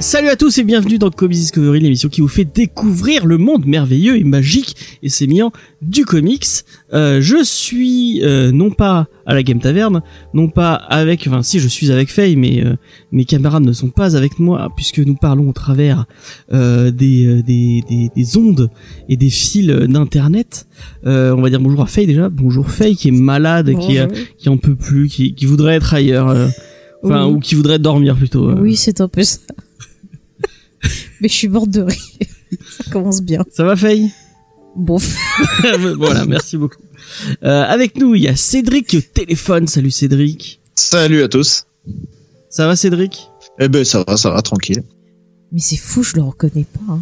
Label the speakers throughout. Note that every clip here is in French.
Speaker 1: Salut à tous et bienvenue dans Comics Discovery, l'émission qui vous fait découvrir le monde merveilleux et magique et sémillant du comics. Euh, je suis euh, non pas à la Game Taverne, non pas avec, enfin si je suis avec Faye, mais euh, mes camarades ne sont pas avec moi puisque nous parlons au travers euh, des, euh, des, des, des ondes et des fils d'internet. Euh, on va dire bonjour à Faye déjà, bonjour Faye qui est malade, qui, euh, qui en peut plus, qui, qui voudrait être ailleurs, euh, enfin
Speaker 2: oui.
Speaker 1: ou qui voudrait dormir plutôt. euh.
Speaker 2: Oui, c'est un peu ça. Mais je suis morte de rire. Ça commence bien.
Speaker 1: Ça va Faye
Speaker 2: Bon,
Speaker 1: voilà, merci beaucoup. Euh, avec nous, il y a Cédric au téléphone. Salut Cédric.
Speaker 3: Salut à tous.
Speaker 1: Ça va Cédric
Speaker 3: Eh ben ça va, ça va, tranquille.
Speaker 2: mais c'est fou, je le reconnais pas. hein.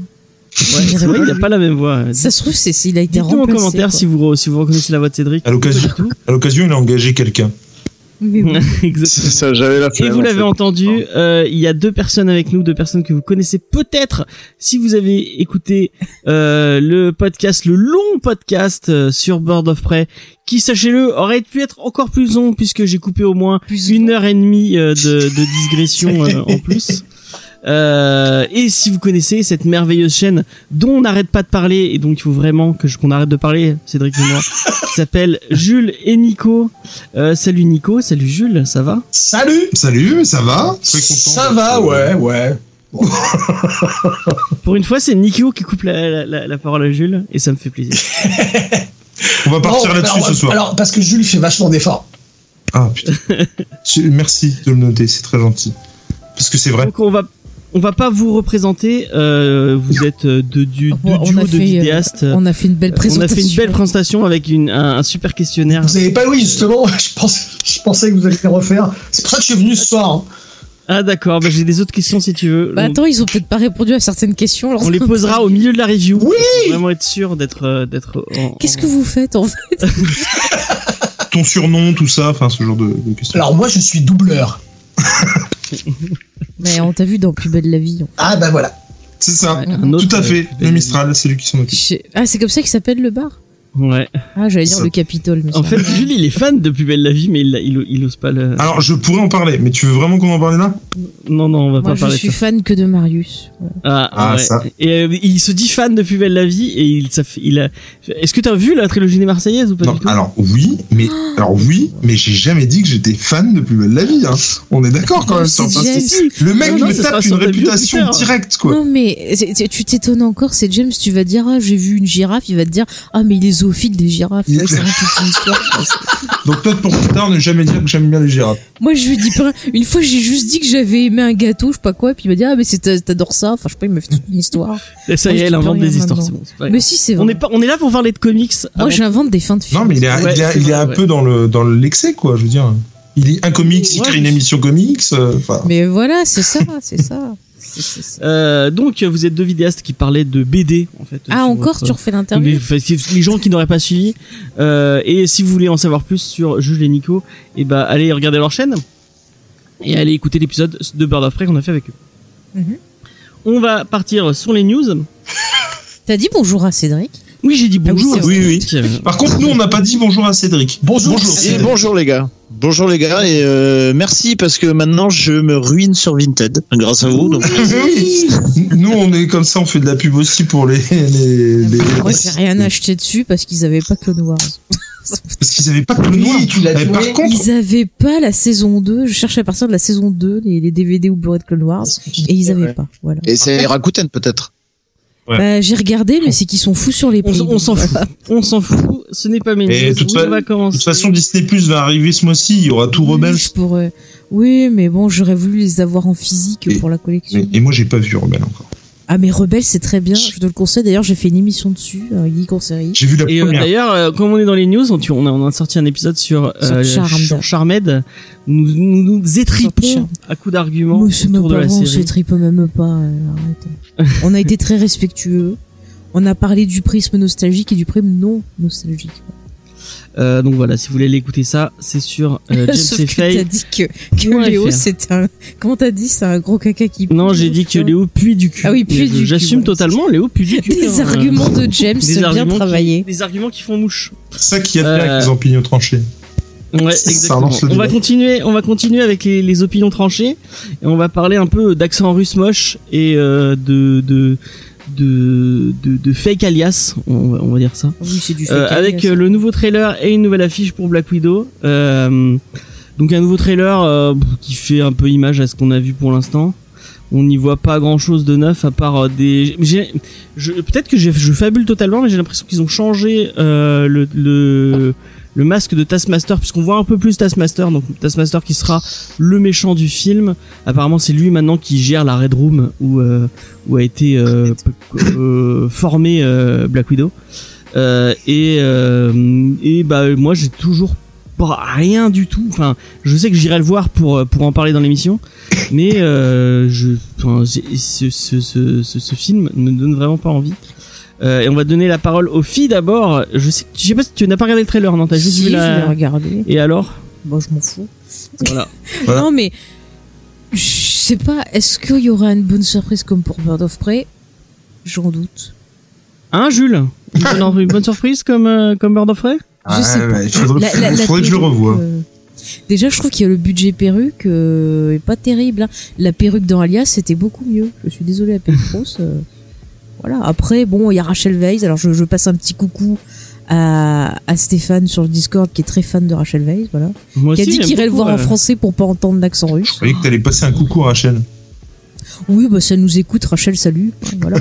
Speaker 1: Ouais, c'est vrai, il a pas la même voix.
Speaker 2: Ça se trouve, c'est il a été
Speaker 1: Dites-nous en
Speaker 2: remplacé.
Speaker 1: commentaire
Speaker 2: quoi.
Speaker 1: si vous, re- si vous reconnaissez la voix de Cédric.
Speaker 4: À
Speaker 1: Pas
Speaker 4: l'occasion.
Speaker 1: du tout.
Speaker 4: À l'occasion, il a engagé quelqu'un.
Speaker 2: Mais oui.
Speaker 1: Exactement.
Speaker 3: Ça, j'avais la
Speaker 1: Et
Speaker 3: flemme,
Speaker 1: vous
Speaker 3: en
Speaker 1: l'avez
Speaker 3: fait.
Speaker 1: entendu, euh, il y a deux personnes avec nous, deux personnes que vous connaissez peut-être si vous avez écouté euh, le podcast, le long podcast euh, sur Board of Prey, qui sachez-le aurait pu être encore plus long puisque j'ai coupé au moins
Speaker 2: Plus
Speaker 1: une heure et demie euh, de, de digression euh, en plus. Euh, et si vous connaissez cette merveilleuse chaîne dont on n'arrête pas de parler et donc il faut vraiment que je- qu'on arrête de parler, Cédric et moi, qui s'appelle Jules et Nico. Euh, salut Nico, salut Jules, ça va
Speaker 3: Salut
Speaker 4: Salut, ça va Très content
Speaker 3: Ça
Speaker 4: d'être,
Speaker 3: va,
Speaker 4: euh,
Speaker 3: ouais, ouais.
Speaker 1: Pour une fois, c'est Nico qui coupe la, la- la- la parole à Jules et ça me fait plaisir.
Speaker 4: On va partir
Speaker 3: Non,
Speaker 4: là-dessus
Speaker 1: bah,
Speaker 3: alors,
Speaker 4: ce soir.
Speaker 3: Alors, parce que Jules il fait vachement d'efforts.
Speaker 4: Ah putain. Je- Merci de le noter, c'est très gentil. Parce que c'est vrai.
Speaker 1: Donc on va on va pas vous représenter. euh, vous êtes euh, deux du
Speaker 2: Oh, bon,
Speaker 1: deux
Speaker 2: on
Speaker 1: duos
Speaker 2: a
Speaker 1: de
Speaker 2: fait, euh,
Speaker 1: vidéastes.
Speaker 2: On a fait une belle
Speaker 1: on a
Speaker 2: présentation. Bah,
Speaker 1: fait une belle présentation avec une, un, un super questionnaire.
Speaker 3: Vous avez pas, oui, justement, je, pense, je pensais que vous alliez les refaire. C'est pour ça que je suis venu ce soir. hein.
Speaker 1: Ah d'accord, bah, j'ai des autres questions si tu veux.
Speaker 2: Bah
Speaker 1: On-
Speaker 2: attends, ils ont peut-être pas répondu à certaines questions. alors-
Speaker 1: on les posera au milieu de la review.
Speaker 3: Oui
Speaker 1: Pour vraiment être sûr d'être euh, d'être. en-
Speaker 2: Qu'est-ce
Speaker 1: en-
Speaker 2: que vous faites en fait
Speaker 4: Ton surnom, tout ça, enfin ce genre de, de questions.
Speaker 3: Alors, moi, je suis doubleur.
Speaker 2: Mais on t'a vu dans Plus belle la vie. en fait.
Speaker 3: Ah, bah voilà.
Speaker 4: C'est ça.
Speaker 1: Ouais, un autre,
Speaker 4: Tout à
Speaker 1: euh,
Speaker 4: fait. Le Mistral, c'est lui qui s'en occupe.
Speaker 2: Je- Ah, c'est comme ça qu'il s'appelle le bar
Speaker 1: Ouais.
Speaker 2: Ah, j'allais dire
Speaker 4: Ça-
Speaker 2: le Capitole. Mais
Speaker 1: Euh, En
Speaker 2: ça-
Speaker 1: fait, Jules, il est fan de Plus belle la vie, mais il, il, il ose pas le.
Speaker 4: Alors, je pourrais en parler, mais tu veux vraiment qu'on en parle là
Speaker 1: Non, non, on va
Speaker 2: moi
Speaker 1: pas
Speaker 2: je
Speaker 1: parler
Speaker 2: suis
Speaker 1: de ça.
Speaker 2: fan que de Marius.
Speaker 1: Ah,
Speaker 4: Ah,
Speaker 1: ouais.
Speaker 4: ça.
Speaker 1: Et euh, il se dit fan de Plus belle la vie et il, ça, fait- il a. Est-ce que t'as vu la trilogie des Marseillaises ou pas
Speaker 4: Non,
Speaker 1: du tout
Speaker 4: alors oui, mais alors oui, mais j'ai jamais dit que j'étais fan de Plus Belle la Vie. hein. On est d'accord quand même.
Speaker 2: C'est
Speaker 4: sur le
Speaker 2: James.
Speaker 4: principe.
Speaker 1: Si,
Speaker 4: Le mec
Speaker 1: Ah, Non, non,
Speaker 4: me
Speaker 1: ce sera
Speaker 4: tape
Speaker 1: sur
Speaker 4: une
Speaker 1: ta bio
Speaker 4: réputation
Speaker 1: Twitter.
Speaker 4: directe, quoi.
Speaker 2: Non, mais c'est- c'est- tu t'étonnes encore, c'est James, tu vas dire, ah, j'ai vu une girafe, il va te dire, ah, mais il est zoophile des girafes.
Speaker 4: Il-
Speaker 2: Ouais, c'est toute une histoire.
Speaker 4: Donc note pour plus tard, ne jamais dire que j'aime bien les girafes.
Speaker 2: Moi, je lui dis pas, une fois, j'ai juste dit que j'avais aimé un gâteau, je sais pas quoi, puis il m'a dit, ah, mais c'est- t'adores ça, enfin, je sais pas, il m'a fait toute une histoire.
Speaker 1: Ça
Speaker 2: Moi,
Speaker 1: y
Speaker 2: je
Speaker 1: est,
Speaker 2: dis
Speaker 1: elle
Speaker 2: plus
Speaker 1: invente
Speaker 2: rien
Speaker 1: des histoires,
Speaker 2: maintenant.
Speaker 1: c'est bon. c'est pas grave.
Speaker 2: Mais si, c'est
Speaker 1: On
Speaker 2: vrai.
Speaker 1: est pas, on est là pour parler de comics.
Speaker 2: Moi, j'invente des fins de films.
Speaker 4: Non, mais il est,
Speaker 1: Ouais,
Speaker 4: il est-
Speaker 1: c'est
Speaker 4: il est un
Speaker 1: vrai,
Speaker 4: peu dans le dans le l'excès, quoi. Je veux dire, il est un comics, il
Speaker 1: Ouais,
Speaker 4: crée une
Speaker 1: je-
Speaker 4: émission comics. euh, Enfin,
Speaker 2: Mais voilà, c'est ça, c'est ça. C'est- c'est ça.
Speaker 1: Euh, donc, euh, vous êtes deux vidéastes qui parlaient de BD en fait.
Speaker 2: Ah,
Speaker 1: sur
Speaker 2: encore,
Speaker 1: votre-
Speaker 2: tu refais
Speaker 1: les,
Speaker 2: l'interview?
Speaker 1: enfin, c'est- les gens qui n'auraient pas suivi. Euh, et si vous voulez en savoir plus sur Jules et Nico, et bah, allez regarder leur chaîne et allez écouter l'épisode de Bird of Prey qu'on a fait avec eux.
Speaker 2: Mhm.
Speaker 1: On va partir sur les news.
Speaker 2: T'as dit bonjour à Cédric?
Speaker 1: Oui, j'ai dit bonjour.
Speaker 2: Ah oui,
Speaker 4: oui, oui.
Speaker 1: Tiens,
Speaker 4: par contre, nous, on n'a pas dit bonjour à Cédric.
Speaker 3: Bonjour.
Speaker 5: Et
Speaker 4: Cédric.
Speaker 5: bonjour les gars. Bonjour les gars et euh, merci parce que maintenant je me ruine sur Vinted grâce à vous. Donc,
Speaker 4: Oui. Nous, on est comme ça, on fait de la pub aussi pour les les. les-
Speaker 2: Ah, Moi, j'ai rien acheté dessus parce qu'ils avaient pas Clone Wars.
Speaker 4: Parce qu'ils avaient pas que le
Speaker 3: Oui,
Speaker 4: noir.
Speaker 3: tu l'as
Speaker 4: Mais par
Speaker 3: joué.
Speaker 4: contre,
Speaker 2: Ils avaient pas la saison 2. Je cherchais à partir de la saison 2 les, les DVD ou Blu-ray de Clone Wars et ils avaient pas. Voilà.
Speaker 5: et c'est Rakuten peut-être.
Speaker 4: Ouais.
Speaker 2: Bah, j'ai regardé, mais c'est qu'ils sont fous sur les euh,
Speaker 1: on
Speaker 2: prix.
Speaker 1: s- on s'en fout. On s'en fout. Ce n'est pas mes
Speaker 4: Et
Speaker 1: news.
Speaker 4: de toute
Speaker 1: On
Speaker 4: fa-
Speaker 1: va
Speaker 4: de
Speaker 1: commencer.
Speaker 4: toute façon, Disney Plus va arriver ce mois-ci. Il y aura tout
Speaker 2: Oui,
Speaker 4: Rebels.
Speaker 2: je pourrais. euh, Oui, mais bon, j'aurais voulu les avoir en physique
Speaker 4: Et-
Speaker 2: pour la collection.
Speaker 4: Mais- Et moi, j'ai pas vu Rebelle encore.
Speaker 2: Ah, mais Rebelle, c'est très bien. Je te le conseille. D'ailleurs, j'ai fait une émission dessus, euh, Guy Conseil.
Speaker 4: J'ai vu la
Speaker 1: Et euh,
Speaker 4: première.
Speaker 1: d'ailleurs, euh, comme on est dans les news, on, tu- on a, on a sorti un épisode sur,
Speaker 2: Sur
Speaker 1: euh,
Speaker 2: Charmed.
Speaker 1: sur Charmed. Nous nous, nous
Speaker 2: Sur
Speaker 1: étripons
Speaker 2: Charmed.
Speaker 1: à coups d'arguments
Speaker 2: Moi, c'est même
Speaker 1: autour de
Speaker 2: pas
Speaker 1: la
Speaker 2: vrai, on
Speaker 1: série.
Speaker 2: s'étripe même pas. euh, arrête. on a été très respectueux. On a parlé du prisme nostalgique et du prisme non nostalgique.
Speaker 1: Euh, donc voilà, si vous voulez aller écouter ça, c'est sur euh, James
Speaker 2: Sauf
Speaker 1: et
Speaker 2: que t'as
Speaker 1: Faye.
Speaker 2: dit que, que
Speaker 1: Ouais,
Speaker 2: Léo,
Speaker 1: faire.
Speaker 2: c'était un. Comment t'as dit C'est un gros caca qui. pue,
Speaker 1: Non, j'ai dit que
Speaker 2: putain.
Speaker 1: Léo pue du cul.
Speaker 2: Ah oui,
Speaker 1: Mais
Speaker 2: pue
Speaker 1: je-
Speaker 2: du cul,
Speaker 1: J'assume
Speaker 2: ouais.
Speaker 1: totalement, Léo pue du cul.
Speaker 2: Des
Speaker 1: hein.
Speaker 2: arguments de James
Speaker 1: Des
Speaker 2: bien
Speaker 1: arguments qui-
Speaker 2: travaillés.
Speaker 1: Des arguments qui font mouche.
Speaker 4: Ça qui a fait
Speaker 1: Euh,
Speaker 4: avec les empignons tranchés.
Speaker 1: Ouais,
Speaker 4: Ça
Speaker 1: exactement.
Speaker 4: lance le
Speaker 1: On va
Speaker 4: débat.
Speaker 1: continuer, on va continuer avec les, les opinions tranchées et on va parler un peu d'accent russe moche et euh, de, de de de de fake alias, on va, on va dire ça.
Speaker 2: Oui, c'est du
Speaker 1: Euh, avec euh, le nouveau trailer et une nouvelle affiche pour Black Widow. Euh, donc un nouveau trailer euh, qui fait un peu image à ce qu'on a vu pour l'instant. On n'y voit pas grand chose de neuf à part euh, des. j'ai- je- Peut-être que j'ai- je fabule totalement, mais j'ai l'impression qu'ils ont changé euh, le, le le masque de Taskmaster puisqu'on voit un peu plus Taskmaster. Donc Taskmaster qui sera le méchant du film. Apparemment, c'est lui maintenant qui gère la Red Room où euh, où a été euh, euh, formé euh, Black Widow. Euh, et euh, et bah euh, moi j'ai toujours pas rien du tout. Enfin, je sais que j'irai le voir pour euh, pour en parler dans l'émission, mais euh, je enfin, j'ai- ce, ce, ce, ce ce film ne me donne vraiment pas envie. Euh, et on va donner la parole aux filles d'abord. Je sais, je sais pas si tu n'as pas regardé le trailer,
Speaker 2: Bah,
Speaker 1: non T'as juste vu la.
Speaker 2: regardé.
Speaker 1: Et alors
Speaker 2: Bon, Bah, je m'en fous.
Speaker 1: Voilà.
Speaker 4: Voilà.
Speaker 2: Non, mais je sais pas, est-ce qu'il y aura une bonne surprise comme pour Bird of Prey J'en doute.
Speaker 1: Hein, Jules une bonne, une bonne surprise comme euh, comme Bird of Prey
Speaker 2: Je sais pas.
Speaker 4: il faudrait,
Speaker 2: La- la-
Speaker 4: il
Speaker 2: la
Speaker 4: faudrait que je le
Speaker 2: perruque,
Speaker 4: revoie.
Speaker 2: euh, Déjà, je trouve qu'il y a le budget perruque euh, est pas terrible. hein. La perruque dans Alias, c'était beaucoup mieux. Je suis désolée, la perruque rose, euh, voilà. Après, bon, il y a Rachel Weisz. Alors, je, je passe un petit coucou à, à Stéphane sur le Discord qui est très fan de Rachel Weisz, voilà.
Speaker 1: Moi
Speaker 2: qui a dit
Speaker 1: j'aime
Speaker 2: qu'il irait le
Speaker 1: beaucoup,
Speaker 2: voir
Speaker 1: euh,
Speaker 2: en français pour pas entendre l'accent russe.
Speaker 4: Je croyais que t'allais passer un coucou à Rachel.
Speaker 2: Oui, bah ça nous écoute, Rachel, salut. Voilà.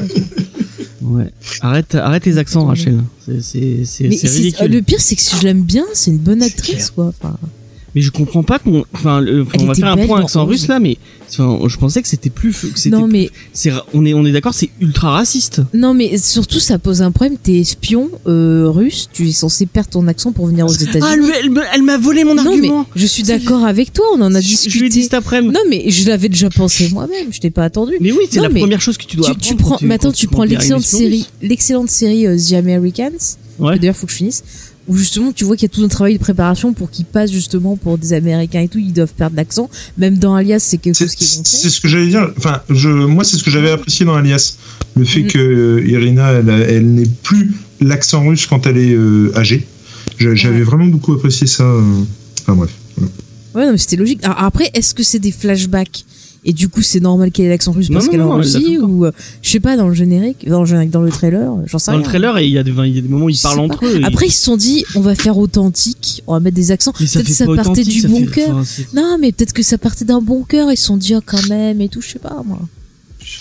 Speaker 1: Ouais. Arrête arrête les accents, Rachel. C'est c'est c'est
Speaker 2: Mais euh,
Speaker 1: c'est
Speaker 2: c'est-
Speaker 1: ridicule.
Speaker 2: le pire, c'est que si je l'aime bien, c'est une bonne actrice, quoi. Enfin,
Speaker 1: Mais je comprends pas qu'on. Enfin, le- enfin,
Speaker 2: Elle
Speaker 1: on va
Speaker 2: était
Speaker 1: faire un
Speaker 2: belle
Speaker 1: point
Speaker 2: dans
Speaker 1: accent
Speaker 2: Orange.
Speaker 1: russe là, mais enfin, je pensais que c'était plus. que c'était-
Speaker 2: non, mais
Speaker 1: c'est ra- on est on est d'accord, c'est ultra raciste.
Speaker 2: Non, mais surtout, ça pose un problème. T'es espion euh, russe, tu es censé perdre ton accent pour venir aux
Speaker 1: Ah,
Speaker 2: États-Unis.
Speaker 1: elle, elle me- elle m'a volé mon
Speaker 2: non, mais
Speaker 1: argument.
Speaker 2: je suis d'accord avec toi, on en a
Speaker 1: Je- Je lui ai dit
Speaker 2: discuté.
Speaker 1: cet après-midi.
Speaker 2: Non, mais je l'avais déjà pensé moi-même, je t'ai pas attendu.
Speaker 1: Mais oui, c'est
Speaker 2: Non,
Speaker 1: la
Speaker 2: mais
Speaker 1: première chose que tu dois.
Speaker 2: Tu,
Speaker 1: apprendre
Speaker 2: tu
Speaker 1: quand
Speaker 2: prends, mais attends,
Speaker 1: quand
Speaker 2: tu
Speaker 1: quand
Speaker 2: prends
Speaker 1: t'es arrivé
Speaker 2: l'excellente
Speaker 1: sur
Speaker 2: série,
Speaker 1: Russe.
Speaker 2: l'excellente série euh, The Americans.
Speaker 1: Ouais.
Speaker 2: que D'ailleurs, faut que je finisse. Où justement, tu vois qu'il y a tout un travail de préparation pour qu'ils passent justement pour des Américains et tout. Ils doivent perdre l'accent. Même dans Alias, c'est quelque
Speaker 4: C'est
Speaker 2: chose qui est montré.
Speaker 4: c'est ce que j'allais dire. Enfin, je, moi, c'est ce que j'avais apprécié dans Alias. Le fait
Speaker 2: Mm.
Speaker 4: que euh, Irina, elle, a- elle n'ait plus l'accent russe quand elle est euh, âgée. Je- J'avais
Speaker 2: Ouais.
Speaker 4: vraiment beaucoup apprécié ça. euh. Enfin, bref.
Speaker 2: Ouais, non, mais c'était logique. Alors, après, est-ce que c'est des flashbacks et du coup c'est normal qu'elle ait l'accent russe
Speaker 1: Non,
Speaker 2: parce
Speaker 1: non,
Speaker 2: qu'elle est en
Speaker 1: non, elle l'a tout
Speaker 2: Russie
Speaker 1: le temps.
Speaker 2: ou euh, je sais pas dans le générique, dans le générique, dans le trailer, euh, j'en sais
Speaker 1: Dans le
Speaker 2: rien.
Speaker 1: trailer, et il y a des il y a des moments où ils
Speaker 2: Je
Speaker 1: parlent
Speaker 2: sais
Speaker 1: entre eux. et-
Speaker 2: Après ils se sont dit on va faire authentique, on va mettre des accents.
Speaker 1: mais ça
Speaker 2: Peut-être
Speaker 1: fait
Speaker 2: ça
Speaker 1: pas
Speaker 2: partait
Speaker 1: authentique,
Speaker 2: du
Speaker 1: ça
Speaker 2: bon
Speaker 1: fait-
Speaker 2: cœur.
Speaker 1: enfin, c'est-
Speaker 2: Non mais peut-être que ça partait d'un bon cœur, ils se sont dit ah quand même et tout, je sais pas moi.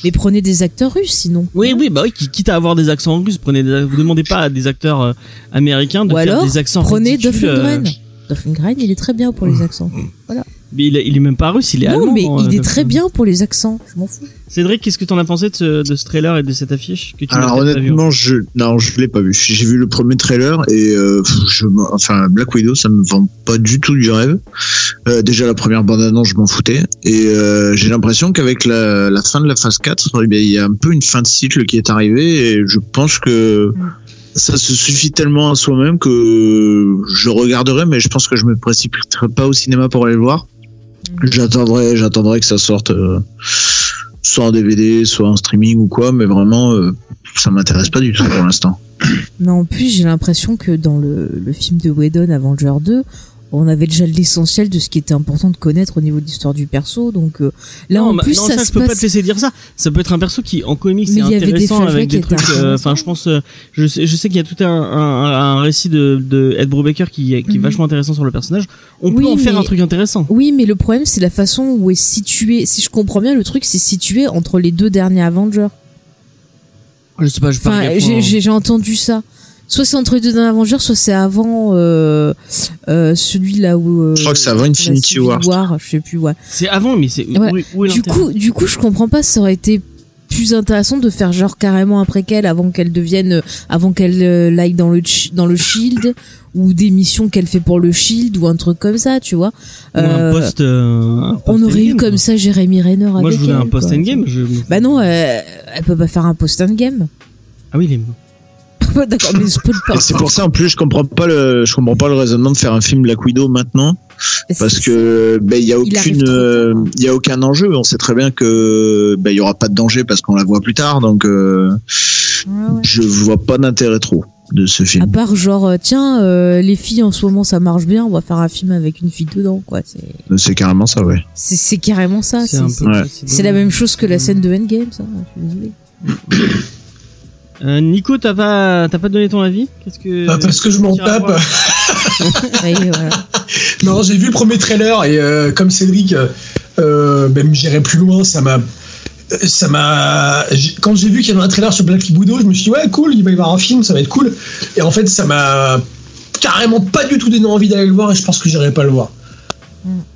Speaker 2: Mais prenez des acteurs russes sinon.
Speaker 1: Oui, oui, bah oui, qui- quitte à avoir des accents russes, prenez, des- vous demandez pas à des acteurs euh, américains de
Speaker 2: Ou
Speaker 1: faire
Speaker 2: alors,
Speaker 1: des accents
Speaker 2: Prenez
Speaker 1: ridicules, euh,
Speaker 2: Duffengren. Duffengren il est très bien pour les accents.
Speaker 1: Mais il, est- il est même pas russe, il est allemand.
Speaker 2: non mais
Speaker 1: hein,
Speaker 2: il est
Speaker 1: Duffengren.
Speaker 2: très bien pour les accents, je m'en fous.
Speaker 1: Cédric, qu'est-ce que t'en as pensé de ce, de ce trailer et de cette affiche que tu n'as
Speaker 5: Alors
Speaker 1: peut-être pas vu, hein
Speaker 5: honnêtement, je non, je l'ai pas vu. J'ai vu le premier trailer et euh, pff, je m'en- enfin Black Widow, ça me vend pas du tout du rêve. Euh, déjà la première bande annonce, je m'en foutais et euh, j'ai l'impression qu'avec la, la fin de la phase 4, eh bien, il y a un peu une fin de cycle qui est arrivée et je pense que
Speaker 2: Mm.
Speaker 5: ça se suffit tellement à soi-même que je regarderai, mais je pense que je me précipiterai pas au cinéma pour aller le voir.
Speaker 1: Mm.
Speaker 5: J'attendrai, j'attendrai que ça sorte. euh, soit en DVD, soit en streaming ou quoi, mais vraiment, euh, ça m'intéresse pas du tout pour l'instant.
Speaker 2: Mais en plus, j'ai l'impression que dans le, le film de Whedon, Avenger 2, on avait déjà l'essentiel de ce qui était important de connaître au niveau de l'histoire du perso. Donc euh, là,
Speaker 1: Non,
Speaker 2: en
Speaker 1: bah,
Speaker 2: plus,
Speaker 1: non,
Speaker 2: ça,
Speaker 1: ça,
Speaker 2: se
Speaker 1: je peux pas
Speaker 2: passe.
Speaker 1: te laisser dire ça. Ça peut être un perso qui, en comics,
Speaker 2: Mais
Speaker 1: c'est
Speaker 2: il y avait des
Speaker 1: intéressant avec des
Speaker 2: flashbacks
Speaker 1: trucs.
Speaker 2: qui étaient
Speaker 1: euh, Enfin, je pense, euh, je sais, je sais qu'il y a tout un, un, un récit de, de Ed Brubaker qui, est- qui est
Speaker 2: Mhm.
Speaker 1: vachement intéressant sur le personnage. On
Speaker 2: Oui,
Speaker 1: peut en faire
Speaker 2: mais-
Speaker 1: un truc intéressant.
Speaker 2: Oui, mais le problème, c'est la façon où est situé. Si je comprends bien, le truc, c'est situé entre les deux derniers Avengers.
Speaker 1: Je sais pas, je parle
Speaker 2: Enfin,
Speaker 5: hein.
Speaker 2: j'ai- j'ai j'ai entendu ça. Soit c'est entre les deux derniers Avengers, soit c'est avant euh, euh, celui là où. euh,
Speaker 5: Je crois que c'est avant Infinity
Speaker 2: la Civil
Speaker 5: War.
Speaker 2: Je sais plus. Ouais.
Speaker 1: C'est avant, mais c'est
Speaker 2: Ouais.
Speaker 1: où, est- où est
Speaker 2: Du
Speaker 1: l'intérêt
Speaker 2: coup, du coup, je comprends pas. Ça aurait été plus intéressant de faire genre carrément un préquel avant qu'elle devienne, euh, avant qu'elle euh, l'aille dans le ch- dans le Shield ou des missions qu'elle fait pour le Shield ou un truc comme ça, tu vois.
Speaker 1: Ou un
Speaker 2: Euh,
Speaker 1: post, euh, un
Speaker 2: on
Speaker 1: post
Speaker 2: aurait eu
Speaker 1: endgame,
Speaker 2: comme
Speaker 1: quoi.
Speaker 2: ça Jérémy Renner avec
Speaker 1: Moi, je voulais
Speaker 2: elle,
Speaker 1: un post
Speaker 2: quoi.
Speaker 1: endgame. Je...
Speaker 2: Bah non, euh, elle peut pas faire un post endgame.
Speaker 1: Ah oui, les.
Speaker 2: D'accord, mais je peux le pas.
Speaker 5: Et c'est pour ça en plus je comprends pas le je comprends pas le raisonnement de faire un film Black Widow maintenant parce que ben il y a
Speaker 2: Il arrive
Speaker 5: aucune
Speaker 2: trop tard.
Speaker 5: euh, il y a aucun enjeu on sait très bien que ben il y aura pas de danger parce qu'on la voit plus tard donc euh,
Speaker 2: Ouais, ouais.
Speaker 5: je vois pas d'intérêt trop de ce
Speaker 1: Mm.
Speaker 2: À
Speaker 5: film.
Speaker 2: part genre, euh, tiens, euh, les filles en ce moment ça marche bien, on va faire un film avec une fille dedans, quoi. C'est-
Speaker 5: C'est carrément ça ouais.
Speaker 2: C'est c'est carrément ça.
Speaker 1: C'est
Speaker 2: C'est
Speaker 1: un
Speaker 2: c'est-
Speaker 1: peu- Mm.
Speaker 5: ouais.
Speaker 1: c'est
Speaker 2: c'est la même chose que la scène de Endgame, ça. hein, Je suis désolé.
Speaker 1: Euh, Nico, t'as pas, t'as pas donné ton avis Qu'est-ce que
Speaker 4: Ah,
Speaker 3: Bah, parce que je m'en tape.
Speaker 2: Ouais, voilà.
Speaker 3: Non, j'ai vu le premier trailer et euh, comme Cédric, euh, euh, même j'irai plus loin, ça m'a. euh, Ça m'a. j'ai- Quand j'ai vu qu'il y avait un trailer sur Black Widow, je me suis dit, ouais, cool, il va y avoir un film, ça va être cool. Et en fait, ça m'a carrément pas du tout donné envie d'aller le voir et je pense que j'irai pas le voir.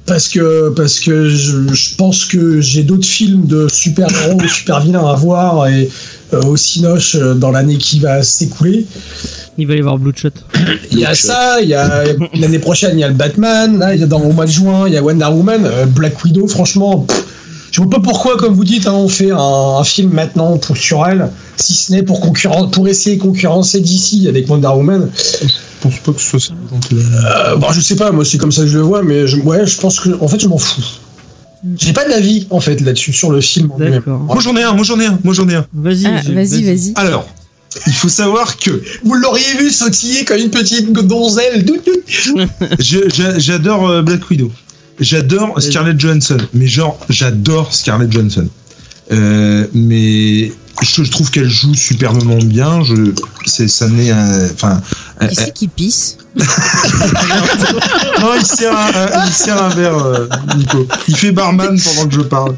Speaker 3: Parce que, parce que je, je pense que j'ai d'autres films de super-héros ou super-vilains à voir et euh, au Cinoche euh, dans l'année qui va s'écouler.
Speaker 1: Il va aller voir Bloodshot.
Speaker 3: Il y a ça, il y a l'année prochaine, il y a le Batman, là, il y a dans au mois de juin, il y a Wonder Woman, euh, Black Widow, franchement, pff, je vois pas pourquoi, comme vous dites, hein, on fait un, un film maintenant pour, sur elle, si ce n'est pour, concurren- pour essayer de concurrencer DC avec Wonder Woman.
Speaker 4: Je pense pas que ce soit ça. donc, euh,
Speaker 3: Euh, bon, je sais pas, moi c'est comme ça que je le vois, mais je, ouais, je pense que, en fait, je m'en fous. J'ai pas d'avis, en fait, là-dessus, sur le film. en lui-même.
Speaker 1: D'accord.
Speaker 4: Moi j'en ai un, moi j'en ai un, moi j'en ai un.
Speaker 1: Vas-y.
Speaker 2: Ah,
Speaker 1: je-
Speaker 2: vas-y, vas-y.
Speaker 4: Alors, il faut savoir que
Speaker 3: Vous l'auriez vu sautiller comme une petite donzelle. dout, dout.
Speaker 4: Je- j'a- J'adore euh, Black Widow. J'adore Scarlett Johansson. Mais genre, j'adore Scarlett Johansson. Euh, mais je, je trouve qu'elle joue superbement bien. Je, c'est, ça n'est un- enfin. euh,
Speaker 2: Qui
Speaker 4: euh,
Speaker 2: c'est qui pisse
Speaker 4: non, il sert un, un- il sert un verre, euh, Nico. Il fait barman pendant que je parle.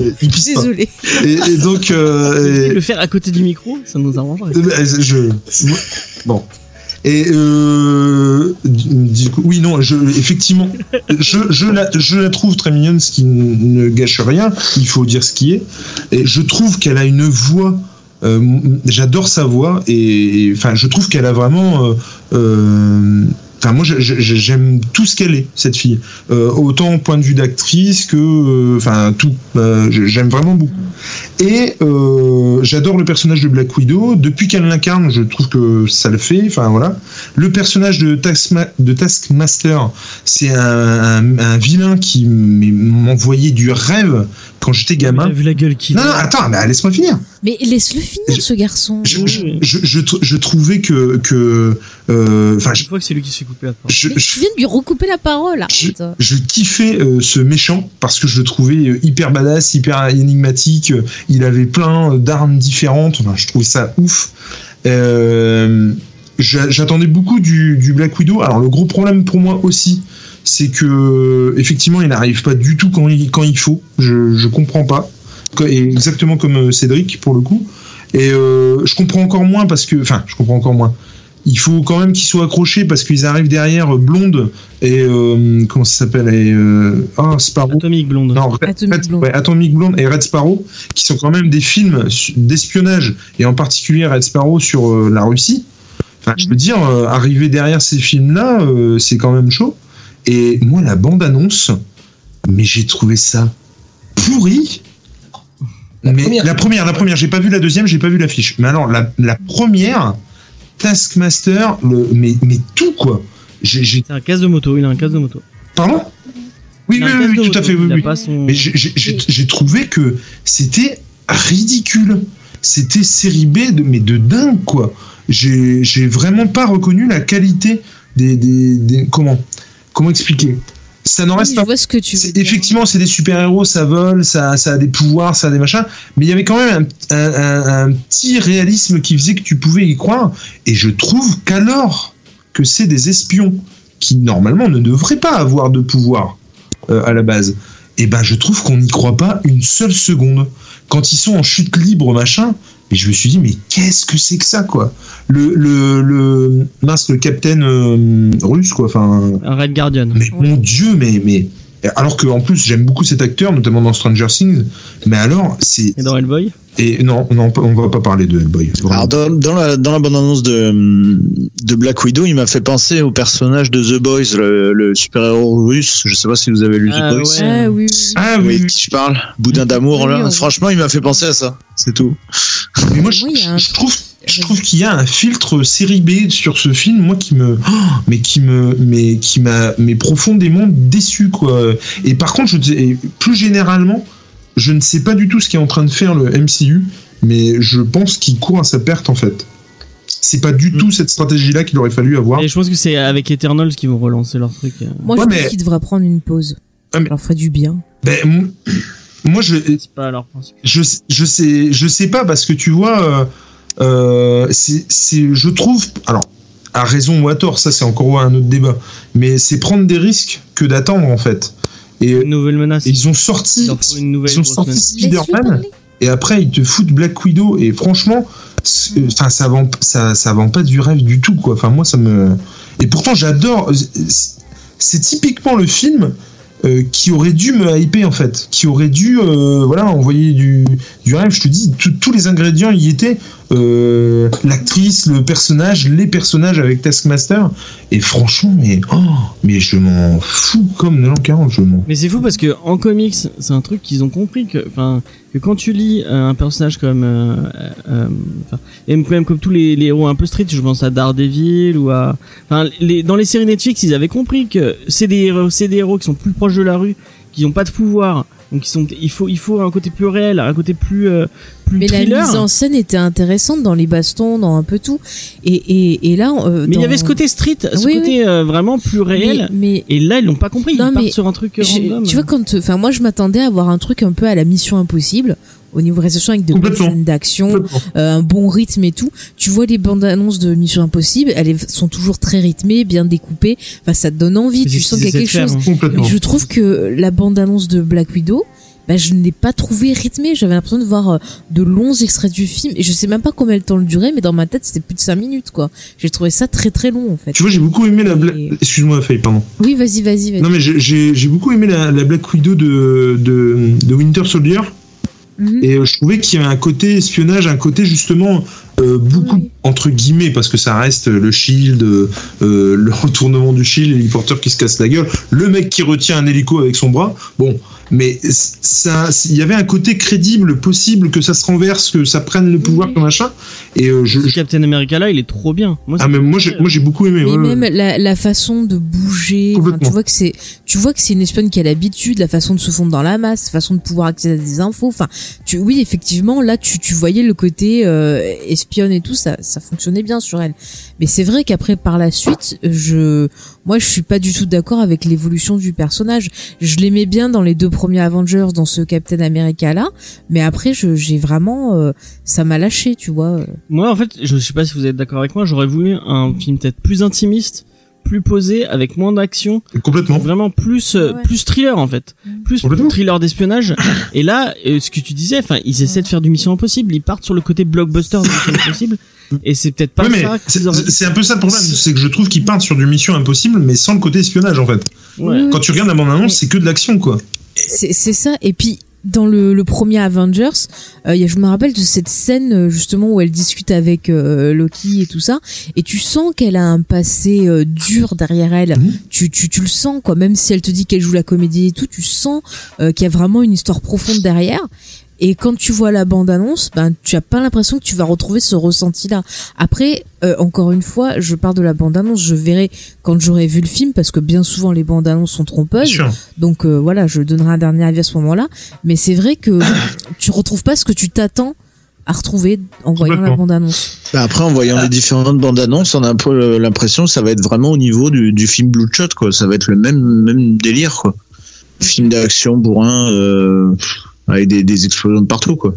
Speaker 4: Euh, Il pisse pas.
Speaker 2: Désolé.
Speaker 4: Et, et donc, euh, et-
Speaker 1: Le faire à côté du micro, ça nous arrangerait.
Speaker 4: Euh, euh, Je. moi- Bon. Et euh, du coup, oui, non, je, effectivement, je, je, la, je la trouve très mignonne, ce qui n- ne gâche rien. Il faut dire ce qui est. Et je trouve qu'elle a une voix. euh, m- J'adore sa voix et et, enfin, je trouve qu'elle a vraiment. euh, euh, Enfin, moi, je- je- je- j'aime tout ce qu'elle est, cette fille. Euh, autant au point de vue d'actrice que, euh, enfin, tout. Euh, je- j'aime vraiment beaucoup. Et euh, j'adore le personnage de Black Widow. Depuis qu'elle l'incarne, je trouve que ça le fait. Enfin voilà. Le personnage de, Taskma- de Taskmaster, c'est un, un- un vilain qui m- m'envoyait du rêve quand j'étais
Speaker 1: T'as
Speaker 4: gamin.
Speaker 1: vu la gueule qui.
Speaker 4: Non, ah, non, attends, mais laisse-moi finir.
Speaker 2: Mais laisse-le finir,
Speaker 4: Je-
Speaker 2: ce garçon.
Speaker 4: Je, je, je, je tr- je trouvais que, que, euh, enfin,
Speaker 1: Je
Speaker 4: je-
Speaker 1: crois que c'est lui qui se fait couper la parole.
Speaker 4: je-
Speaker 2: Mais
Speaker 4: je,
Speaker 2: tu viens de lui recouper la parole.
Speaker 4: Je-
Speaker 2: arrête.
Speaker 4: je kiffais euh, ce méchant parce que je le trouvais euh, hyper badass, hyper énigmatique. euh, Il avait plein euh, d'armes différentes. Enfin, je trouvais ça ouf. Euh, j'a- J'attendais beaucoup du, du Black Widow. Alors le gros problème pour moi aussi, c'est que euh, effectivement, il n'arrive pas du tout quand il, quand il faut. Je, je comprends pas. Co- Et exactement comme euh, Cédric pour le coup. Et euh, je comprends encore moins parce que, enfin, je comprends encore moins. Il faut quand même qu'ils soient accrochés parce qu'ils arrivent derrière euh, blonde et euh, comment ça s'appelle et euh, ah, Sparrow.
Speaker 1: Atomic Blonde.
Speaker 4: Non, Red-
Speaker 2: Atomic
Speaker 4: Red-
Speaker 2: Blonde.
Speaker 4: ouais, Atomic Blonde et Red Sparrow, qui sont quand même des films su- d'espionnage, et en particulier Red Sparrow sur euh, la Russie. Enfin,
Speaker 2: Mm.
Speaker 4: je veux dire, euh, arriver derrière ces films-là, euh, c'est quand même chaud. Et moi, la bande-annonce, mais j'ai trouvé ça pourri.
Speaker 3: La
Speaker 4: mais
Speaker 3: première.
Speaker 4: la première, la première, j'ai pas vu la deuxième, j'ai pas vu l'affiche. Mais alors, la, la première, Taskmaster, le, mais, mais tout quoi. J'ai, j'ai-
Speaker 1: C'est un casse de moto. Il a un casse de moto.
Speaker 4: Pardon Oui,
Speaker 1: Il a
Speaker 4: oui,
Speaker 1: un
Speaker 4: oui,
Speaker 1: casse de
Speaker 4: oui, tout
Speaker 1: moto,
Speaker 4: à fait. oui,
Speaker 1: il a
Speaker 4: oui.
Speaker 1: pas son-
Speaker 4: Mais j'ai- j'ai- j'ai j'ai trouvé que c'était ridicule. C'était série B, de, mais de dingue, quoi. J'ai j'ai vraiment pas reconnu la qualité des. des, des- comment Comment expliquer Ça n'en
Speaker 2: Oui,
Speaker 4: reste
Speaker 2: je
Speaker 4: pas.
Speaker 2: vois ce que tu veux.
Speaker 4: C'est-
Speaker 2: dire.
Speaker 4: Effectivement, c'est des super-héros, ça vole, ça, ça a des pouvoirs, ça a des machins, mais il y avait quand même un, un- un- un petit réalisme qui faisait que tu pouvais y croire, et je trouve qu'alors que c'est des espions qui normalement ne devraient pas avoir de pouvoir euh, à la base, eh ben je trouve qu'on n'y croit pas une seule seconde. Quand ils sont en chute libre, machin, mais je me suis dit, mais qu'est-ce que c'est que ça, quoi Le, le, le, mince, le capitaine euh, russe, quoi, enfin...
Speaker 1: Un Red Guardian.
Speaker 4: Mais mon dieu, mais mais alors que en plus j'aime beaucoup cet acteur, notamment dans Stranger Things. Mais alors c'est
Speaker 1: Et dans Hellboy.
Speaker 4: et non non on va pas parler de Hellboy. vraiment.
Speaker 5: Alors dans, dans la dans la bande annonce de de Black Widow, il m'a fait penser au personnage de The Boys, le, le super héros russe. Je sais pas si vous avez lu
Speaker 1: Ah
Speaker 5: The Boys.
Speaker 1: ouais.
Speaker 2: Ah oui, oui, oui.
Speaker 4: Ah
Speaker 5: Oui,
Speaker 4: oui.
Speaker 5: de qui je parle, boudin d'amour
Speaker 2: Oui,
Speaker 5: là.
Speaker 2: on-
Speaker 5: Franchement, il m'a fait penser à ça. C'est tout.
Speaker 4: Mais moi je,
Speaker 2: Oui, il y a un
Speaker 4: je trouve je trouve qu'il y a un filtre série B sur ce film, moi qui me, oh, mais qui me, mais qui m'a, mais profondément déçu quoi. Et par contre, je, et plus généralement, je ne sais pas du tout ce qu'est en train de faire le MCU, mais je pense qu'il court à sa perte en fait. C'est pas du tout cette stratégie-là qu'il aurait fallu avoir.
Speaker 1: Et je pense que c'est avec Eternals qu'ils vont relancer leur truc. euh.
Speaker 2: Moi,
Speaker 4: Ouais,
Speaker 2: je
Speaker 4: mais-
Speaker 2: pense qu'il devrait prendre une pause.
Speaker 4: Ouais, mais-
Speaker 2: Ça leur ferait du bien.
Speaker 4: Ben, m- moi, je,
Speaker 1: C'est pas leur principe.
Speaker 4: je, je sais, je sais pas parce que tu vois, euh, euh, c'est, c'est- je trouve, alors, à raison ou à tort, ça c'est encore un autre débat, mais c'est prendre des risques que d'attendre en fait. Et,
Speaker 1: Une nouvelle menace.
Speaker 4: et ils ont sorti,
Speaker 1: Il leur faut une nouvelle
Speaker 4: ils ont
Speaker 1: grosse
Speaker 4: sorti
Speaker 1: menace.
Speaker 4: Spider-Man et après ils te foutent Black Widow et franchement, c'est- enfin ça vend, ça, ça vend pas du rêve du tout quoi. Enfin moi ça me, et pourtant j'adore. euh, C'est typiquement le film euh, qui aurait dû me hyper en fait, qui aurait dû euh, voilà envoyer du, du rêve. Je te dis, tout- tous les ingrédients y étaient. Euh, L'actrice, le personnage, les personnages avec Taskmaster. Et franchement, mais oh, mais je m'en fous comme de l'an 40, je m'en.
Speaker 1: Mais c'est fou parce que en comics, c'est un truc qu'ils ont compris que, enfin, que quand tu lis euh, un personnage comme, euh, euh, enfin, et même comme tous les, les héros un peu street, je pense à Daredevil ou à, enfin, les, dans les séries Netflix, ils avaient compris que c'est des héros, c'est des héros qui sont plus proches de la rue, qui n'ont pas de pouvoir, donc ils sont, il faut, il faut un côté plus réel, un côté plus, euh, plus
Speaker 2: Mais
Speaker 1: thriller.
Speaker 2: la mise en scène était intéressante dans les bastons, dans un peu tout. Et, et, et là, euh,
Speaker 1: mais il
Speaker 2: dans-
Speaker 1: y avait ce côté street, ce
Speaker 2: Oui,
Speaker 1: côté euh, vraiment plus réel.
Speaker 2: Mais,
Speaker 1: Et là, ils l'ont pas compris. Ils
Speaker 2: Non,
Speaker 1: partent
Speaker 2: mais
Speaker 1: sur un truc
Speaker 2: mais je-
Speaker 1: random.
Speaker 2: tu vois, quand, enfin, moi, je m'attendais à avoir un truc un peu à la Mission Impossible au niveau réalisation avec de belles
Speaker 4: Complètement.
Speaker 2: scènes d'action, euh, un bon rythme et tout. Tu vois les bandes annonces de Mission Impossible, elles est- sont toujours très rythmées, bien découpées. Enfin, ça te donne envie.
Speaker 1: C'est ce
Speaker 2: Tu sens
Speaker 1: qu'ils
Speaker 2: qu'il y a quelque
Speaker 1: essaient de
Speaker 2: chose.
Speaker 1: faire, hein.
Speaker 4: Complètement.
Speaker 2: Mais je trouve que la bande-annonce de Black Widow, bah, je ne l'ai pas trouvée rythmée. J'avais l'impression de voir euh, de longs extraits du film. Et je sais même pas combien le temps le durait, mais dans ma tête, c'était plus de 5 minutes, quoi. J'ai trouvé ça très très long, en fait.
Speaker 4: Tu vois, j'ai beaucoup aimé la. bla-
Speaker 2: Et-
Speaker 4: Excuse-moi, Faye, pardon.
Speaker 2: Oui, vas-y, vas-y, vas-y.
Speaker 4: Non mais j'ai- j'ai j'ai beaucoup aimé la, la Black Widow de, de, de Winter Soldier
Speaker 2: Mhm.
Speaker 4: et euh, je trouvais qu'il y avait un côté espionnage, un côté justement euh, beaucoup
Speaker 2: Oui.
Speaker 4: entre guillemets parce que ça reste euh, le shield, euh, euh, le retournement du shield, l'héliporteur qui se casse la gueule, le mec qui retient un hélico avec son bras. Bon, mais c- ça, c- il y avait un côté crédible, possible que ça se renverse, que ça prenne le pouvoir,
Speaker 2: Oui.
Speaker 4: comme machin. Et euh, je,
Speaker 1: Ce
Speaker 4: je-
Speaker 1: Captain America là, il est trop bien. Moi,
Speaker 4: ah mais moi j'ai moi j'ai beaucoup aimé.
Speaker 2: Mais
Speaker 4: ouais, ouais.
Speaker 2: même la, la façon de bouger, enfin,
Speaker 4: Complètement.
Speaker 2: tu vois que c'est, tu vois que c'est une espionne qui a l'habitude, la façon de se fondre dans la masse, la façon de pouvoir accéder à des infos. Enfin, tu, oui, effectivement, là, tu, tu voyais le côté euh, espionne et tout, ça, ça fonctionnait bien sur elle. Mais c'est vrai qu'après, par la suite, je, moi, je suis pas du tout d'accord avec l'évolution du personnage. Je l'aimais bien dans les deux premiers Avengers, dans ce Captain America là, mais après, je, j'ai vraiment, euh, ça m'a lâché, tu vois.
Speaker 4: Ah.
Speaker 1: Moi, en fait, je sais pas si vous êtes d'accord avec moi, j'aurais voulu un film peut-être plus intimiste, plus posé, avec moins d'action,
Speaker 4: Complètement.
Speaker 1: vraiment plus euh,
Speaker 2: Ouais. Mm.
Speaker 1: plus thriller en fait, plus
Speaker 4: Complètement.
Speaker 1: thriller d'espionnage. Et là, euh, ce que tu disais, enfin, ils essaient de faire du Mission Impossible, ils partent sur le côté blockbuster de Mission Impossible, et c'est peut-être pas
Speaker 4: Mm. Ouais, mais
Speaker 1: ça.
Speaker 4: c'est-
Speaker 1: qu'ils auraient-
Speaker 4: c'est un peu ça le problème, c'est que je trouve qu'ils partent sur du mission impossible, mais sans le côté espionnage en fait.
Speaker 3: Mm.
Speaker 2: Mm.
Speaker 1: Ouais.
Speaker 4: Quand tu regardes la bande-annonce, c'est que de l'action quoi.
Speaker 2: C'est c'est ça. Et puis dans le, le premier Avengers, euh, il y a- je me rappelle de cette scène euh, justement où elle discute avec euh, Loki et tout ça, et tu sens qu'elle a un passé euh, dur derrière elle.
Speaker 4: Mhm.
Speaker 2: Tu, tu, tu le sens quoi. Même si elle te dit qu'elle joue la comédie et tout, tu sens euh, qu'il y a vraiment une histoire profonde derrière. Et quand tu vois la bande-annonce, ben tu as pas l'impression que tu vas retrouver ce ressenti-là. Après, euh, encore une fois, je pars de la bande-annonce. Je verrai quand j'aurai vu le film parce que bien souvent les bandes-annonces sont trompeuses.
Speaker 4: Bien sûr.
Speaker 2: Donc euh, voilà, je donnerai un dernier avis à ce moment-là. Mais c'est vrai que tu retrouves pas ce que tu t'attends à retrouver en voyant la
Speaker 4: Complètement.
Speaker 2: bande-annonce.
Speaker 5: Bah, Après, en voyant
Speaker 4: Ah.
Speaker 5: les différentes bandes annonces, on a un peu euh, l'impression que ça va être vraiment au niveau du, du film Blue Shot, quoi. Ça va être le même, même délire, quoi.
Speaker 4: Mm-hmm.
Speaker 5: Film d'action bourrin, euh, avec des, des explosions de partout, quoi.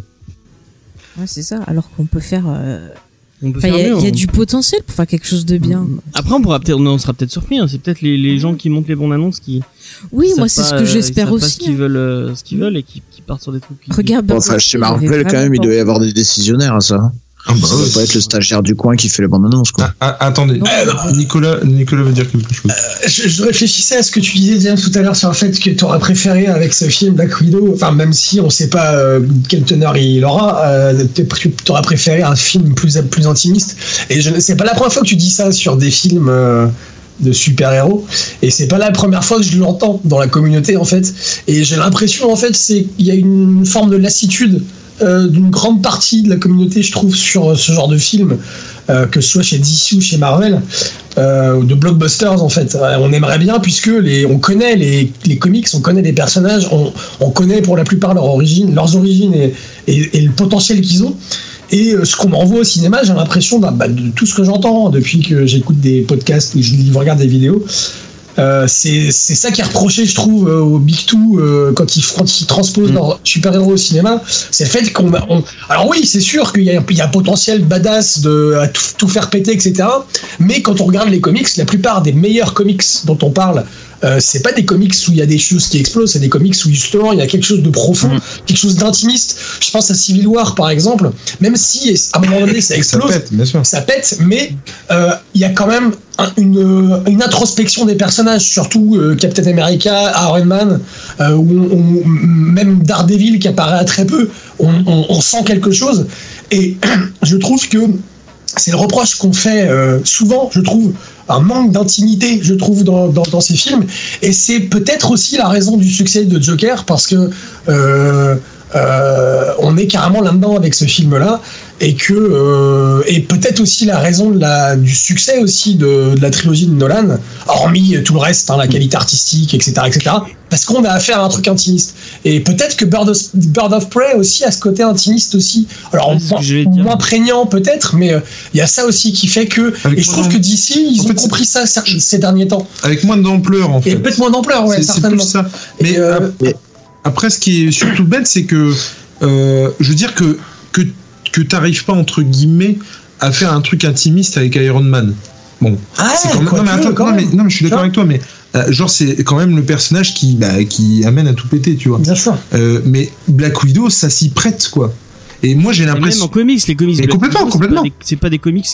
Speaker 2: Ouais, c'est ça. Alors qu'on peut faire. euh,
Speaker 1: On peut
Speaker 2: enfin,
Speaker 1: faire
Speaker 2: il y, a-
Speaker 1: mieux, hein. Mm.
Speaker 2: il y a
Speaker 1: on-
Speaker 2: du potentiel pour faire quelque chose de bien.
Speaker 1: Après, on pourra peut-être, on en sera peut-être surpris. hein. C'est peut-être les, les gens qui montent les bonnes annonces qui.
Speaker 2: Oui,
Speaker 1: qui
Speaker 2: moi c'est
Speaker 1: savent
Speaker 2: ce
Speaker 1: pas,
Speaker 2: que
Speaker 1: euh,
Speaker 2: j'espère
Speaker 1: ils savent pas Ce
Speaker 2: aussi. hein.
Speaker 1: qu'ils veulent, euh, ce qu'ils veulent, et qui, qui partent sur des trucs. qui-
Speaker 2: Regarde.
Speaker 5: Bon,
Speaker 2: Burger
Speaker 5: enfin,
Speaker 2: King,
Speaker 5: chez
Speaker 2: il avait
Speaker 5: Marvel, quand
Speaker 2: vraiment
Speaker 5: même, il
Speaker 2: pas-
Speaker 5: doit y avoir des décisionnaires à ça. hein.
Speaker 4: Ah, bah,
Speaker 5: Ça doit
Speaker 4: ouais.
Speaker 5: pas être le stagiaire du coin qui fait les bandes annonces, quoi.
Speaker 4: Ah, ah, attendez,
Speaker 2: Non.
Speaker 4: Eh, Euh, Nicolas, Nicolas veut dire quelque chose.
Speaker 3: je, je réfléchissais à ce que tu disais Diane tout à l'heure sur le fait que tu aurais préféré avec ce film Black Widow, enfin même si on sait pas euh, quelle teneur il aura, euh, tu aurais préféré un film plus, plus intimiste. Et je ne- c'est pas la première fois que tu dis ça sur des films euh, de super-héros, et c'est pas la première fois que je l'entends dans la communauté en fait. Et j'ai l'impression en fait c'est qu'il y a une forme de lassitude euh, d'une grande partie de la communauté, je trouve, sur euh, ce genre de film, euh, que ce soit chez DC ou chez Marvel, euh, ou de blockbusters en fait. Euh, on aimerait bien puisque les, on connaît les, les comics, on connaît les personnages, on, on connaît pour la plupart leur origine, leurs origines et, et, et le potentiel qu'ils ont. Et euh, ce qu'on m'envoie au cinéma, j'ai l'impression d'un- bah, de tout ce que j'entends depuis que j'écoute des podcasts ou je lis- regarde des vidéos, euh, c'est c'est ça qui est reproché, je trouve, euh, au Big Two euh, quand ils, font- ils transposent
Speaker 1: Mm.
Speaker 3: leur super-héros au cinéma. C'est le fait qu'on. on- Alors, oui, c'est sûr qu'il y, a- il y a un potentiel badass de à tout, tout faire péter, etc. Mais quand on regarde les comics, la plupart des meilleurs comics dont on parle, euh, c'est pas des comics où il y a des choses qui explosent, c'est des comics où justement il y a quelque chose de profond, quelque chose d'intimiste. Je pense à Civil War par exemple, même si à un moment donné ça
Speaker 4: Ça
Speaker 3: explose,
Speaker 4: pète, bien sûr.
Speaker 3: ça pète, mais euh, il y a quand même un- une, euh, une introspection des personnages, surtout euh, Captain America, Iron Man, euh, où on- on- même Daredevil qui apparaît à très peu, on, on- on sent quelque chose. Et je trouve que c'est le reproche qu'on fait euh, souvent, je trouve, un manque d'intimité, je trouve, dans, dans- dans ces films. Et c'est peut-être aussi la raison du succès de Joker, parce que euh, euh, on est carrément là-dedans avec ce film-là, et que euh, et peut-être aussi la raison de la, du succès aussi de, de la trilogie de Nolan, hormis tout le reste, hein, la qualité artistique, etc., etc. Parce qu'on a affaire à un truc intimiste. Et peut-être que Bird of, Bird of Prey aussi a ce côté intimiste aussi. Alors
Speaker 1: Ouais, c'est ce
Speaker 3: moins-
Speaker 1: que j'allais dire.
Speaker 3: moins prégnant peut-être, mais euh, il y a ça aussi qui fait que
Speaker 4: Avec
Speaker 3: et je
Speaker 4: moins
Speaker 3: trouve que
Speaker 4: d'am-
Speaker 3: d'ici, ils
Speaker 4: en
Speaker 3: ont
Speaker 4: fait,
Speaker 3: compris ça cer- ces derniers temps.
Speaker 4: Avec moins d'ampleur, en
Speaker 3: Et
Speaker 4: fait.
Speaker 3: peut-être moins d'ampleur, ouais,
Speaker 4: C'est- c'est
Speaker 3: certainement.
Speaker 4: plus ça. Mais
Speaker 3: Et, euh,
Speaker 4: ap- après, ce qui est surtout bête, c'est que euh, je veux dire que que que t'arrives pas entre guillemets à faire un truc intimiste avec Iron Man. Bon,
Speaker 3: ah,
Speaker 4: c'est quand même.
Speaker 3: quoi
Speaker 4: non, mais
Speaker 3: que,
Speaker 4: attends,
Speaker 3: quand
Speaker 4: non, mais,
Speaker 3: même.
Speaker 4: non, mais je suis d'accord
Speaker 3: Sure.
Speaker 4: avec toi, mais euh, genre c'est quand même le personnage qui bah, qui amène à tout péter, tu vois.
Speaker 3: Bien sûr.
Speaker 4: Euh, mais Black Widow, ça s'y prête, quoi. Et moi, j'ai
Speaker 1: Et Même en
Speaker 4: l'impression.
Speaker 1: comics, les comics.
Speaker 4: Mais
Speaker 1: Black
Speaker 4: complètement,
Speaker 1: Widow, c'est
Speaker 4: complètement.
Speaker 1: pas des- C'est pas des comics,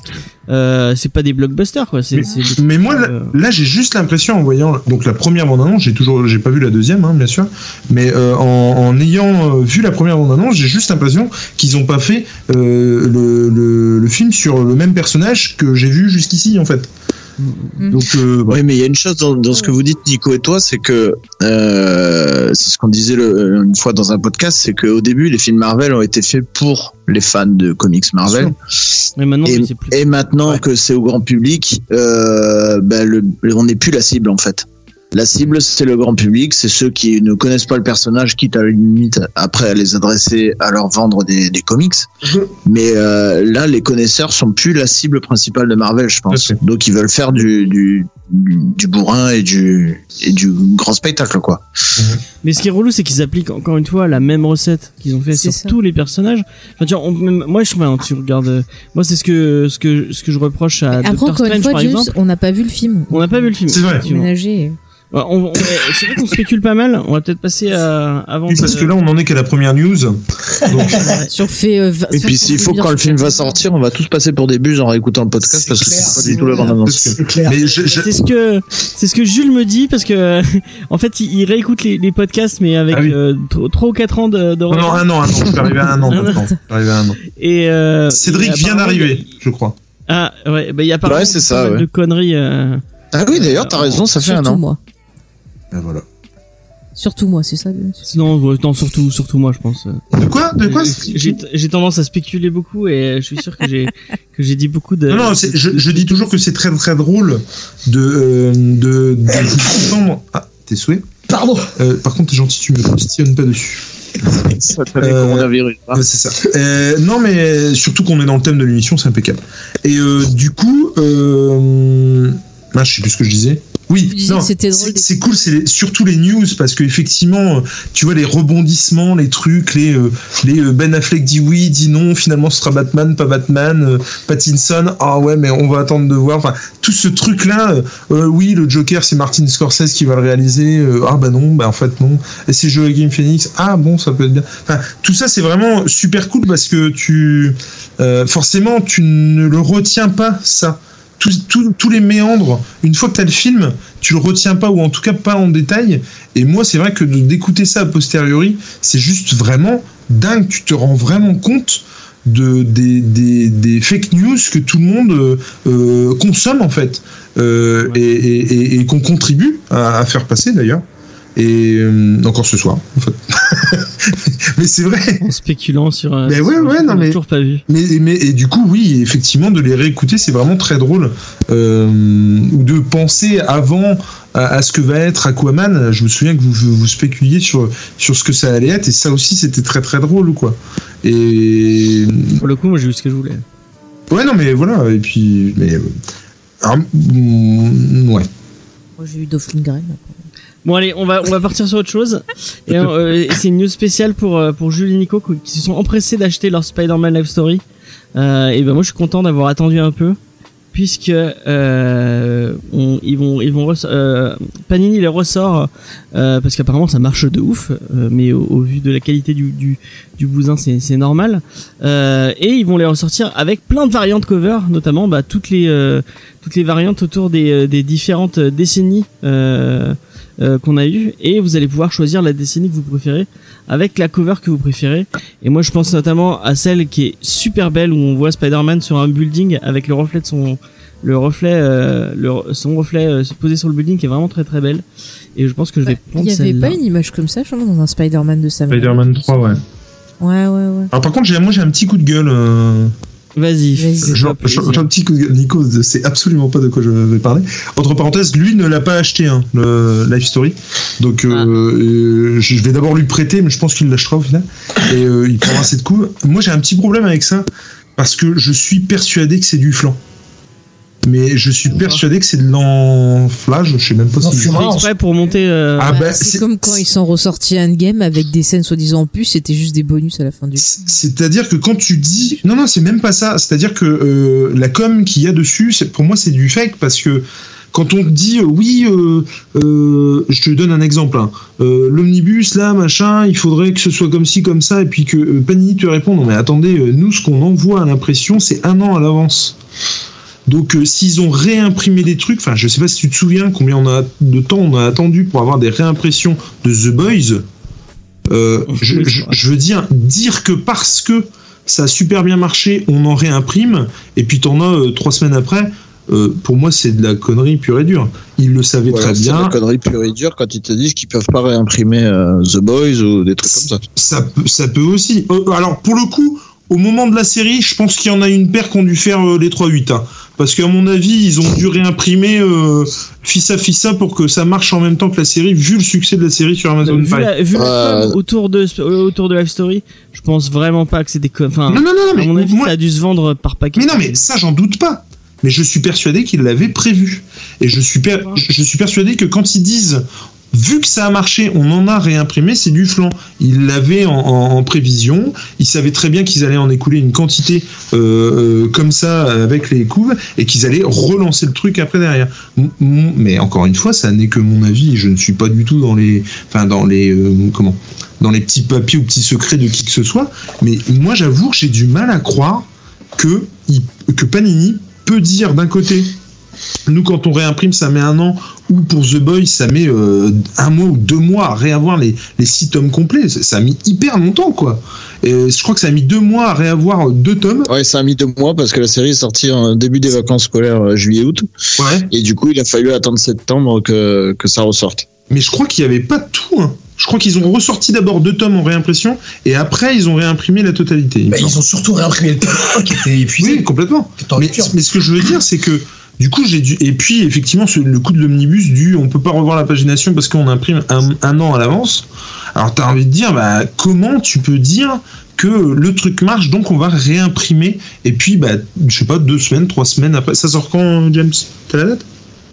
Speaker 1: euh, c'est pas des blockbusters quoi. C'est
Speaker 4: Mais,
Speaker 1: c'est des-
Speaker 4: mais moi, là,
Speaker 1: euh,
Speaker 4: là, j'ai juste l'impression en voyant donc la première bande annonce, j'ai toujours, j'ai pas vu la deuxième, hein, bien sûr, mais euh, en, en ayant euh, vu la première bande annonce, j'ai juste l'impression qu'ils ont pas fait euh, le, le, le film sur le même personnage que j'ai vu jusqu'ici en fait.
Speaker 2: Mm.
Speaker 4: Donc euh, bon.
Speaker 5: Oui, mais il y a une chose dans, dans ce que vous dites, Nico et toi, c'est que euh, c'est ce qu'on disait le- une fois dans un podcast, c'est qu'au début, les films Marvel ont été faits pour les fans de comics Marvel.
Speaker 1: Mais maintenant,
Speaker 5: Et,
Speaker 1: oui, c'est plus.
Speaker 5: et maintenant que c'est au grand public, euh, ben, le- le- on n'est plus la cible en fait. La cible, c'est le grand public, c'est ceux qui ne connaissent pas le personnage, quitte à la limite après à les adresser, à leur vendre des, des comics.
Speaker 3: Mhm.
Speaker 5: Mais euh, là, les connaisseurs sont plus la cible principale de Marvel, je pense.
Speaker 4: Tout à
Speaker 5: Donc ils veulent faire du, du, du bourrin et du, et du grand spectacle, quoi.
Speaker 1: Mais ce qui est relou, c'est qu'ils appliquent encore une fois la même recette qu'ils ont fait
Speaker 2: C'est
Speaker 1: sur
Speaker 2: ça.
Speaker 1: tous les personnages. Enfin, tu vois, on- même- moi, je trouve, enfin, tu regardes, euh, moi, c'est ce que, ce que, ce que je reproche à
Speaker 2: Après,
Speaker 1: Doctor
Speaker 2: encore
Speaker 1: Strange,
Speaker 2: une fois,
Speaker 1: par
Speaker 2: James,
Speaker 1: exemple.
Speaker 2: on n'a pas vu le film.
Speaker 1: On n'a pas vu le film.
Speaker 4: C'est vrai.
Speaker 1: effectivement.
Speaker 2: Ménager.
Speaker 1: Ouais, on- on- C'est vrai qu'on spécule pas mal. On va peut-être passer à, avant.
Speaker 4: Oui,
Speaker 1: de-
Speaker 4: parce que là, on en est qu'à la première news. Donc,
Speaker 2: Sur fait. euh, vingt-
Speaker 5: Et puis
Speaker 2: sur-
Speaker 5: s'il faut quand le film va sortir, on va tous passer pour des buses en réécoutant le podcast
Speaker 3: C'est
Speaker 5: parce que
Speaker 3: clair,
Speaker 5: c'est pas
Speaker 3: c'est
Speaker 5: du tout la
Speaker 3: clair.
Speaker 5: bande annonce.
Speaker 3: C'est clair.
Speaker 4: mais je- je-
Speaker 1: C'est ce que c'est ce que Jules me dit parce que en fait il, il réécoute les, les podcasts mais avec
Speaker 4: Ah oui.
Speaker 1: euh, tro- trois ou quatre ans de, de
Speaker 4: non, non, un an, un an. Je vais arriver à un an. maintenant. Je vais arriver à un an.
Speaker 1: et euh, et
Speaker 4: Cédric vient
Speaker 1: apparemment,
Speaker 4: d'arriver,
Speaker 1: il y a-
Speaker 4: je crois.
Speaker 1: Ah ouais bah il y a pas
Speaker 5: Ouais, c'est ça, ouais.
Speaker 1: de conneries euh,
Speaker 5: Ah oui, d'ailleurs, t'as raison, ça fait un
Speaker 2: Surtout
Speaker 5: an.
Speaker 2: moi.
Speaker 4: Et voilà.
Speaker 2: Surtout moi, c'est ça. le-
Speaker 1: non, ouais, non surtout surtout moi je pense.
Speaker 4: De quoi, de quoi
Speaker 1: Euh, J'ai- j'ai j'ai tendance à spéculer beaucoup et euh, je suis sûr que j'ai que j'ai dit beaucoup de
Speaker 4: Non, non, c'est- je, je dis toujours que c'est très très drôle de, euh, de, de vous défendre. Ah, tes souhaits
Speaker 3: Pardon.
Speaker 4: Euh, Par contre, t'es gentil, tu me postillonnes pas dessus. Euh,
Speaker 5: coronavirus.
Speaker 4: Ah, c'est ça. Euh, non, mais surtout qu'on est dans le thème de l'émission, c'est impeccable. Et euh, du coup, euh, ah, je sais plus ce que je disais. Oui,
Speaker 2: Tu disais
Speaker 4: non,
Speaker 2: que c'était drôle
Speaker 4: c'est-
Speaker 2: des-
Speaker 4: c'est cool, c'est les- surtout les news parce que effectivement, euh, tu vois les rebondissements, les trucs, les euh, les euh, Ben Affleck dit oui, dit non, finalement ce sera Batman, pas Batman, euh, Pattinson, ah ouais mais on va attendre de voir. Enfin, tout ce truc là, oui le Joker c'est Martin Scorsese qui va le réaliser, euh, ah bah non, bah en fait non, et c'est Joaquin Phoenix, ah bon ça peut être bien. Enfin, tout ça c'est vraiment super cool parce que tu euh, forcément tu ne le retiens pas ça. Tous- tous- tous les méandres, une fois que tu as le film, tu le retiens pas ou en tout cas pas en détail. Et moi, c'est vrai que de- d'écouter ça a posteriori, c'est juste vraiment dingue. Tu te rends vraiment compte de, des, des, des fake news que tout le monde euh, euh, consomme en fait Euh,
Speaker 1: Ouais.
Speaker 4: et, et- et- et qu'on contribue à, à faire passer d'ailleurs. Et euh, encore ce soir, en fait. mais c'est vrai.
Speaker 1: en spéculant sur un.
Speaker 4: Mais ouais,
Speaker 1: sur un
Speaker 4: ouais,
Speaker 1: truc
Speaker 4: non,
Speaker 1: qu'on a
Speaker 4: mais-
Speaker 1: Toujours pas vu.
Speaker 4: Mais, mais et du coup, oui, effectivement, de les réécouter, c'est vraiment très drôle. Euh, Ou de penser avant à, à ce que va être Aquaman. Je me souviens que vous, vous vous spéculiez sur, sur ce que ça allait être, et ça aussi, c'était très très drôle, quoi. Et
Speaker 1: Pour le coup, moi j'ai eu ce que je voulais.
Speaker 4: ouais, non, mais voilà. Et puis, mais euh, ah, mm, ouais.
Speaker 2: Moi, j'ai eu Dolph Lundgren.
Speaker 1: Bon allez, on va on va partir sur autre chose. Et euh, c'est une news spéciale pour euh, pour Jules et Nico qui qui se sont empressés d'acheter leur Spider-Man Live Story. Euh, et ben moi je suis content d'avoir attendu un peu puisque euh, on- ils vont ils vont ress- euh, Panini les ressort euh, parce qu'apparemment ça marche de ouf euh, mais au, au vu de la qualité du du, du bousin c'est c'est normal euh, et ils vont les ressortir avec plein de variantes cover notamment bah, toutes les euh, toutes les variantes autour des euh, des différentes décennies euh, euh, qu'on a eu et vous allez pouvoir choisir la décennie que vous préférez avec la cover que vous préférez et moi je pense notamment à celle qui est super belle où on voit Spider-Man sur un building avec le reflet de son le reflet euh, le- son reflet euh, posé sur le building qui est vraiment très très belle et je pense que je vais
Speaker 2: Bah, Il
Speaker 1: prendre
Speaker 2: y avait
Speaker 1: celle-là
Speaker 2: pas une image comme ça, je crois, dans un Spider-Man de Sam.
Speaker 4: Spider-Man
Speaker 2: Raimi.
Speaker 4: 3, ouais.
Speaker 2: Ouais, ouais, ouais.
Speaker 4: Alors, par contre, j'ai- moi, j'ai un petit coup de gueule. euh,
Speaker 1: vas-y
Speaker 2: Vas-y.
Speaker 1: fais-toi
Speaker 4: Genre,
Speaker 1: plaisir.
Speaker 4: genre, un petit coup de gueule. Nico ne sait absolument pas de quoi je vais parler. Entre parenthèses, lui ne l'a pas acheté, hein, le Life Story. Donc, euh,
Speaker 1: Ah.
Speaker 4: euh, je vais d'abord lui prêter, mais je pense qu'il l'achètera au final. Et euh, il prendra cette couve. Moi, j'ai un petit problème avec ça, parce que je suis persuadé que c'est du flan. Mais je suis persuadé que c'est de l'enflage, je sais même pas
Speaker 3: Non,
Speaker 4: si.
Speaker 3: c'est
Speaker 1: Fais
Speaker 3: marrant.
Speaker 1: exprès pour monter euh,
Speaker 4: Ah
Speaker 2: Bah,
Speaker 4: bah,
Speaker 2: c'est
Speaker 4: c'est-
Speaker 2: comme quand ils sont ressortis Endgame avec des scènes soi-disant en plus, c'était juste des bonus à la fin du.
Speaker 4: C'est-à-dire que quand tu dis non non c'est même pas ça. C'est-à-dire que euh, la com qu'il y a dessus, c'est- pour moi c'est du fake parce que quand on te dit euh, oui, euh, euh, je te donne un exemple, hein. Euh, l'omnibus là machin, il faudrait que ce soit comme ci comme ça et puis que euh, Panini te répond non mais attendez euh, nous ce qu'on envoie à l'impression c'est un an à l'avance. Donc euh, s'ils ont réimprimé des trucs, enfin je sais pas si tu te souviens combien on a de temps on a attendu pour avoir des réimpressions de The Boys. Euh, je,
Speaker 1: Oh, Oui, c'est
Speaker 4: je-
Speaker 1: vrai.
Speaker 4: je veux dire dire que parce que ça a super bien marché, on en réimprime et puis t'en as euh, trois semaines après. euh, pour moi, c'est de la connerie pure et dure. Ils le savaient
Speaker 5: Voilà,
Speaker 4: très
Speaker 5: c'est de
Speaker 4: bien.
Speaker 5: la connerie pure et dure quand ils te disent qu'ils peuvent pas réimprimer euh, The Boys ou des trucs comme ça.
Speaker 4: ça peut, ça peut aussi. Euh, alors, pour le coup, au moment de la série, je pense qu'il y en a une paire qui ont dû faire euh, les 3-8. hein. Parce qu'à mon avis, ils ont dû réimprimer euh, Fissa Fissa pour que ça marche en même temps que la série, vu le succès de la série sur Amazon
Speaker 1: vu
Speaker 4: Prime.
Speaker 1: la, vu
Speaker 4: Euh,
Speaker 1: la
Speaker 5: Ouais.
Speaker 1: com autour de euh, autour de Life Story je pense vraiment pas que c'est des com- enfin
Speaker 4: Non, non, non, non,
Speaker 1: à mon
Speaker 4: mais,
Speaker 1: avis
Speaker 4: moi-
Speaker 1: ça a dû se vendre par paquet
Speaker 4: mais non, mais ça, j'en doute pas. Mais je suis persuadé qu'ils l'avaient prévu. Et je suis, per- je je suis persuadé que quand ils disent, vu que ça a marché, on en a réimprimé, c'est du flan. Ils l'avaient en, en- en prévision. Ils savaient très bien qu'ils allaient en écouler une quantité euh, euh, comme ça avec les couves et qu'ils allaient relancer le truc après derrière. M- mon- mais encore une fois, ça n'est que mon avis. Je ne suis pas du tout dans les, enfin dans les euh, comment, dans les petits papiers ou petits secrets de qui que ce soit. Mais moi, j'avoue que j'ai du mal à croire que il- que Panini peut dire d'un côté. Nous, quand on réimprime, ça met un an, ou pour The Boy, ça met euh, un mois ou deux mois à réavoir les, les six tomes complets. Ça ça a mis hyper longtemps, quoi. Et je crois que ça a mis deux mois à réavoir euh, deux tomes.
Speaker 5: Ouais, ça a mis deux mois parce que la série est sortie en début des vacances scolaires euh, juillet-août.
Speaker 4: Ouais.
Speaker 5: Et du coup, il a fallu attendre septembre que, que ça ressorte.
Speaker 4: Mais je crois qu'il n'y avait pas tout. hein. Je crois qu'ils ont ressorti d'abord deux tomes en réimpression et après ils ont réimprimé la totalité. il me
Speaker 3: Bah,
Speaker 4: semble.
Speaker 3: ils ont surtout réimprimé le tome qui était épuisé.
Speaker 4: Oui, complètement.
Speaker 3: qui était en
Speaker 4: Mais,
Speaker 3: lecture.
Speaker 4: mais ce que je veux dire, c'est que du coup, j'ai dû. Et puis, effectivement, ce- le coup de l'omnibus du on peut pas revoir la pagination parce qu'on imprime un, un an à l'avance. Alors, t'as envie de dire, bah, comment tu peux dire que le truc marche, donc on va réimprimer. Et puis, bah, je sais pas, deux semaines, trois semaines après. Ça sort quand, James T'as la date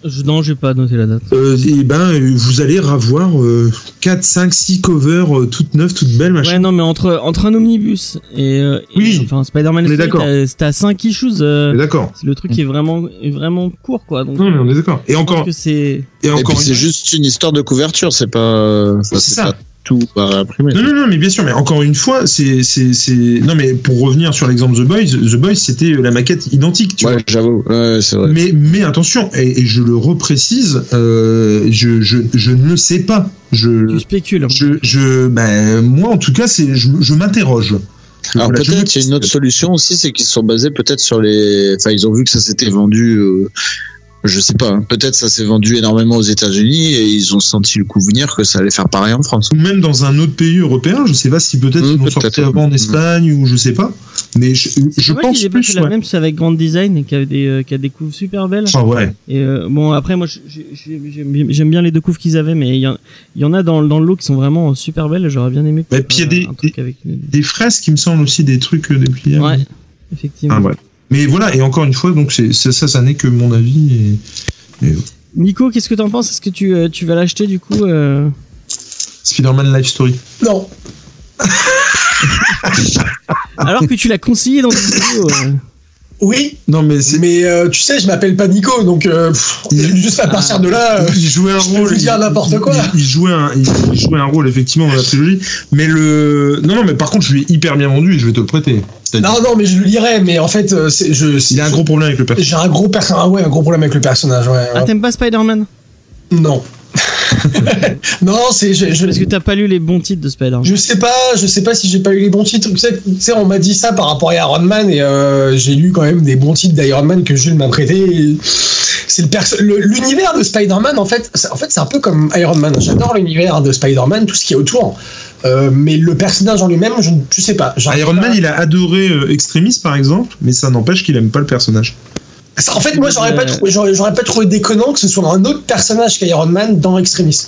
Speaker 1: Je- non j'ai pas noté la date
Speaker 4: Euh, et ben euh, vous allez revoir euh, 4, 5, 6 covers euh, toutes neuves, toutes belles, machin.
Speaker 1: Ouais, non, mais entre, entre un omnibus et, euh, et-
Speaker 4: Oui.
Speaker 1: enfin, Spider-Man,
Speaker 4: On est
Speaker 1: Story,
Speaker 4: d'accord.
Speaker 1: t'as- c'est à 5 issues. euh,
Speaker 4: On est D'accord.
Speaker 1: c'est le truc qui est vraiment, est vraiment court, quoi. Donc,
Speaker 4: Non mais on est d'accord. Et
Speaker 1: je pense
Speaker 4: encore,
Speaker 1: que c'est.
Speaker 4: et
Speaker 5: Et puis,
Speaker 4: encore.
Speaker 5: c'est
Speaker 4: une-
Speaker 5: juste une histoire de couverture, c'est pas, enfin,
Speaker 4: C'est
Speaker 5: c'est
Speaker 4: ça. Mmh.
Speaker 5: pas tout à réimprimer.
Speaker 4: Non non non mais bien sûr mais encore une fois c'est c'est c'est non mais pour revenir sur l'exemple The Boys The Boys c'était euh, la maquette identique tu vois.
Speaker 5: Ouais, j'avoue, ouais, c'est vrai.
Speaker 4: Mais, mais attention, et, et je le reprécise, euh, je, je, je ne le sais pas. Je,
Speaker 1: Tu spécules.
Speaker 4: Euh, je, je, ben, moi, en tout cas, c'est, je, je m'interroge.
Speaker 5: Alors
Speaker 4: Voilà, je
Speaker 5: peut-être
Speaker 4: me-
Speaker 5: il y a une autre solution aussi, c'est qu'ils se sont basés peut-être sur les. Enfin, ils ont vu que ça s'était vendu euh, Je sais pas. hein. Peut-être ça s'est vendu énormément aux États-Unis et ils ont senti le coup venir que ça allait faire pareil en France.
Speaker 4: Ou même dans un autre pays européen, je sais pas si peut-être
Speaker 5: Mmh,
Speaker 4: ils l'ont
Speaker 5: peut-être,
Speaker 4: sorti
Speaker 5: ouais.
Speaker 4: avant en
Speaker 5: Mmh.
Speaker 4: Espagne ou je sais pas. Mais je,
Speaker 1: C'est
Speaker 4: je
Speaker 1: vrai
Speaker 4: pense
Speaker 1: qu'il est
Speaker 4: plus.
Speaker 1: la
Speaker 4: ouais.
Speaker 1: même, c'est avec Grand Design et qui a des, euh, qui a des couves super belles.
Speaker 4: Ah ouais.
Speaker 1: Et euh, bon, après, moi, je- je- je- j'aime bien- j'aime bien les deux couves qu'ils avaient, mais il y, en- il y en a dans, dans le lot qui sont vraiment euh, super belles. et J'aurais bien aimé.
Speaker 4: Bah, puis il y a des-
Speaker 1: un truc avec. une-
Speaker 4: Des fresques, il me semble aussi des trucs euh, des pliables.
Speaker 1: Ouais,
Speaker 4: Ah
Speaker 1: effectivement.
Speaker 4: ouais. Mais voilà, et encore une fois, donc c'est c'est- ça, ça n'est que mon avis. Et, et
Speaker 1: Nico, qu'est-ce que t'en penses Est-ce que tu, euh, tu vas l'acheter du coup euh
Speaker 4: Spider-Man Life Story.
Speaker 3: Non, Ah.
Speaker 1: Alors que tu l'as conseillé dans une vidéo. euh.
Speaker 3: oui,
Speaker 4: Non, mais c'est.
Speaker 3: mais euh, tu sais, je m'appelle pas Nico, donc euh, pff, juste à partir
Speaker 4: Ah.
Speaker 3: de là, euh,
Speaker 4: il jouait un
Speaker 3: je peux
Speaker 4: rôle.
Speaker 3: vous dire
Speaker 4: il-
Speaker 3: n'importe
Speaker 4: il-
Speaker 3: quoi.
Speaker 4: Il, il jouait un, il, il jouait un rôle effectivement dans la trilogie. Mais le. Non, non, mais par contre, je lui ai hyper bien vendu et je vais te le prêter. C'est-à-dire,
Speaker 3: non, non, mais je le lirai, mais en fait, euh, c'est- je,
Speaker 4: Il a un gros problème avec le personnage.
Speaker 3: j'ai un gros personnage, ouais, un gros problème avec le personnage, ouais.
Speaker 1: Ah, t'aimes pas Spider-Man
Speaker 3: Non. non, c'est je, je,
Speaker 1: Parce que t'as pas lu les bons titres de
Speaker 4: Hein.
Speaker 1: Spider-Man.
Speaker 3: je sais pas, je sais pas si j'ai pas eu les bons titres. Tu sais, tu sais, on m'a dit ça par rapport à Iron Man et euh, j'ai lu quand même des bons titres d'Iron Man que Jules m'a prêté. et C'est le perso- le- l'univers de Spider-Man en fait. c'est- En fait, c'est un peu comme Iron Man. J'adore l'univers de Spider-Man, tout ce qui est autour. Euh, mais le personnage en lui-même, je ne je sais pas. J'arrive
Speaker 4: Iron
Speaker 3: pas-
Speaker 4: Man, il a adoré euh, Extremis par exemple, mais ça n'empêche qu'il aime pas le personnage.
Speaker 3: Ça, En fait, moi, j'aurais pas,
Speaker 1: Euh.
Speaker 3: trouvé, j'aurais, j'aurais pas trouvé déconnant que ce soit un autre personnage qu'Iron Man dans Extremis.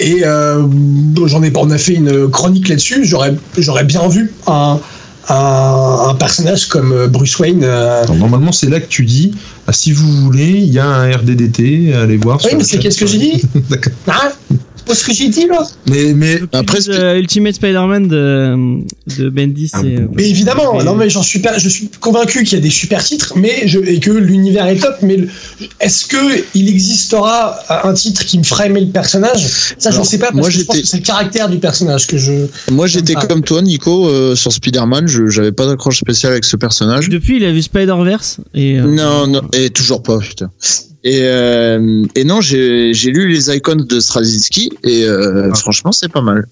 Speaker 3: Et euh, bon, j'en ai, on a fait une chronique là-dessus. J'aurais, j'aurais bien vu un, un, un personnage comme euh, Bruce Wayne. euh.
Speaker 4: Alors, normalement, c'est là que tu dis ah, si vous voulez, il y a un RDDT, allez voir.
Speaker 3: Oui,
Speaker 4: sur
Speaker 3: mais
Speaker 4: le
Speaker 3: c'est
Speaker 4: chat.
Speaker 3: qu'est-ce que j'ai dit
Speaker 4: D'accord.
Speaker 3: Hein C'est pas ce que j'ai dit là
Speaker 4: Mais, mais
Speaker 5: Après,
Speaker 1: Plus, euh, Ultimate Spider-Man de, de Bendis
Speaker 4: Ah,
Speaker 1: et. euh,
Speaker 3: Mais évidemment,
Speaker 1: et-
Speaker 3: non mais j'en suis pas, je suis convaincu qu'il y a des super titres, mais je, et que l'univers est top. Mais le- est-ce que il existera euh, un titre qui me fera aimer le personnage Ça, je
Speaker 5: Alors,
Speaker 3: ne sais pas parce
Speaker 5: moi,
Speaker 3: que je pense
Speaker 5: j'étais-
Speaker 3: que c'est le caractère du personnage que je.
Speaker 5: Moi, j'étais
Speaker 3: Ah.
Speaker 5: comme toi, Nico, euh, sur Spider-Man. Je j'avais pas d'accroche spéciale avec ce personnage.
Speaker 1: Depuis, il a vu Spider-Verse et. euh,
Speaker 5: Non, non, et toujours pas, putain. Et, euh, et non, j'ai j'ai lu les icons de Straczynski et euh,
Speaker 4: Ah.
Speaker 5: franchement, c'est pas mal.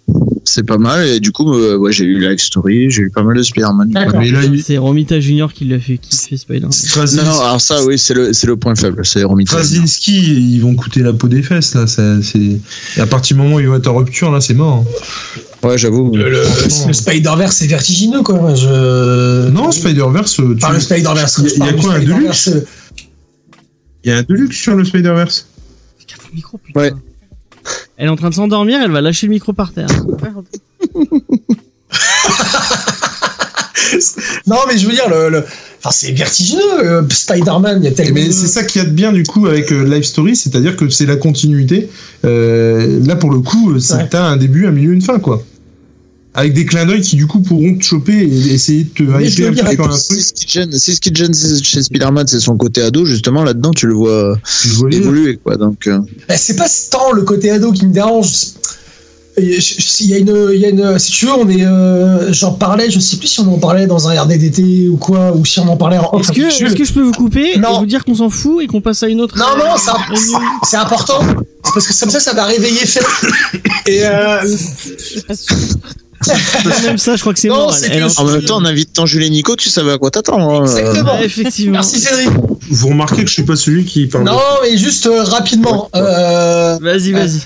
Speaker 5: C'est pas mal et du coup, euh, ouais, j'ai eu Life Story, j'ai eu pas mal de Spider-Man.
Speaker 3: D'accord.
Speaker 4: mais là, il-
Speaker 1: C'est Romita Junior qui l'a fait, qui fait Spider-Man.
Speaker 5: Non,
Speaker 4: Straczynski,
Speaker 5: non, alors ça, oui, c'est le, c'est le point faible, c'est Romita.
Speaker 4: Straczynski, ils vont coûter la peau des fesses là. ça- c'est- et à partir du moment où ils vont être en rupture, là, c'est mort. hein.
Speaker 5: Ouais, j'avoue.
Speaker 3: Le, le-
Speaker 4: Franchement.
Speaker 3: le Spider-Verse, c'est vertigineux, quoi. Je...
Speaker 4: Non, Spider-Verse. euh, tu-
Speaker 3: Par le Spider-Verse.
Speaker 4: Il y a-
Speaker 3: je
Speaker 4: il y a
Speaker 3: parle du
Speaker 4: quoi, un
Speaker 3: Spider-Verse.
Speaker 4: Il y a un Deluxe sur le Spider-Verse.
Speaker 1: Putain, faut le micro, putain.
Speaker 5: Ouais.
Speaker 1: Elle est en train de s'endormir, elle va lâcher le micro par terre.
Speaker 3: Non, mais je veux dire, le, le- enfin, c'est vertigineux, euh, Spider-Man. Il y a tellement.
Speaker 4: Mais
Speaker 3: de-
Speaker 4: c'est ça qu'il y a de bien du coup avec euh, Life Story, c'est-à-dire que c'est la continuité. Euh, là pour le coup, euh, c'est
Speaker 3: Ouais.
Speaker 4: t'as un début, un milieu, une fin quoi. Avec des clins d'œil qui du coup pourront te choper et essayer de te
Speaker 3: Mais je
Speaker 4: hyper un
Speaker 3: veux dire,
Speaker 4: peu
Speaker 3: avec
Speaker 4: sur un
Speaker 5: C'est
Speaker 4: truc.
Speaker 5: ce qui te gêne, c'est ce qui te gêne chez Spider-Man, c'est son côté ado, justement, là-dedans, tu le vois
Speaker 4: Tu vois les-
Speaker 5: évoluer, quoi, donc. euh,
Speaker 3: Bah, c'est pas tant le côté ado qui me dérange. Et je- je- Il y a une, il y a une, si tu veux, on est, euh, j'en parlais, je sais plus si on en parlait dans un RDDT ou quoi, ou si on en parlait en.
Speaker 1: Est-ce que,
Speaker 3: Jules.
Speaker 1: est-ce que je peux vous couper et
Speaker 3: Non.
Speaker 1: vous dire qu'on s'en fout et qu'on passe à une autre euh,
Speaker 3: Non, non, ça- C'est important, c'est parce que comme ça, ça va réveiller Faye. Et euh,
Speaker 1: Même ça, je crois que c'est
Speaker 3: Non,
Speaker 1: mort.
Speaker 3: c'est
Speaker 1: elle- elle
Speaker 3: que-
Speaker 1: en-
Speaker 5: En même temps, en invitant Julien Nico, tu savais à quoi t'attendre. hein, euh.
Speaker 3: Exactement.
Speaker 1: Ouais, effectivement.
Speaker 3: merci Cédric.
Speaker 4: Vous remarquez que je suis pas celui qui parle.
Speaker 3: Non, mais juste euh, rapidement. Euh,
Speaker 1: Vas-y, vas-y.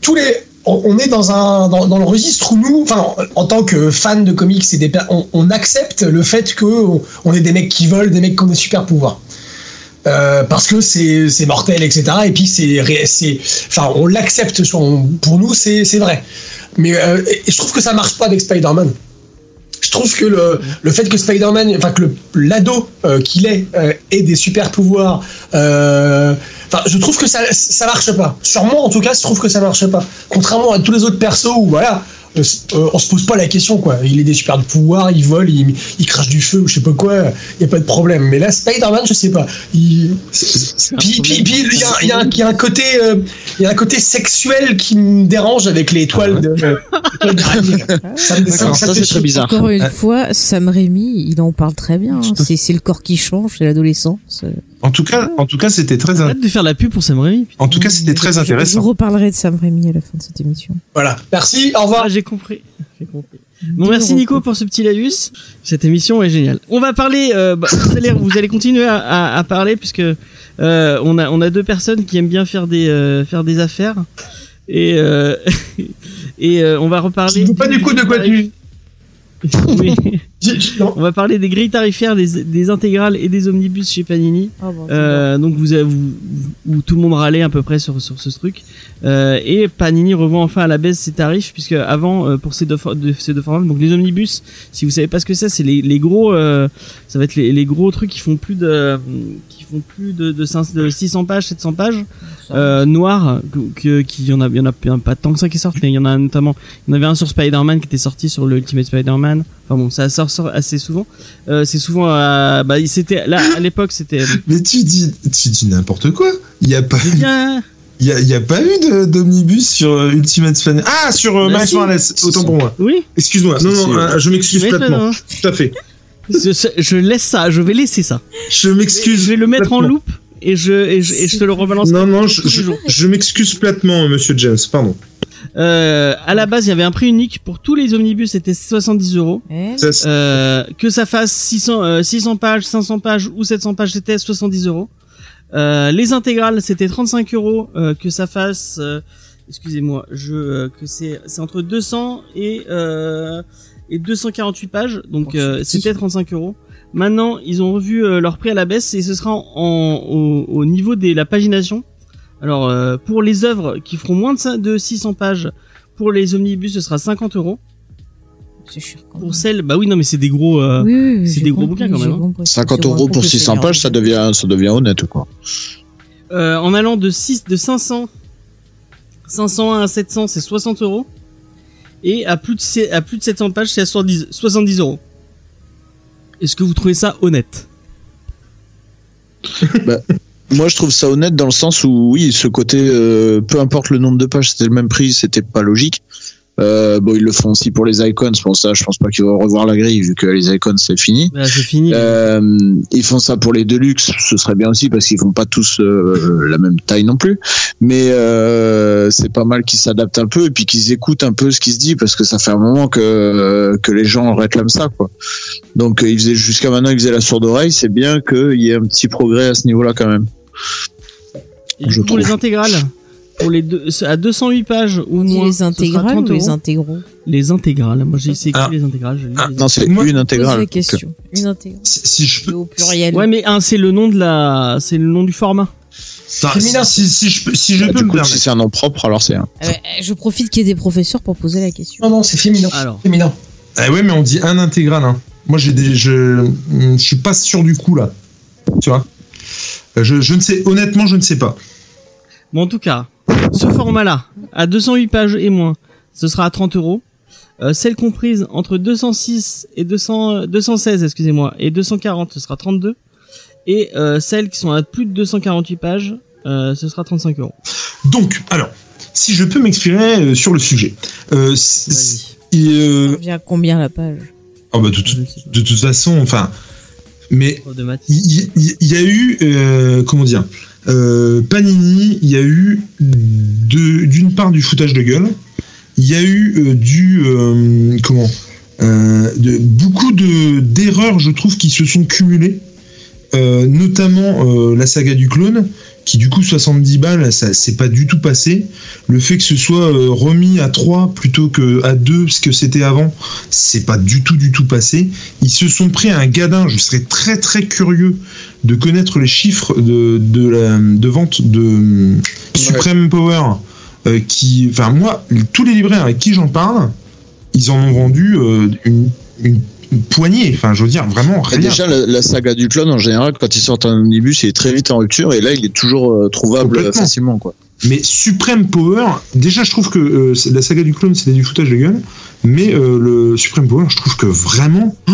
Speaker 3: tous les on on est dans un dans, dans le registre où nous, enfin, en tant que fan de comics, et des, per- on, on accepte le fait que on, on est des mecs qui volent, des mecs qui ont des super pouvoirs, Euh, parce que c'est c'est mortel, etc. Et puis c'est ré- c'est, enfin, on l'accepte sur- on- pour nous, c'est c'est vrai. Mais euh, et- et je trouve que ça marche pas avec Spider-Man. Je trouve que le, le fait que Spider-Man, enfin que le- l'ado euh, qu'il est euh, ait des super pouvoirs, euh, enfin je trouve que ça ça marche pas. Sur moi en tout cas, je trouve que ça marche pas. Contrairement à tous les autres persos où voilà, euh, s- euh, on se pose pas la question quoi. Il est des super pouvoirs, il vole, il, il crache du feu ou je sais pas quoi, il y a pas de problème. Mais là Spider-Man, je sais pas. Il, puis, puis, puis, il y a- il y, a un- il y a un côté, euh, il y a un côté sexuel qui me dérange avec les toiles de. euh, de Granier. ça me
Speaker 5: Alors, ça,
Speaker 3: me
Speaker 5: c'est
Speaker 3: fait
Speaker 5: très
Speaker 3: chier.
Speaker 4: Ah,
Speaker 5: bizarre.
Speaker 2: Encore une fois, Sam Raimi, il en parle très bien. hein. C'est c'est le corps qui change, c'est l'adolescence. euh,
Speaker 4: En tout cas, en tout cas, c'était très, in-
Speaker 1: Arrête de faire la pub pour Sam Raimi.
Speaker 4: en tout cas, c'était très
Speaker 2: Je- Je
Speaker 4: intéressant.
Speaker 2: vous reparlerai de Sam Raimi à la fin de cette émission.
Speaker 3: Voilà. Merci, au revoir.
Speaker 1: Ah, j'ai compris. J'ai compris. Bon, merci Nico pour ce petit laïus. Cette émission est géniale. On va parler. euh, bah, vous, allez, vous allez continuer à, à- à parler puisque euh, on a on a deux personnes qui aiment bien faire des euh, faire des affaires et euh, et euh, on va reparler.
Speaker 3: Je ne pas du coup de quoi tu.
Speaker 1: Oui.
Speaker 3: J'ai- j'ai- non.
Speaker 1: On va parler des grilles tarifaires, des, des intégrales et des omnibus chez Panini.
Speaker 2: Ah bon,
Speaker 1: Euh, donc vous, avez- vous, où tout le monde râlait à peu près sur, sur ce truc. Euh, et Panini revoit enfin à la baisse ses tarifs puisque avant euh, pour ces deux, for- de- ces deux formats, donc les omnibus, si vous savez pas ce que c'est, c'est les, les gros, euh, ça va être les, les gros trucs qui font plus de qui font plus de, de, cinq- de 600 pages, 700 pages euh, noirs que, que- qui y en a, il y en a pas tant que ça qui sortent, mais il y en a notamment, il y en avait un sur Spider-Man qui était sorti sur le Ultimate Spider-Man. Enfin bon, ça sort, sort assez souvent. Euh, c'est souvent, à- bah c'était là à l'époque c'était euh,
Speaker 4: Mais tu dis, tu dis n'importe quoi. Il y a pas,
Speaker 1: Eh bien,
Speaker 4: il y a, il y a pas eu de- d'omnibus sur euh, Ultimate Fan. Ah, sur euh,
Speaker 1: Bah
Speaker 4: Miles
Speaker 1: si.
Speaker 4: Morales. Autant
Speaker 5: si.
Speaker 4: pour moi.
Speaker 1: oui.
Speaker 4: Excuse-moi. Non,
Speaker 5: Si, si.
Speaker 4: non, euh, je m'excuse
Speaker 1: Mais
Speaker 4: platement.
Speaker 1: non,
Speaker 4: Tout à fait.
Speaker 1: Je, je laisse ça, je vais laisser ça.
Speaker 4: Je
Speaker 1: Je
Speaker 4: m'excuse.
Speaker 1: vais le mettre en
Speaker 4: platement.
Speaker 1: loupe et je, et je, et je te le rebalance.
Speaker 4: Non, non, je, je,
Speaker 1: Toujours.
Speaker 4: je m'excuse platement, monsieur James. Pardon.
Speaker 1: Euh, à la base, il y avait un prix unique pour tous les omnibus, c'était 70 euros.
Speaker 2: Eh,
Speaker 4: Ça, c'est-
Speaker 1: Euh, que ça fasse 600, euh, 600 pages, 500 pages ou 700 pages, c'était 70 euros. Euh, les intégrales, c'était 35 euros. euh, Que ça fasse, euh, excusez-moi, je euh, que c'est c'est entre 200 et euh, et 248 pages, donc
Speaker 2: Oh,
Speaker 1: euh,
Speaker 2: c'est petit.
Speaker 1: c'était 35 euros. Maintenant, ils ont revu euh, leur prix à la baisse et ce sera en, en- au, au niveau de la pagination. Alors euh, pour les œuvres qui feront moins de, cin- de 600 pages, pour les omnibus, ce sera 50 euros.
Speaker 2: c'est cher quand même.
Speaker 1: Pour celles, bah oui, non, mais c'est des gros. euh,
Speaker 2: Oui, oui, oui,
Speaker 1: c'est
Speaker 2: j'ai
Speaker 1: des gros bouquins,
Speaker 2: compris,
Speaker 1: quand
Speaker 2: j'ai
Speaker 1: même, hein.
Speaker 2: compris.
Speaker 5: 50
Speaker 2: Je
Speaker 5: euros
Speaker 2: comprends
Speaker 5: pour
Speaker 2: que c'est
Speaker 5: 600 pages,
Speaker 2: énorme.
Speaker 5: ça devient, ça devient honnête, quoi.
Speaker 1: Euh, en allant de 6 de 500 501 à 700 c'est 60 euros et à plus de se- à plus de 700 pages c'est à 70 70 euros est-ce que vous trouvez ça honnête
Speaker 5: Moi, je trouve ça honnête dans le sens où, oui, ce côté, euh, peu importe le nombre de pages, c'était le même prix, c'était pas logique. Euh, bon, ils le font aussi pour les icons, pour ça, je pense pas qu'ils vont revoir la grille, vu que les icons, c'est fini.
Speaker 1: bah, c'est fini
Speaker 5: Euh, ils font ça pour les deluxe, ce serait bien aussi parce qu'ils font pas tous euh, la même taille non plus. Mais euh, c'est pas mal qu'ils s'adaptent un peu et puis qu'ils écoutent un peu ce qui se dit parce que ça fait un moment que euh, que les gens réclament ça quoi. Donc euh, ils faisaient jusqu'à maintenant ils faisaient la sourde oreille. C'est bien qu'il y ait un petit progrès à ce niveau-là quand même.
Speaker 1: Et du
Speaker 5: je
Speaker 1: coup, pour
Speaker 5: trouve.
Speaker 1: les intégrales pour les deux, à 208 pages ou
Speaker 2: On dit
Speaker 1: moins
Speaker 2: les intégrales ou les intégraux
Speaker 1: les intégrales moi j'ai essayé
Speaker 4: Ah.
Speaker 1: les intégrales je lis
Speaker 4: Ah,
Speaker 1: les
Speaker 5: Non, c'est
Speaker 4: Moi-
Speaker 5: une
Speaker 2: Pose
Speaker 5: intégrale.
Speaker 2: la
Speaker 5: donc, euh,
Speaker 2: question. Une intégrale.
Speaker 4: si si je peux,
Speaker 2: Au pluriel.
Speaker 1: Ouais, mais hein, c'est le nom de la, c'est le nom du format.
Speaker 4: Enfin,
Speaker 3: Féminin.
Speaker 4: si, si je peux, si je
Speaker 6: Ah,
Speaker 5: bah,
Speaker 4: peux
Speaker 5: du
Speaker 4: me
Speaker 5: coup,
Speaker 4: permettre.
Speaker 5: si c'est un nom propre, alors c'est un.
Speaker 2: Ah ouais, je profite qu'il y ait des professeurs pour poser la question.
Speaker 3: Non, non, c'est féminin.
Speaker 1: Alors,
Speaker 3: Féminin.
Speaker 4: Ah ouais, mais on dit un intégral. Hein. Moi, j'ai des, je, je suis pas sûr du coup là. Tu vois. Euh, Je, je ne sais, honnêtement, je ne sais pas.
Speaker 1: Bon, en tout cas, ce format-là, à 208 pages et moins, ce sera à 30 euros. Euh, Celle comprise entre 206 et 200, euh, 216, excusez-moi, et 240, ce sera 32. Et euh, celles qui sont à plus de 248 pages, euh, ce sera 35 euros.
Speaker 4: Donc, alors, si je peux m'exprimer euh, sur le sujet. Euh, c- c-
Speaker 1: Vas-y.
Speaker 4: et, euh,
Speaker 2: Ça revient à combien la page
Speaker 4: ah bah, de, toute-
Speaker 1: Je sais pas,
Speaker 4: de toute façon, enfin, mais
Speaker 1: prof de maths.
Speaker 4: il il- il y, a eu, euh, comment dire, euh, Panini, il y a eu de- d'une part du foutage de gueule, il y a eu euh, du, euh, comment, euh, de, beaucoup de d'erreurs, je trouve, qui se sont cumulées, euh, notamment euh, la saga du clone, qui du coup 70 balles, ça c'est pas du tout passé. Le fait que ce soit euh, remis à 3 plutôt que à 2, ce que c'était avant, c'est pas du tout du tout passé. Ils se sont pris à un gadin. Je serais très très curieux de connaître les chiffres de, de, la, de vente de euh, Supreme Power. euh, qui, enfin moi, tous les libraires avec qui j'en parle, ils en ont vendu euh, une, une- une poignée. Enfin, je veux dire vraiment
Speaker 5: Et
Speaker 4: rien.
Speaker 5: déjà, la, la saga du clone, en général, quand ils sortent un omnibus, il est très vite en rupture et là, il est toujours euh, trouvable euh,
Speaker 4: Complètement.
Speaker 5: facilement, quoi.
Speaker 4: Mais Supreme Power, déjà je trouve que euh, c'est- la saga du clone c'était du foutage de gueule, mais euh, le Supreme Power, je trouve que vraiment, oh,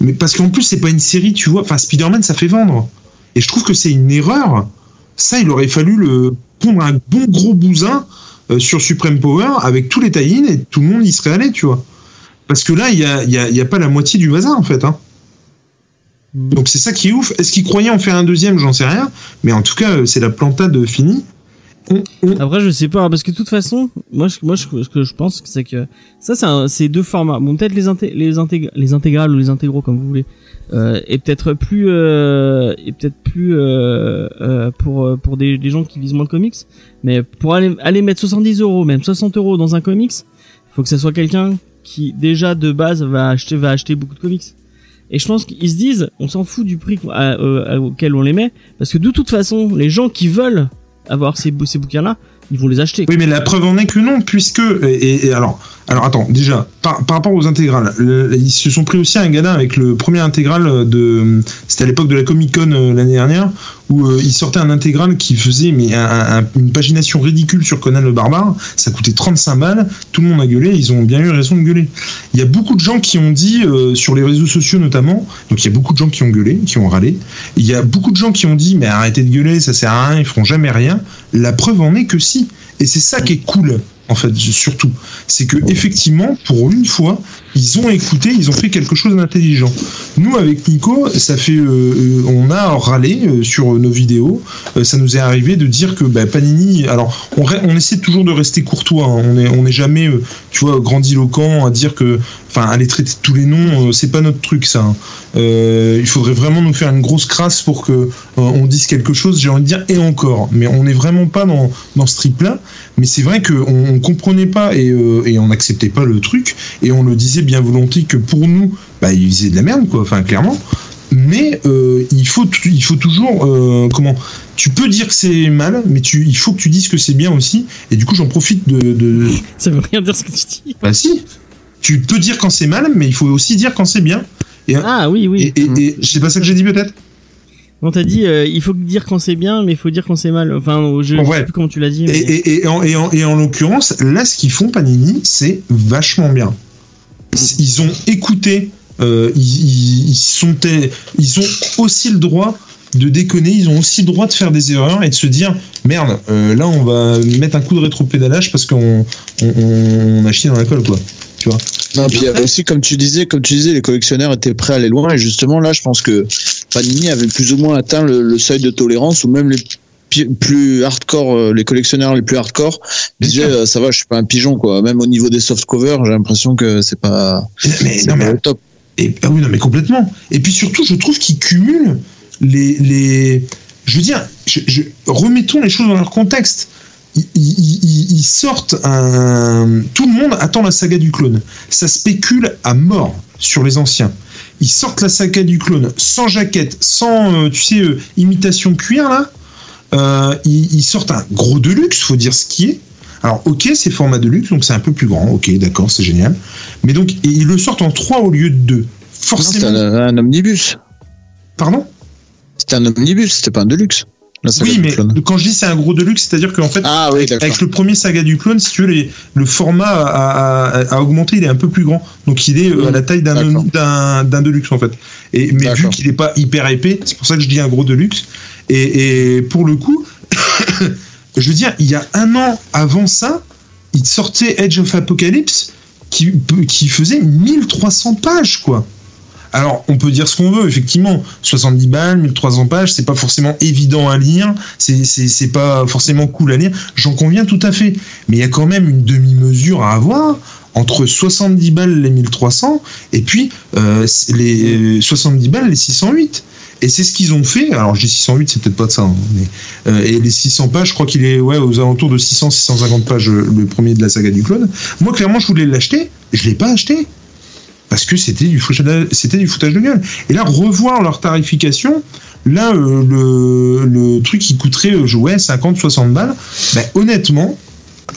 Speaker 4: mais parce qu'en plus c'est pas une série, tu vois, enfin Spider-Man ça fait vendre, et je trouve que c'est une erreur. Ça, il aurait fallu le prendre un bon gros bousin euh, sur Supreme Power avec tous les tie et tout le monde y serait allé, tu vois. Parce que là, il y a, il y a- il y a pas la moitié du bazar en fait. Hein. Donc c'est ça qui est ouf. Est-ce qu'ils croyaient en faire un deuxième J'en sais rien. Mais en tout cas, euh, c'est la plantade finie. On- on-
Speaker 1: Après, je sais pas, hein, parce que de toute façon, moi, je, moi, je- ce que je pense, c'est que ça, c'est un- c'est deux formats. Bon, peut-être les, inté- les, intég- les intégrales ou les intégraux, comme vous voulez, euh, et peut-être plus, euh, et peut-être plus euh, euh, pour euh, pour des, des gens qui lisent moins de comics. Mais pour aller aller mettre 70 euros, même 60 euros dans un comics, faut que ça soit quelqu'un qui déjà de base va acheter va acheter beaucoup de comics. Et je pense qu'ils se disent, on s'en fout du prix qu'on- à- euh, à- auquel on les met, parce que de toute façon, les gens qui veulent avoir ces, bou- ces bouquins-là, ils vont les acheter.
Speaker 4: Oui, mais la preuve en est que non, puisque et, et- et alors, alors attends, déjà par, par rapport aux intégrales, le- ils se sont pris aussi un gadin avec le premier intégral de, c'était à l'époque de la Comic Con euh, l'année dernière, où euh, ils sortaient un intégral qui faisait mais un- un- un- une pagination ridicule sur Conan le Barbare, ça coûtait 35 balles, tout le monde a gueulé, ils ont bien eu raison de gueuler. Il y a beaucoup de gens qui ont dit euh, sur les réseaux sociaux notamment, donc il y a beaucoup de gens qui ont gueulé, qui ont râlé, il y a beaucoup de gens qui ont dit mais arrêtez de gueuler, ça sert à rien, ils feront jamais rien. La preuve en est que si. Et c'est ça qui est cool, en fait, surtout. C'est que, effectivement, pour une fois, ils ont écouté, ils ont fait quelque chose d'intelligent. Nous, avec Nico, ça fait, euh, euh, on a râlé euh, sur nos vidéos. Euh, ça nous est arrivé de dire que bah, Panini. Alors, on, re- on essaie toujours de rester courtois. hein. On n'est on n'est jamais, euh, tu vois, grandiloquent à dire que, enfin, aller traiter tous les noms, euh, c'est pas notre truc, ça. hein. Euh, il faudrait vraiment nous faire une grosse crasse pour que euh, on dise quelque chose. J'ai envie de dire et encore. Mais on n'est vraiment pas dans dans ce trip-là. Mais c'est vrai qu'on ne comprenait pas et, euh, et on n'acceptait pas le truc et on le disait bien volontiers que pour nous, bah, ils faisaient de la merde, quoi, enfin clairement. Mais euh, il, faut, tu- il faut toujours. euh, comment Tu peux dire que c'est mal, mais tu, il faut que tu dises que c'est bien aussi. Et du coup, j'en profite de. de
Speaker 1: Ça veut rien dire ce que tu dis.
Speaker 4: bah si Tu peux dire quand c'est mal, mais il faut aussi dire quand c'est bien.
Speaker 1: Ah oui, oui.
Speaker 4: Et, et, et c'est pas ça que j'ai dit peut-être
Speaker 1: On t'a dit, euh, il faut dire quand c'est bien, mais il faut dire quand c'est mal. Enfin, je, je
Speaker 4: Ouais.
Speaker 1: sais plus comment tu l'as dit.
Speaker 4: Et,
Speaker 1: mais-
Speaker 4: et- et en, et en- et en l'occurrence, là, ce qu'ils font, Panini, c'est vachement bien. Ils ont écouté, euh, ils, ils- ils sont, tel- ils ont aussi le droit de déconner, ils ont aussi le droit de faire des erreurs et de se dire merde, euh, là, on va mettre un coup de rétropédalage parce qu'on on, on a chié dans la colle, quoi.
Speaker 5: Non, puis il y avait aussi, comme tu disais, comme tu disais, les collectionneurs étaient prêts à aller loin. Et justement, là, je pense que Panini avait plus ou moins atteint le, le seuil de tolérance, ou même les pi- plus hardcore, euh, les collectionneurs les plus hardcore
Speaker 4: Bien
Speaker 5: disaient,
Speaker 4: sûr.
Speaker 5: euh, ça va, je suis pas un pigeon, quoi. Même au niveau des softcovers, j'ai l'impression que c'est pas,
Speaker 4: Mais,
Speaker 5: c'est
Speaker 4: non, mais
Speaker 5: pas au top.
Speaker 4: Et, ah oui, non, mais complètement. Et puis surtout, je trouve qu'ils cumulent les, les. Je veux dire, je, je- remettons les choses dans leur contexte. Ils, ils- ils- ils sortent un. Tout le monde attend la saga du clone. Ça spécule à mort sur les anciens. Ils sortent la saga du clone sans jaquette, sans, euh, tu sais, euh, imitation cuir, là. Euh, ils, ils sortent un gros de luxe, faut dire ce qui est. Alors, ok, c'est format de luxe, donc c'est un peu plus grand. Ok, d'accord, c'est génial. Mais donc, et ils le sortent en 3 au lieu de 2.
Speaker 5: Non, C'était
Speaker 4: Forcément.
Speaker 5: un, un omnibus.
Speaker 4: Pardon
Speaker 5: C'était un omnibus, c'était pas un deluxe. La saga
Speaker 4: Oui,
Speaker 5: du
Speaker 4: mais
Speaker 5: clone.
Speaker 4: quand je dis c'est un gros de luxe, c'est-à-dire qu'en fait,
Speaker 5: Ah oui, d'accord.
Speaker 4: avec le premier saga du clone, si tu veux, les- le format a, a- a- a augmenté, il est un peu plus grand. Donc, il est euh, à la taille d'un
Speaker 5: D'accord.
Speaker 4: d'un- d'un de luxe, en fait. Et, mais vu
Speaker 5: D'accord.
Speaker 4: qu'il n'est pas hyper épais, c'est pour ça que je dis un gros de luxe. Et, et pour le coup, je veux dire, il y a un an avant ça, il sortait Edge of Apocalypse qui, qui faisait 1300 pages, quoi. Alors, on peut dire ce qu'on veut, effectivement. 70 balles, 1300 pages, c'est pas forcément évident à lire, c'est- c'est c'est pas forcément cool à lire, j'en conviens tout à fait. Mais il y a quand même une demi-mesure à avoir entre 70 balles les 1300 et puis euh, c'est les 70 balles les 608. Et c'est ce qu'ils ont fait. Alors, j'ai 608, c'est peut-être pas de ça. hein, mais, euh, et les 600 pages, je crois qu'il est ouais, aux alentours de 600-650 pages, euh, le premier de la saga du clone. Moi, clairement, je voulais l'acheter. Je l'ai pas acheté. Parce que c'était du, foutage- c'était du foutage de gueule. Et là, revoir leur tarification, là, euh, le, le truc qui coûterait euh, je- ouais, 50-60 balles, bah, honnêtement,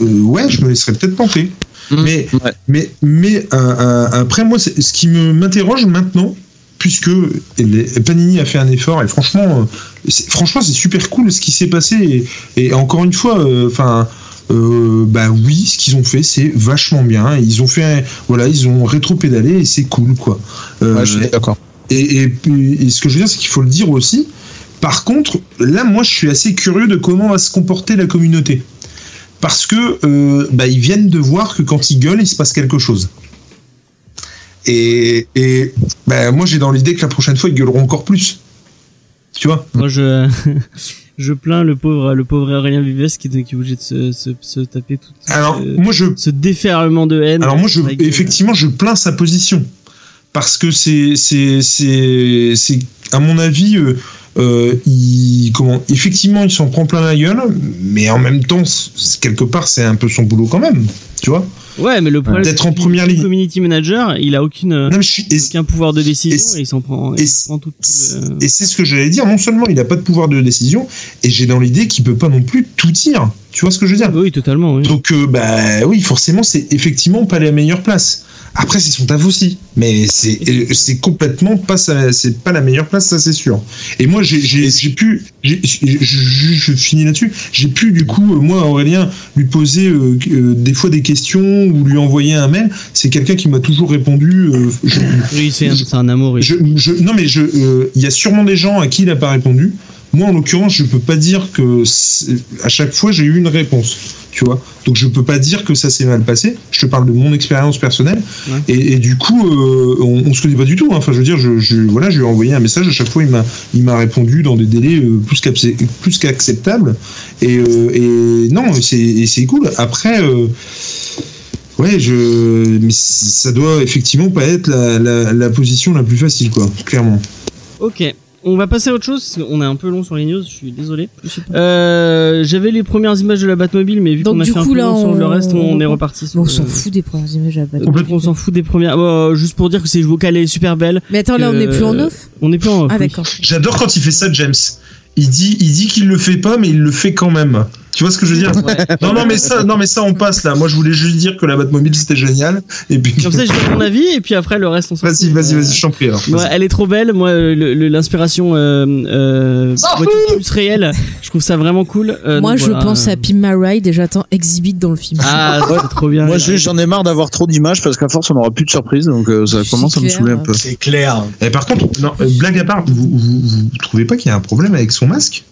Speaker 4: euh, ouais, je me laisserais peut-être tenter.
Speaker 5: Mmh.
Speaker 4: Mais,
Speaker 5: Ouais.
Speaker 4: mais, mais euh, euh, après, moi, c'est- ce qui me m'interroge maintenant, puisque les- Panini a fait un effort, et franchement, euh, c'est- franchement, c'est super cool ce qui s'est passé. Et, et encore une fois, euh, enfin. bah oui, ce qu'ils ont fait, c'est vachement bien. Ils ont fait, un- voilà, ils ont rétro-pédalé et c'est cool, quoi. Euh,
Speaker 5: Ouais, je suis d'accord.
Speaker 4: et, et puis, et ce que je veux dire, c'est qu'il faut le dire aussi. Par contre, là, moi, je suis assez curieux de comment va se comporter la communauté. Parce que euh, bah, ils viennent de voir que quand ils gueulent, il se passe quelque chose. Et, et ben, moi, j'ai dans l'idée que la prochaine fois, ils gueuleront encore plus. Tu vois
Speaker 1: Moi, je, je plains le pauvre, le pauvre Aurélien Vives qui, est- qui est obligé de se, se, se taper tout
Speaker 4: Alors,
Speaker 1: ce,
Speaker 4: moi, je
Speaker 1: ce déferlement de haine.
Speaker 4: Alors moi, je,
Speaker 1: Avec, euh,
Speaker 4: effectivement, je plains sa position parce que c'est c'est c'est c'est à mon avis, euh, euh, il comment Effectivement, il s'en prend plein la gueule, mais en même temps, c'est- quelque part, c'est un peu son boulot quand même, tu vois.
Speaker 1: Ouais, mais le problème.
Speaker 4: D'être
Speaker 1: c'est
Speaker 4: en
Speaker 1: qu'il-
Speaker 4: première
Speaker 1: le
Speaker 4: ligne.
Speaker 1: Community manager, il a aucune, euh,
Speaker 4: Non, mais je suis- et,
Speaker 1: aucun pouvoir de décision
Speaker 4: et-
Speaker 1: et, il s'en prend, il
Speaker 4: et-
Speaker 1: s'en prend tout, tout le-
Speaker 4: et c'est ce que j'allais dire. Non seulement il n'a pas de pouvoir de décision, et j'ai dans l'idée qu'il peut pas non plus tout dire. Tu vois ce que je veux dire
Speaker 1: Oui, totalement, oui.
Speaker 4: Donc, euh, bah oui, forcément, c'est effectivement pas la meilleure place. Après, c'est son taf aussi, mais c'est euh, c'est complètement pas sa- c'est pas la meilleure place, ça c'est sûr. Et moi, j'ai j'ai- j'ai pu, j'ai- je, je- je finis là-dessus. J'ai pu du coup, euh, moi Aurélien, lui poser euh, euh, des fois des questions ou lui envoyer un mail. C'est quelqu'un qui m'a toujours répondu. euh, je-
Speaker 1: Oui, c'est un, c'est un amour. oui.
Speaker 4: je, je- non, mais je, euh, il y a sûrement des gens à qui il n'a pas répondu. Moi, en l'occurrence, je peux pas dire que c'est- à chaque fois j'ai eu une réponse, tu vois. Donc je peux pas dire que ça s'est mal passé. Je te parle de mon expérience personnelle.
Speaker 1: Ouais.
Speaker 4: Et, et du coup, euh, on, on se connaît pas du tout. hein. Enfin, je veux dire, je, je- voilà, je lui ai envoyé un message. À chaque fois, il m'a, il m'a répondu dans des délais euh, plus, qu'abse- plus qu'acceptables. Et, euh, et non, c'est, et c'est cool. Après. euh, Ouais, je. Mais c- ça doit effectivement pas être la, la, la position la plus facile, quoi, clairement.
Speaker 1: Ok. On va passer à autre chose, parce qu'on est un peu long sur les news, je suis désolé. Euh, J'avais les premières images de la Batmobile, mais vu
Speaker 2: Donc,
Speaker 1: qu'on a
Speaker 2: du
Speaker 1: fait un
Speaker 2: coup,
Speaker 1: peu
Speaker 2: là,
Speaker 1: long sur le
Speaker 2: on-
Speaker 1: reste, on, est
Speaker 2: on-
Speaker 1: reparti.
Speaker 2: Mais
Speaker 1: sur
Speaker 2: on
Speaker 1: le-
Speaker 2: s'en fout des premières images à la Batmobile.
Speaker 1: Complètement, on s'en fout des premières. Bon, juste pour dire que c'est vocal et super belle.
Speaker 2: Mais attends, là, on
Speaker 1: que-
Speaker 2: n'est plus en off
Speaker 1: On est plus en Euh, off,
Speaker 2: Ah,
Speaker 1: oui.
Speaker 2: d'accord.
Speaker 4: J'adore quand il fait ça, James. Il dit, il dit qu'il le fait pas, mais il le fait quand même. Tu vois ce que je veux dire Non, non, mais ça, non, mais ça, on passe là. Moi, je voulais juste dire que la Batmobile c'était génial. Et puis,
Speaker 1: Comme ça, je donne mon avis, et puis après, le reste, on s'en
Speaker 4: vas-y,
Speaker 1: fout.
Speaker 4: vas-y,
Speaker 1: Euh,
Speaker 4: vas-y, je t'en prie. Alors.
Speaker 1: Ouais, elle est trop belle. Moi, euh, le- le- l'inspiration euh, euh,
Speaker 3: S'en
Speaker 1: voiture plus réelle, je trouve ça vraiment cool. Euh,
Speaker 2: Moi,
Speaker 1: donc
Speaker 2: je
Speaker 1: voilà.
Speaker 2: pense à Pim My Ride et j'attends Exhibit dans le film.
Speaker 1: Ah, c'est trop bien.
Speaker 5: Moi, juste, j'en ai marre d'avoir trop d'images parce qu'à force, on n'aura plus de surprises, donc euh, ça
Speaker 2: C'est
Speaker 5: commence à me
Speaker 2: clair.
Speaker 5: saouler un peu.
Speaker 3: C'est clair.
Speaker 4: Et par contre, non, euh, blague à part, vous, vous, vous trouvez pas qu'il y a un problème avec son masque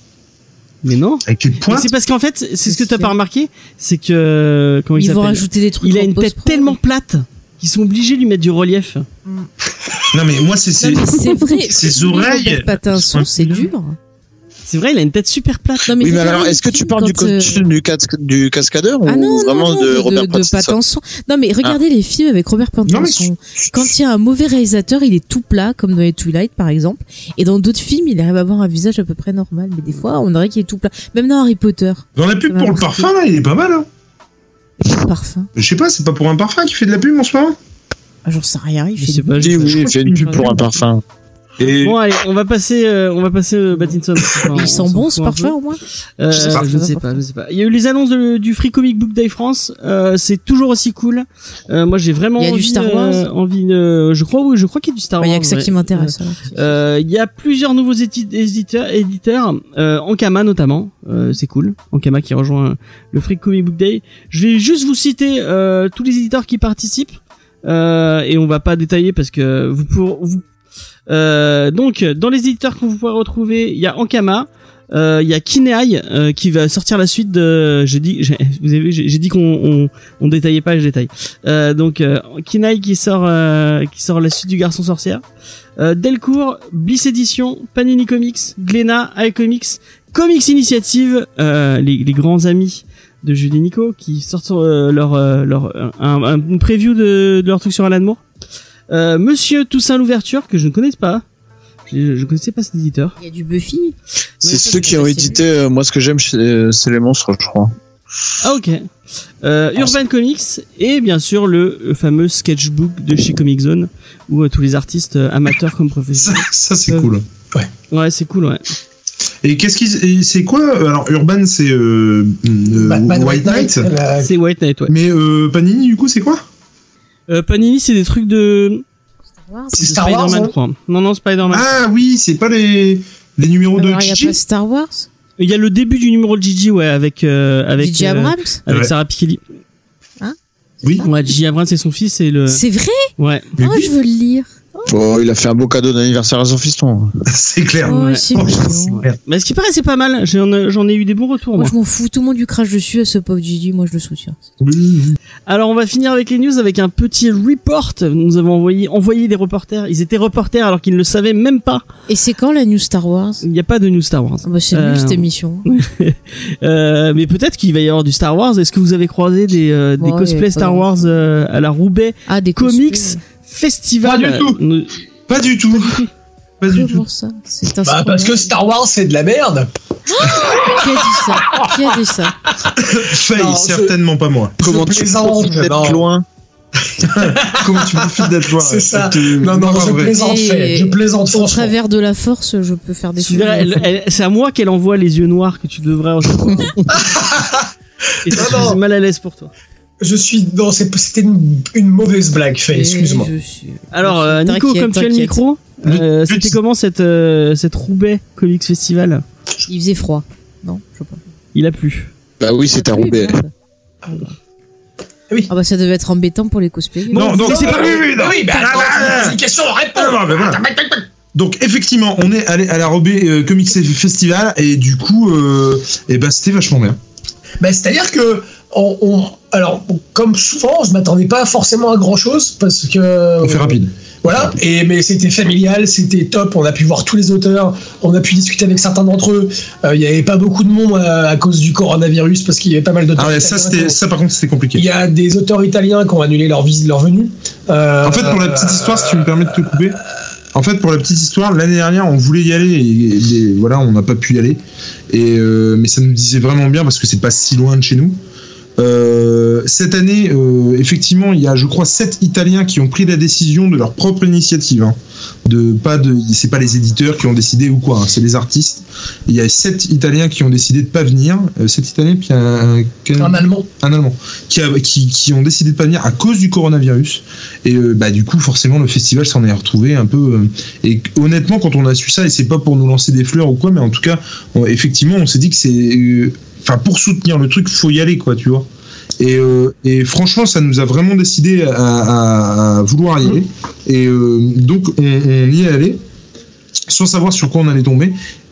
Speaker 1: Mais non.
Speaker 4: Avec les
Speaker 1: Mais
Speaker 4: points
Speaker 1: C'est parce qu'en fait, c'est ce que
Speaker 2: Qu'est-ce
Speaker 1: t'as
Speaker 2: qu'il
Speaker 1: pas
Speaker 2: fait
Speaker 1: remarqué, c'est que euh, comment il
Speaker 2: Ils vont
Speaker 1: s'appelle
Speaker 2: rajouter des trucs.
Speaker 1: Il a
Speaker 2: en
Speaker 1: une tête
Speaker 2: post-prod.
Speaker 1: tellement plate qu'ils sont obligés de lui mettre du relief.
Speaker 4: Non, mais moi, c'est,
Speaker 2: Non,
Speaker 4: c'est,
Speaker 2: mais c'est vrai.
Speaker 4: Ses
Speaker 2: filmer
Speaker 4: oreilles
Speaker 2: Robert Pattinson,
Speaker 4: sont
Speaker 2: c'est dur.
Speaker 1: C'est vrai, il a une tête super plate.
Speaker 2: Non, mais
Speaker 5: Oui, mais
Speaker 2: c'est
Speaker 5: alors,
Speaker 2: pareil,
Speaker 5: est-ce que tu
Speaker 2: film,
Speaker 5: parles du
Speaker 2: quand, euh,
Speaker 5: costume du, casque- du cascadeur
Speaker 2: Ah
Speaker 5: ou
Speaker 2: non, non,
Speaker 5: vraiment
Speaker 2: non,
Speaker 5: de Robert Pattinson Ah.
Speaker 2: Pattinson. Non, mais regardez les films avec Robert
Speaker 4: Non, mais
Speaker 2: Pattinson. Quand il y a un mauvais réalisateur, il est tout plat, comme dans les Twilight, par exemple. Et dans d'autres films, il arrive à avoir un visage à peu près normal. Mais des fois, on dirait qu'il est tout plat. Même dans Harry Potter,
Speaker 4: dans la pub pour le parfum, là, il est pas mal. Hein.
Speaker 2: le parfum.
Speaker 4: Je sais pas, c'est pas pour un parfum qui fait de la pub en ce moment
Speaker 2: Ah, j'en sais rien, il
Speaker 1: Je
Speaker 2: fait
Speaker 1: sais
Speaker 2: des-
Speaker 1: pas. je-
Speaker 5: Oui, oui,
Speaker 4: crois
Speaker 5: il fait une
Speaker 4: qu'il
Speaker 5: pub pour un parfum.
Speaker 4: Et
Speaker 1: Bon allez, on va passer, euh, on va passer euh, Pattinson. Enfin, on
Speaker 2: Il
Speaker 1: s'en
Speaker 2: sent bon ce
Speaker 1: fout un peu.
Speaker 2: parfum au moins
Speaker 1: Euh,
Speaker 4: Je sais
Speaker 1: je ne sais pas, je sais pas. Il y a eu les annonces de- du Free Comic Book Day France. Euh, c'est toujours aussi cool. Euh, moi, j'ai vraiment
Speaker 2: Il y a du
Speaker 1: envie,
Speaker 2: Star
Speaker 1: euh,
Speaker 2: Wars
Speaker 1: envie, euh, je crois, oui, je crois qu'il y a du Star
Speaker 2: Bah, Il
Speaker 1: Wars.
Speaker 2: y a que ça
Speaker 1: ouais.
Speaker 2: qui m'intéresse. alors.
Speaker 1: Euh, Il y a plusieurs nouveaux éti- éditeurs, éditeurs euh, Ankama notamment. Euh, c'est cool. Ankama qui rejoint le Free Comic Book Day. Je vais juste vous citer euh, tous les éditeurs qui participent. Euh, et on va pas détailler parce que vous pouvez. Vous... Euh, donc, dans les éditeurs qu'on vous pourrez retrouver, il y a Ankama, euh, il y a Kineai euh, qui va sortir la suite de. J'ai dit, j'ai- vous avez vu, j'ai j'ai dit qu'on on, on détaillait pas, je détaille. Euh, donc euh, Kinai qui sort euh, qui sort la suite du Garçon Sorcière. Euh, Delcourt, Bliss Edition, Panini Comics, Glénat, iComics, Comics Initiative, euh, les, les grands amis de Julie Nico qui sortent euh, leur euh, leur un, un- une preview de, de leur truc sur Alan Moore. Euh, Monsieur Toussaint l'ouverture que je ne connais pas. Je, je connaissais pas cet éditeur.
Speaker 2: Il y a du Buffy.
Speaker 5: C'est
Speaker 1: Ouais,
Speaker 5: ceux
Speaker 2: ça,
Speaker 5: qui
Speaker 2: je
Speaker 5: ont
Speaker 2: sais
Speaker 5: édité, euh, moi, ce que j'aime, c'est euh, c'est les monstres, je crois.
Speaker 1: Ah ok. Euh, Urban Comics et bien sûr le euh, fameux sketchbook de chez Comic Zone où euh, tous les artistes euh, amateurs comme
Speaker 4: ça,
Speaker 1: professionnels.
Speaker 4: ça, c'est
Speaker 1: Euh,
Speaker 4: cool.
Speaker 1: Ouais, c'est cool, ouais.
Speaker 4: Et qu'est-ce qui, et c'est quoi Alors Urban, c'est euh, euh,
Speaker 3: Batman euh,
Speaker 4: White Knight,
Speaker 3: la-
Speaker 1: C'est White Knight, ouais.
Speaker 4: mais euh, Panini du coup, c'est quoi
Speaker 1: Euh, Panini, c'est des trucs de,
Speaker 3: C'est
Speaker 1: de
Speaker 3: Star Wars.
Speaker 1: Spider-Man,
Speaker 3: hein
Speaker 1: je crois. Non, non, Spider-Man.
Speaker 4: Ah oui, c'est pas les les numéros de
Speaker 2: Alors, Ah il n'y a
Speaker 4: Gigi
Speaker 2: pas Star Wars
Speaker 1: Il y a le début du numéro de Gigi, ouais, avec euh, avec
Speaker 2: DJ
Speaker 1: euh,
Speaker 2: Abrams
Speaker 1: avec
Speaker 4: Ouais.
Speaker 1: Sarah Pikeli.
Speaker 2: Hein
Speaker 4: Oui.
Speaker 1: Ah, Ouais, Gigi Abrams c'est son fils et le
Speaker 2: C'est vrai
Speaker 1: ouais.
Speaker 2: Ah, je veux le lire. Oh,
Speaker 5: Oh, il a fait un beau cadeau d'anniversaire à son fiston.
Speaker 4: c'est clair.
Speaker 2: Oh,
Speaker 1: Ouais.
Speaker 2: c'est
Speaker 4: Oh,
Speaker 2: mignon.
Speaker 4: c'est clair.
Speaker 1: Mais ce qui paraît, c'est pas mal. J'en ai- j'en ai eu des bons retours.
Speaker 2: Moi,
Speaker 1: Moi.
Speaker 2: je m'en fous. Tout le monde lui crache dessus à ce pauvre Gigi. Moi, je le soutiens.
Speaker 1: Alors, on va finir avec les news avec un petit report. Nous avons envoyé, envoyé des reporters. Ils étaient reporters alors qu'ils ne le savaient même pas.
Speaker 2: Et c'est quand la news Star Wars
Speaker 1: Il n'y a pas de news Star Wars.
Speaker 2: Ah bah, C'est
Speaker 1: Euh,
Speaker 2: nul cette émission.
Speaker 1: Euh, mais peut-être qu'il va y avoir du Star Wars. Est-ce que vous avez croisé des, euh, des
Speaker 2: Ouais, y a pas
Speaker 1: cosplays Star
Speaker 2: grand-
Speaker 1: Wars euh, à la Roubaix
Speaker 2: Ah, des
Speaker 1: Comics
Speaker 2: cosplays.
Speaker 1: Festival
Speaker 4: Pas du tout.
Speaker 1: Nous-
Speaker 4: Pas du tout. Pas du tout.
Speaker 2: Comment ça C'est un
Speaker 3: Bah, parce que Star Wars, c'est de la merde.
Speaker 2: Qui a dit ça Qui a dit ça
Speaker 4: Faye,
Speaker 3: Non, je-
Speaker 4: certainement pas moi.
Speaker 5: Comment
Speaker 3: Je
Speaker 5: tu
Speaker 3: plaisante,
Speaker 5: profites d'être
Speaker 3: non.
Speaker 5: loin
Speaker 4: Comment tu profites d'être loin
Speaker 3: C'est ça.
Speaker 4: te-
Speaker 3: Non, non,
Speaker 4: pas
Speaker 3: je
Speaker 4: vrai.
Speaker 3: plaisante,
Speaker 2: Et-
Speaker 3: Faye, je plaisante,
Speaker 2: Au
Speaker 3: franchement.
Speaker 2: travers de la force, je peux faire des
Speaker 1: Tu verras, elle- elle- c'est à moi qu'elle envoie les yeux noirs que tu devrais recevoir. Et ça,
Speaker 3: Non,
Speaker 1: je
Speaker 3: non.
Speaker 1: suis mal à l'aise pour toi.
Speaker 3: Je suis. Non, c'est- c'était une, une mauvaise blague, Faye, excuse-moi.
Speaker 2: Et je suis-
Speaker 1: Alors, euh,
Speaker 2: T'inquiète,
Speaker 1: Nico, comme tu as le
Speaker 2: t'inquiète.
Speaker 1: micro, euh, c'était
Speaker 4: Petit-
Speaker 1: comment cette, euh, cette Roubaix Comics Festival
Speaker 2: Il faisait froid. Non, je sais pas.
Speaker 1: Il a plu.
Speaker 5: Bah oui, c'était à
Speaker 2: Oui,
Speaker 5: Roubaix.
Speaker 2: merde.
Speaker 3: Ah oui.
Speaker 2: Ah bah ça devait être embêtant pour les cosplayers.
Speaker 4: Non, non,
Speaker 3: mais
Speaker 4: c'est pas-
Speaker 3: oui,
Speaker 4: oui, oui, non.
Speaker 3: Oui, bah,
Speaker 4: Ah,
Speaker 3: attends,
Speaker 4: bah,
Speaker 3: c'est une question, on répond.
Speaker 4: Ah, bah, bah, voilà. Donc effectivement, on est allé à la Robé euh, Comics Festival et du coup, euh, eh ben c'était vachement bien.
Speaker 3: Bah, C'est-à-dire que, on, on- alors, bon, comme souvent, je m'attendais pas forcément à grand-chose parce que.
Speaker 4: On fait rapide.
Speaker 3: Voilà. Et mais c'était familial, c'était top. On a pu voir tous les auteurs, on a pu discuter avec certains d'entre eux. Euh, Il y avait pas beaucoup de monde euh, à, cause du coronavirus parce qu'il y avait pas mal d'auteurs.
Speaker 4: Ah ouais, ça
Speaker 3: italiens
Speaker 4: c'était
Speaker 3: qui ont-
Speaker 4: ça par contre c'était
Speaker 3: Il
Speaker 4: compliqué.
Speaker 3: y a des auteurs italiens qui ont annulé leur visite, leur venue. Euh,
Speaker 4: En fait, pour la petite histoire, si tu me permets de te couper. En fait, pour la petite histoire, l'année dernière, on voulait y aller et, et- et voilà, on n'a pas pu y aller. Et euh, mais ça nous disait vraiment bien parce que c'est pas si loin de chez nous. Euh, cette année, euh, effectivement, il y a, je crois, sept Italiens qui ont pris la décision de leur propre initiative. hein. de pas de, c'est pas les éditeurs qui ont décidé ou quoi, hein, c'est les artistes. Il y a sept Italiens qui ont décidé de pas venir. Euh, sept Italiens, puis un, un-
Speaker 3: Un Allemand.
Speaker 4: un Allemand, qui, a- qui, qui ont décidé de pas venir à cause du coronavirus. Et euh, bah, du coup, forcément, le festival s'en est retrouvé un peu. euh, et honnêtement, quand on a su ça, et c'est pas pour nous lancer des fleurs ou quoi, mais en tout cas, on- effectivement, on s'est dit que c'est. euh, Enfin, pour soutenir le truc, faut y aller, quoi, tu vois. Et, euh, et franchement, ça nous a vraiment décidé à, à- à vouloir y aller. Et euh, donc, on, on y est allé, sans savoir sur quoi on allait tomber.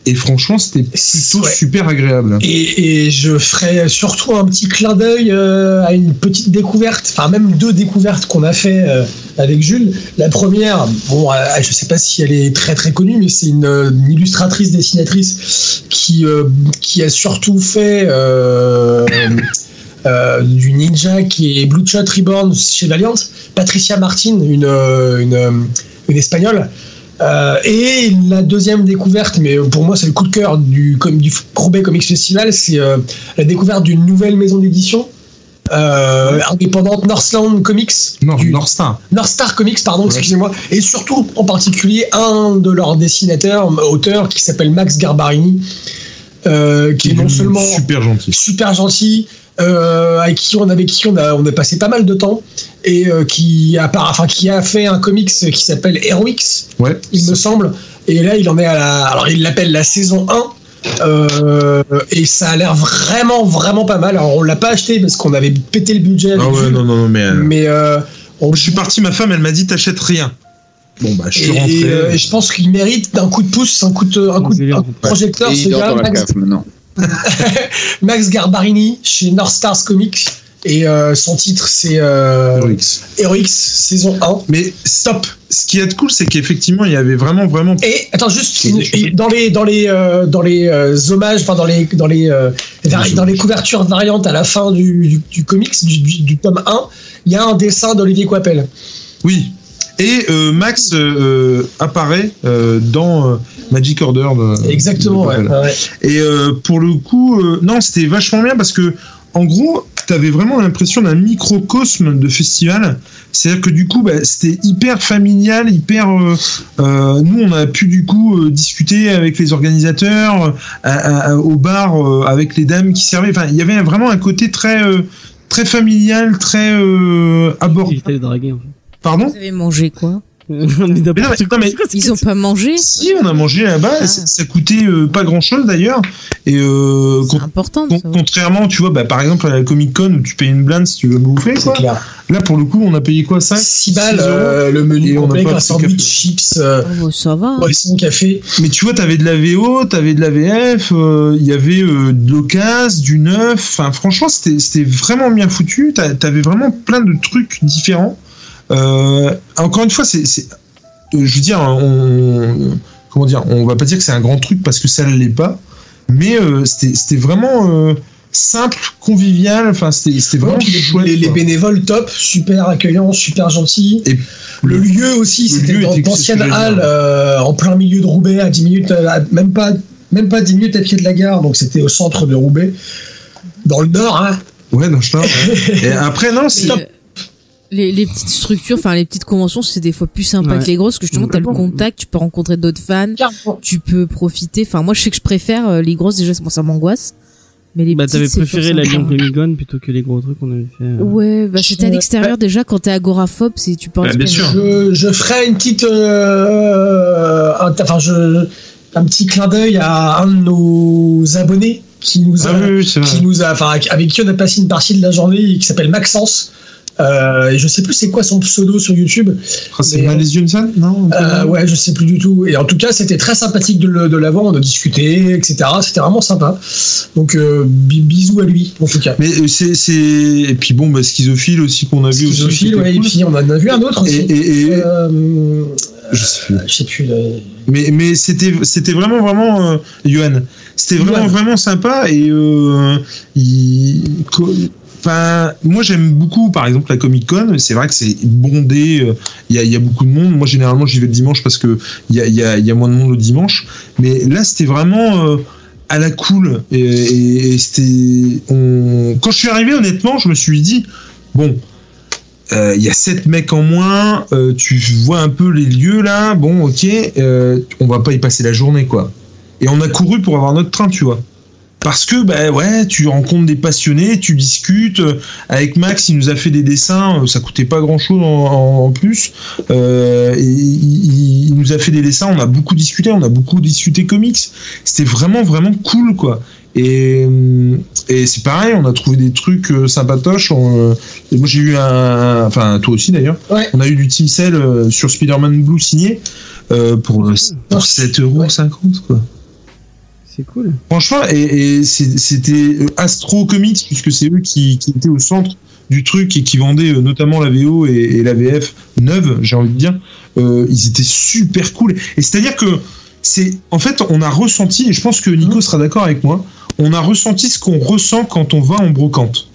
Speaker 4: Et franchement, c'était plutôt
Speaker 3: Ouais.
Speaker 4: super agréable.
Speaker 3: Et, et je ferai surtout un petit clin d'œil euh, à une petite découverte, enfin même deux découvertes qu'on a fait euh, avec Jules. La première, bon, euh, je sais pas si elle est très très connue, mais c'est une, euh, une illustratrice dessinatrice qui euh, qui a surtout fait euh, euh, du ninja qui est Bloodshot Reborn chez Valiant. Patricia Martin, une euh, une, euh, une espagnole. Euh, et la deuxième découverte, mais pour moi c'est le coup de cœur du, com- du Roubaix Comics Festival, c'est euh, la découverte d'une nouvelle maison d'édition euh, indépendante Northland Comics,
Speaker 4: Non,
Speaker 3: du-
Speaker 4: North Star.
Speaker 3: North Star Comics, pardon,
Speaker 4: Ouais.
Speaker 3: excusez-moi, et surtout en particulier un de leurs dessinateurs, euh, auteurs, qui s'appelle Max Garbarini, euh, qui est non seulement
Speaker 4: super gentil.
Speaker 3: super gentil, euh, avec qui on, avec qui on a, on a passé pas mal de temps, et euh, qui, a, par- enfin, qui a fait un comics qui s'appelle Heroics
Speaker 4: Ouais.
Speaker 3: il me semble. Et là, il en est à la. Alors, il l'appelle la saison 1. euh, et ça a l'air vraiment, vraiment pas mal. Alors, on l'a pas acheté parce qu'on avait pété le budget. avec
Speaker 4: Ah ouais,
Speaker 3: Jules,
Speaker 4: non, non, non, mais. euh,
Speaker 3: Mais euh, on-
Speaker 4: Je suis parti, ma femme, elle m'a dit t'achètes rien. Bon, bah, je suis
Speaker 3: et,
Speaker 4: rentré.
Speaker 3: euh, et je pense qu'il mérite d'un coup de pouce, un coup de, un coup de, un coup de projecteur.
Speaker 5: Et
Speaker 3: Ce
Speaker 5: il dort
Speaker 3: gars,
Speaker 5: dans la
Speaker 3: Max,
Speaker 5: cave maintenant.
Speaker 3: Max Garbarini chez North Stars Comics. Et euh, son titre, c'est euh,
Speaker 4: Heroics.
Speaker 3: Heroics saison 1.
Speaker 4: Mais stop Ce qui est cool, c'est qu'effectivement, il y avait vraiment, vraiment.
Speaker 3: Et attends juste
Speaker 4: C'est
Speaker 3: une-
Speaker 4: des
Speaker 3: une- dans les dans les euh, dans les euh, hommages, enfin dans les dans les euh, vari-
Speaker 4: Des
Speaker 3: dans les couvertures variantes à la fin du, du, du comics du, du- du tome 1, il y a un dessin d'Olivier Coipel.
Speaker 4: Oui. Et euh, Max euh, euh, apparaît euh, dans euh, Magic Order. de-
Speaker 3: Exactement.
Speaker 4: de
Speaker 3: Ouais,
Speaker 4: Marvel.
Speaker 3: ouais.
Speaker 4: Et euh, pour le coup, euh, non, c'était vachement bien parce que, en gros, t'avais vraiment l'impression d'un microcosme de festival. C'est-à-dire que du coup, bah, c'était hyper familial, hyper. euh, euh, nous, on a pu du coup euh, discuter avec les organisateurs, euh, à- à- à- au bar, euh, avec les dames qui servaient. Enfin, il y avait vraiment un côté très. euh, Très familial, très euh, abordable.
Speaker 1: J'étais dragué. en fait.
Speaker 4: Pardon
Speaker 2: Vous avez mangé quoi
Speaker 1: Non, mais n'importe
Speaker 4: non,
Speaker 1: quoi.
Speaker 4: mais-
Speaker 1: C'est quoi, c'est-
Speaker 2: Ils ont pas mangé.
Speaker 4: Si, on a mangé là-bas,
Speaker 2: Ah.
Speaker 4: ça, ça coûtait euh, pas grand-chose d'ailleurs. Et euh,
Speaker 2: C'est
Speaker 4: con-
Speaker 2: important. de
Speaker 4: con-
Speaker 2: savoir.
Speaker 4: contrairement, tu vois, bah, par exemple à la Comic Con où tu payes une blinde si tu veux bouffer,
Speaker 3: C'est
Speaker 4: quoi.
Speaker 3: clair.
Speaker 4: Là, pour le coup, on a payé quoi 5
Speaker 3: 6 balles euh, le
Speaker 4: Et
Speaker 3: menu
Speaker 4: on a
Speaker 3: complet,
Speaker 4: pas
Speaker 3: avec un
Speaker 4: pris de
Speaker 3: sandwich,
Speaker 4: café.
Speaker 3: chips, euh,
Speaker 2: Oh, bah, ça va.
Speaker 3: boisson, café.
Speaker 4: Mais tu vois, t'avais de la VO, t'avais de la VF, euh, il y avait euh, de l'occasion, du neuf. Enfin, franchement, c'était c'était vraiment bien foutu. T'a- T'avais vraiment plein de trucs différents. Euh, encore une fois, c'est, c'est- euh, je veux dire, on, comment dire, on va pas dire que c'est un grand truc parce que ça l'est pas, mais euh, c'était c'était vraiment euh, simple, convivial. Enfin, c'était c'était vraiment
Speaker 3: Vraiment, les-
Speaker 4: chouette.
Speaker 3: les, les
Speaker 4: quoi.
Speaker 3: bénévoles top, super accueillants, super gentils.
Speaker 4: Et
Speaker 3: le
Speaker 4: le-
Speaker 3: lieu aussi,
Speaker 4: le
Speaker 3: c'était
Speaker 4: lieu
Speaker 3: dans
Speaker 4: était
Speaker 3: d'anciennes
Speaker 4: exceptionnel. hein.
Speaker 3: halles euh, en plein milieu de Roubaix, à 10 minutes, euh, à- même pas même pas 10 minutes à pied de la gare, donc c'était au centre de Roubaix, dans le nord. Hein.
Speaker 4: Ouais, non, je t'en- ouais. Et après, non, c'est
Speaker 2: Mais, euh, Les, les petites structures, enfin les petites conventions, c'est des fois plus sympa
Speaker 1: Ouais.
Speaker 2: que les grosses, parce que justement t'as le
Speaker 4: Complètement.
Speaker 2: contact, tu peux rencontrer d'autres fans, tu peux profiter. Enfin moi je sais que je préfère euh, les grosses déjà, c'est pour ça m'angoisse. Mais les
Speaker 1: Bah,
Speaker 2: petites,
Speaker 1: t'avais
Speaker 2: c'est toujours
Speaker 1: préféré la
Speaker 2: sympa.
Speaker 1: Lyon Comic Con plutôt que les gros trucs qu'on avait fait. euh.
Speaker 2: Ouais, bah c'était à l'extérieur déjà quand t'es agoraphobe, c'est tu peux.
Speaker 4: Bah, bien
Speaker 2: respirer.
Speaker 4: sûr.
Speaker 3: Je, je ferai une petite, euh, un, enfin, je, un petit clin d'œil à un de nos abonnés qui nous a,
Speaker 4: Ah oui, oui, c'est vrai.
Speaker 3: qui nous a, enfin, avec qui on a passé une partie de la journée, et qui s'appelle Maxence. Euh, et je sais plus c'est quoi son pseudo sur YouTube.
Speaker 4: Ah, c'est
Speaker 3: mais-
Speaker 4: Malice Johnson, non
Speaker 3: Euh, ouais, je sais plus du tout. Et en tout cas, c'était très sympathique de, le- de l'avoir. On a discuté, etc. C'était vraiment sympa. Donc, euh, bi- bisous à lui, en tout cas.
Speaker 4: Mais euh, c'est c'est et puis bon bah schizophile aussi qu'on a vu aussi.
Speaker 3: Schizophile,
Speaker 4: c'était
Speaker 3: ouais, et
Speaker 4: cool.
Speaker 3: puis on en a vu un autre
Speaker 4: Et-
Speaker 3: aussi.
Speaker 4: et- et-
Speaker 3: Euh,
Speaker 4: je sais plus.
Speaker 3: je sais plus. euh, le-
Speaker 4: Mais mais c'était c'était vraiment vraiment euh, Johan. C'était vraiment
Speaker 3: Johan.
Speaker 4: vraiment sympa et euh, il co- Enfin, moi j'aime beaucoup par exemple la Comic Con, c'est vrai que c'est bondé, euh, il y, a, il y a beaucoup de monde, moi généralement j'y vais le dimanche parce que il y a, il y a- il y a moins de monde le dimanche, mais là c'était vraiment euh, à la cool et, et- et c'était... on- Quand je suis arrivé honnêtement je me suis dit, bon, euh, il y a sept mecs en moins, euh, tu vois un peu les lieux là, bon ok, euh, on va pas y passer la journée quoi. Et on a couru pour avoir notre train, tu vois. Parce que bah ouais, tu rencontres des passionnés, tu discutes. euh, Avec Max, il nous a fait des dessins, euh, ça coûtait pas grand chose en, en- en plus. Euh, et il, il- il nous a fait des dessins, on a beaucoup discuté, on a beaucoup discuté comics. C'était vraiment vraiment cool quoi. Et, euh, et c'est pareil, on a trouvé des trucs euh, sympatoches. on, euh, moi j'ai eu un, enfin toi aussi d'ailleurs.
Speaker 3: Ouais.
Speaker 4: On a eu du Team Cell euh, sur Spider-Man Blue signé euh, pour, euh, pour 7,50€ quoi.
Speaker 1: C'est cool.
Speaker 4: Franchement, et, et c'est- c'était euh, Astro Comics, puisque c'est eux qui, qui étaient au centre du truc et qui vendaient euh, notamment la VO et, et la VF neuve, j'ai envie de dire. Euh, ils étaient super cool. Et c'est-à-dire que, c'est en fait, on a ressenti, et je pense que Nico sera d'accord avec moi, on a ressenti ce qu'on ressent quand on va en brocante.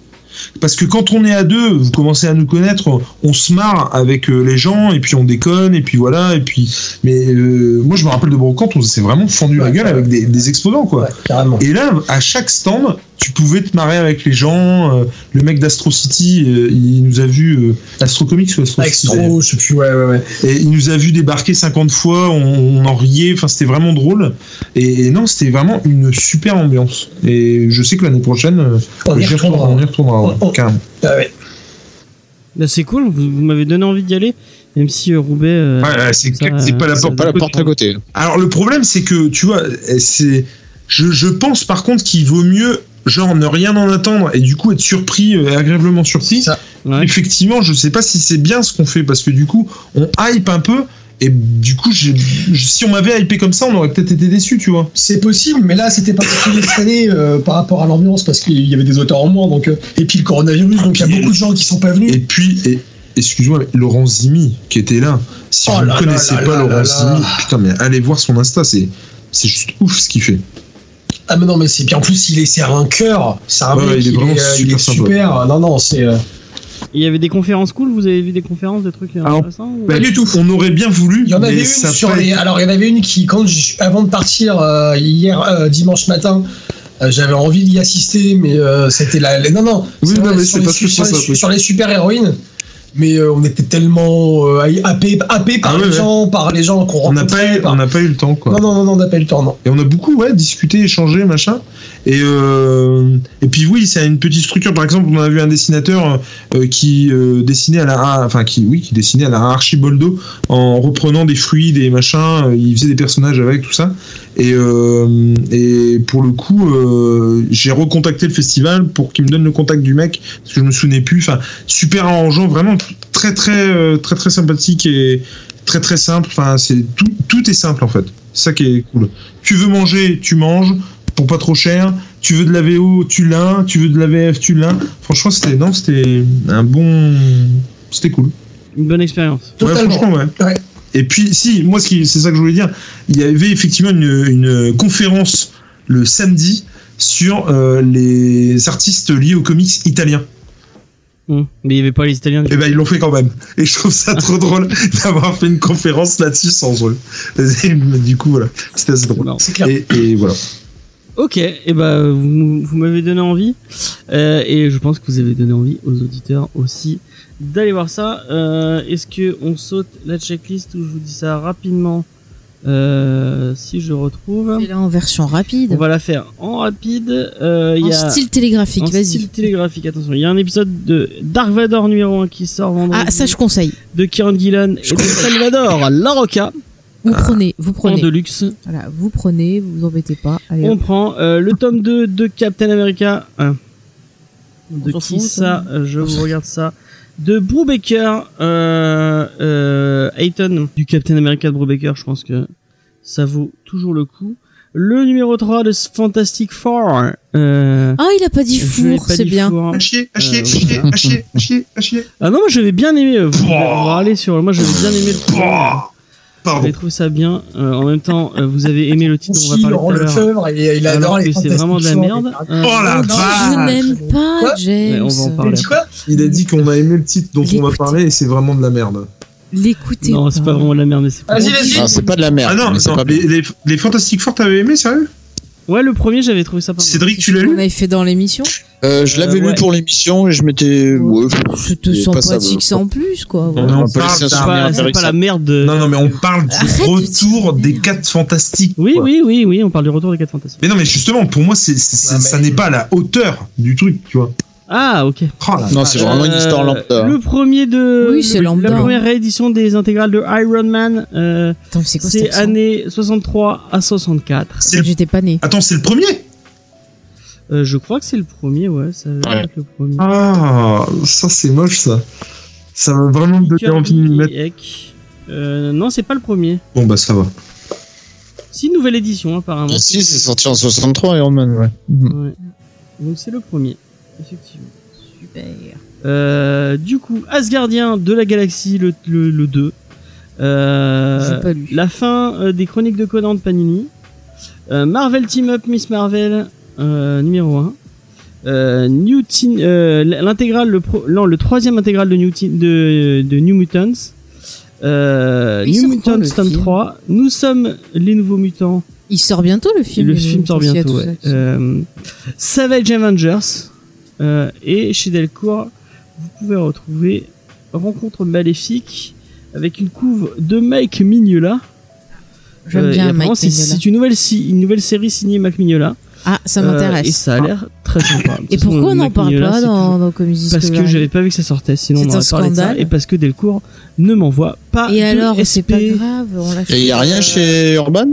Speaker 4: Parce que quand on est à deux, vous commencez à nous connaître, on, on se marre avec euh, les gens, et puis on déconne, et puis voilà, et puis. Mais euh, moi, je me rappelle de brocante, on s'est vraiment fendu la
Speaker 3: Ouais,
Speaker 4: gueule
Speaker 3: ouais.
Speaker 4: avec des, des exposants, quoi.
Speaker 3: Ouais, carrément.
Speaker 4: Et là, à chaque stand, tu pouvais te marrer avec les gens. Euh, le mec d'Astro City, euh, il nous a vu euh, Astro Comics ou Astro City, d'ailleurs.
Speaker 3: Extro, je sais plus. Ouais, ouais, ouais.
Speaker 4: Et il nous a vu débarquer 50 fois. On, on en riait. Enfin, c'était vraiment drôle. Et, et non, c'était vraiment une super ambiance. Et je sais que l'année prochaine, euh,
Speaker 3: On y
Speaker 4: j'y retournerai, on
Speaker 3: retournera.
Speaker 4: y retournera, ouais,
Speaker 3: On- on-
Speaker 4: carrément.
Speaker 3: Ah ouais.
Speaker 1: Bah, c'est cool. Vous, vous m'avez donné envie d'y aller, même si euh, Roubaix. euh,
Speaker 4: Ouais, ouais, c'est
Speaker 1: ça,
Speaker 4: clair que c'est pas la
Speaker 1: ça
Speaker 4: porte.
Speaker 1: donne
Speaker 6: Pas la porte à côté.
Speaker 4: Alors le problème c'est que tu vois, eh, c'est je, je pense par contre qu'il vaut mieux genre ne rien en attendre et du coup être surpris, euh, agréablement surpris.
Speaker 3: Ça.
Speaker 1: Ouais.
Speaker 4: Effectivement, je sais pas si c'est bien ce qu'on fait parce que du coup on hype un peu et du coup j'ai- je- si on m'avait hypé comme ça on aurait peut-être été déçu, tu vois.
Speaker 3: C'est possible, mais là c'était particulier cette année euh, par rapport à l'ambiance parce qu'il y avait des auteurs en moins, donc euh, et puis le coronavirus, donc il y a beaucoup de gens qui sont pas venus.
Speaker 4: Et puis et excuse-moi mais Laurent Zimi qui était là. Si
Speaker 3: Oh
Speaker 4: vous
Speaker 3: là
Speaker 4: ne
Speaker 3: là
Speaker 4: connaissez
Speaker 3: là
Speaker 4: pas
Speaker 3: là
Speaker 4: Laurent
Speaker 3: là là.
Speaker 4: Zimi, putain mais allez voir son Insta, c'est c'est juste ouf ce qu'il fait.
Speaker 3: Ah mais non mais c'est bien. En plus il est c'est un cœur, c'est un
Speaker 4: Ouais,
Speaker 3: mec,
Speaker 4: il est
Speaker 3: il,
Speaker 4: vraiment
Speaker 3: est, euh, il
Speaker 4: super
Speaker 3: est
Speaker 4: sympa.
Speaker 3: super. Non non c'est euh,
Speaker 1: Il y avait des conférences cool. Vous avez vu des conférences, des trucs euh, intéressants ou-
Speaker 4: Bah,
Speaker 3: du tout.
Speaker 4: On aurait bien voulu.
Speaker 3: Il y en
Speaker 4: mais
Speaker 3: avait une
Speaker 4: ça a
Speaker 3: sur
Speaker 4: pas
Speaker 3: les. Alors, il y en avait une qui, quand je- avant de partir euh, hier euh, dimanche matin, euh, j'avais envie d'y assister, mais euh, c'était la. la- Non, non.
Speaker 4: Oui,
Speaker 3: c'est
Speaker 4: non,
Speaker 3: vrai,
Speaker 4: mais
Speaker 3: sur
Speaker 4: c'est
Speaker 3: les
Speaker 4: parce que
Speaker 3: su-
Speaker 4: je pense
Speaker 3: sur
Speaker 4: à
Speaker 3: les,
Speaker 4: un truc.
Speaker 3: sur les super héroïnes. mais euh, on était tellement euh, happé, happé par
Speaker 4: Ah
Speaker 3: les
Speaker 4: ouais, ouais.
Speaker 3: gens, par les gens qu'on
Speaker 4: On n'a
Speaker 3: rencontrait,
Speaker 4: pas, eu-
Speaker 3: par-
Speaker 4: on n'a pas eu le temps, quoi.
Speaker 3: Non, non, non, non, on n'a pas eu le temps, non.
Speaker 4: Et on a beaucoup ouais, discuté, échangé, machin. Et, euh, et puis oui, c'est une petite structure. Par exemple, on a vu un dessinateur euh, qui euh, dessinait à la, ah, enfin qui oui, qui dessinait à la Archiboldo en reprenant des fruits, des machins. euh, Il faisait des personnages avec tout ça. Et, euh, et pour le coup, euh, j'ai recontacté le festival pour qu'il me donne le contact du mec parce que je me souvenais plus. Enfin, super arrangeant, vraiment très très euh, très très sympathique et très très simple. Enfin, c'est tout tout est simple en fait. C'est ça qui est cool. Tu veux manger, tu manges, pour pas trop cher. Tu veux de la VO, tu l'as. Tu veux de la VF, tu l'as. Franchement, c'était non, c'était un bon, c'était cool.
Speaker 1: Une bonne expérience.
Speaker 4: Ouais,
Speaker 3: Totalement.
Speaker 4: franchement, ouais.
Speaker 3: Ouais.
Speaker 4: Et puis, si, moi, ce qui- c'est ça que je voulais dire, il y avait effectivement une, une conférence le samedi sur euh, les artistes liés aux comics italiens.
Speaker 1: Hum. Mais il y avait pas les Italiens.
Speaker 4: Et ben, ils l'ont fait quand même. Et je trouve ça trop drôle d'avoir fait une conférence là-dessus sans eux. Et du coup, voilà, c'était assez drôle.
Speaker 1: Non.
Speaker 3: C'est clair.
Speaker 4: Et, et voilà.
Speaker 1: Ok, et bah vous, vous m'avez donné envie, euh, et je pense que vous avez donné envie aux auditeurs aussi d'aller voir ça. Euh, Est-ce que on saute la checklist ou je vous dis ça rapidement euh, si je retrouve
Speaker 2: Et là, en version
Speaker 1: On
Speaker 2: rapide.
Speaker 1: va la faire en rapide. Euh, il
Speaker 2: En
Speaker 1: y a
Speaker 2: style télégraphique,
Speaker 1: en
Speaker 2: vas-y.
Speaker 1: style télégraphique. Attention, il y a un épisode de Dark Vador numéro 1 qui sort vendredi
Speaker 2: Ah, ça, je conseille.
Speaker 1: de Kieran Gillan et de Salvador Larocca
Speaker 2: Vous
Speaker 1: Ah.
Speaker 2: prenez, vous
Speaker 1: en
Speaker 2: prenez.
Speaker 1: deluxe.
Speaker 2: Voilà, vous prenez, vous vous embêtez pas. Allez,
Speaker 1: On
Speaker 2: hop.
Speaker 1: prend euh, le tome 2 de Captain America 1. De
Speaker 2: s'en
Speaker 1: qui
Speaker 2: fout, hein.
Speaker 1: ça
Speaker 2: ça.
Speaker 1: Euh, Je vous regarde ça. De Brubaker, euh, euh, Hayton, du Captain America de Brubaker, je pense que ça vaut toujours le coup. Le numéro 3 de Fantastic Four. Euh,
Speaker 2: Ah, il a pas dit
Speaker 1: je l'ai
Speaker 2: four,
Speaker 1: pas
Speaker 2: c'est
Speaker 1: dit
Speaker 2: bien.
Speaker 1: four.
Speaker 4: À chier, à
Speaker 1: chier,
Speaker 4: chier,
Speaker 1: à chier,
Speaker 4: à chier, à chier, à chier, à chier.
Speaker 1: Ah non, moi j'avais bien aimé. euh, Vous
Speaker 4: Pouah.
Speaker 3: Oh.
Speaker 1: râler sur. Moi j'avais bien aimé le premier.
Speaker 4: Oh, Pardon.
Speaker 1: J'avais trouvé ça bien. Euh, en même temps, euh, vous avez aimé le titre, on
Speaker 3: Si,
Speaker 1: va
Speaker 3: Laurent
Speaker 1: parler tout à l'heure.
Speaker 3: Lefebvre, il, il adore
Speaker 1: Alors
Speaker 3: les
Speaker 1: que c'est vraiment de la
Speaker 3: Fantastic Four,
Speaker 1: merde.
Speaker 3: etc.
Speaker 1: Euh,
Speaker 4: Oh la
Speaker 2: Non, je
Speaker 4: vache
Speaker 2: n'aime
Speaker 3: Quoi
Speaker 2: pas
Speaker 1: Ouais,
Speaker 2: James.
Speaker 1: on va en
Speaker 3: Il
Speaker 1: parler.
Speaker 3: dit quoi
Speaker 4: Il a dit qu'on a aimé le titre dont on va
Speaker 2: L'écoute.
Speaker 4: parler et c'est vraiment de la merde.
Speaker 2: L'écoutez.
Speaker 1: Non, c'est pas vraiment de la merde, mais c'est pas.
Speaker 3: Vas-y, vas-y.
Speaker 2: Ah,
Speaker 6: Ah, c'est pas de la merde.
Speaker 4: Ah non,
Speaker 6: mais c'est
Speaker 4: attends,
Speaker 6: pas bien.
Speaker 4: les, les, les Fantastic Four, t'avais aimé, sérieux
Speaker 1: Ouais, le premier j'avais trouvé ça pas mal.
Speaker 4: Cédric, tu l'as
Speaker 2: On
Speaker 4: lu
Speaker 2: avait fait dans l'émission.
Speaker 6: Euh, je l'avais
Speaker 1: Euh, ouais.
Speaker 6: lu pour l'émission et je m'étais.
Speaker 2: Ouais.
Speaker 6: Ouais, pff,
Speaker 2: Je te
Speaker 6: Il est
Speaker 2: sens
Speaker 6: pas
Speaker 2: pas
Speaker 6: saveux.
Speaker 2: que ça en plus, quoi.
Speaker 4: Non,
Speaker 6: on
Speaker 4: mais
Speaker 6: va
Speaker 4: on
Speaker 6: pas laisser
Speaker 4: parle
Speaker 6: un
Speaker 4: d'un-
Speaker 1: C'est
Speaker 6: souvenir
Speaker 1: pas, c'est
Speaker 6: avec
Speaker 1: pas
Speaker 6: ça.
Speaker 1: la merde. de-
Speaker 4: Non, non, mais on parle du
Speaker 2: Arrête de dire
Speaker 4: retour des
Speaker 2: merde.
Speaker 4: 4 Fantastiques.
Speaker 1: Oui,
Speaker 4: quoi.
Speaker 1: oui, oui, oui, on parle du retour des 4 fantastiques.
Speaker 4: Mais non, mais justement, pour moi, c'est, c'est- c'est-
Speaker 3: Ah, mais-
Speaker 4: ça n'est pas à la hauteur du truc, tu vois.
Speaker 1: Ah, ok.
Speaker 4: Oh la
Speaker 6: Non,
Speaker 4: vache.
Speaker 6: c'est vraiment une
Speaker 1: Euh,
Speaker 6: histoire lambda.
Speaker 1: Le premier de.
Speaker 2: Oui, c'est
Speaker 1: le-
Speaker 2: lambda.
Speaker 1: La première réédition des intégrales de Iron Man, euh,
Speaker 2: Attends, c'est quoi
Speaker 1: c'est
Speaker 2: cette
Speaker 1: années 63 à 64.
Speaker 4: C'est le-
Speaker 2: J'étais pas né.
Speaker 4: Attends, c'est le premier
Speaker 1: Euh, je crois que c'est le premier, ouais, ça va
Speaker 6: Ouais.
Speaker 1: être le premier.
Speaker 4: Ah, ça, c'est moche, ça. Ça m'a vraiment donné envie de m'y mettre.
Speaker 1: Kirby et Eck. Euh, non, c'est pas le premier.
Speaker 4: Bon, bah, ça va.
Speaker 1: C'est une nouvelle édition, apparemment.
Speaker 6: Si, c'est sorti en 63, Iron Man, ouais. Mhm.
Speaker 1: Ouais. Donc c'est le premier, effectivement.
Speaker 2: Super.
Speaker 1: Euh, du coup, Asgardien de la galaxie, le, le, le 2. Euh,
Speaker 2: J'ai pas lu.
Speaker 1: la fin euh, des chroniques de Conan de Panini. Euh, Marvel Team Up Miss Marvel euh, numéro 1. Euh, New Teen- euh, l'intégrale le pro- non, le troisième intégral de New Teen- de, de New Mutants euh,
Speaker 2: Il
Speaker 1: New
Speaker 2: sort
Speaker 1: Mutants
Speaker 2: quand, le
Speaker 1: tome
Speaker 2: film
Speaker 1: 3 nous sommes les nouveaux mutants
Speaker 2: Il sort bientôt le film.
Speaker 1: le
Speaker 2: les
Speaker 1: film
Speaker 2: gens,
Speaker 1: sort
Speaker 2: s'il y a
Speaker 1: bientôt.
Speaker 2: tout
Speaker 1: ouais.
Speaker 2: ça.
Speaker 1: Euh, Savage Avengers euh, et chez Delcourt, vous pouvez retrouver Rencontre maléfique avec une couve de Mike Mignola.
Speaker 2: J'aime
Speaker 1: Euh, et
Speaker 2: bien
Speaker 1: apparemment,
Speaker 2: Mike
Speaker 1: c'est-
Speaker 2: Mignola.
Speaker 1: C'est une nouvelle si- une nouvelle série signée Mike Mignola.
Speaker 2: Ah, ça
Speaker 1: Euh, et
Speaker 2: m'intéresse.
Speaker 1: ça a l'air très sympa. De toute
Speaker 2: Et
Speaker 1: façon,
Speaker 2: pourquoi on n'en
Speaker 1: Mike
Speaker 2: parle
Speaker 1: Mignola,
Speaker 2: pas
Speaker 1: c'est
Speaker 2: dans,
Speaker 1: toujours-
Speaker 2: dans Comedy
Speaker 1: parce que
Speaker 2: Discovery
Speaker 1: j'avais pas vu que ça sortait, sinon on
Speaker 2: C'est un
Speaker 1: aurait parlé de ça.
Speaker 2: scandale.
Speaker 1: Et parce que Delcourt ne m'envoie pas
Speaker 2: Et
Speaker 1: de
Speaker 2: alors, c'est
Speaker 1: SP.
Speaker 2: pas grave. On l'a
Speaker 6: Et il
Speaker 2: fait.
Speaker 6: y a rien chez Urban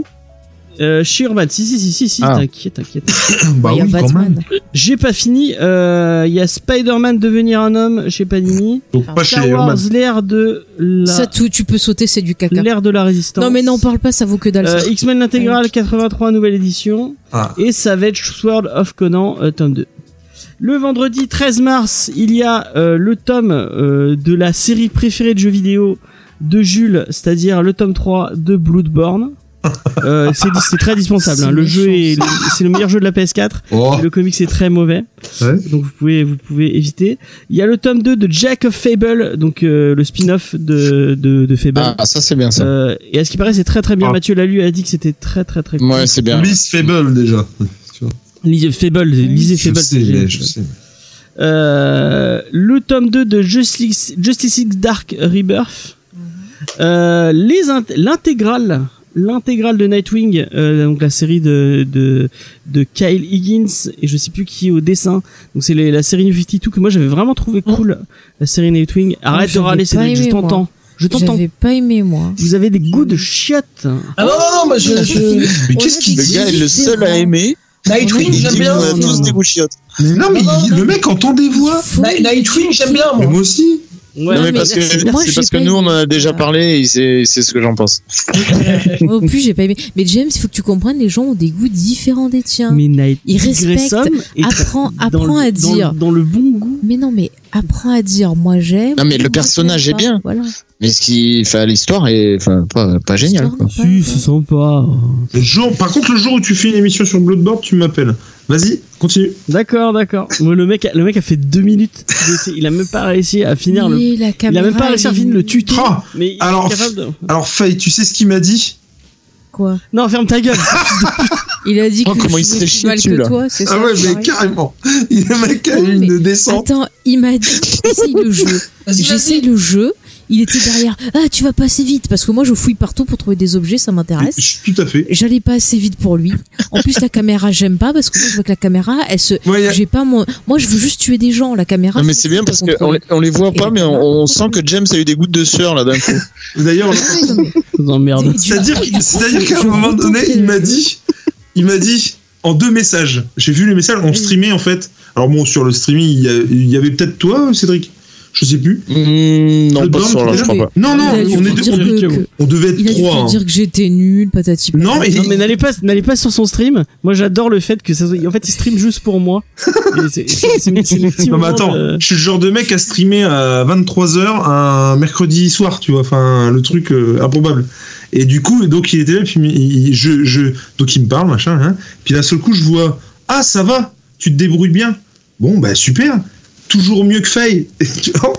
Speaker 1: Euh, chez Urban, si si si si, si
Speaker 6: Ah.
Speaker 1: t'inquiète t'inquiète.
Speaker 4: bah
Speaker 2: Il y a
Speaker 4: oui, quand même.
Speaker 2: Batman.
Speaker 1: J'ai pas fini. euh, Il y a Spider-Man devenir un homme chez Panini.
Speaker 4: Donc, pas chez
Speaker 1: Star Wars,
Speaker 4: Urban.
Speaker 1: l'ère de
Speaker 2: Ça,
Speaker 1: la
Speaker 2: tout, tu peux sauter, c'est du caca.
Speaker 1: l'ère de la résistance.
Speaker 2: hein. Non, mais n'en parle pas, ça vaut que dalle.
Speaker 1: Euh,
Speaker 2: ça.
Speaker 1: X-Men l'intégrale 83 nouvelle édition
Speaker 4: Ah.
Speaker 1: et Savage Sword of Conan euh, tome 2. Le vendredi 13 mars, il y a euh, le tome euh, de la série préférée de jeux vidéo de Jules, c'est-à-dire le tome 3 de Bloodborne. Euh, c'est c'est très dispensable. hein.
Speaker 2: C'est
Speaker 1: Le jeu est
Speaker 2: méchant,
Speaker 1: c'est le meilleur jeu de la PS4.
Speaker 4: Oh.
Speaker 1: Le comics est très mauvais.
Speaker 4: Ouais.
Speaker 1: Donc vous pouvez vous pouvez éviter. Il y a le tome 2 de Jack of Fable, donc euh, le spin-off de, de de Fable.
Speaker 6: Ah, ça, c'est bien ça.
Speaker 1: Ben Euh, et à ce qui paraît, c'est très très bien.
Speaker 4: Ah.
Speaker 1: Mathieu l'a lu, a dit que c'était très très très cool.
Speaker 6: Ouais, c'est Oh, bien.
Speaker 4: Miss Fable, déjà.
Speaker 1: Lisez Fable, lisez
Speaker 4: Je
Speaker 1: Fable.
Speaker 4: sais,
Speaker 1: c'est
Speaker 4: mais
Speaker 1: génial.
Speaker 4: je sais.
Speaker 1: Euh, le tome 2 de Justice, Justice League Dark Rebirth.
Speaker 2: Mhm.
Speaker 1: Euh, les int- l'intégrale l'intégrale de Nightwing euh, donc la série de, de de Kyle Higgins et je sais plus qui est au dessin donc c'est les- la série New 52 que moi j'avais vraiment trouvé cool la série Nightwing arrête de
Speaker 2: Mhm. j'avais
Speaker 1: râler
Speaker 2: pas
Speaker 1: Cédric je
Speaker 2: aimé, moi.
Speaker 1: t'entends je t'entends
Speaker 2: J'avais pas aimé, moi.
Speaker 1: vous avez des goûts de chiottes
Speaker 3: Ah non, non, non, moi je. je-
Speaker 6: Mais
Speaker 2: qu'est-ce qu'il
Speaker 6: Le
Speaker 2: dit
Speaker 6: gars est le seul à
Speaker 2: Zéro.
Speaker 6: aimer.
Speaker 3: Nightwing,
Speaker 6: Il
Speaker 3: j'aime
Speaker 6: dit
Speaker 3: bien.
Speaker 6: qu'on a
Speaker 2: Zéro.
Speaker 6: tous des bouchiottes.
Speaker 4: Mais non, mais
Speaker 3: Non,
Speaker 4: il-
Speaker 3: non,
Speaker 4: le mec entend des
Speaker 1: Bah,
Speaker 4: voix.
Speaker 2: Fou,
Speaker 3: Ni- Nightwing, j'aime bien,
Speaker 4: Mais
Speaker 3: moi.
Speaker 4: moi aussi.
Speaker 1: ouais
Speaker 2: Non,
Speaker 6: non, mais
Speaker 2: mais
Speaker 6: parce que,
Speaker 2: c'est- moi,
Speaker 6: c'est
Speaker 2: j'ai
Speaker 6: parce que
Speaker 2: pas
Speaker 6: nous, on en a
Speaker 2: aimé.
Speaker 6: déjà parlé et c'est c'est ce que j'en pense.
Speaker 2: Moi, au plus, j'ai pas aimé. Mais James, il faut que tu comprennes, les gens ont des goûts différents des tiens.
Speaker 1: mais Night
Speaker 2: Il respecte,
Speaker 1: Grissom est dans
Speaker 2: apprends-
Speaker 1: le-
Speaker 2: apprends à
Speaker 1: dans le-
Speaker 2: dire.
Speaker 1: dans le bon goût
Speaker 2: Mais non, mais apprends à dire moi j'aime.
Speaker 6: Non, mais le
Speaker 2: moi,
Speaker 6: personnage
Speaker 2: j'aime
Speaker 6: est
Speaker 2: pas.
Speaker 6: bien.
Speaker 2: Voilà.
Speaker 6: Mais ce qui, enfin, l'histoire est, enfin, pas, pas géniale. Quoi.
Speaker 2: L'histoire n'est
Speaker 1: si
Speaker 2: pas-
Speaker 1: c'est sympa
Speaker 4: Le jour, par contre, le jour où tu fais une émission sur Bloodborne, tu m'appelles. Vas-y, continue.
Speaker 1: D'accord, d'accord. Moi, le mec, a- le mec a fait deux minutes. d'essai. Il a même pas réussi à finir le.
Speaker 2: Mais la
Speaker 1: Il a
Speaker 2: caméra,
Speaker 1: même pas réussi à
Speaker 2: elle-
Speaker 1: finir le tuto.
Speaker 4: Ah,
Speaker 1: Mais il
Speaker 4: alors-
Speaker 1: est capable de.
Speaker 4: alors Faye, tu sais ce qu'il m'a dit
Speaker 2: Quoi
Speaker 1: Non, ferme ta gueule.
Speaker 2: Il a dit
Speaker 6: Oh,
Speaker 2: que
Speaker 6: comment
Speaker 2: je
Speaker 6: il s'est
Speaker 2: jouais plus
Speaker 6: chié
Speaker 2: mal
Speaker 6: dessus,
Speaker 2: que
Speaker 6: là.
Speaker 2: toi, c'est ça
Speaker 4: Ah ouais,
Speaker 2: c'est
Speaker 4: mais
Speaker 2: pareil.
Speaker 4: carrément. Il m'a
Speaker 2: Non,
Speaker 4: carrément
Speaker 2: mais-
Speaker 4: une descente.
Speaker 2: Attends, il m'a dit essaye le jeu.
Speaker 3: Vas-y,
Speaker 2: J'essaye le jeu. Il était derrière. Ah, tu vas pas assez vite parce que moi je fouille partout pour trouver des objets, ça m'intéresse.
Speaker 4: Je- Tout à fait.
Speaker 2: J'allais pas assez vite pour lui. En plus la caméra, j'aime pas parce que moi je vois que la caméra, elle se
Speaker 4: Ouais, y a-
Speaker 2: j'ai pas mon moi je veux juste tuer des gens, la caméra.
Speaker 6: Non, mais
Speaker 2: je
Speaker 6: c'est
Speaker 2: m'en
Speaker 6: bien
Speaker 2: fous
Speaker 6: parce
Speaker 2: de
Speaker 6: qu'on
Speaker 2: contrôler.
Speaker 6: les, on les voit pas, mais on, on sent que James a eu des gouttes de sueur là d'un coup.
Speaker 4: D'ailleurs,
Speaker 2: Ah, non, mais-
Speaker 1: Non, merde.
Speaker 2: du-
Speaker 4: c'est-à-dire
Speaker 2: du coup,
Speaker 4: c'est-à-dire qu'à
Speaker 2: je
Speaker 4: un moment
Speaker 2: retente
Speaker 4: donné,
Speaker 2: le-
Speaker 4: il m'a dit, il m'a dit en deux messages. J'ai vu les messages, on streamait en fait. Alors bon, sur le streaming, il y a- il y avait peut-être toi, Cédric. Je sais plus.
Speaker 6: Mmh, non,
Speaker 4: Le
Speaker 6: pas
Speaker 4: Blanc,
Speaker 6: ce soir-là,
Speaker 4: tu
Speaker 6: je
Speaker 4: l'as
Speaker 6: crois
Speaker 2: vu
Speaker 6: pas.
Speaker 4: Non, non,
Speaker 2: Il a dû
Speaker 4: on,
Speaker 2: te
Speaker 4: est deux-
Speaker 2: dire
Speaker 4: on-
Speaker 2: que- que-
Speaker 4: on devait être
Speaker 2: Il a dû
Speaker 4: trois.
Speaker 2: te
Speaker 4: hein.
Speaker 2: dire que j'étais nul, patati. patata.
Speaker 4: Non, mais,
Speaker 1: Non, mais n'allez pas, n'allez pas sur son stream. Moi, j'adore le fait que ça. soit- En fait, il stream juste pour moi. Et c'est- c'est- c'est- c'est le petit
Speaker 4: Non, mais
Speaker 1: moment
Speaker 4: attends,
Speaker 1: de-
Speaker 4: je suis le genre de mec à streamer à 23h un mercredi soir, tu vois, enfin le truc euh, improbable. Et du coup, donc il était là, puis il- il- je, je, donc il me parle, machin, hein. puis d'un seul coup je vois, ah ça va, tu te débrouilles bien. Bon, bah super, toujours mieux que Faye.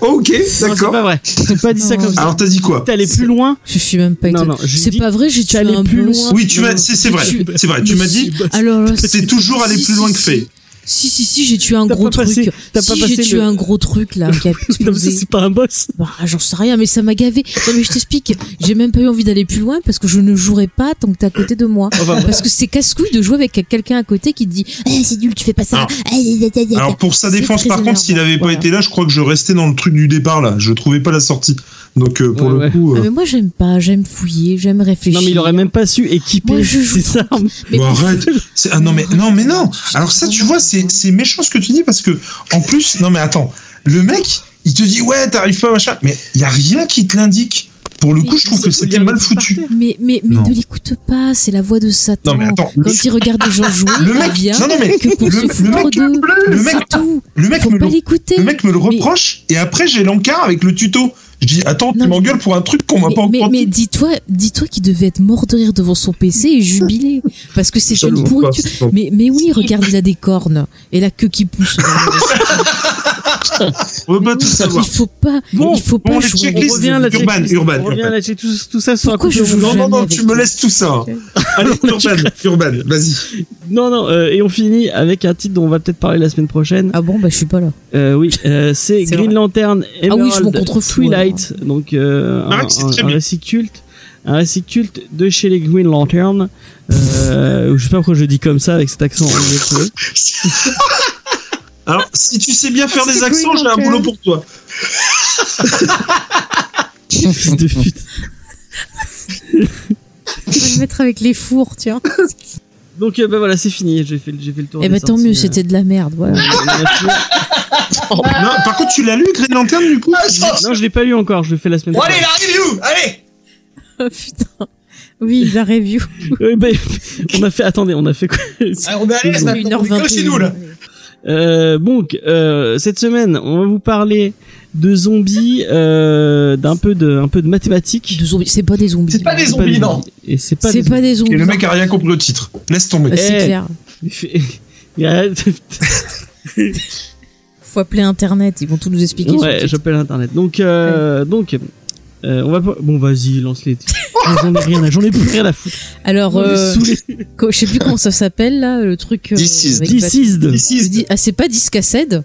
Speaker 4: Oh, ok,
Speaker 1: Non, c'est pas
Speaker 4: d'accord.
Speaker 1: vrai. J'ai pas dit ça comme ça.
Speaker 4: Alors t'as dit quoi
Speaker 1: T'es allé plus loin.
Speaker 2: Je suis même pas
Speaker 1: Non,
Speaker 2: étonnée.
Speaker 1: non, je
Speaker 2: C'est
Speaker 1: dis-
Speaker 2: pas vrai, j'ai tué
Speaker 1: allé
Speaker 2: un
Speaker 1: plus
Speaker 2: boss.
Speaker 1: loin.
Speaker 4: Oui, tu m'as, c'est c'est vrai,
Speaker 2: Tu-
Speaker 4: c'est vrai, tu m'as dit,
Speaker 2: Alors là,
Speaker 4: t'es
Speaker 2: c'est-
Speaker 4: toujours allé
Speaker 2: si,
Speaker 4: plus
Speaker 2: si,
Speaker 4: loin que
Speaker 2: si.
Speaker 4: Faye.
Speaker 2: bah, Si si si, j'ai tué un
Speaker 1: T'as
Speaker 2: gros
Speaker 1: pas passé-
Speaker 2: truc.
Speaker 1: t'as
Speaker 2: si
Speaker 1: pas
Speaker 2: j'ai
Speaker 1: passé
Speaker 2: tué
Speaker 1: le-
Speaker 2: un gros truc là qui a
Speaker 1: Non, mais ça,
Speaker 2: explosé.
Speaker 1: c'est pas un boss.
Speaker 2: Bah, j'en sais rien, mais ça m'a gavé. Non mais je t'explique, j'ai même pas eu envie d'aller plus loin parce que je ne jouerai pas tant que t'es à côté de
Speaker 4: Oh,
Speaker 2: moi.
Speaker 4: bah,
Speaker 1: Enfin,
Speaker 2: Parce que c'est casse-couille de jouer avec quelqu'un à côté qui te dit eh, c'est nul, tu fais pas ça.
Speaker 4: Alors-
Speaker 2: Eh, eh, eh, eh, eh.
Speaker 4: Ah. Alors pour sa
Speaker 2: C'est
Speaker 4: défense,
Speaker 2: très
Speaker 4: par contre, s'il
Speaker 2: énervant,
Speaker 4: n'avait
Speaker 2: voilà.
Speaker 4: pas été là, je crois que je restais dans le truc du départ là. Je trouvais pas la sortie. Donc euh, pour
Speaker 1: Ouais,
Speaker 4: le
Speaker 1: ouais.
Speaker 4: coup,
Speaker 2: Ah,
Speaker 4: euh,
Speaker 2: mais moi j'aime pas, j'aime fouiller, j'aime réfléchir.
Speaker 1: Non, mais il aurait même pas su
Speaker 2: Moi,
Speaker 1: équiper
Speaker 2: je joue
Speaker 1: ses armes.
Speaker 2: Mais-
Speaker 4: bon, arrête. C'est- Ah non mais non mais non. Alors ça, tu vois, c'est
Speaker 2: Moi,
Speaker 4: c'est méchant ce que tu dis parce que en plus, non mais attends, le mec, il te dit ouais, t'arrives pas machin, mais il y a rien qui te l'indique. Pour le coup, je trouve que c'était mal foutu.
Speaker 2: Mais, mais, mais
Speaker 4: Non.
Speaker 2: ne l'écoute pas, c'est la voix de Satan.
Speaker 4: Non mais attends, le,
Speaker 2: Quand il regarde les gens jouer,
Speaker 4: le
Speaker 2: il
Speaker 4: mec,
Speaker 2: vient
Speaker 4: non non mais
Speaker 2: que pour
Speaker 4: le-
Speaker 2: se
Speaker 4: le
Speaker 2: foutre
Speaker 4: mec-
Speaker 2: d'eux.
Speaker 4: le mec-
Speaker 2: C'est tout.
Speaker 4: le mec
Speaker 2: Faut
Speaker 4: me
Speaker 2: pas
Speaker 4: le,
Speaker 2: l'écouter.
Speaker 4: le mec me le reproche et après j'ai l'encart avec le tuto. Je dis attends,
Speaker 2: Non,
Speaker 4: tu
Speaker 2: mais-
Speaker 4: m'engueules pour un truc qu'on m'a
Speaker 2: Mais,
Speaker 4: pas
Speaker 2: mais-
Speaker 4: entendu.
Speaker 2: mais dis-toi, dis-toi qu'il devait être mort de rire devant son PC et jubilé. Parce que c'est une
Speaker 4: Absolument pas,
Speaker 2: pourriture.
Speaker 4: c'est-
Speaker 2: Mais, mais oui, regarde, il a des cornes et la queue qui pousse.
Speaker 4: On veut pas tout savoir.
Speaker 2: il faut pas,
Speaker 1: Bon,
Speaker 2: il faut pas
Speaker 4: bon, les
Speaker 2: jouer.
Speaker 1: On
Speaker 4: checklists.
Speaker 1: revient à la
Speaker 4: Urban,
Speaker 1: checklist.
Speaker 4: Urban,
Speaker 1: On revient à
Speaker 4: Urban.
Speaker 1: la checklist. Tout ça sur un
Speaker 2: Pourquoi
Speaker 1: couteau
Speaker 2: je joue
Speaker 1: roulant.
Speaker 4: Non, non, non, tu
Speaker 2: avec
Speaker 4: me
Speaker 2: lui.
Speaker 4: laisses tout ça.
Speaker 2: Ok.
Speaker 4: Allez, Urban, Urban, vas-y.
Speaker 1: Non, non, euh, et on finit avec un titre dont on va peut-être parler la semaine prochaine.
Speaker 2: Ah bon, bah je suis pas là.
Speaker 1: Euh, oui, euh, c'est
Speaker 2: C'est
Speaker 1: Green
Speaker 2: vrai.
Speaker 1: Lantern,
Speaker 2: Ah oui, je m'en
Speaker 1: Emerald,
Speaker 2: contrefous,
Speaker 1: Twilight, donc euh, un,
Speaker 4: Paraît que Ah, c'est
Speaker 1: un-
Speaker 4: très
Speaker 1: un
Speaker 4: bien.
Speaker 1: récit culte, un récit culte de chez les Green Lantern. Euh, je sais pas pourquoi je dis comme ça avec cet accent. anglais, tu vois.
Speaker 4: Alors, si tu sais bien faire des
Speaker 2: C'est
Speaker 4: accents,
Speaker 2: cool,
Speaker 4: j'ai un
Speaker 2: Urban.
Speaker 4: boulot pour toi.
Speaker 1: Fils de pute.
Speaker 2: On va le mettre avec les fours, tiens.
Speaker 1: Donc euh, bah voilà, c'est fini. J'ai fait, j'ai fait le tour.
Speaker 2: Eh
Speaker 1: des
Speaker 2: bah tant
Speaker 1: sorties,
Speaker 2: mieux,
Speaker 1: euh,
Speaker 2: c'était de la merde,
Speaker 1: euh,
Speaker 2: voilà.
Speaker 4: Non, par contre, tu l'as lu, Green Lantern, du coup
Speaker 3: Ah, ça-
Speaker 1: non, je l'ai pas lu encore. Je le fais la semaine
Speaker 3: Bon, allez,
Speaker 1: prochaine.
Speaker 3: la review, allez
Speaker 2: Oh, putain. Oui, la review.
Speaker 1: Euh, bah, on a fait. Attendez, on a fait quoi
Speaker 3: Ah, On est à l'aise, là, on est collés chez nous, là.
Speaker 1: Euh, donc euh, cette semaine, on va vous parler de zombies, euh, d'un peu de, un peu de mathématiques.
Speaker 2: De zombies, c'est pas des zombies.
Speaker 3: C'est pas des zombies, non.
Speaker 1: Et c'est pas.
Speaker 2: C'est
Speaker 1: des
Speaker 2: pas des
Speaker 4: Et
Speaker 2: zombies.
Speaker 4: le mec a rien compris au titre. Laisse tomber.
Speaker 2: Euh, C'est
Speaker 1: Eh.
Speaker 2: clair.
Speaker 1: zombies. Il y a-
Speaker 2: Faut appeler internet, ils vont tout nous expliquer. sur le
Speaker 1: ouais,
Speaker 2: site.
Speaker 1: j'appelle internet. Donc, euh, donc, euh, on va. pas- Bon, vas-y, lance les. titres. Ah, J'en ai rien, à- j'en ai plus rien à foutre.
Speaker 2: Alors,
Speaker 1: J'en ai
Speaker 2: euh,
Speaker 1: saoulé.
Speaker 2: co- je sais plus comment ça s'appelle là, le truc. euh,
Speaker 5: This is-
Speaker 2: avec Bat-
Speaker 1: This is the-
Speaker 2: Je dis, ah, c'est pas disque à cède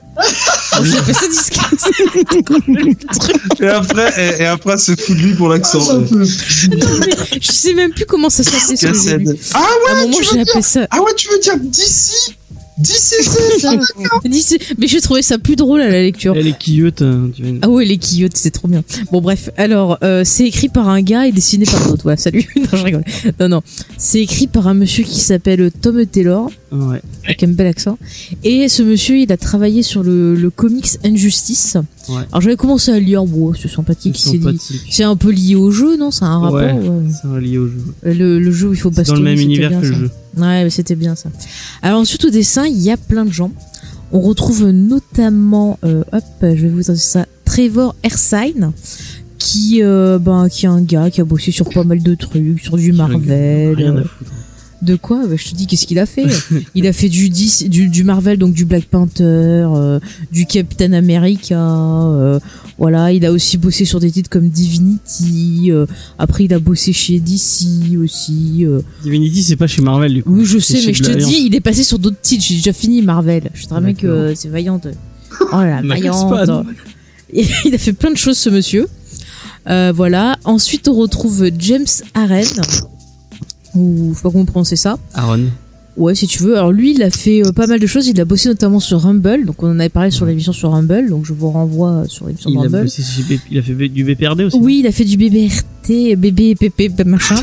Speaker 2: J'ai pas ça disque à cède. Le truc.
Speaker 4: Et après, et, et après, se fout de lui pour
Speaker 3: Ah,
Speaker 4: l'accent.
Speaker 3: j'en peux plus.
Speaker 2: Non, mais je sais même plus comment ça s'appelait. ce que j'ai lu.
Speaker 4: Ah
Speaker 2: À un moment,
Speaker 4: tu
Speaker 2: j'ai
Speaker 4: veux
Speaker 2: appelé ça.
Speaker 4: Ah ouais, tu veux dire d'ici D'ici, c'est ça.
Speaker 2: Dis- Mais j'ai trouvé ça plus drôle à la lecture.
Speaker 1: Elle est quillotte. hein, tu vois.
Speaker 2: Ah ouais, les quillotes, c'est trop bien. Bon, bref, alors, euh, c'est écrit par un gars et dessiné par un autre. Voilà, salut. non, je rigole. Non, non. C'est écrit par un monsieur qui s'appelle Tom Taylor,
Speaker 1: Ouais.
Speaker 2: avec un bel accent. Et ce monsieur, il a travaillé sur le, le comics Injustice.
Speaker 1: Ouais.
Speaker 2: Alors, j'avais commencé à lire, bon, c'est sympathique.
Speaker 1: C'est
Speaker 2: C'est lié-
Speaker 1: sympathique.
Speaker 2: c'est un peu lié au jeu, non C'est un rapport.
Speaker 1: Ouais.
Speaker 2: ouais.
Speaker 1: C'est relié au jeu.
Speaker 2: Le, le jeu où il faut
Speaker 1: C'est dans
Speaker 2: bastonner.
Speaker 1: le même
Speaker 2: c'était
Speaker 1: univers
Speaker 2: bien,
Speaker 1: que
Speaker 2: ça.
Speaker 1: le jeu.
Speaker 2: Ouais, mais c'était bien ça. Alors ensuite au dessin, il y a plein de gens. On retrouve notamment, euh, hop, je vais vous dire ça, Trevor Ersine, qui, euh, ben, qui est un gars qui a bossé sur pas mal de trucs, sur du Marvel.
Speaker 1: Rien à
Speaker 2: euh,
Speaker 1: foutre.
Speaker 2: De quoi Ben, Je te dis, qu'est-ce qu'il a fait Il a fait du, 10 du, du Marvel, donc du Black Panther, euh, du Captain America. euh, voilà, il a aussi bossé sur des titres comme Divinity. euh, après, il a bossé chez DC aussi. euh,
Speaker 1: Divinity, c'est pas chez Marvel du coup.
Speaker 2: oui, je
Speaker 1: C'est
Speaker 2: sais,
Speaker 1: chez
Speaker 2: mais je te
Speaker 1: Valiant.
Speaker 2: dis, il est passé sur d'autres titres. J'ai déjà fini Marvel. Je te ramène que
Speaker 1: D'accord.
Speaker 2: euh, c'est vaillante. Oh la
Speaker 1: Max
Speaker 2: vaillante.
Speaker 1: Payne.
Speaker 2: Et Il a fait plein de choses, ce monsieur. Euh, voilà. Ensuite, on retrouve James Aren. Ou faut pas comment prononcer ça.
Speaker 1: Aaron.
Speaker 2: Ouais, si tu veux. Alors lui, il a fait euh, pas mal de choses. Il a bossé notamment sur Rumble. Donc on en avait parlé sur l'émission sur Rumble. Donc je vous renvoie euh, sur l'émission de
Speaker 1: Il a,
Speaker 2: Rumble.
Speaker 1: bossé chez B- il a fait B- du BPRD aussi.
Speaker 2: Oui, il a fait du BBRT, BBPP, machin.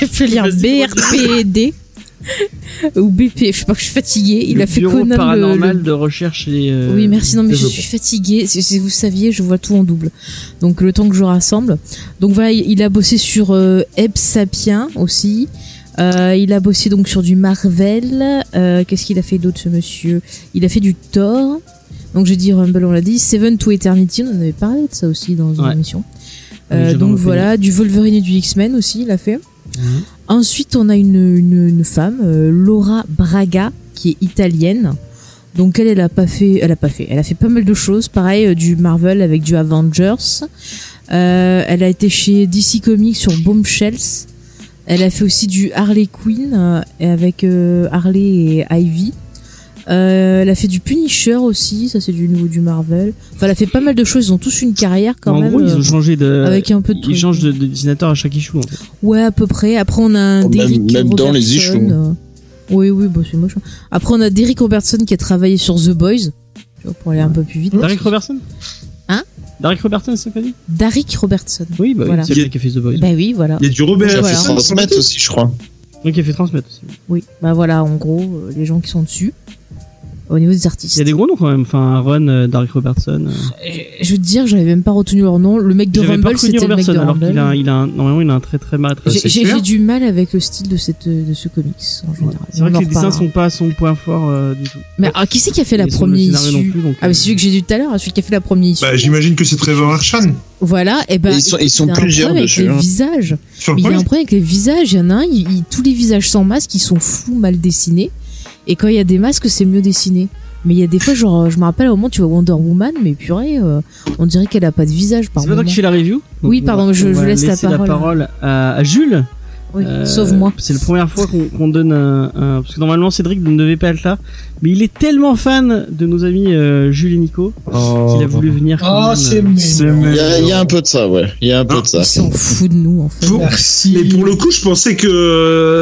Speaker 2: J'ai fait lire
Speaker 1: Vas-y,
Speaker 2: BRPD. Ou BP, je sais pas, je suis fatiguée. Il
Speaker 1: Le
Speaker 2: a fait
Speaker 1: bureau
Speaker 2: Conan le-
Speaker 1: paranormal
Speaker 2: le-
Speaker 1: de recherche et. euh,
Speaker 2: Oui, merci, non, mais je
Speaker 1: développement.
Speaker 2: suis fatiguée. Si, si vous saviez, je vois tout en double. Donc, le temps que je rassemble. Donc, voilà, il, il a bossé sur euh, Ebb Sapien aussi. Euh, il a bossé donc sur du Marvel. Euh, Qu'est-ce qu'il a fait d'autre, ce monsieur Il a fait du Thor. Donc, j'ai dit Rumble, on l'a dit. Seven to Eternity, on en avait parlé de ça aussi dans une
Speaker 1: Ouais.
Speaker 2: émission.
Speaker 1: Oui,
Speaker 2: Euh,
Speaker 1: j'avais
Speaker 2: donc,
Speaker 1: repéré.
Speaker 2: voilà, du Wolverine et du X-Men aussi, il a fait.
Speaker 1: Mhm.
Speaker 2: Ensuite, on a une, une, une femme, euh, Laura Braga, qui est italienne. Donc elle, elle a pas fait, elle a pas fait, elle a fait pas mal de choses. Pareil euh, du Marvel avec du Avengers. Euh, elle a été chez DC Comics sur Bombshells. Elle a fait aussi du Harley Quinn euh, et avec euh, Harley et Ivy. Euh, elle a fait du Punisher aussi, ça c'est du nouveau du Marvel. Enfin, elle a fait pas mal de choses. Ils ont tous une carrière quand
Speaker 1: en
Speaker 2: même.
Speaker 1: gros, ils
Speaker 2: euh,
Speaker 1: ont changé de.
Speaker 2: avec un peu de
Speaker 1: Ils
Speaker 2: trucs.
Speaker 1: changent de, de dessinateur à chaque issue en fait.
Speaker 2: Ouais, à peu près. Après, on a un
Speaker 6: Oh, Même-
Speaker 2: Derrick
Speaker 6: même dans les
Speaker 2: Robertson,
Speaker 6: issues.
Speaker 2: euh, Oui, oui, bah, c'est moche. Après, on a Derrick Robertson qui a travaillé sur The Boys. Tu vois, pour aller un peu plus vite.
Speaker 1: Derek Robertson
Speaker 2: Hein
Speaker 1: Derek Robertson, c'est pas dit
Speaker 2: Derrick Robertson.
Speaker 1: Oui, bah
Speaker 2: Voilà.
Speaker 1: oui, c'est le mec qui a fait The Boys.
Speaker 2: Bah oui, voilà.
Speaker 4: Il y a du Robert.
Speaker 2: Voilà.
Speaker 6: Il a fait transmettre aussi, je crois.
Speaker 1: Donc il a fait transmettre aussi.
Speaker 2: Oui, bah voilà, en gros, euh, les gens qui sont dessus. Au niveau des artistes.
Speaker 1: Il y a des gros noms quand même. Enfin, Aaron, euh, Derek Robertson. euh.
Speaker 2: Je veux te dire, j'avais même pas retenu leur nom. Le mec de
Speaker 1: J'avais pas
Speaker 2: Rumble,
Speaker 1: reconnu
Speaker 2: c'était le mec de
Speaker 1: Robertson alors
Speaker 2: Rumble.
Speaker 1: qu'il a, il a, un- normalement, il a un très très mal. Très...
Speaker 2: J'ai-
Speaker 4: c'est
Speaker 2: J'ai
Speaker 4: clair.
Speaker 2: j'ai du mal avec le style de, cette, euh, de ce comics, en général.
Speaker 1: C'est vrai
Speaker 2: On
Speaker 1: que
Speaker 2: en
Speaker 1: les dessins
Speaker 2: reparlera.
Speaker 1: sont pas à son point fort euh, du tout.
Speaker 2: Mais ah, qui c'est qui a fait hein. la
Speaker 1: Et son- le
Speaker 2: première
Speaker 1: scénario non
Speaker 2: issue
Speaker 1: plus, donc,
Speaker 2: Ah, mais
Speaker 1: euh,
Speaker 2: c'est celui que j'ai dit tout à l'heure, celui qui a fait la première issue.
Speaker 4: Bah, j'imagine que c'est Trevor Archan.
Speaker 2: Voilà, et ben
Speaker 6: Ils sont- ils sont
Speaker 2: il y a un
Speaker 6: plusieurs
Speaker 2: problème
Speaker 6: dessus,
Speaker 2: Avec les
Speaker 6: hein.
Speaker 2: visages.
Speaker 4: Sur
Speaker 2: Mais
Speaker 4: le
Speaker 2: il y a un
Speaker 4: premier.
Speaker 2: problème avec les visages. Il y en a un, il- il- tous les visages sans masque, ils sont fous, mal dessinés. Et quand il y a des masques, c'est mieux dessiné. Mais il y a des fois, genre, je me rappelle au moment, tu vois Wonder Woman, mais purée, euh, on dirait qu'elle a pas de visage par
Speaker 1: C'est pas toi
Speaker 2: moment.
Speaker 1: qui fais la review Donc,
Speaker 2: Oui,
Speaker 1: on
Speaker 2: pardon,
Speaker 1: va-
Speaker 2: je-
Speaker 1: on
Speaker 2: je
Speaker 1: va
Speaker 2: laisse la
Speaker 1: laisser
Speaker 2: parole.
Speaker 1: à, à Jules.
Speaker 2: Oui,
Speaker 1: Euh,
Speaker 2: Sauf moi.
Speaker 1: C'est la première fois qu'on qu'on donne un, un- Parce que normalement, Cédric ne devait pas être là. Mais il est tellement fan de nos amis euh, Jules et Nico
Speaker 4: Oh,
Speaker 1: qu'il a voulu venir. quand
Speaker 3: Ah,
Speaker 1: même.
Speaker 3: c'est
Speaker 6: Il y, a, il y
Speaker 3: mignon.
Speaker 6: a un peu de ça, ouais. Il y a un peu de ça.
Speaker 2: Ils s'en foutent de nous, en fait.
Speaker 4: Pour-
Speaker 3: Merci.
Speaker 4: Mais pour le coup, je pensais que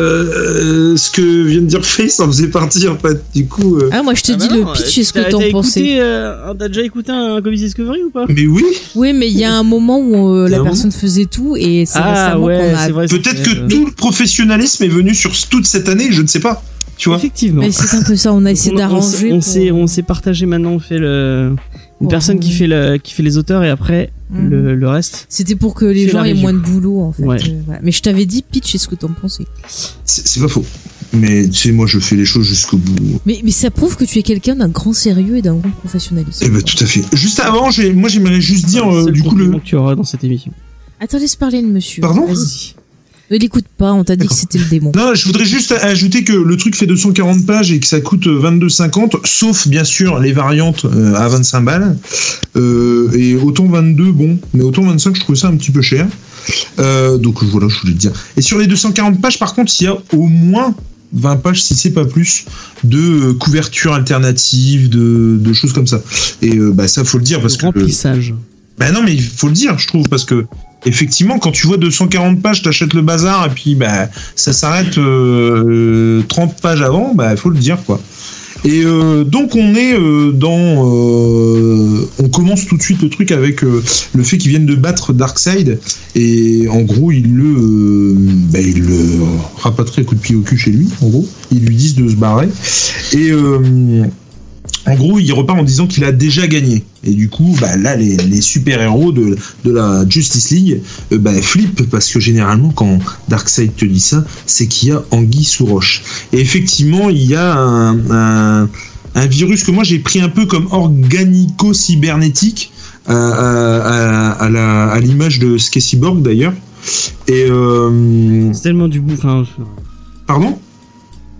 Speaker 4: euh, ce que vient de dire Face en faisait partie en fait. Du coup. euh,
Speaker 2: Ah, moi, je te
Speaker 1: Ah bah
Speaker 2: dis
Speaker 1: non,
Speaker 2: le pitch et ce
Speaker 1: t'as-
Speaker 2: que t'en
Speaker 1: t'as
Speaker 2: pensais.
Speaker 1: écouté, euh, T'as déjà écouté un Comics Discovery ou pas
Speaker 4: Mais oui,
Speaker 2: Oui, mais il y a un moment où euh,
Speaker 4: Ah
Speaker 2: la
Speaker 4: bon
Speaker 2: personne faisait tout et c'est récemment qu'on a.
Speaker 1: vrai.
Speaker 4: peut-être
Speaker 1: Ah, c'est-
Speaker 4: que tout le professionnalisme est venu sur toute cette année, je ne sais pas. Tu vois
Speaker 1: Effectivement.
Speaker 2: Mais c'est un peu ça, on a essayé
Speaker 1: On- on
Speaker 2: d'arranger.
Speaker 1: s'est- On
Speaker 2: pour- euh,
Speaker 1: s'est on s'est partagé maintenant. On fait le une
Speaker 2: Pour-
Speaker 1: personne qui fait le qui fait les auteurs et après
Speaker 2: Mhm.
Speaker 1: le, le reste.
Speaker 2: C'était pour que les
Speaker 1: Fais la
Speaker 2: gens aient
Speaker 1: review.
Speaker 2: moins de boulot, en fait.
Speaker 1: Ouais.
Speaker 2: Euh, voilà. Mais je t'avais dit pitch et ce que t'en pensais.
Speaker 4: C'est c'est pas faux. Mais tu sais, moi, je fais les choses jusqu'au bout.
Speaker 2: Mais, mais ça prouve que tu es quelqu'un d'un grand sérieux et d'un grand professionnalisme.
Speaker 4: Eh ben, tout à fait. Juste avant, j'ai- moi, j'aimerais juste dire,
Speaker 1: Ah, C'est le
Speaker 4: euh,
Speaker 1: seul
Speaker 4: du coup, le.
Speaker 1: compliment que tu auras dans cette émission.
Speaker 2: Attends, laisse parler de monsieur.
Speaker 4: Pardon
Speaker 2: Vas-y. Ne l'écoute pas, on t'a dit que
Speaker 4: D'accord.
Speaker 2: c'était le démon.
Speaker 4: Non, je voudrais juste ajouter que le truc fait 240 pages et que ça coûte 22,50, sauf bien sûr les variantes euh, à 25 balles. Euh, et autant 22, bon, mais autant 25, je trouve ça un petit peu cher. Euh, donc voilà, je voulais te dire. Et sur les 240 pages, par contre, il y a au moins 20 pages, si c'est pas plus, de euh, couverture alternative, de, de choses comme ça. Et euh, bah, ça, faut le dire, parce que.
Speaker 1: remplissage.
Speaker 4: Bah non, mais il faut le dire, je trouve, parce que effectivement, quand tu vois 240 pages, t'achètes le bazar, et puis bah, ça s'arrête euh, euh, 30 pages avant, bah faut le dire, quoi. Et euh, donc on est euh, dans, euh, on commence tout de suite le truc avec euh, le fait qu'ils viennent de battre Darkseid et en gros ils le, euh, bah, ils le rapatrient un coup de pied au cul chez lui, en gros, ils lui disent de se barrer et euh, en gros, il repart en disant qu'il a déjà gagné. Et du coup, bah, là, les, les super-héros de, de la Justice League euh, bah, flippent parce que généralement, quand Darkseid te dit ça, c'est qu'il y a anguille sous roche. Et effectivement, il y a un, un- un virus que moi j'ai pris un peu comme organico-cybernétique à, euh, à- à- à la- à l'image de ce qu'est Cyborg d'ailleurs. Et. euh,
Speaker 1: C'est tellement du bout. Enfin,
Speaker 4: pardon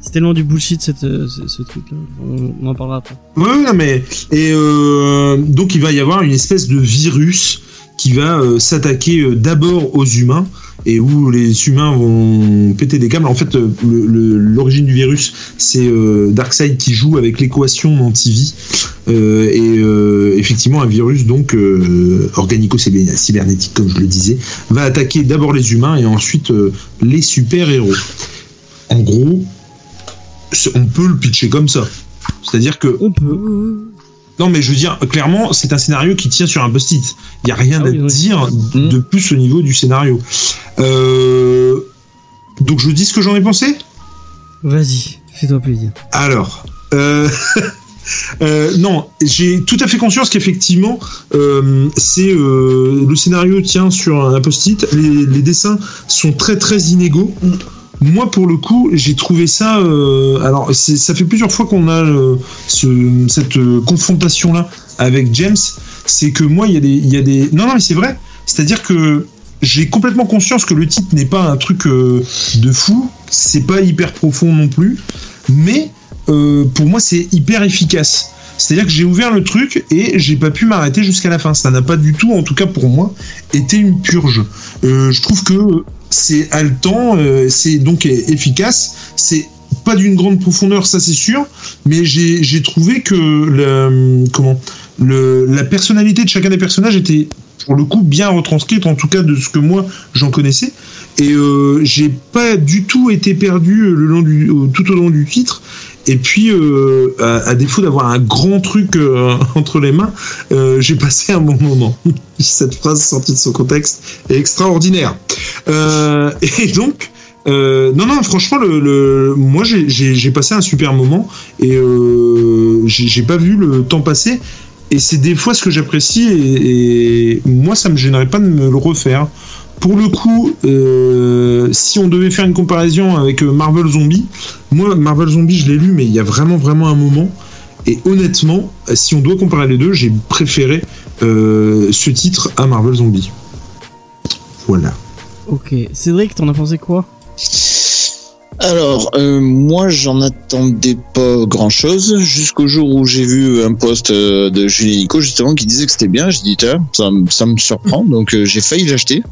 Speaker 1: c'est tellement du bullshit cette, euh, ce, ce truc-là. On, on en parlera après.
Speaker 4: Ouais, ouais, non, mais. Et euh, donc, il va y avoir une espèce de virus qui va euh, s'attaquer euh, d'abord aux humains et où les humains vont péter des câbles. En fait, euh, le- le- l'origine du virus, c'est euh, Darkseid qui joue avec l'équation d'antivie. Euh, et euh, effectivement, un virus, donc euh, organico-cybernétique, comme je le disais, va attaquer d'abord les humains et ensuite euh, les super-héros. En gros, c'est- on peut le pitcher comme ça. C'est-à-dire que
Speaker 1: On peut.
Speaker 4: non, mais je veux dire, clairement, c'est un scénario qui tient sur un post-it. Il n'y a rien
Speaker 1: Ah
Speaker 4: à
Speaker 1: oui, Hmm. oui.
Speaker 4: dire
Speaker 6: Mm.
Speaker 4: de plus au niveau du scénario. Euh, Donc, je vous dis ce que j'en ai pensé
Speaker 1: Vas-y, fais-toi plaisir.
Speaker 4: alors, euh, euh, non, j'ai tout à fait conscience qu'effectivement, euh, c'est euh, le scénario tient sur un post-it. Les, les dessins sont très très inégaux. Moi, pour le coup, j'ai trouvé ça. euh, alors, c'est- ça fait plusieurs fois qu'on a euh, ce- cette confrontation là avec James. C'est que moi, il y a des, il y a des. Non, non, mais c'est vrai. C'est-à-dire que j'ai complètement conscience que le titre n'est pas un truc euh, de fou. C'est pas hyper profond non plus mais euh, pour moi c'est hyper efficace. C'est-à-dire que j'ai ouvert le truc et j'ai pas pu m'arrêter jusqu'à la fin. Ça n'a pas du tout, en tout cas pour moi, été une purge. Euh, je trouve que c'est haletant, euh, c'est donc e- efficace, c'est pas d'une grande profondeur, ça c'est sûr, mais j'ai j'ai trouvé que le, comment, le, la personnalité de chacun des personnages était pour le coup bien retranscrite, en tout cas de ce que moi j'en connaissais et euh, j'ai pas du tout été perdu le long du, au- tout au long du titre. Et puis, euh, à, à défaut d'avoir un grand truc euh, entre les mains, euh, j'ai passé un bon moment. Cette phrase sortie de son contexte est extraordinaire. Euh, et donc, euh, non, non, franchement, le, le- moi j'ai- j'ai j'ai passé un super moment et euh, j'ai j'ai pas vu le temps passer. Et c'est des fois ce que j'apprécie et, et moi ça me gênerait pas de me le refaire. Pour le coup, euh, si on devait faire une comparaison avec euh, Marvel Zombie, moi Marvel Zombie je l'ai lu mais il y a vraiment vraiment un moment et honnêtement, euh, si on doit comparer les deux, j'ai préféré euh, ce titre à Marvel Zombie. Voilà.
Speaker 1: Ok. Cédric, t'en as pensé quoi
Speaker 6: Alors, euh, moi, j'en attendais pas grand-chose jusqu'au jour où j'ai vu un post euh, de Julien Nico justement qui disait que c'était bien. J'ai dit tiens, ça, me- ça me surprend, donc euh, j'ai failli l'acheter.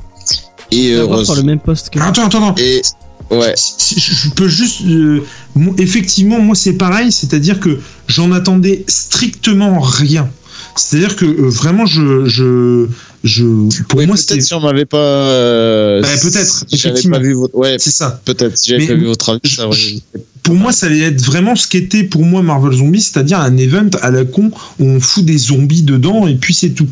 Speaker 6: Et Ah.
Speaker 1: T'as encore
Speaker 6: heureuse-
Speaker 1: par le même poste que.
Speaker 4: Ah, Attends, attends, attends.
Speaker 6: Et ouais,
Speaker 4: Si- si- Je peux juste. euh, mon- effectivement, moi, c'est pareil, c'est-à-dire que j'en attendais strictement rien. C'est-à-dire que euh, vraiment, je. je, je pour
Speaker 6: Oui,
Speaker 4: moi, c'était.
Speaker 6: peut-être si on m'avait pas, euh,
Speaker 4: Ouais, peut-être,
Speaker 6: si j'avais
Speaker 4: effectivement.
Speaker 6: pas vu votre, ouais,
Speaker 4: C'est ça.
Speaker 6: peut-être, si j'avais
Speaker 4: Mais-
Speaker 6: pas vu votre avis, ça aurait-
Speaker 4: je- pour moi, ça allait être vraiment ce qu'était pour moi Marvel Zombie, c'est-à-dire un event à la con où on fout des zombies dedans et puis c'est tout.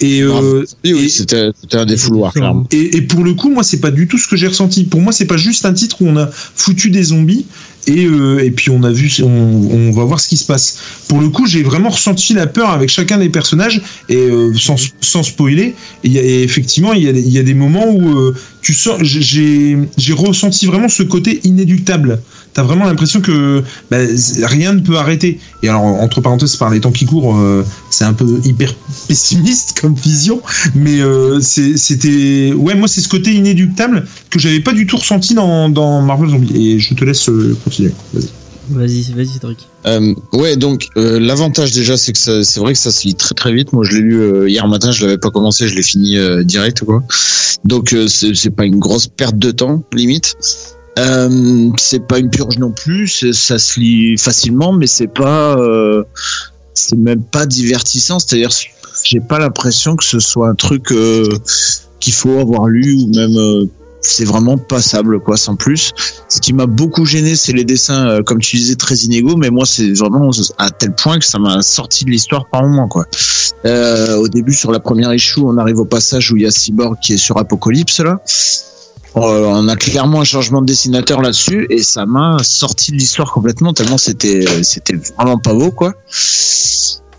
Speaker 4: Et, euh,
Speaker 6: oui, oui,
Speaker 4: et-
Speaker 6: c'était, c'était un défouloir, clairement.
Speaker 4: et, et pour le coup, moi, c'est pas du tout ce que j'ai ressenti. Pour moi, c'est pas juste un titre où on a foutu des zombies et, euh, et puis on a vu, on, on va voir ce qui se passe. Pour le coup, j'ai vraiment ressenti la peur avec chacun des personnages et euh, sans, sans spoiler. il y a- Et, effectivement, il y, a, des- il y a des moments où euh, tu sors. j'ai- J'ai j'ai ressenti vraiment ce côté inéductable. T'as vraiment l'impression que bah, c'est- rien ne peut arrêter. Et alors, entre parenthèses, par les temps qui courent, euh, c'est un peu hyper pessimiste comme vision, mais euh, c'est- c'était ouais moi c'est ce côté inéductable que j'avais pas du tout ressenti dans, dans Marvel Zombie et je te laisse euh, continuer Vas-y.
Speaker 1: Vas-y, vas-y, Cédric.
Speaker 6: Euh, ouais, donc euh, l'avantage déjà, c'est que ça- c'est vrai que ça se lit très très vite. Moi, je l'ai lu euh, hier matin, je l'avais pas commencé, je l'ai fini euh, direct quoi. Donc euh, c'est c'est pas une grosse perte de temps, limite. Euh, c'est pas une purge non plus, c'est- ça se lit facilement, mais c'est pas, euh, c'est même pas divertissant. C'est-à-dire, j'ai pas l'impression que ce soit un truc euh, qu'il faut avoir lu ou même. euh, c'est vraiment passable quoi sans plus ce qui m'a beaucoup gêné, c'est les dessins, euh, comme tu disais, très inégaux. Mais moi, c'est vraiment à tel point que ça m'a sorti de l'histoire par moment. Quoi. Euh, au début, sur la première issue, on arrive au passage où il y a Cyborg qui est sur Apocalypse. Là, Euh, on a clairement un changement de dessinateur là-dessus, et ça m'a sorti de l'histoire complètement. Tellement c'était, euh, c'était vraiment pas beau, quoi.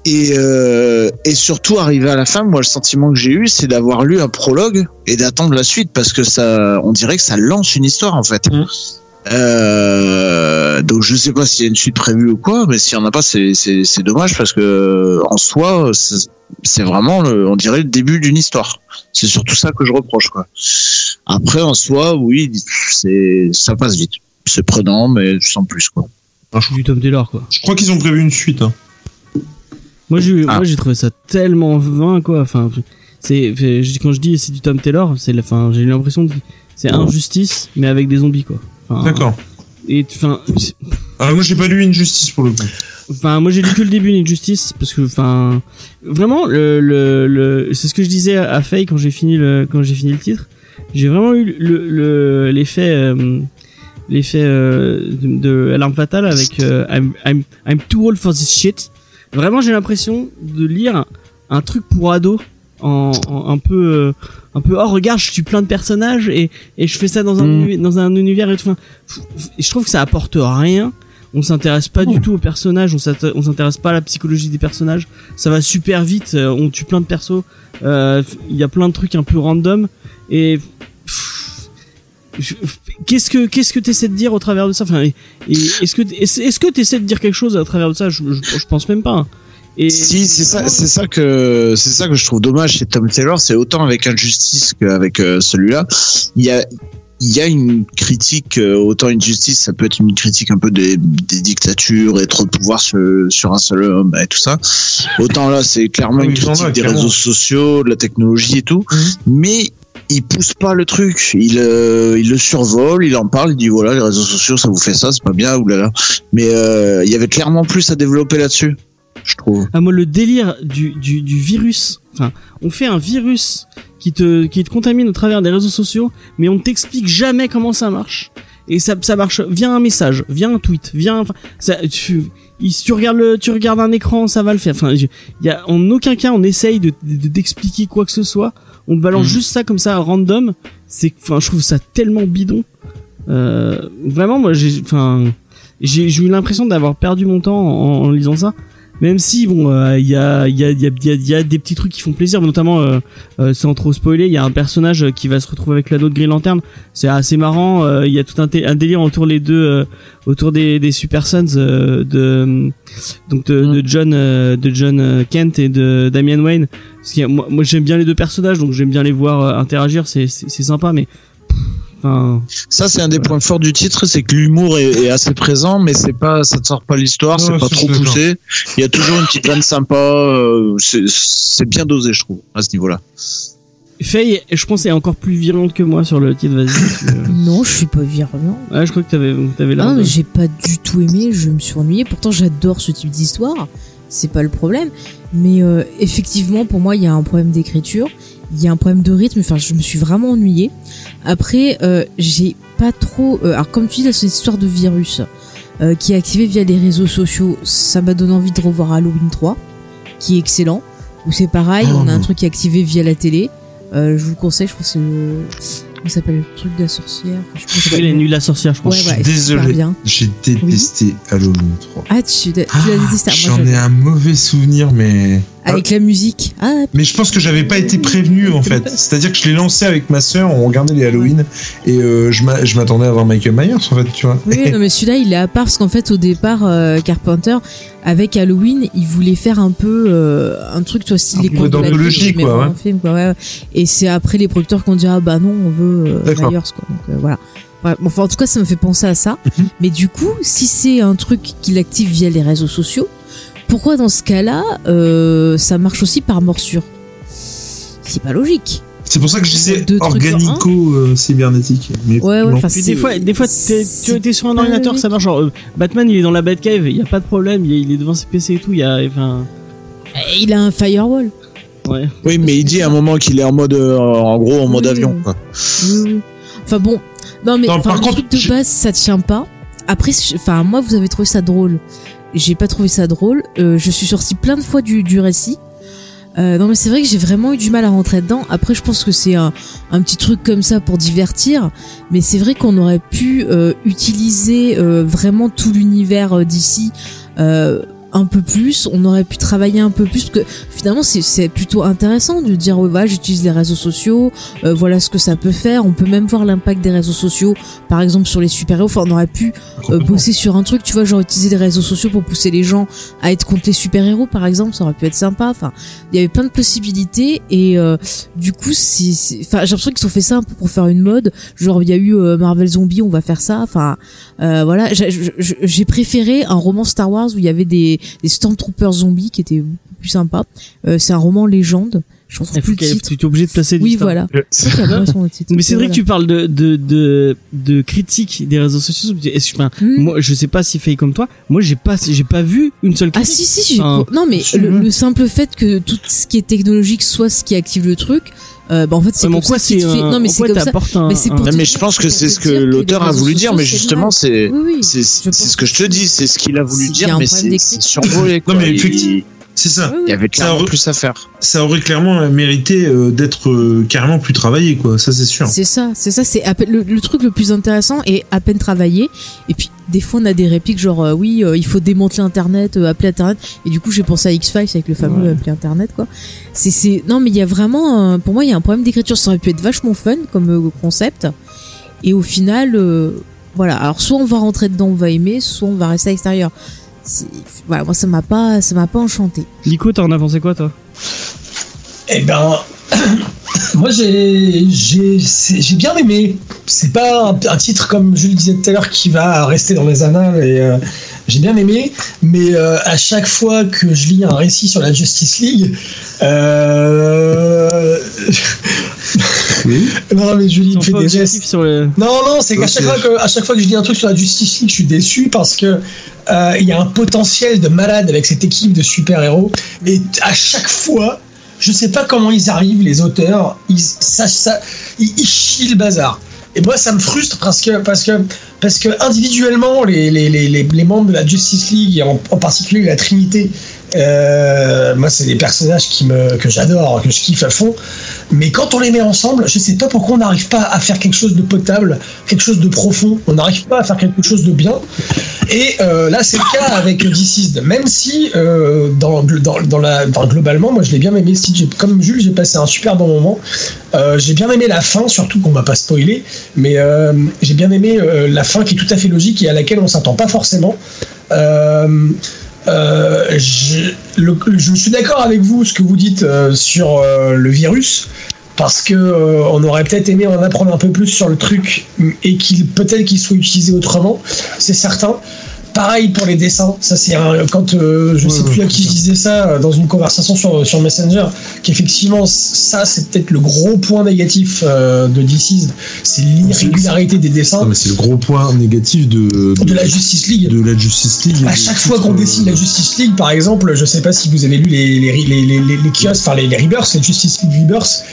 Speaker 6: Et, euh, et surtout, arrivé à la fin, moi, le sentiment que j'ai eu, c'est d'avoir lu un prologue et d'attendre la suite parce que ça, on dirait que ça lance une histoire en fait. Euh, donc je sais pas s'il y a une suite prévue ou quoi, mais s'il y en a pas, c'est c'est- c'est dommage parce que en soi, c'est c'est vraiment, le, on dirait, le début d'une histoire. C'est surtout ça que je reproche. Quoi. Après, en soi, oui, c'est ça passe vite. C'est prenant, mais sans plus. Quoi.
Speaker 1: Du Tom Taylor, quoi.
Speaker 4: Je crois qu'ils ont prévu une suite. hein.
Speaker 1: Moi, j'ai,
Speaker 6: Ah.
Speaker 1: moi, j'ai trouvé ça tellement vain, quoi. Enfin, c'est, c'est- je- quand je dis c'est du Tom Taylor, c'est la fin. J'ai l'impression que c'est
Speaker 6: Oh.
Speaker 1: injustice, mais avec des zombies, quoi. Enfin,
Speaker 4: D'accord.
Speaker 1: Et enfin, c'est-
Speaker 4: Alors moi, j'ai pas lu Injustice pour le coup.
Speaker 1: enfin, moi j'ai lu que le début Justice parce que, enfin, vraiment, le, le, le- c'est ce que je disais à à Faye quand j'ai fini le, quand j'ai fini le titre. J'ai vraiment eu le, le- l'effet, euh, l'effet euh, de, de Alarme Fatale avec euh, I'm, I'm, I'm too old for this shit. Vraiment, j'ai l'impression de lire un truc pour ado en, en- un peu euh, un peu oh regarde je suis plein de personnages et, et je fais ça dans un
Speaker 4: Mm.
Speaker 1: uni- dans un univers et tout Enfin, f- f- je trouve que ça apporte rien on s'intéresse pas du tout aux personnages on s'atte- on s'intéresse pas à la psychologie des personnages ça va super vite euh, on tue plein de persos euh, f- il y a plein de trucs un peu random et pff, je- f- qu'est-ce que qu'est-ce que t'essaies de dire au travers de ça enfin et- et est-ce que est-ce est-ce que t'essaies de dire quelque chose à travers de ça je, je, je pense même pas et
Speaker 6: Si, c'est ça, c'est ça que c'est ça que je trouve dommage chez Tom Taylor, c'est autant avec Injustice qu'avec euh, celui-là. Il y a il y a une critique, euh, autant Injustice, ça peut être une critique un peu des, des dictatures et trop de pouvoir sur, sur un seul homme et tout ça. Autant là, c'est clairement
Speaker 4: Ah Oui,
Speaker 6: une
Speaker 4: ils en ont,
Speaker 6: critique des
Speaker 4: clairement.
Speaker 6: réseaux sociaux, de la technologie et tout.
Speaker 4: Mhm.
Speaker 6: Mais il pousse pas le truc. Il, euh, il le survole, il en parle, il dit voilà, les réseaux sociaux, ça vous fait ça, c'est pas bien, oulala. Mais euh, il y avait clairement plus à développer là-dessus, je trouve.
Speaker 1: Ah moi le délire du, du, du virus, enfin on fait un virus qui te, qui te contamine au travers des réseaux sociaux, mais on ne t'explique jamais comment ça marche. Et ça, ça marche via un message, via un tweet, via un... enfin, Ça, tu, il- tu, regardes le, tu regardes un écran, ça va le faire. Enfin, je- il y a, en aucun cas on essaye de de- d'expliquer quoi que ce soit. On te balance
Speaker 6: Mhm.
Speaker 1: juste ça comme ça à random. C'est, enfin, je trouve ça tellement bidon. Euh, vraiment, moi, j'ai, enfin, j'ai j'ai eu l'impression d'avoir perdu mon temps en, en lisant ça. Même si, bon, euh, il y, a, il y, a, il y, a, il y a- il y a des petits trucs qui font plaisir, notamment, euh, euh, sans trop spoiler, il y a un personnage euh, qui va se retrouver avec l'ado de Green Lantern. C'est assez marrant. euh, Il y a tout un, té- un délire autour les deux, euh, autour des, des Super Sons euh, de donc de, de
Speaker 2: Mm.
Speaker 1: John, euh, de John euh, Kent et de Damian Wayne. Parce que moi, moi, j'aime bien les deux personnages, donc j'aime bien les voir euh, interagir. C'est c'est- c'est sympa, mais pff, enfin,
Speaker 6: Ça, c'est un des points forts du titre, c'est que l'humour est, est assez présent, mais c'est pas, ça ne sort pas l'histoire,
Speaker 4: Ouais,
Speaker 6: c'est
Speaker 4: ouais,
Speaker 6: pas
Speaker 4: ça,
Speaker 6: trop
Speaker 4: je suis
Speaker 6: poussé. Il y a toujours une petite vanne sympa, euh, c'est- c'est bien dosé, je trouve, à ce niveau-là.
Speaker 1: Faye, je pense, est encore plus virulente que moi sur le titre. Vas-y. si tu veux.
Speaker 2: Non, je suis pas virulent.
Speaker 1: Ouais, je crois que t'avais, t'avais l'air.
Speaker 2: Ah,
Speaker 1: de-
Speaker 2: mais j'ai pas du tout aimé, je me suis ennuyée. Pourtant, j'adore ce type d'histoire, c'est pas le problème. Mais euh, effectivement, pour moi, il y a un problème d'écriture, il y a un problème de rythme. Enfin, je me suis vraiment ennuyée. Après, euh, j'ai pas trop. euh, alors, comme tu dis, là, cette histoire de virus euh, qui est activée via les réseaux sociaux, ça m'a donné envie de revoir Halloween 3, qui est excellent. Où c'est pareil,
Speaker 1: Ah,
Speaker 4: Oh.
Speaker 2: on a un truc qui est activé via la télé. Euh, je vous le conseille, je crois que c'est le. Comment ça s'appelle le truc de la sorcière Enfin, je crois que ça
Speaker 1: Oui,
Speaker 2: s'appelle-
Speaker 1: les nuls la sorcière, je crois.
Speaker 2: Ouais,
Speaker 4: Je suis
Speaker 2: ouais, c'est super
Speaker 4: désolé.
Speaker 2: bien.
Speaker 4: J'ai détesté Halloween 3.
Speaker 2: Ah, tu, tu l'as détesté. Ah, moi,
Speaker 4: J'en ai
Speaker 2: j'adore.
Speaker 4: un mauvais souvenir, mais
Speaker 2: Avec la musique. Ah,
Speaker 4: mais je pense que j'avais pas été prévenu en fait. C'est-à-dire que je l'ai lancé avec ma sœur, on regardait les Halloween et euh, je m'a- je m'attendais à voir Michael Myers en fait, tu vois.
Speaker 2: oui, non, mais celui-là, il est à part parce qu'en fait, au départ, euh, Carpenter, avec Halloween, il voulait faire un peu euh, un truc, toi, style
Speaker 4: Un
Speaker 2: les
Speaker 4: peu
Speaker 2: contes de la
Speaker 4: d'anthologie,
Speaker 2: cripte, mais
Speaker 4: quoi,
Speaker 2: vraiment
Speaker 4: ouais.
Speaker 2: film, quoi, ouais, ouais. Et c'est après les producteurs qui ont dit, ah bah non, on veut euh,
Speaker 4: D'accord.
Speaker 2: Myers, quoi. Donc euh, voilà. Ouais, bon, enfin, en tout cas, ça me fait penser à ça.
Speaker 4: Mhm.
Speaker 2: Mais du coup, si c'est un truc qu'il active via les réseaux sociaux, pourquoi dans ce cas-là, euh, ça marche aussi par morsure C'est pas logique.
Speaker 4: C'est pour ça que je disais
Speaker 2: Deux trucs
Speaker 4: organico-cybernétique. mais
Speaker 2: Ouais, ouais,
Speaker 4: non.
Speaker 2: enfin,
Speaker 1: Puis
Speaker 2: c'est-
Speaker 1: des fois, des fois t'es- tu
Speaker 2: c'est-
Speaker 1: es sur un
Speaker 2: pas
Speaker 1: ordinateur, ça
Speaker 2: logique.
Speaker 1: marche. Genre, euh, Batman, il est dans la Batcave, il y a pas de problème, il est, il est devant ses PC et tout, il y a. Enfin,
Speaker 2: Eh, Il a un firewall.
Speaker 1: ouais.
Speaker 6: Oui, mais il dit à un moment qu'il est en mode, euh, en gros, en mode
Speaker 2: Oui.
Speaker 6: avion. quoi.
Speaker 2: Oui, oui. Enfin bon, non mais
Speaker 4: Non,
Speaker 2: enfin,
Speaker 4: par
Speaker 2: le
Speaker 4: contre,
Speaker 2: truc de
Speaker 4: j'ai-
Speaker 2: base ça tient pas. Après, je- enfin moi vous avez trouvé ça drôle. J'ai pas trouvé ça drôle. Euh, je suis sortie plein de fois du, du récit. Euh, non mais c'est vrai que j'ai vraiment eu du mal à rentrer dedans. Après je pense que c'est un, un petit truc comme ça pour divertir. Mais c'est vrai qu'on aurait pu euh, utiliser euh, vraiment tout l'univers euh, d'ici euh, un peu plus. On aurait pu travailler un peu plus parce que finalement c'est- c'est plutôt intéressant de dire ouais voilà j'utilise les réseaux sociaux. Euh, voilà ce que ça peut faire. On peut même voir l'impact des réseaux sociaux, par exemple sur les super-héros. Enfin, on aurait pu euh, bosser sur un truc, tu vois, genre utiliser les réseaux sociaux pour pousser les gens à être contre les super-héros, par exemple. Ça aurait pu être sympa. Enfin, il y avait plein de possibilités et euh, du coup, c'est, c'est- enfin, j'ai l'impression qu'ils ont fait ça un peu pour faire une mode. Genre, il y a eu euh, Marvel Zombie, on va faire ça. Enfin, euh, voilà, J'ai- j'ai j'ai préféré un roman Star Wars où il y avait des, des Stormtroopers zombies qui étaient beaucoup plus sympa. c'est un roman légende. Je trouve
Speaker 1: Il faut
Speaker 2: plus le
Speaker 1: qu'elle-
Speaker 2: titre.
Speaker 1: tu es obligé de placer du
Speaker 2: Oui,
Speaker 1: Star-
Speaker 2: voilà.
Speaker 6: Euh,
Speaker 2: C'est vrai qu'il y a pas son euh, titre.
Speaker 1: Mais c'est vrai
Speaker 2: Voilà.
Speaker 1: que tu parles de, de, de, de critique des réseaux sociaux. Est-ce que- enfin,
Speaker 2: Hmm.
Speaker 1: moi, je sais pas si fait comme toi. Moi, j'ai pas, j'ai pas vu une seule
Speaker 2: Ah
Speaker 1: critique.
Speaker 2: si si j'ai
Speaker 1: Enfin,
Speaker 2: non mais
Speaker 4: si,
Speaker 2: le,
Speaker 4: ouais.
Speaker 2: le simple fait que tout ce qui est technologique soit ce qui active le truc euh, bah en fait c'est
Speaker 1: mais en
Speaker 2: comme
Speaker 1: quoi
Speaker 2: ça qu'il
Speaker 1: c'est
Speaker 2: te fait-
Speaker 1: un-
Speaker 2: non mais
Speaker 1: en
Speaker 2: c'est
Speaker 1: quoi
Speaker 2: comme ça
Speaker 1: t'apportes un-
Speaker 2: mais c'est
Speaker 1: un-
Speaker 2: pour
Speaker 6: Non,
Speaker 2: te
Speaker 6: mais
Speaker 2: dire-
Speaker 6: je pense que
Speaker 2: pour
Speaker 6: c'est
Speaker 2: te
Speaker 6: ce que
Speaker 2: dire les
Speaker 6: l'auteur a
Speaker 2: réseaux
Speaker 6: voulu dire,
Speaker 2: sociaux,
Speaker 6: mais
Speaker 2: c'est le
Speaker 6: justement,
Speaker 2: mal.
Speaker 6: c'est.
Speaker 2: oui oui
Speaker 6: C'est c'est
Speaker 2: pense
Speaker 6: ce que je te dis, c'est ce qu'il a voulu
Speaker 2: C'est qu'il y a
Speaker 6: dire,
Speaker 2: un
Speaker 6: mais
Speaker 2: problème
Speaker 6: c'est
Speaker 2: d'écrit.
Speaker 6: c'est survolé. quoi.
Speaker 4: Non, mais
Speaker 6: Il-
Speaker 4: effectivement. C'est ça.
Speaker 2: Oui,
Speaker 6: Il
Speaker 2: oui.
Speaker 6: y avait
Speaker 4: Ça
Speaker 6: clairement
Speaker 4: re-
Speaker 6: plus à faire.
Speaker 4: Ça aurait clairement mérité euh, d'être euh, carrément plus travaillé, quoi. Ça, c'est sûr.
Speaker 2: c'est ça c'est ça c'est à peine- le, le truc le plus intéressant est à peine travaillé et puis des fois on a des répliques genre euh, oui euh, il faut démanteler internet euh, appeler internet et du coup j'ai pensé à X Files avec le fameux
Speaker 1: Ouais.
Speaker 2: appeler internet quoi c'est c'est non mais il y a vraiment un- pour moi il y a un problème d'écriture ça aurait pu être vachement fun comme euh, concept et au final euh, voilà alors soit on va rentrer dedans on va aimer soit on va rester à l'extérieur C'est- voilà moi ça m'a pas ça m'a pas enchanté
Speaker 1: Nico, t'en as pensé quoi, toi
Speaker 3: Eh ben, moi j'ai j'ai c'est- j'ai bien aimé. C'est pas un, un titre comme je le disais tout à l'heure qui va rester dans les annales et euh, j'ai bien aimé. Mais euh, à chaque fois que je lis un récit sur la Justice League, euh... non mais Julie
Speaker 1: Ils
Speaker 3: me
Speaker 1: sont
Speaker 3: fait
Speaker 1: pas
Speaker 3: des
Speaker 1: objectifs
Speaker 3: gestes.
Speaker 1: sur le.
Speaker 3: Non, non, c'est qu'à
Speaker 4: Ok.
Speaker 3: chaque, fois que- à chaque fois que je dis un truc sur la Justice League, je suis déçu parce que euh, il y a un potentiel de malade avec cette équipe de super-héros. Et t- à chaque fois, je sais pas comment ils arrivent, les auteurs, ils, ça, ça, ils, ils chient le bazar. Et moi, ça me frustre parce que, parce que, parce que individuellement, les, les, les, les, les membres de la Justice League, et en, en particulier la Trinité, euh, moi, c'est des personnages qui me, que j'adore, que je kiffe à fond. Mais quand on les met ensemble, je sais pas pourquoi on n'arrive pas à faire quelque chose de potable, quelque chose de profond. On n'arrive pas à faire quelque chose de bien. Et euh, là, c'est le cas avec DC's. Même si, euh, dans, dans, dans la, enfin, globalement, moi, je l'ai bien aimé. Si j'ai- Comme Jules, j'ai passé un super bon moment. Euh, j'ai bien aimé la fin, surtout qu'on va pas spoiler, mais euh, j'ai bien aimé euh, la fin qui est tout à fait logique et à laquelle on s'attend pas forcément. Euh, euh, je, le- je suis d'accord avec vous ce que vous dites euh, sur euh, le virus parce que euh, on aurait peut-être aimé en apprendre un peu plus sur le truc et qu'il peut-être qu'il soit utilisé autrement, c'est certain. Pareil pour les dessins, ça c'est un, quand euh, je
Speaker 4: Ouais,
Speaker 3: sais
Speaker 4: ouais,
Speaker 3: plus à
Speaker 4: c'est
Speaker 3: qui je
Speaker 4: ça.
Speaker 3: disais ça euh, dans une conversation sur, sur Messenger, qu'effectivement ça c'est peut-être le gros point négatif euh, de DC's, c'est l'irrégularité des
Speaker 4: Non,
Speaker 3: dessins
Speaker 4: mais c'est le gros point négatif de,
Speaker 3: de la Justice League.
Speaker 4: de la Justice League.
Speaker 6: Mm.
Speaker 3: À chaque fois qu'on dessine la Justice League, par exemple, je sais pas si vous avez lu les, les, les, les, les, les kiosques, enfin les, les Rebirths, les Justice League Rebirths,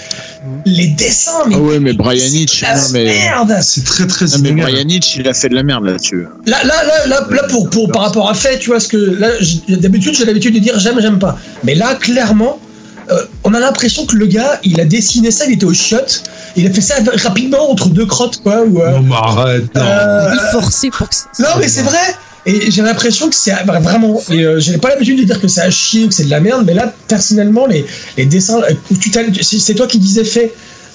Speaker 3: les dessins, mais.
Speaker 6: Ah ouais, mais Brian Hitch,
Speaker 3: la
Speaker 6: non, mais.
Speaker 3: merde
Speaker 4: C'est très très
Speaker 6: Non, mais
Speaker 4: inégal.
Speaker 6: Brian Hitch, il a fait de la merde là-dessus.
Speaker 3: Là, là, là, là, là, pour, pour, par rapport à fait, tu vois, ce que là, j'- d'habitude, j'ai l'habitude de dire j'aime, j'aime pas. Mais là, clairement, euh, on a l'impression que le gars, il a dessiné ça, il était au shot, il a fait ça rapidement entre deux crottes, quoi. Ou, euh,
Speaker 4: Non, mais arrête. non.
Speaker 3: euh,
Speaker 2: il forçait pour que ça-
Speaker 3: Non, mais c'est vrai. Et j'ai l'impression que c'est bah, vraiment. Et euh, j'ai pas l'habitude de dire que c'est à chier, que c'est de la merde, mais là, personnellement, les, les dessins. euh, où tu t'as- C'est c'est toi qui disais fait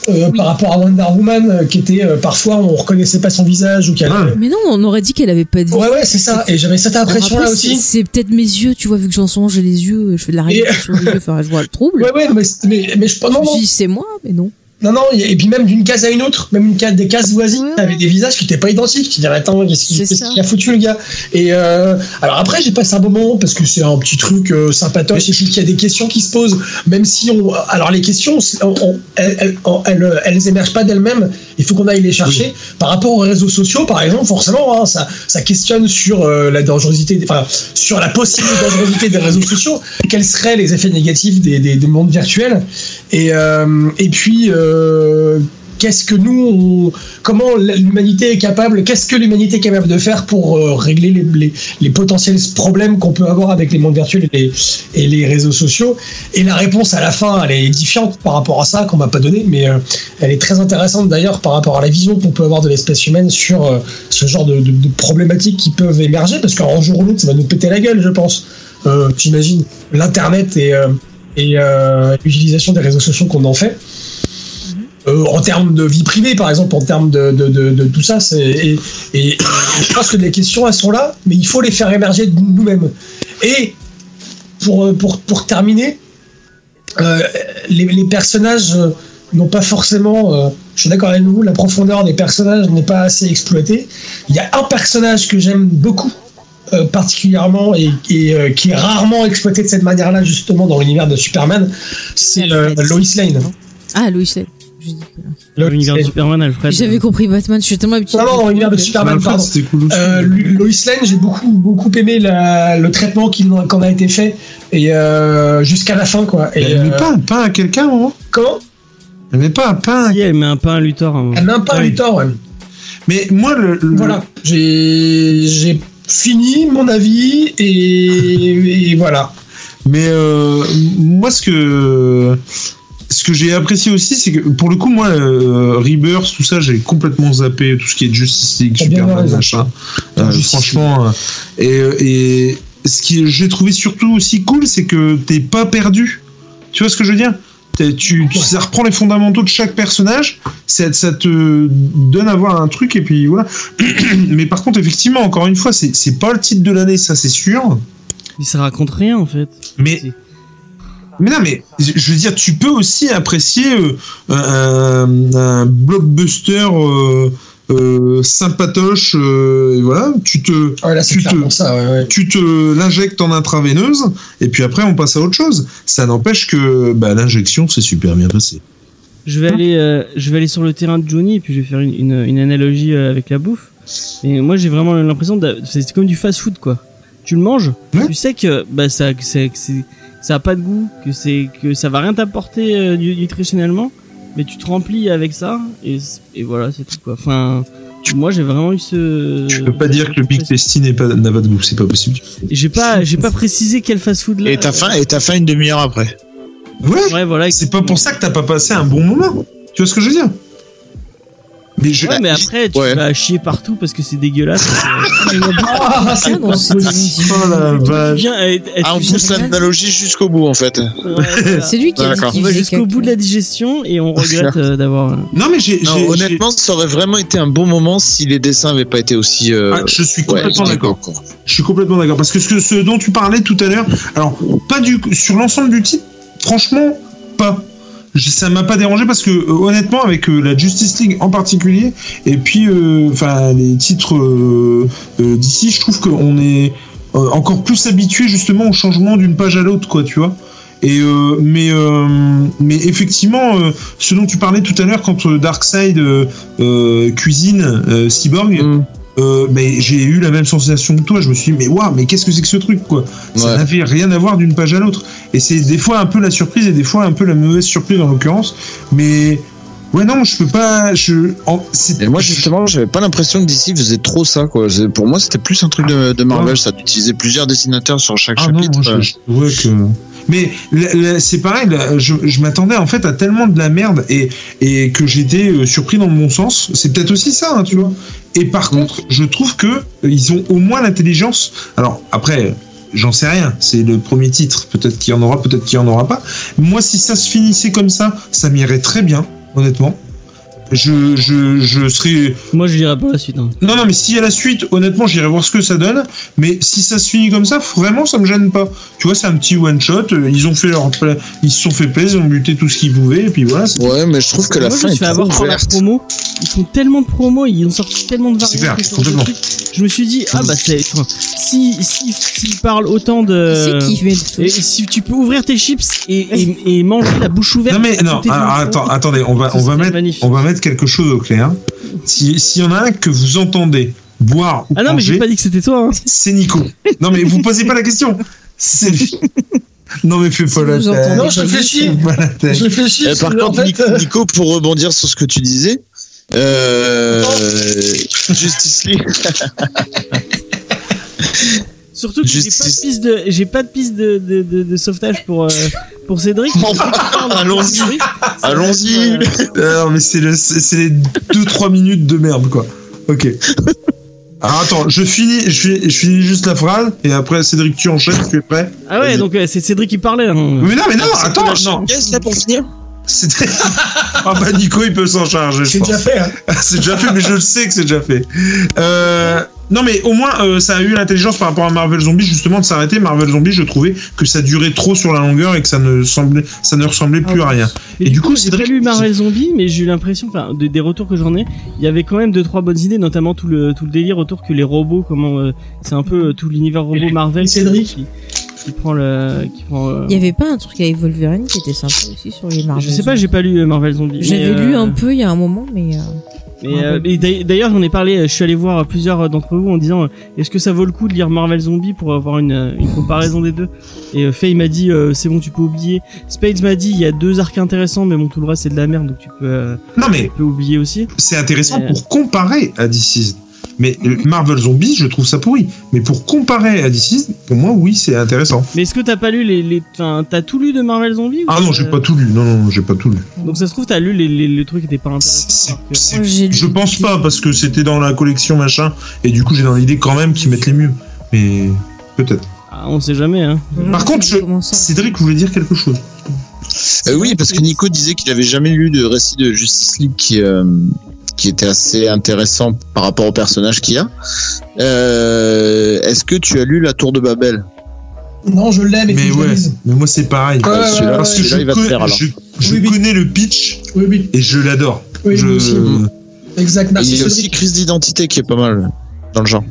Speaker 3: euh,
Speaker 2: Oui.
Speaker 3: par rapport à Wonder Woman, euh, qui était euh, parfois on reconnaissait pas son visage ou qu'elle.
Speaker 4: Ouais.
Speaker 2: mais non on aurait dit qu'elle avait pas de vie.
Speaker 3: Ouais, ouais, c'est ça. Et j'avais cette
Speaker 2: Alors
Speaker 3: impression là
Speaker 2: après, c'est-
Speaker 3: aussi.
Speaker 2: C'est peut-être mes yeux, tu vois, vu que j'en songe, j'ai les yeux, euh, je fais de la
Speaker 3: Et-
Speaker 2: réflexion sur les yeux, enfin, je vois le trouble.
Speaker 3: Ouais, ouais, mais, mais, mais je,
Speaker 2: je
Speaker 3: non,
Speaker 2: me
Speaker 3: non,
Speaker 2: suis dit, c'est moi, mais non.
Speaker 3: Non, non, et et puis même d'une case à une autre, même une case, des cases voisines,
Speaker 2: Ouais, ouais.
Speaker 3: avec des visages qui n'étaient pas identiques. Tu dirais, attends, qu'est-ce qu'il
Speaker 2: C'est
Speaker 3: qu'est-ce
Speaker 2: ça.
Speaker 3: qu'il a foutu le gars Et euh, alors après, j'ai passé un bon moment parce que c'est un petit truc euh, sympatoche et puis qu'il y a des questions qui se posent, même si on. Alors les questions, c'est- on- on- elles, elles, elles- elles émergent pas d'elles-mêmes, il faut qu'on aille les chercher. Par rapport aux réseaux sociaux, par exemple, forcément, hein, ça, ça questionne sur euh, la dangerosité, enfin, sur la possible dangerosité des réseaux sociaux. Quels seraient les effets négatifs des, des, des mondes virtuels et, euh, et puis, euh, qu'est-ce que nous, on- comment l'humanité est capable, qu'est-ce que l'humanité est capable de faire pour euh, régler les, les, les potentiels problèmes qu'on peut avoir avec les mondes virtuels et les, et les réseaux sociaux Et la réponse à la fin, elle est édifiante par rapport à ça, qu'on m'a pas donné, mais euh, elle est très intéressante d'ailleurs par rapport à la vision qu'on peut avoir de l'espèce humaine sur euh, ce genre de, de- de problématiques qui peuvent émerger, parce qu'un jour ou l'autre, ça va nous péter la gueule, je pense. Euh, T'imagines l'internet et, euh, et euh, l'utilisation des réseaux sociaux qu'on en fait. Euh, en termes de vie privée, par exemple, en termes de, de, de, de tout ça, c'est, et, et je pense que les questions, elles sont là, mais il faut les faire émerger de nous-mêmes. Et pour, euh, pour, pour terminer, euh, les, les personnages euh, n'ont pas forcément, euh, je suis d'accord avec vous, la profondeur des personnages n'est pas assez exploitée. Il y a un personnage que j'aime beaucoup, euh, particulièrement, et, et, euh, qui est rarement exploité de cette manière-là, justement, dans l'univers de Superman, c'est euh,
Speaker 2: Alfred.
Speaker 3: Lois Lane.
Speaker 2: Ah, Lois Lane. J'ai dit que-
Speaker 3: Lois
Speaker 1: L'univers de
Speaker 3: Lane.
Speaker 1: Superman, Alfred.
Speaker 2: J'avais compris Batman, je suis tellement habitué.
Speaker 3: Non, non, l'univers de Superman,
Speaker 4: Alfred,
Speaker 3: pardon.
Speaker 4: c'était cool aussi.
Speaker 3: Bah, Euh, Lu- Lois Lane, j'ai beaucoup beaucoup aimé la- le traitement qu'il en- qu'en a été fait et euh, jusqu'à la fin quoi. Et,
Speaker 4: Elle met
Speaker 3: euh,
Speaker 4: pas un pain à quelqu'un, non
Speaker 3: comment
Speaker 4: Elle met pas un pain à
Speaker 1: Si, elle met Ah, un pain à Luthor. hein.
Speaker 3: Elle n'a pas
Speaker 4: Ah Oui.
Speaker 3: eu tort. ouais.
Speaker 4: Mais moi, le, le-
Speaker 3: Voilà, j'ai j'ai fini mon avis et, et voilà.
Speaker 4: Mais euh, moi, ce que ce que j'ai apprécié aussi, c'est que pour le coup, moi, euh, Rebirth, tout ça, j'ai complètement zappé tout ce qui est Justice League,
Speaker 3: T'as bien
Speaker 4: Superman,
Speaker 3: raison.
Speaker 4: machin. Euh,
Speaker 3: Justice
Speaker 4: franchement, euh, et, euh, et ce que j'ai trouvé surtout aussi cool, c'est que t'es pas perdu. Tu vois ce que je veux dire T'es- tu,
Speaker 3: Ah
Speaker 4: tu- ça reprend les fondamentaux de chaque personnage, ça, ça te donne à voir un truc et puis voilà. Mais par contre, effectivement, encore une fois, c'est c'est pas le titre de l'année, ça c'est sûr.
Speaker 1: Mais ça raconte rien en fait.
Speaker 4: Mais,
Speaker 1: Si.
Speaker 4: mais non, mais je je veux dire, tu peux aussi apprécier euh, un, un blockbuster euh, euh, sympatoche. euh, et voilà, tu te,
Speaker 3: Ouais, là, c'est
Speaker 4: Tu te-
Speaker 3: clairement ça. ouais, ouais.
Speaker 4: tu te l'injectes en intraveineuse, et puis après on passe à autre chose. Ça n'empêche que bah, l'injection s'est super bien passée.
Speaker 1: Je
Speaker 4: Hein
Speaker 1: vais aller, euh, je vais aller sur le terrain de Johnny et puis je vais faire une, une, une analogie euh, avec la bouffe. Et moi, j'ai vraiment l'impression d'a- c'est c'est comme du fast-food quoi. Tu le manges,
Speaker 4: Ouais.
Speaker 1: tu sais que bah ça, que c'est, que c'est- ça a pas de goût, que c'est, que ça va rien t'apporter euh, nu- nutritionnellement, mais tu te remplis avec ça et, c- et voilà, c'est tout quoi. Enfin, moi, j'ai vraiment eu ce.
Speaker 4: Tu peux pas dire que le Big Tasty n'est pas- n'a pas de goût, c'est pas possible.
Speaker 1: Et J'ai pas, j'ai pas précisé quel fast-food là.
Speaker 6: Et
Speaker 2: euh,
Speaker 6: t'as faim, et t'as faim une demi-heure après.
Speaker 4: Ouais,
Speaker 1: Ouais, voilà.
Speaker 4: c'est pas pour ça que t'as pas passé un bon moment. Tu vois ce que je veux dire Mais je,
Speaker 1: Ouais, mais après, tu
Speaker 6: Ouais.
Speaker 1: vas chier partout parce que c'est dégueulasse.
Speaker 3: Ah, c'est
Speaker 2: Ah, non, c'est-
Speaker 4: Oh la
Speaker 1: Tu
Speaker 4: vache.
Speaker 1: viens, elle- elle-
Speaker 6: Ah, on
Speaker 1: tu
Speaker 6: pousse
Speaker 1: viens-
Speaker 6: l'analogie jusqu'au bout, en fait.
Speaker 1: Ouais, voilà.
Speaker 2: C'est lui qui a dit
Speaker 6: D'accord.
Speaker 1: On
Speaker 2: qu'il
Speaker 1: va
Speaker 2: faisait
Speaker 1: jusqu'au
Speaker 2: caca.
Speaker 1: bout de la digestion et
Speaker 6: Ah,
Speaker 1: on regrette euh, d'avoir.
Speaker 4: Non, mais j'ai.
Speaker 6: Non,
Speaker 4: j'ai- j'ai-
Speaker 6: honnêtement, ça aurait vraiment été un bon moment si les dessins n'avaient pas été aussi. euh,
Speaker 4: Ah, je suis
Speaker 6: ouais,
Speaker 4: complètement d'accord. Je suis complètement d'accord. Parce que ce, que- ce dont tu parlais tout à l'heure, alors, pas du, sur l'ensemble du titre, franchement, pas. Je- Ça m'a pas dérangé parce que euh, honnêtement avec euh, la Justice League en particulier et puis euh, enfin les titres euh, euh, d'ici je trouve qu'on est euh, encore plus habitué justement au changement d'une page à l'autre quoi tu vois et euh, mais euh, mais effectivement euh, ce dont tu parlais tout à l'heure quand euh, Darkseid euh, euh, cuisine euh, Cyborg
Speaker 6: Mm.
Speaker 4: euh, mais j'ai eu la même sensation que toi. Je me suis dit, mais waouh, mais qu'est-ce que c'est que ce truc, quoi Ça
Speaker 6: Ouais.
Speaker 4: n'avait rien à voir d'une page à l'autre. Et c'est des fois un peu la surprise et des fois un peu la mauvaise surprise en l'occurrence. Mais ouais, non, je peux pas. Je. en- c'est-
Speaker 6: Et moi, justement, j'avais pas l'impression que DC faisait trop ça, quoi. C'est- Pour moi, c'était plus un truc de, de Marvel, ça, d'utiliser plusieurs dessinateurs sur chaque
Speaker 4: Ah non,
Speaker 6: chapitre. euh.
Speaker 4: moi, je, je trouvais que. Mais la- la- c'est pareil, la- je, je m'attendais en fait à tellement de la merde et, et que j'étais euh, surpris dans le bon sens. C'est peut-être aussi ça, hein, tu vois. Et
Speaker 6: Mm.
Speaker 4: par contre, je trouve que euh, ils ont au moins l'intelligence. Alors après, j'en sais rien. C'est le premier titre. Peut-être qu'il y en aura, peut-être qu'il y en aura pas. Moi, si ça se finissait comme ça, ça m'irait très bien, honnêtement. je, je, je serai.
Speaker 1: Moi, je dirais pas la suite. hein.
Speaker 4: Non, non, mais si à la suite, honnêtement, j'irai voir ce que ça donne. Mais si ça se finit comme ça, vraiment, ça me gêne pas. Tu vois, c'est un petit one shot. euh, Ils ont fait leur, pla- ils se sont fait plaisir, ils ont buté tout ce qu'ils pouvaient, et puis voilà. c'est-
Speaker 6: Ouais, mais je trouve que la
Speaker 1: Moi, je
Speaker 6: fin
Speaker 1: me
Speaker 6: est
Speaker 1: suis fait
Speaker 6: trop
Speaker 1: avoir par la
Speaker 6: ouverte.
Speaker 1: promo. Ils font tellement de promos, ils ont sorti tellement de
Speaker 4: C'est
Speaker 1: variantes.
Speaker 4: clair,
Speaker 1: et ce genre de
Speaker 4: complètement.
Speaker 1: trucs. Je me suis dit, ah bah c'est. enfin, si s'ils si, s'ils parlent autant de.
Speaker 6: euh,
Speaker 2: C'est qui
Speaker 1: Et
Speaker 2: fait
Speaker 1: si tu peux ouvrir tes chips et, et, et manger la bouche ouverte.
Speaker 4: Non mais non,
Speaker 1: tout est
Speaker 4: alors,
Speaker 1: dans le
Speaker 4: attends,
Speaker 1: fond.
Speaker 4: attendez, on va
Speaker 1: Ce
Speaker 4: on va
Speaker 1: serait
Speaker 4: mettre
Speaker 1: magnifique.
Speaker 4: on va mettre quelque chose au clair. Si s'il y en a un que vous entendez boire ou
Speaker 1: Ah non, mais j'ai
Speaker 4: manger,
Speaker 1: pas dit que c'était toi. Hein.
Speaker 4: c'est Nico. Non mais vous posez pas la question. C'est lui. Non mais fais pas la
Speaker 2: vous
Speaker 4: tête.
Speaker 2: entendez
Speaker 3: Non, je réfléchis.
Speaker 4: Fais pas la tête.
Speaker 3: Je réfléchis.
Speaker 6: Euh, par
Speaker 3: en
Speaker 6: contre,
Speaker 3: fait,
Speaker 6: Nico,
Speaker 3: euh,
Speaker 6: Nico, pour rebondir sur ce que tu disais, euh, Justice League,
Speaker 1: Surtout que j'ai
Speaker 6: Juste-
Speaker 1: pas de piste de, j'ai pas de piste de, de, de, de sauvetage pour, euh, pour Cédric.
Speaker 6: allons-y.
Speaker 1: Euh,
Speaker 6: Allons-y.
Speaker 4: Ah Non mais c'est le c'est c'est les 2 3 minutes de merde quoi. OK. Alors attends, je finis je, finis- je finis juste la phrase et après Cédric tu enchaînes, tu es prêt
Speaker 1: Ah ouais,
Speaker 4: Vas-y.
Speaker 1: donc euh, c'est Cédric qui parlait. hein.
Speaker 4: Mais non mais non, attends, non.
Speaker 6: Yes, là pour finir.
Speaker 4: C'était Ah bah Nico, il peut s'en charger. je
Speaker 3: c'est
Speaker 4: pense.
Speaker 3: déjà fait. hein.
Speaker 4: c'est déjà fait, mais je le sais que c'est déjà fait. Euh, non, mais au moins, euh, ça a eu l'intelligence par rapport à Marvel Zombie, justement, de s'arrêter. Marvel Zombie, je trouvais que ça durait trop sur la longueur et que ça ne, semblait, ça ne ressemblait
Speaker 6: Ah
Speaker 1: Ah,
Speaker 4: plus à rien.
Speaker 1: Mais
Speaker 4: Et du coup,
Speaker 1: j'ai
Speaker 4: Cédric-
Speaker 1: pas lu Marvel Zombie, mais j'ai eu l'impression, enfin, de- des retours que j'en ai, il y avait quand même deux trois bonnes idées, notamment tout le tout le délire autour que les robots, comment, euh, c'est un peu euh, tout l'univers robot Marvel. qui-
Speaker 3: Cédric.
Speaker 1: qui, qui prend le, qui prend. euh,
Speaker 2: Il y avait pas un truc avec Wolverine qui était sympa aussi sur les Marvel.
Speaker 1: Je sais pas, j'ai pas lu euh, Marvel Zombie.
Speaker 2: J'avais
Speaker 1: mais,
Speaker 2: lu
Speaker 1: euh,
Speaker 2: un peu il y a un moment, mais euh,
Speaker 1: Mais, euh, mais d'ailleurs- d'ailleurs, j'en ai parlé. euh, Je suis allé voir euh, plusieurs euh, d'entre vous en disant euh, est-ce que ça vaut le coup de lire Marvel Zombie pour avoir une, euh, une comparaison des deux Et euh, Faye m'a dit euh, c'est bon, tu peux oublier. Spades m'a dit il y a deux arcs intéressants, mais bon, tout le reste c'est de la merde, donc tu peux, euh,
Speaker 4: Non, mais
Speaker 1: tu peux oublier aussi.
Speaker 4: c'est intéressant
Speaker 1: Euh.
Speaker 4: pour comparer à DC's. Mais euh, Marvel Zombie, je trouve ça pourri. Mais pour comparer à DC's, pour moi, oui, c'est intéressant.
Speaker 1: Mais est-ce que t'as pas lu les, les enfin, t'as tout lu de Marvel Zombie ou
Speaker 4: Ah non, j'ai
Speaker 1: euh, Ah,
Speaker 4: pas tout lu. Non, non, j'ai pas tout lu.
Speaker 1: Donc ça se trouve t'as lu les, les, les trucs qui étaient pas
Speaker 4: C'est-
Speaker 1: intéressants. alors que-
Speaker 4: c'est-
Speaker 2: moi, j'ai lu-
Speaker 4: Je pense pas parce que c'était dans la collection machin et du coup j'ai dans l'idée quand même qu'ils mettent les mieux. Mais peut-être.
Speaker 1: Ah, on sait jamais. Hein.
Speaker 2: euh,
Speaker 4: Par contre, je-
Speaker 2: Comment ça
Speaker 4: Cédric voulait dire quelque chose.
Speaker 6: Euh, oui, parce que Nico disait qu'il avait jamais lu de récit de Justice League qui, euh, qui était assez intéressant par rapport au personnage qu'il y a. Euh, Est-ce que tu as lu La Tour de Babel
Speaker 3: Non, je l'aime. et
Speaker 4: Mais
Speaker 3: puis je
Speaker 4: ouais,
Speaker 3: l'analyse.
Speaker 4: mais moi c'est pareil.
Speaker 3: Ouais, ouais, ouais,
Speaker 6: Ah, Celui-là,
Speaker 4: Parce que
Speaker 6: celui-là,
Speaker 4: je,
Speaker 6: il va te
Speaker 4: co-
Speaker 6: plaire alors.
Speaker 4: je, je
Speaker 3: Oui, oui.
Speaker 4: connais le pitch
Speaker 3: Oui, oui,
Speaker 4: et je l'adore.
Speaker 3: oui,
Speaker 4: Je-
Speaker 3: moi aussi. Exact.
Speaker 6: Il y
Speaker 3: Narcissique
Speaker 6: a aussi crise d'identité qui est pas mal dans le genre.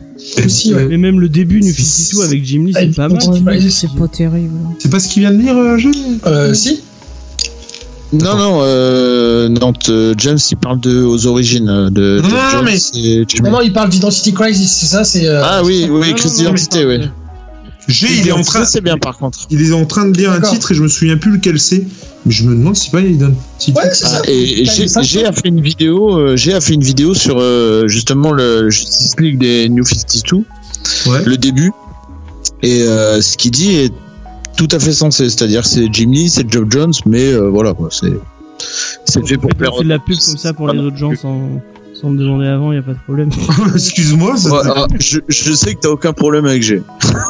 Speaker 3: aussi. ouais.
Speaker 1: Mais même le début New 52 avec Jim Lee, c'est pas
Speaker 3: Ah, bon,
Speaker 1: mal.
Speaker 3: ouais, bah,
Speaker 2: Oh C'est pas terrible.
Speaker 4: C'est pas ce qu'il vient de lire, euh, Jules
Speaker 6: Ah,
Speaker 3: Euh, si.
Speaker 6: Non, non, euh, non, t- James il parle de aux origines euh, de.
Speaker 4: Non,
Speaker 6: de
Speaker 4: non,
Speaker 6: James
Speaker 4: mais-
Speaker 6: et Jim.
Speaker 3: Non, non, il parle d'identity crisis. C'est ça. C'est. euh,
Speaker 6: Ah oui, oui,
Speaker 1: Non,
Speaker 6: crise
Speaker 1: non, non, mais-
Speaker 6: d'identité, oui.
Speaker 4: J'ai, il est en train,
Speaker 6: Ça, C'est bien par contre.
Speaker 4: il est en train de lire un
Speaker 3: D'accord.
Speaker 4: titre et je me souviens plus lequel c'est. Mais je me demande si pas il donne titre.
Speaker 3: Ouais, c'est
Speaker 6: Ah,
Speaker 3: ça.
Speaker 6: et et
Speaker 3: Putain,
Speaker 6: j'ai
Speaker 3: ça,
Speaker 6: j'ai fait une vidéo, euh, j'ai fait une vidéo sur euh, justement le Justice League des New 52,
Speaker 4: Ouais.
Speaker 6: le début, et euh, ce qu'il dit est tout à fait sensé, c'est-à-dire que c'est Jim Lee, c'est Joe Jones, mais euh, voilà quoi, c'est c'est fait pour
Speaker 1: Faites-
Speaker 6: plaire.
Speaker 1: faites de la pub comme ça pour les autres gens sans, sans me demander avant, y a pas de problème.
Speaker 4: Excuse-moi. ça-
Speaker 6: Ouais, ah, je, je sais que t'as aucun problème avec G.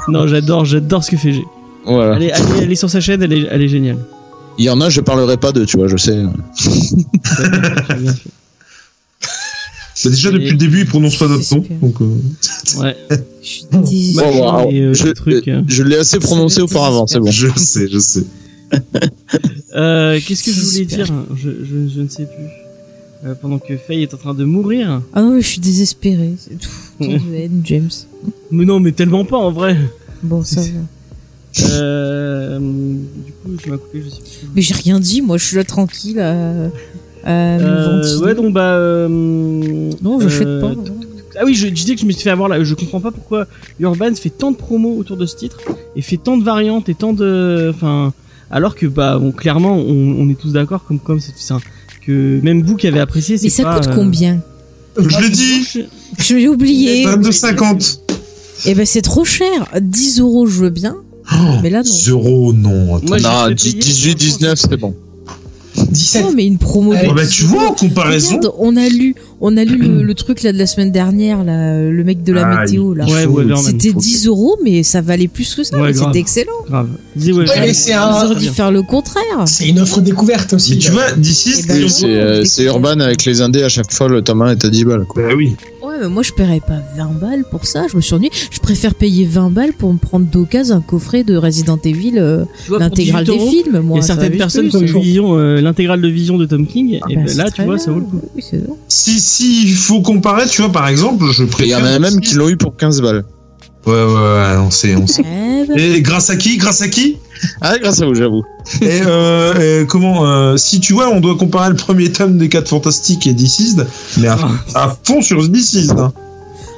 Speaker 1: Non, j'adore, j'adore ce que fait G.
Speaker 6: Voilà.
Speaker 1: Allez, allez, allez sur sa chaîne, elle est, elle est géniale.
Speaker 6: Il y en a, je parlerai pas de, tu vois, je sais.
Speaker 1: Très bien fait.
Speaker 4: Bah, déjà depuis le début, il prononce pas notre nom. Donc, euh,
Speaker 1: Ouais.
Speaker 2: Je suis désolée.
Speaker 6: Bon, bon, alors,
Speaker 1: et, euh,
Speaker 6: je,
Speaker 1: le truc,
Speaker 6: euh,
Speaker 1: hein.
Speaker 6: je l'ai assez prononcé auparavant, c'est bon.
Speaker 4: je sais, je sais.
Speaker 1: Euh, Qu'est-ce que je voulais
Speaker 2: J'espère.
Speaker 1: dire je, je, je ne sais plus. Euh, pendant que Faye est en train de mourir.
Speaker 2: Ah non, mais je suis désespérée. C'est tout. Tant de haine, James.
Speaker 1: Mais non, mais tellement pas en vrai.
Speaker 2: Bon, ça va.
Speaker 1: Euh, du coup, je m'as coupé, je sais plus.
Speaker 2: Mais j'ai rien dit, moi, je suis là tranquille à, à me
Speaker 1: Euh,
Speaker 2: ventiler.
Speaker 1: ouais, donc bah. Euh,
Speaker 2: Non,
Speaker 1: euh,
Speaker 2: j'achète pas. non.
Speaker 1: Ah oui, je, je disais que je me suis fait avoir là. Je comprends pas pourquoi Urban fait tant de promos autour de ce titre et fait tant de variantes et tant de. Enfin, alors que bah, bon, clairement, on, on est tous d'accord comme comme c'est c'est un- que même vous qui avez apprécié.
Speaker 2: Mais
Speaker 1: c'est
Speaker 2: ça
Speaker 1: pas,
Speaker 2: coûte
Speaker 1: euh,
Speaker 2: combien
Speaker 4: Je l'ai dit.
Speaker 1: je-
Speaker 2: Je l'ai
Speaker 1: Eh
Speaker 2: oublié.
Speaker 1: ben,
Speaker 4: 22,50.
Speaker 2: Eh ben, c'est trop cher. 10 euros, je
Speaker 1: Ah,
Speaker 2: veux bien. Mais là, Ah, non.
Speaker 4: 0, non.
Speaker 1: Moi, j'ai
Speaker 6: Non,
Speaker 1: fait payer,
Speaker 6: 18, 19, c'est bon.
Speaker 3: 17.
Speaker 2: Non, mais une promo.
Speaker 1: Eh
Speaker 2: de-
Speaker 3: Ah
Speaker 1: ben,
Speaker 4: Ah bah, tu vois, en comparaison.
Speaker 2: Regarde, on a lu, on a lu le, le truc là de la semaine dernière, là, le mec de la
Speaker 4: Ah,
Speaker 2: météo là.
Speaker 4: il-
Speaker 1: Ouais,
Speaker 4: faut-
Speaker 1: Weberman,
Speaker 2: C'était
Speaker 4: faut-
Speaker 2: 10 euros, mais ça valait plus que ça.
Speaker 1: Ouais,
Speaker 2: mais
Speaker 1: grave. Ah,
Speaker 2: C'était excellent.
Speaker 1: grave. Dis
Speaker 3: Ouais,
Speaker 1: Weberman.
Speaker 3: mais c'est
Speaker 2: Ils
Speaker 3: un-
Speaker 2: auraient dû faire le contraire.
Speaker 3: c'est une offre découverte aussi.
Speaker 4: Mais tu vois, d'ici,
Speaker 2: Eh
Speaker 4: c'est.
Speaker 2: ben,
Speaker 6: Et C'est euh, c'est Urban avec les indés à chaque fois, le tome 1 est à 10 balles. Quoi.
Speaker 4: Bah oui.
Speaker 2: Ouais, mais moi je paierais pas 20 balles pour ça. Je me suis ennuyée. Je préfère payer 20 balles pour me prendre d'occasion un coffret de Resident Evil, euh,
Speaker 1: Tu vois, pour
Speaker 2: l'intégrale
Speaker 1: 18
Speaker 2: des
Speaker 1: euros,
Speaker 2: films.
Speaker 1: Il
Speaker 2: Moi,
Speaker 1: y a
Speaker 2: ça
Speaker 1: certaines
Speaker 2: valait
Speaker 1: personnes
Speaker 2: plus,
Speaker 1: qui ont eu
Speaker 2: euh.
Speaker 1: Vision, euh, l'intégrale de Vision de Tom King. et
Speaker 2: Bah,
Speaker 1: ben,
Speaker 2: c'est
Speaker 1: là, tu
Speaker 2: très
Speaker 1: vois,
Speaker 2: bien.
Speaker 1: ça vaut le coup.
Speaker 2: Oui, c'est vrai.
Speaker 4: Si, si, il faut comparer, tu vois, par exemple, je
Speaker 6: Et il y
Speaker 4: préfère.
Speaker 6: en a même qui l'ont eu pour 15 balles.
Speaker 4: Ouais, ouais, ouais, on sait, on sait.
Speaker 2: Eh ben,
Speaker 4: Et grâce à qui Grâce à qui
Speaker 6: Ah, grâce à vous, j'avoue.
Speaker 4: Et euh, euh, comment euh, Si tu vois, on doit comparer le premier tome des 4 Fantastiques et Deceased, mais à,
Speaker 3: Ah.
Speaker 4: à fond sur Deceased. hein.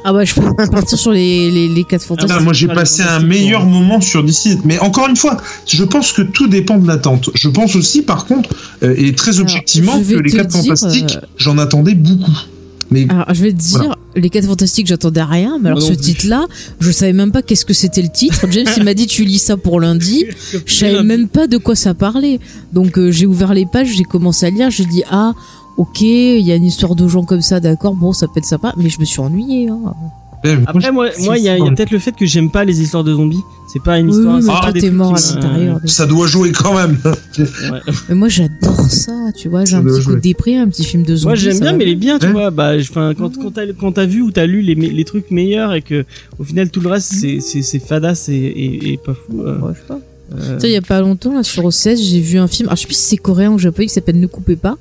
Speaker 2: Ah bah je peux partir sur les, les, les
Speaker 1: Ah,
Speaker 2: 4
Speaker 4: Putain,
Speaker 2: fantastiques.
Speaker 4: moi j'ai
Speaker 1: pas les
Speaker 4: passé un
Speaker 1: Fantastiques, hein.
Speaker 4: meilleur moment sur Deceased. Mais encore une fois, je pense que tout dépend de l'attente. Je pense aussi, par contre, euh, et très
Speaker 2: Alors,
Speaker 4: objectivement,
Speaker 2: je vais
Speaker 4: que les
Speaker 2: te
Speaker 4: 4
Speaker 2: dire,
Speaker 4: Fantastiques,
Speaker 2: euh, Ah.
Speaker 4: j'en attendais beaucoup. Mais
Speaker 2: Alors je vais te dire,
Speaker 4: Voilà.
Speaker 2: les 4 fantastiques j'attendais à rien, mais alors
Speaker 1: Moi
Speaker 2: ce
Speaker 1: non plus.
Speaker 2: titre-là, je savais même pas qu'est-ce que c'était le titre. James il m'a dit tu lis ça pour lundi. Je savais même pas de quoi ça parlait. Donc euh, j'ai ouvert les pages, j'ai commencé à lire, j'ai dit ah ok, il y a une histoire de gens comme ça, d'accord, bon ça peut être sympa, mais je me suis ennuyée. Hein.
Speaker 4: euh,
Speaker 1: Après, moi, moi, il y a, il y a peut-être le fait que j'aime pas les histoires de zombies. C'est pas une
Speaker 2: Oui,
Speaker 1: histoire.
Speaker 2: mais
Speaker 1: c'est
Speaker 2: toi,
Speaker 1: pas des
Speaker 2: t'es
Speaker 1: trucs
Speaker 2: mort
Speaker 1: qui
Speaker 2: à
Speaker 1: me-
Speaker 2: l'intérieur. donc.
Speaker 4: ça doit jouer quand même.
Speaker 2: Mais moi j'adore ça, tu vois, j'ai
Speaker 4: Ça
Speaker 2: un
Speaker 4: doit
Speaker 2: petit coup
Speaker 4: jouer.
Speaker 2: déprimé, un petit film de zombies.
Speaker 1: Moi, j'aime
Speaker 2: ça
Speaker 1: bien,
Speaker 2: va
Speaker 1: mais les biens, tu
Speaker 4: Hein
Speaker 1: vois. Bah, je- 'fin, quand, quand t'as, quand t'as vu ou t'as lu les, me- les trucs meilleurs et que, au final, tout le
Speaker 2: Mm.
Speaker 1: reste, c'est, c'est, c'est fadas et, et, et pas fou. euh,
Speaker 2: Ouais, je sais pas.
Speaker 1: euh,
Speaker 2: Tu sais, il y a pas longtemps, là, sur OCS, j'ai vu un film. Alors, je sais plus si c'est coréen ou japonais qui s'appelle Ne coupez pas.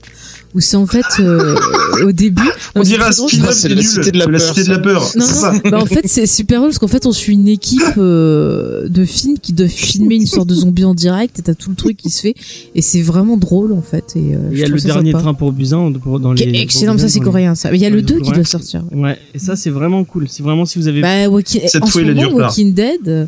Speaker 2: Où c'est en fait, euh, au début.
Speaker 4: On
Speaker 2: Non, c'est
Speaker 4: dirait un
Speaker 2: très drôle.
Speaker 4: spin-off
Speaker 6: c'est
Speaker 4: des
Speaker 6: la
Speaker 4: nuls,
Speaker 6: Cité de la Peur,
Speaker 4: Cité de la Peur.
Speaker 2: Non,
Speaker 4: c'est ça.
Speaker 2: non. Bah, en fait, c'est super drôle parce qu'en fait, on suit une équipe euh, de films qui doivent filmer une sorte de zombie en direct et t'as tout le truc qui se fait. Et c'est vraiment drôle, en fait. Et, euh,
Speaker 1: Il
Speaker 2: je
Speaker 1: y a
Speaker 2: trouve
Speaker 1: le
Speaker 2: ça
Speaker 1: dernier
Speaker 2: sympa.
Speaker 1: train pour Busan pour- dans
Speaker 2: Qui
Speaker 1: les.
Speaker 2: est
Speaker 1: dans
Speaker 2: excellent,
Speaker 1: Busan,
Speaker 2: ça c'est
Speaker 1: dans les-
Speaker 2: coréen ça. Mais il y a
Speaker 1: dans
Speaker 2: le
Speaker 1: les
Speaker 2: 2 qui
Speaker 1: coréens.
Speaker 2: doit sortir.
Speaker 1: Ouais, et ça c'est vraiment cool. C'est vraiment si vous avez.
Speaker 2: Bah, Walking-
Speaker 4: Cette
Speaker 2: en
Speaker 4: fois,
Speaker 2: ce
Speaker 4: il a du
Speaker 2: moment,
Speaker 4: retard.
Speaker 2: Walking Dead, euh,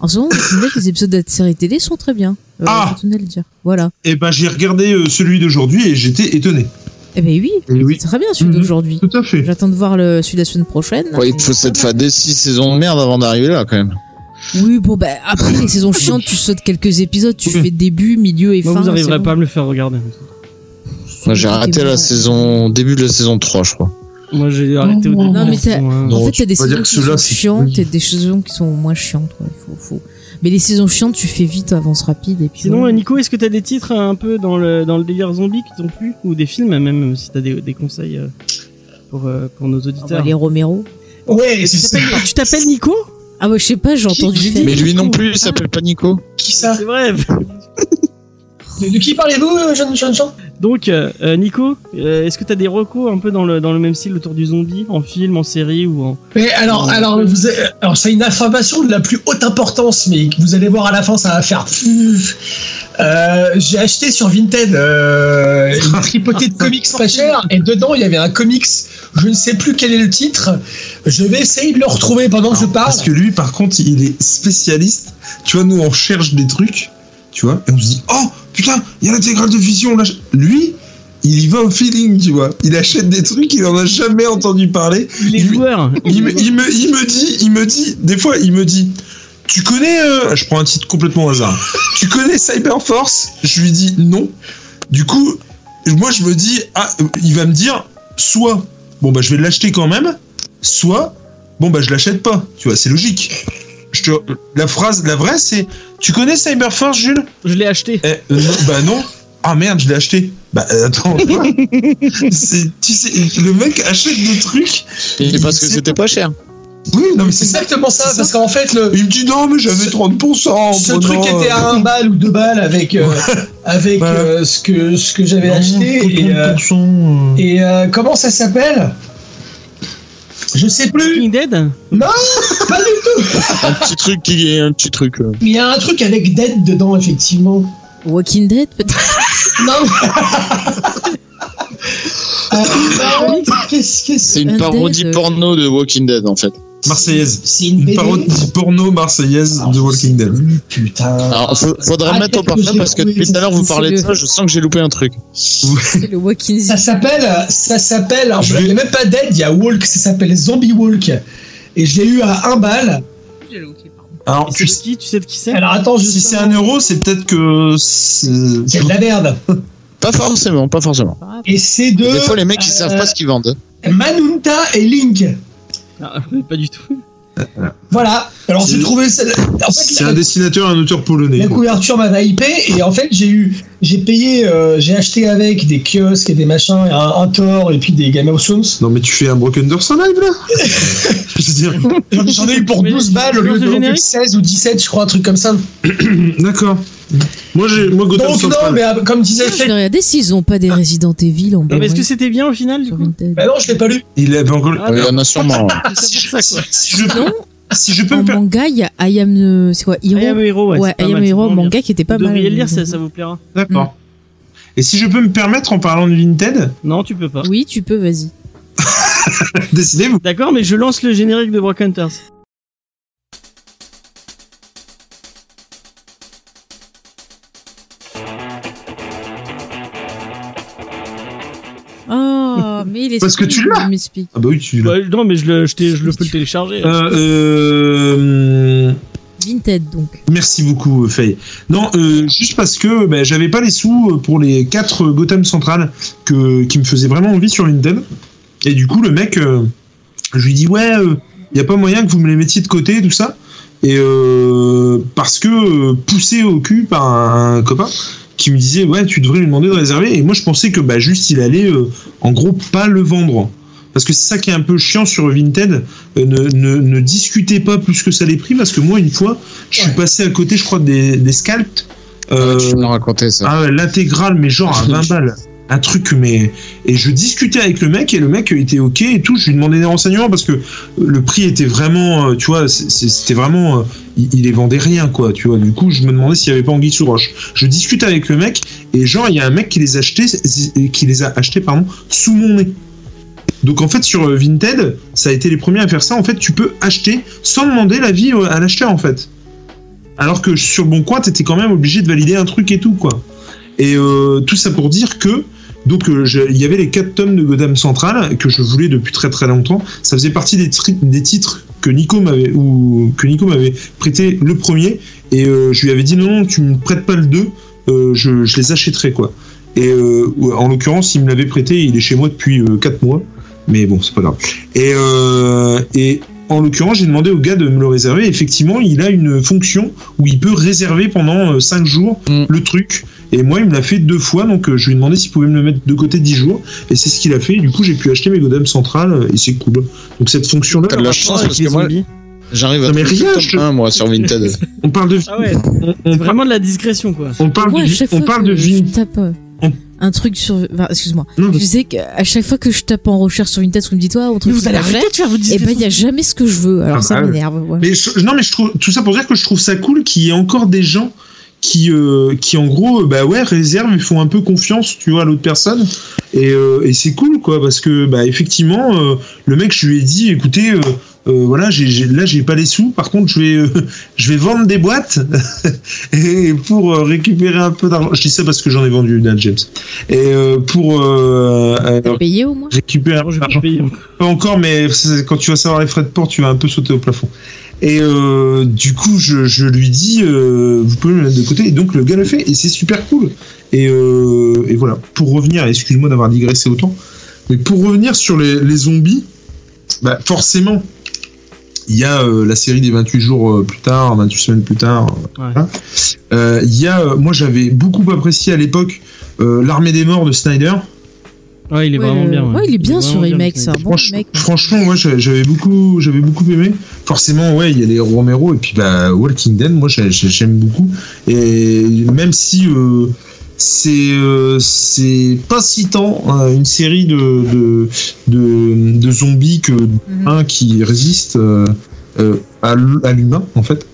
Speaker 2: en ce moment, Walking Dead, les épisodes de la série télé sont très bien. Euh,
Speaker 4: Ah
Speaker 2: je tenais à le dire. Voilà.
Speaker 4: Et ben j'ai regardé euh, celui d'aujourd'hui et j'étais étonné.
Speaker 2: Eh ben oui,
Speaker 4: Et oui,
Speaker 2: c'est très bien celui
Speaker 4: Mhm.
Speaker 2: d'aujourd'hui.
Speaker 4: tout à fait.
Speaker 2: J'attends de voir le, celui de la semaine prochaine.
Speaker 6: Ouais, il te faut cette fin des 6 saisons de merde avant d'arriver là, quand même.
Speaker 2: Oui, bon, bah, après les saisons chiantes, tu sautes quelques épisodes, tu
Speaker 4: Oui.
Speaker 2: fais début, milieu et
Speaker 1: Moi,
Speaker 2: fin.
Speaker 1: vous
Speaker 2: c'est
Speaker 1: arriverez
Speaker 2: bon.
Speaker 1: pas à me le faire regarder.
Speaker 6: Moi, j'ai raté la
Speaker 2: Ouais.
Speaker 6: saison, début de la saison 3, je crois.
Speaker 1: Moi, j'ai arrêté au
Speaker 2: Oh, Non,
Speaker 1: début.
Speaker 2: mais
Speaker 1: ils
Speaker 2: t'as-
Speaker 1: sont, euh,
Speaker 2: En
Speaker 6: Non,
Speaker 2: fait,
Speaker 6: tu
Speaker 2: t'as des
Speaker 4: peux pas
Speaker 2: saisons
Speaker 4: dire que
Speaker 2: qui sont
Speaker 4: ceux-là, c'est-
Speaker 2: chiantes et des saisons qui sont moins chiantes. ouais, faut, faut... Mais les saisons chiantes, tu fais vite, avance rapide et puis.
Speaker 1: Sinon,
Speaker 2: voilà.
Speaker 1: euh, Nico, est-ce que t'as des titres euh, un peu dans le, dans le délire zombie qui t'ont plu Ou des films, euh, même euh, si t'as des, des conseils euh, pour, euh, pour nos
Speaker 2: Ah,
Speaker 1: auditeurs
Speaker 2: bah, les Romero.
Speaker 3: Ouais,
Speaker 1: Tu
Speaker 3: c'est ça.
Speaker 1: t'appelles- Tu t'appelles Nico
Speaker 2: Ah, ouais, je sais pas, j'ai entendu
Speaker 3: Qui-
Speaker 2: faire.
Speaker 6: Mais lui non plus, il s'appelle Panico.
Speaker 3: Qui ça
Speaker 1: C'est vrai
Speaker 3: De de qui parlez-vous, euh, jeunes jeunes gens
Speaker 1: Donc, euh, euh, Nico, euh, est-ce que t'as des recos un peu dans le, dans le même style autour du zombie En film, en série ou en.
Speaker 3: Mais alors, alors, vous avez- alors, c'est une information de la plus haute importance, mais vous allez voir à la fin, ça va faire. pfff. Euh, J'ai acheté sur Vinted euh, une tripotée de comics pas cher, et dedans il y avait un comics, je ne sais plus quel est le titre. Je vais essayer de le retrouver pendant que je parle.
Speaker 4: Parce que lui, par contre, il est spécialiste. Tu vois, nous on cherche des trucs, tu vois, et on se dit oh putain, il y a l'intégrale de Vision. Là. Lui, il y va au feeling, tu vois. Il achète des trucs, il en a jamais entendu parler.
Speaker 1: Il est
Speaker 4: Il-
Speaker 1: joueur
Speaker 4: Il me, il me, il me dit, il me dit, des fois, il me dit. Tu connais, euh, je prends un titre complètement au hasard. tu connais Cyberforce Je lui dis non. Du coup, moi je me dis, ah, euh, il va me dire, soit, bon bah je vais l'acheter quand même, soit, bon bah je l'achète pas. Tu vois, c'est logique. Je te, la phrase, la vraie, c'est, tu connais Cyberforce, Jules
Speaker 1: Je l'ai acheté.
Speaker 4: eh, euh, non, bah non. Ah merde, je l'ai acheté. Bah euh, attends. tu vois. C'est- tu sais, le mec achète des trucs.
Speaker 6: Et parce que c'était pas cher.
Speaker 4: Oui, non mais
Speaker 3: C'est
Speaker 4: c'est ça.
Speaker 3: exactement ça,
Speaker 4: C'est
Speaker 3: parce qu'en fait, le,
Speaker 4: Il me dit non, mais j'avais
Speaker 3: Ce-
Speaker 4: 30%.
Speaker 3: ce
Speaker 4: Bruno.
Speaker 3: truc était à un balle ou deux balles avec, euh, avec
Speaker 4: Voilà.
Speaker 3: euh, ce que, ce que j'avais acheté. Et, euh,
Speaker 4: 30%, euh.
Speaker 3: et, euh, comment ça s'appelle Je sais plus, Ah,
Speaker 1: Walking Dead
Speaker 3: pas du tout.
Speaker 6: Un petit truc qui est un petit truc. euh.
Speaker 3: Il y a un truc avec Dead dedans, effectivement.
Speaker 2: Walking Dead, peut-être.
Speaker 3: Non
Speaker 4: Ah,
Speaker 3: Euh,
Speaker 4: bah,
Speaker 3: non, Qu'est-ce que c'est
Speaker 6: C'est une
Speaker 2: Undead,
Speaker 6: parodie
Speaker 2: euh.
Speaker 6: porno de Walking Dead, en fait.
Speaker 4: Marseillaise.
Speaker 3: C'est une
Speaker 4: Une
Speaker 3: BD Ah,
Speaker 4: parodie porno marseillaise de Walking Dead.
Speaker 3: Putain.
Speaker 6: Alors, faut- faudra
Speaker 3: Ah,
Speaker 6: mettre au
Speaker 3: qu'est-ce que
Speaker 6: parfum
Speaker 3: j'ai
Speaker 6: parce que
Speaker 3: trouvé
Speaker 6: depuis tout à l'heure, vous
Speaker 2: C'est
Speaker 6: parlez de
Speaker 2: le-
Speaker 6: ça, je sens que j'ai loupé un truc.
Speaker 2: C'est le Walking
Speaker 3: Ça
Speaker 2: Dead.
Speaker 3: s'appelle, ça s'appelle, alors,
Speaker 4: Je
Speaker 3: il
Speaker 4: vais-
Speaker 3: n'y a même pas Dead, il y a Walk, ça s'appelle Zombie Walk. Et je l'ai eu à un balle.
Speaker 4: Alors,
Speaker 1: Et
Speaker 4: tu
Speaker 1: c'est de qui Tu sais de qui c'est
Speaker 3: Alors attends,
Speaker 4: si
Speaker 3: justement,
Speaker 4: c'est un euro, c'est peut-être que. c'est-
Speaker 3: il y a de la merde.
Speaker 6: Pas forcément, pas forcément.
Speaker 4: Ah.
Speaker 3: Et c'est de
Speaker 6: Des fois, les mecs, ils
Speaker 3: euh,
Speaker 6: savent pas ce qu'ils vendent.
Speaker 3: Manunta et Link.
Speaker 1: Ah, mais pas du tout.
Speaker 3: Voilà. Alors j'ai
Speaker 4: C'est-
Speaker 3: trouvé ça. En fait,
Speaker 4: C'est
Speaker 3: la,
Speaker 4: un dessinateur et un auteur polonais.
Speaker 3: la
Speaker 4: quoi.
Speaker 3: couverture m'a hypé et en fait j'ai eu, j'ai payé, euh, j'ai acheté avec des kiosques et des machins, et un, un Thor et puis des Game of Thrones.
Speaker 4: Non mais tu fais un Broken Doors en live là Je veux dire,
Speaker 3: J'en j'en ai eu pour
Speaker 1: Mais
Speaker 3: 12 balles au
Speaker 1: le
Speaker 3: lieu de
Speaker 1: générique
Speaker 3: 16 ou 17, je crois, un truc comme ça.
Speaker 4: d'accord. Moi j'ai moi Gotham
Speaker 3: Donc non,
Speaker 4: Central.
Speaker 3: mais euh, comme disait
Speaker 2: Je vais
Speaker 3: Fred,
Speaker 2: regarder s'ils ont pas des Resident Evil en
Speaker 1: Mais est-ce Bah, que
Speaker 2: Blu-ray
Speaker 1: c'était bien au final du
Speaker 2: sur
Speaker 1: coup
Speaker 2: Vinted.
Speaker 3: bah non, je l'ai pas lu.
Speaker 4: Il avait encore.
Speaker 1: Ah,
Speaker 6: Il y en a sûrement. hein. ouais.
Speaker 1: C'est pour ça, quoi.
Speaker 4: Si je,
Speaker 2: Sinon,
Speaker 4: si je peux
Speaker 2: en
Speaker 4: me permettre.
Speaker 2: manga, il y a I am, euh, c'est quoi, Hero
Speaker 1: I am a Hero, ouais.
Speaker 2: Ouais,
Speaker 1: c'est pas
Speaker 2: I am
Speaker 1: mal, c'est
Speaker 2: Hero,
Speaker 1: vraiment bien.
Speaker 2: manga qui était pas
Speaker 1: Vous
Speaker 2: mal.
Speaker 1: devriez le lire, ça, ça vous plaira.
Speaker 4: D'accord. Et si je peux me permettre en parlant de Vinted,
Speaker 1: Non, tu peux pas.
Speaker 2: Oui, tu peux, vas-y.
Speaker 4: décidez-vous.
Speaker 1: D'accord, mais je lance le générique de Brock Hunters.
Speaker 2: Oh, mais il est
Speaker 4: Parce que tu l'as.
Speaker 2: Il m'explique.
Speaker 4: Ah bah oui, tu l'as.
Speaker 1: Ouais, non, mais je, le, je, t'ai- je le peux le télécharger.
Speaker 4: Euh, euh,
Speaker 2: Vinted, donc.
Speaker 4: Merci beaucoup, euh, Faye. Non, euh, juste parce que ben, j'avais pas les sous euh, pour les quatre euh, Gotham Central que, qui me faisaient vraiment envie sur LinkedIn. Et du coup, le mec, euh, je lui dis Ouais, il n'y a pas moyen que vous me les mettiez de côté, tout ça. Et euh, parce que euh, poussé au cul par un, un copain qui me disait Ouais, tu devrais lui demander de réserver. Et moi, je pensais que bah, juste il allait euh, en gros pas le vendre. Parce que c'est ça qui est un peu chiant sur Vinted. Euh, ne, ne, ne discutez pas plus que ça les prix, parce que moi, une fois, je suis passé à côté, je crois, des, des scalps. Euh,
Speaker 6: Tu me l'as raconté, ça.
Speaker 4: ah ouais, l'intégrale, mais genre à 20 balles. Un truc, mais. Et je discutais avec le mec, et le mec était OK et tout. Je lui demandais des renseignements parce que euh, le prix était vraiment. euh, Tu vois, c'est- c'est- c'était vraiment. euh, Il il les vendait rien, quoi. Tu vois, du coup, je me demandais s'il n'y avait pas Anguille sous roche. Je discute avec le mec, et genre, il y a un mec qui les, achetait, qui les a achetés pardon, sous mon nez. Donc en fait sur euh, Vinted, ça a été les premiers à faire ça. En fait, tu peux acheter sans demander l'avis euh, à l'acheteur en fait. Alors que sur le bon coin, t'étais quand même obligé de valider un truc et tout quoi. Et euh, tout ça pour dire que donc euh, je- il y avait les quatre tomes de Gotham Central que je voulais depuis très très longtemps. Ça faisait partie des, tri- des titres que Nico m'avait ou que Nico m'avait prêté le premier et euh, je lui avais dit non non tu me prêtes pas le deux, euh, je, je les achèterai quoi. Et euh, en l'occurrence, il me l'avait prêté, il est chez moi depuis 4 mois. Mais bon, c'est pas grave. Et, euh, et en l'occurrence, j'ai demandé au gars de me le réserver. Effectivement, il a une fonction où il peut réserver pendant 5 jours
Speaker 6: Mm.
Speaker 4: le truc. Et moi, il me l'a fait deux fois, donc euh, je lui ai demandé s'il pouvait me le mettre de côté 10 jours. Et c'est ce qu'il a fait. Et du coup, j'ai pu acheter mes Godam centrales euh, et c'est cool. Donc cette fonction-là,
Speaker 6: T'as
Speaker 1: Ah,
Speaker 6: de la chance parce que moi, j'arrive à
Speaker 4: Non, mais
Speaker 6: trouver
Speaker 4: rien,
Speaker 6: le
Speaker 4: je-
Speaker 6: tome 1, moi, sur Vinted.
Speaker 4: on parle de,
Speaker 1: Ah ouais,
Speaker 6: Euh,
Speaker 4: on, on
Speaker 1: c'est
Speaker 4: parle-
Speaker 1: vraiment de la discrétion, quoi.
Speaker 4: on parle
Speaker 2: Moi, à
Speaker 4: de, vi-
Speaker 2: chaque
Speaker 4: on
Speaker 2: fois
Speaker 4: parle
Speaker 2: que
Speaker 4: de
Speaker 2: je
Speaker 4: Vin-
Speaker 2: tape euh,
Speaker 4: On-
Speaker 2: un truc sur. enfin, excuse-moi.
Speaker 4: Non,
Speaker 2: Je disais qu'à chaque fois que je tape en recherche sur Vinted, on me dit toi, on trouve
Speaker 1: vous allez arrêter de faire votre
Speaker 2: Et ben, il y a jamais ce que je veux. Alors
Speaker 4: Ah
Speaker 2: ça
Speaker 4: bah,
Speaker 2: m'énerve. voilà.
Speaker 4: Mais je- non, mais je trouve tout ça pour dire que je trouve ça cool qu'il y ait encore des gens qui, euh, qui en gros, euh, bah ouais, réservent, ils font un peu confiance, tu vois, à l'autre personne. Et, euh, et c'est cool, quoi, parce que, bah, effectivement, euh, le mec, je lui ai dit, écoutez, euh, euh, voilà, j'ai j'ai- là, j'ai pas les sous, par contre, je vais, euh, je vais vendre des boîtes et pour euh, récupérer un peu d'argent. Je dis ça parce que j'en ai vendu une à James. Et euh, pour euh, euh,
Speaker 2: T'as payé au moins
Speaker 4: récupérer un peu
Speaker 1: je vais
Speaker 4: d'argent.
Speaker 1: pas payer.
Speaker 4: Pas encore, mais c'est- quand tu vas savoir les frais de port, tu vas un peu sauter au plafond. Et euh, du coup, je, je lui dis, euh, vous pouvez me mettre de côté. Et donc, le gars le fait, et c'est super cool. Et, euh, et voilà, pour revenir, excuse-moi d'avoir digressé autant, mais pour revenir sur les, les zombies, bah, forcément, il y a euh, la série des 28 jours euh, plus tard, 28 semaines plus tard. euh,
Speaker 1: Ouais.
Speaker 4: voilà. Euh, Il y a, euh, moi, j'avais beaucoup apprécié à l'époque euh, L'armée des morts de Snyder.
Speaker 1: Ouais, il est
Speaker 2: Ouais,
Speaker 1: vraiment
Speaker 2: le-
Speaker 1: bien.
Speaker 2: ouais, il est bien
Speaker 1: vraiment
Speaker 2: sur remake,
Speaker 1: le
Speaker 2: ça.
Speaker 1: film.
Speaker 2: bon
Speaker 4: Franch-
Speaker 2: mec, moi.
Speaker 4: Franchement, ouais, j'a- j'avais beaucoup, j'avais beaucoup aimé. Forcément, ouais, il y a les Romero et puis bah Walking Dead. Moi, j'ai- j'ai- j'aime beaucoup. Et même si euh, c'est euh, c'est pas si tant hein, une série de de, de, de zombies que
Speaker 2: Mm-hmm.
Speaker 4: un qui résiste euh, euh, à l- à l'humain en fait.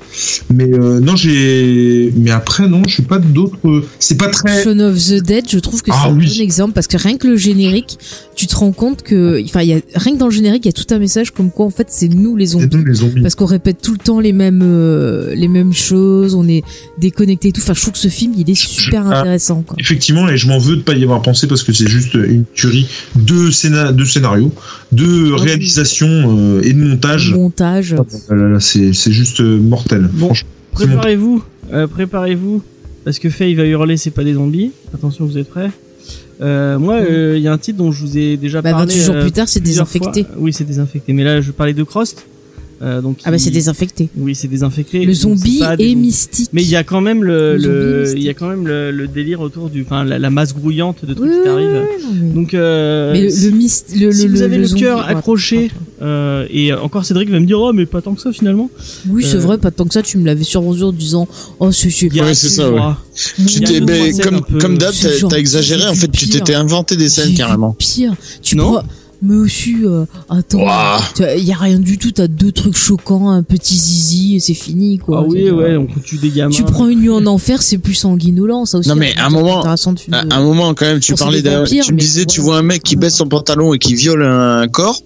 Speaker 4: Mais euh, non, j'ai. Mais après, non, je suis pas d'autres. C'est pas très.
Speaker 2: Shaun of the Dead, je trouve que c'est
Speaker 4: Ah
Speaker 2: un
Speaker 4: oui.
Speaker 2: bon exemple parce que rien que le générique, tu te rends compte que, enfin, il y a, rien que dans le générique, il y a tout un message comme quoi en fait c'est nous les zombies.
Speaker 4: C'est nous, les zombies.
Speaker 2: Parce qu'on répète tout le temps les mêmes euh, les mêmes choses, on est déconnecté et tout. Enfin, je trouve que ce film il est super
Speaker 4: ah.
Speaker 2: intéressant. Quoi.
Speaker 4: Effectivement, et je m'en veux de pas y avoir pensé parce que c'est juste une tuerie. Deux, scéna- deux scénarios, deux
Speaker 2: oui.
Speaker 4: réalisations euh, et de montage.
Speaker 2: Montage.
Speaker 4: Ah là là, c'est c'est juste euh, mortel.
Speaker 1: Bon.
Speaker 4: franchement.
Speaker 2: hein.
Speaker 1: Préparez-vous, euh, préparez-vous, parce que Faye va hurler, c'est pas des zombies. Attention, vous êtes prêts Euh, moi, euh, il y a un titre dont je vous ai déjà
Speaker 2: Bah,
Speaker 1: parlé.
Speaker 2: 28 jours
Speaker 1: euh,
Speaker 2: plus tard, c'est
Speaker 1: plusieurs
Speaker 2: désinfecté.
Speaker 1: fois. Oui, c'est désinfecté. Mais là, je parlais de Crost. Euh, donc
Speaker 2: Ah bah
Speaker 1: il-
Speaker 2: c'est désinfecté.
Speaker 1: Oui, c'est désinfecté.
Speaker 2: Le
Speaker 1: donc
Speaker 2: zombie
Speaker 1: c'est pas des
Speaker 2: est
Speaker 1: zombies.
Speaker 2: mystique.
Speaker 1: Mais il y a quand même le,
Speaker 2: Le zombie
Speaker 1: le-
Speaker 2: mystique.
Speaker 1: il y a quand même le, le délire autour du, enfin la, la masse grouillante de
Speaker 2: Oui,
Speaker 1: trucs
Speaker 2: oui,
Speaker 1: qui
Speaker 2: oui,
Speaker 1: t'arrivent.
Speaker 2: oui, non, mais-
Speaker 1: Donc euh,
Speaker 2: Mais le,
Speaker 1: si-
Speaker 2: le myst- le,
Speaker 1: si
Speaker 2: le-
Speaker 1: vous
Speaker 2: le-
Speaker 1: avez le
Speaker 2: zombie-
Speaker 1: cœur
Speaker 2: ouais,
Speaker 1: accroché, euh, et encore Cédric va me dire oh mais pas tant que ça finalement.
Speaker 2: Oui, c'est
Speaker 1: Euh,
Speaker 2: vrai, pas tant que ça, tu me l'avais sur en disant Oh, c'est c'est
Speaker 1: Il y a
Speaker 6: Ouais, c'est
Speaker 1: tout
Speaker 6: ça,
Speaker 1: droit.
Speaker 6: Tu
Speaker 1: Il y a
Speaker 6: t'es-
Speaker 1: deux,
Speaker 6: ben,
Speaker 1: trois scènes un
Speaker 6: comme,
Speaker 1: peu-
Speaker 6: comme d'hab,
Speaker 2: c'est
Speaker 6: t'as-
Speaker 2: genre-
Speaker 6: t'as exagéré.
Speaker 2: c'est
Speaker 6: En
Speaker 2: du
Speaker 6: fait, tu
Speaker 2: pire.
Speaker 6: t'étais inventé des
Speaker 2: J'ai
Speaker 6: scènes
Speaker 2: vu
Speaker 6: carrément.
Speaker 2: Pire, tu
Speaker 1: Non.
Speaker 2: prends- Mais aussi, euh, attends,
Speaker 6: Ouah.
Speaker 2: il y a rien du tout, t'as deux trucs choquants, un petit zizi et c'est fini quoi.
Speaker 1: Ah oui
Speaker 2: C'est-
Speaker 1: ouais, on tue des gamins.
Speaker 2: Tu prends une nuit en enfer, c'est plus sanguinolent, ça aussi.
Speaker 6: Non, mais
Speaker 2: c'est
Speaker 6: à un moment-
Speaker 2: intéressant de filmer.
Speaker 6: À à un moment, quand même, tu
Speaker 2: Bon, c'est
Speaker 6: parlais
Speaker 2: des
Speaker 6: d'un-
Speaker 2: vampires,
Speaker 6: Tu me
Speaker 2: mais
Speaker 6: disais, tu
Speaker 2: ouais.
Speaker 6: vois un mec qui baisse son pantalon et qui viole un corps.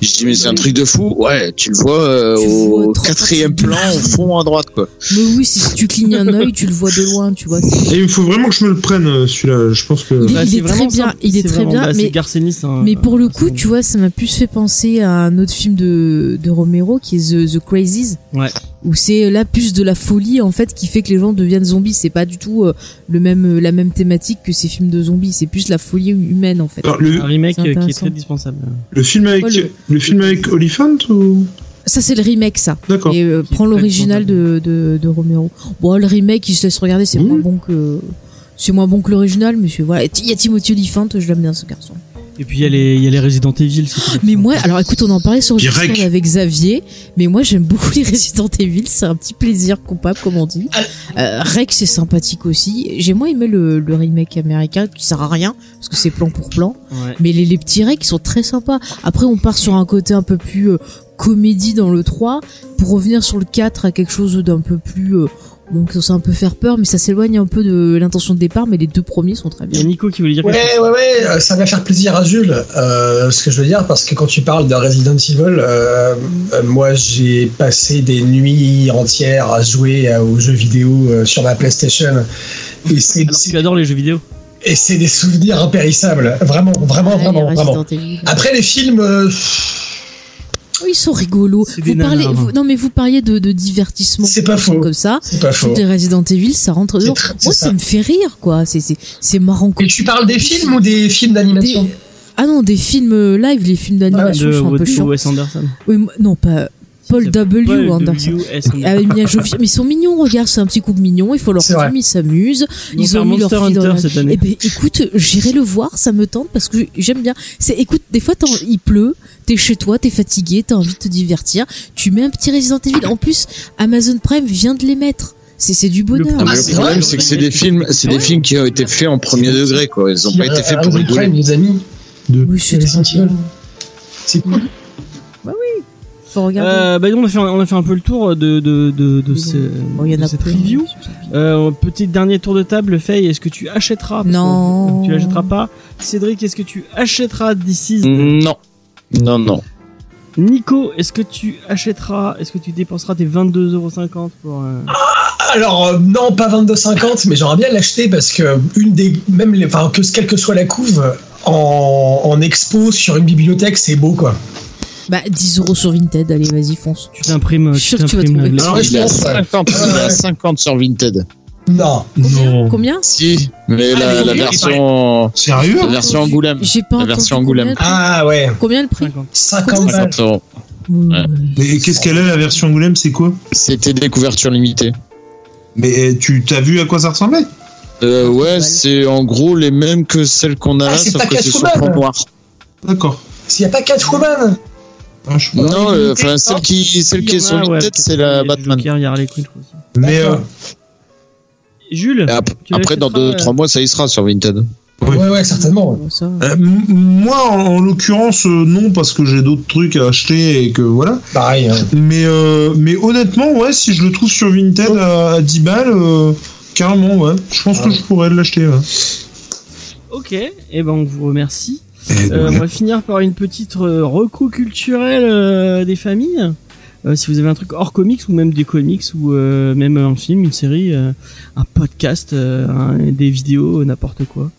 Speaker 6: Je dis, mais c'est un truc de fou. Ouais, tu le vois euh,
Speaker 2: Tu le vois Ah,
Speaker 6: au
Speaker 2: trois fois,
Speaker 6: quatrième
Speaker 2: tu le
Speaker 6: plan, au
Speaker 2: vois.
Speaker 6: fond à droite, quoi.
Speaker 2: Mais oui, si si tu clignes un œil, tu le vois de loin, tu vois. c'est-
Speaker 4: Et il faut vraiment que je me le prenne, euh, celui-là. Je pense que.
Speaker 2: Il
Speaker 1: Bah,
Speaker 2: est
Speaker 1: c'est
Speaker 2: très
Speaker 1: vraiment
Speaker 2: bien,
Speaker 1: simple,
Speaker 2: il est
Speaker 1: c'est
Speaker 2: très
Speaker 1: vraiment-
Speaker 2: bien,
Speaker 1: bah, c'est
Speaker 2: mais-
Speaker 1: Garcenis, hein,
Speaker 2: Mais pour le
Speaker 1: euh,
Speaker 2: coup,
Speaker 1: c'est-
Speaker 2: tu vois, ça m'a plus fait penser à un autre film de, de Romero qui est The, The Crazies.
Speaker 1: Ouais.
Speaker 2: Où c'est la puce de la folie, en fait, qui fait que les gens deviennent zombies. C'est pas du tout euh, le même, euh, la même thématique que ces films de zombies. C'est plus la folie humaine, en fait.
Speaker 4: Alors, le,
Speaker 1: un remake
Speaker 2: C'est
Speaker 1: euh, qui est
Speaker 2: intéressant.
Speaker 1: très dispensable.
Speaker 4: le film avec,
Speaker 2: Oh, le-
Speaker 4: le film avec Oliphant ou
Speaker 2: Ça, c'est le remake, ça.
Speaker 4: D'accord.
Speaker 2: Et euh,
Speaker 1: Qui est
Speaker 2: prends
Speaker 1: très
Speaker 2: l'original de, de, de Romero. Bon, le remake, il se laisse regarder, c'est
Speaker 4: Oui.
Speaker 2: moins bon que. C'est moins bon que l'original, mais c'est- voilà. Et t- Il y a Timothy Olyphant, je l'aime bien ce garçon.
Speaker 1: Et puis il y a les il y a les Resident Evil. c'est-
Speaker 2: Mais moi, alors écoute, on en parlait sur
Speaker 4: Direct.
Speaker 2: Discord avec Xavier, mais moi j'aime beaucoup les Resident Evil, c'est un petit plaisir coupable comme on dit.
Speaker 3: Ah.
Speaker 2: Euh, Rex c'est sympathique aussi. J'ai moins aimé le, le remake américain qui sert à rien parce que c'est plan pour plan,
Speaker 1: Ouais.
Speaker 2: mais les, les petits Rex sont très sympas. Après on part sur un côté un peu plus euh, comédie dans le 3 pour revenir sur le 4 à quelque chose d'un peu plus euh, bon qui est censé un peu faire peur mais ça s'éloigne un peu de l'intention de départ mais les deux premiers sont très
Speaker 1: Il y
Speaker 2: bien.
Speaker 1: a Nico qui voulait dire. quelque
Speaker 3: Ouais, ouais, ouais, euh, ça va faire plaisir à Jules, euh, ce que je veux dire, parce que quand tu parles de Resident Evil, euh, euh, moi j'ai passé des nuits entières à jouer euh, aux jeux vidéo euh, sur ma PlayStation. Et c'est
Speaker 1: chose. Alors tu adores les jeux vidéo.
Speaker 3: et c'est des souvenirs impérissables. Vraiment, vraiment,
Speaker 2: Ouais,
Speaker 3: vraiment,
Speaker 2: les
Speaker 3: vraiment.
Speaker 2: Resident Evil.
Speaker 3: Après les films, euh,
Speaker 2: Oui, Oh, ils sont rigolos.
Speaker 1: C'est des
Speaker 2: Vous parlez,
Speaker 1: nanars.
Speaker 2: vous- non mais vous parliez de, de divertissement,
Speaker 3: C'est pas
Speaker 2: des choses
Speaker 3: faux.
Speaker 2: comme ça.
Speaker 3: c'est pas faux.
Speaker 2: Toutes les Resident Evil, ça rentre dedans.
Speaker 3: très-
Speaker 2: Moi,
Speaker 3: c'est
Speaker 2: ça.
Speaker 3: ça.
Speaker 2: me fait rire, quoi. C'est c'est c'est marrant. quoi.
Speaker 3: Et tu parles des films ou des films d'animation
Speaker 2: Des- Ah non, des films euh, live, les films d'animation
Speaker 1: Ah, de
Speaker 2: sont un
Speaker 1: de
Speaker 2: peu chiants.
Speaker 1: Wes Anderson.
Speaker 2: Oui, moi- non, pas Paul
Speaker 1: C'est
Speaker 2: W.
Speaker 1: Paul
Speaker 2: Anderson. Ah,
Speaker 1: W.S. Anderson.
Speaker 2: Avec Mia Jovovich. Mais ils sont mignons, regarde, c'est un petit couple mignon. Il faut leur
Speaker 3: C'est vrai.
Speaker 2: film, ils s'amusent.
Speaker 1: Ils,
Speaker 2: Eh, Ils
Speaker 1: ont
Speaker 2: ont
Speaker 1: fait
Speaker 2: mis leur
Speaker 1: Monster
Speaker 2: fille dans
Speaker 1: Hunter
Speaker 2: la-
Speaker 1: cette
Speaker 2: Eh
Speaker 1: année.
Speaker 2: ben, écoute, j'irai le voir, ça me tente parce que j'aime bien. C'est, écoute, des fois, t'en- il pleut, t'es chez toi, t'es fatigué, t'as envie de te divertir, tu mets un petit Resident Evil. En plus, Amazon Prime vient de les mettre. C'est, c'est du bonheur.
Speaker 1: Ah,
Speaker 6: le
Speaker 3: c'est
Speaker 6: problème,
Speaker 3: vrai.
Speaker 6: c'est que c'est des films, c'est des
Speaker 1: Ouais.
Speaker 6: films qui ont été faits en premier degré, quoi. Ils ont pas été faits pour
Speaker 3: Amazon
Speaker 6: rigoler.
Speaker 3: euh, Prime, les amis.
Speaker 2: Oui, c'est
Speaker 3: Resident
Speaker 2: très
Speaker 3: Evil.
Speaker 2: bien.
Speaker 3: C'est cool.
Speaker 2: Faut regarder.
Speaker 1: Euh, bah, nous, on a fait un- on a fait un peu le tour de de de, de,
Speaker 2: Mais
Speaker 1: ce,
Speaker 2: Bon, il y en
Speaker 1: de
Speaker 2: a
Speaker 1: cette
Speaker 2: plein.
Speaker 1: review. Euh, petit dernier tour de table, Faye, est-ce que tu achèteras Parce
Speaker 2: Non.
Speaker 1: que Tu l'achèteras pas. Cédric, est-ce que tu achèteras This Is
Speaker 6: Non. Non, non.
Speaker 1: Nico, est-ce que tu achèteras Est-ce que tu dépenseras tes 22,50€ pour. euh,
Speaker 3: Alors euh, non, pas 22,50, mais j'aimerais bien l'acheter parce que euh, une des, même les, enfin que quelle que soit la couve euh, en, en expo sur une bibliothèque, c'est beau quoi.
Speaker 2: Bah, 10 euros sur Vinted, allez, vas-y, fonce.
Speaker 1: Tu t'imprimes.
Speaker 2: Je suis
Speaker 1: tu
Speaker 2: sûr que tu vas
Speaker 1: t'imprimes
Speaker 2: trouver.
Speaker 1: la-
Speaker 3: Alors,
Speaker 6: Il
Speaker 3: je
Speaker 6: a
Speaker 3: pense,
Speaker 6: 50, il a
Speaker 3: Ouais.
Speaker 6: 50 sur Vinted.
Speaker 3: Non,
Speaker 4: Non.
Speaker 2: Combien
Speaker 6: Si, mais
Speaker 3: Ah, mais
Speaker 6: la, la
Speaker 3: il est
Speaker 6: version,
Speaker 4: Sérieux
Speaker 6: la version Angoulême.
Speaker 2: J'ai pas
Speaker 6: La
Speaker 2: entendu
Speaker 6: version
Speaker 2: combien
Speaker 6: Angoulême.
Speaker 2: le prix.
Speaker 3: ah ouais,
Speaker 2: Combien le prix
Speaker 1: 50.
Speaker 3: 50 balles.
Speaker 6: 50 euros.
Speaker 2: Ouais.
Speaker 4: Mais qu'est-ce qu'elle a la version Angoulême C'est quoi
Speaker 6: C'était des couvertures limitées.
Speaker 4: Mais euh, tu t'as vu à quoi ça ressemblait
Speaker 6: Euh, ouais, c'est en gros les mêmes que celles qu'on a
Speaker 3: Ah,
Speaker 6: là,
Speaker 3: c'est
Speaker 6: sauf
Speaker 3: pas
Speaker 6: que c'est sur
Speaker 3: Catwoman.
Speaker 6: fond noir.
Speaker 4: D'accord.
Speaker 3: S'il n'y a pas Catwoman,
Speaker 4: Ah, je sais pas.
Speaker 6: Non, euh, enfin, celle qui, celle qui est
Speaker 1: Il y
Speaker 6: sur
Speaker 1: en a, Ah ouais,
Speaker 6: Vinted,
Speaker 1: parce
Speaker 6: c'est
Speaker 1: que
Speaker 6: la
Speaker 1: il y a
Speaker 6: Batman.
Speaker 1: Joker, Il y a Harley Quinn, je crois aussi.
Speaker 4: Mais euh,
Speaker 3: D'accord.
Speaker 1: Jules,
Speaker 6: Et ap-
Speaker 1: Tu
Speaker 6: après, dans
Speaker 1: l'achèteras,
Speaker 6: 2-3 mois, ça y sera sur Vinted. Bah,
Speaker 3: ouais ouais certainement.
Speaker 2: Bon, ça.
Speaker 4: euh, euh, m- moi, en, en l'occurrence, euh, non, parce que j'ai d'autres trucs à acheter et que voilà.
Speaker 3: Pareil. hein.
Speaker 4: Mais, euh, mais honnêtement, ouais, si je le trouve sur Vinted à, à 10 balles, euh, carrément, ouais. Je pense
Speaker 3: Ah.
Speaker 4: que je pourrais l'acheter. ouais.
Speaker 1: ok, et ben on vous remercie.
Speaker 4: Eh,
Speaker 1: Euh, on va finir par une petite euh, reco culturelle euh, des familles. Euh, si vous avez un truc hors comics ou même des comics ou euh, même un film, une série, euh, un podcast, euh, un- des vidéos, euh, n'importe quoi.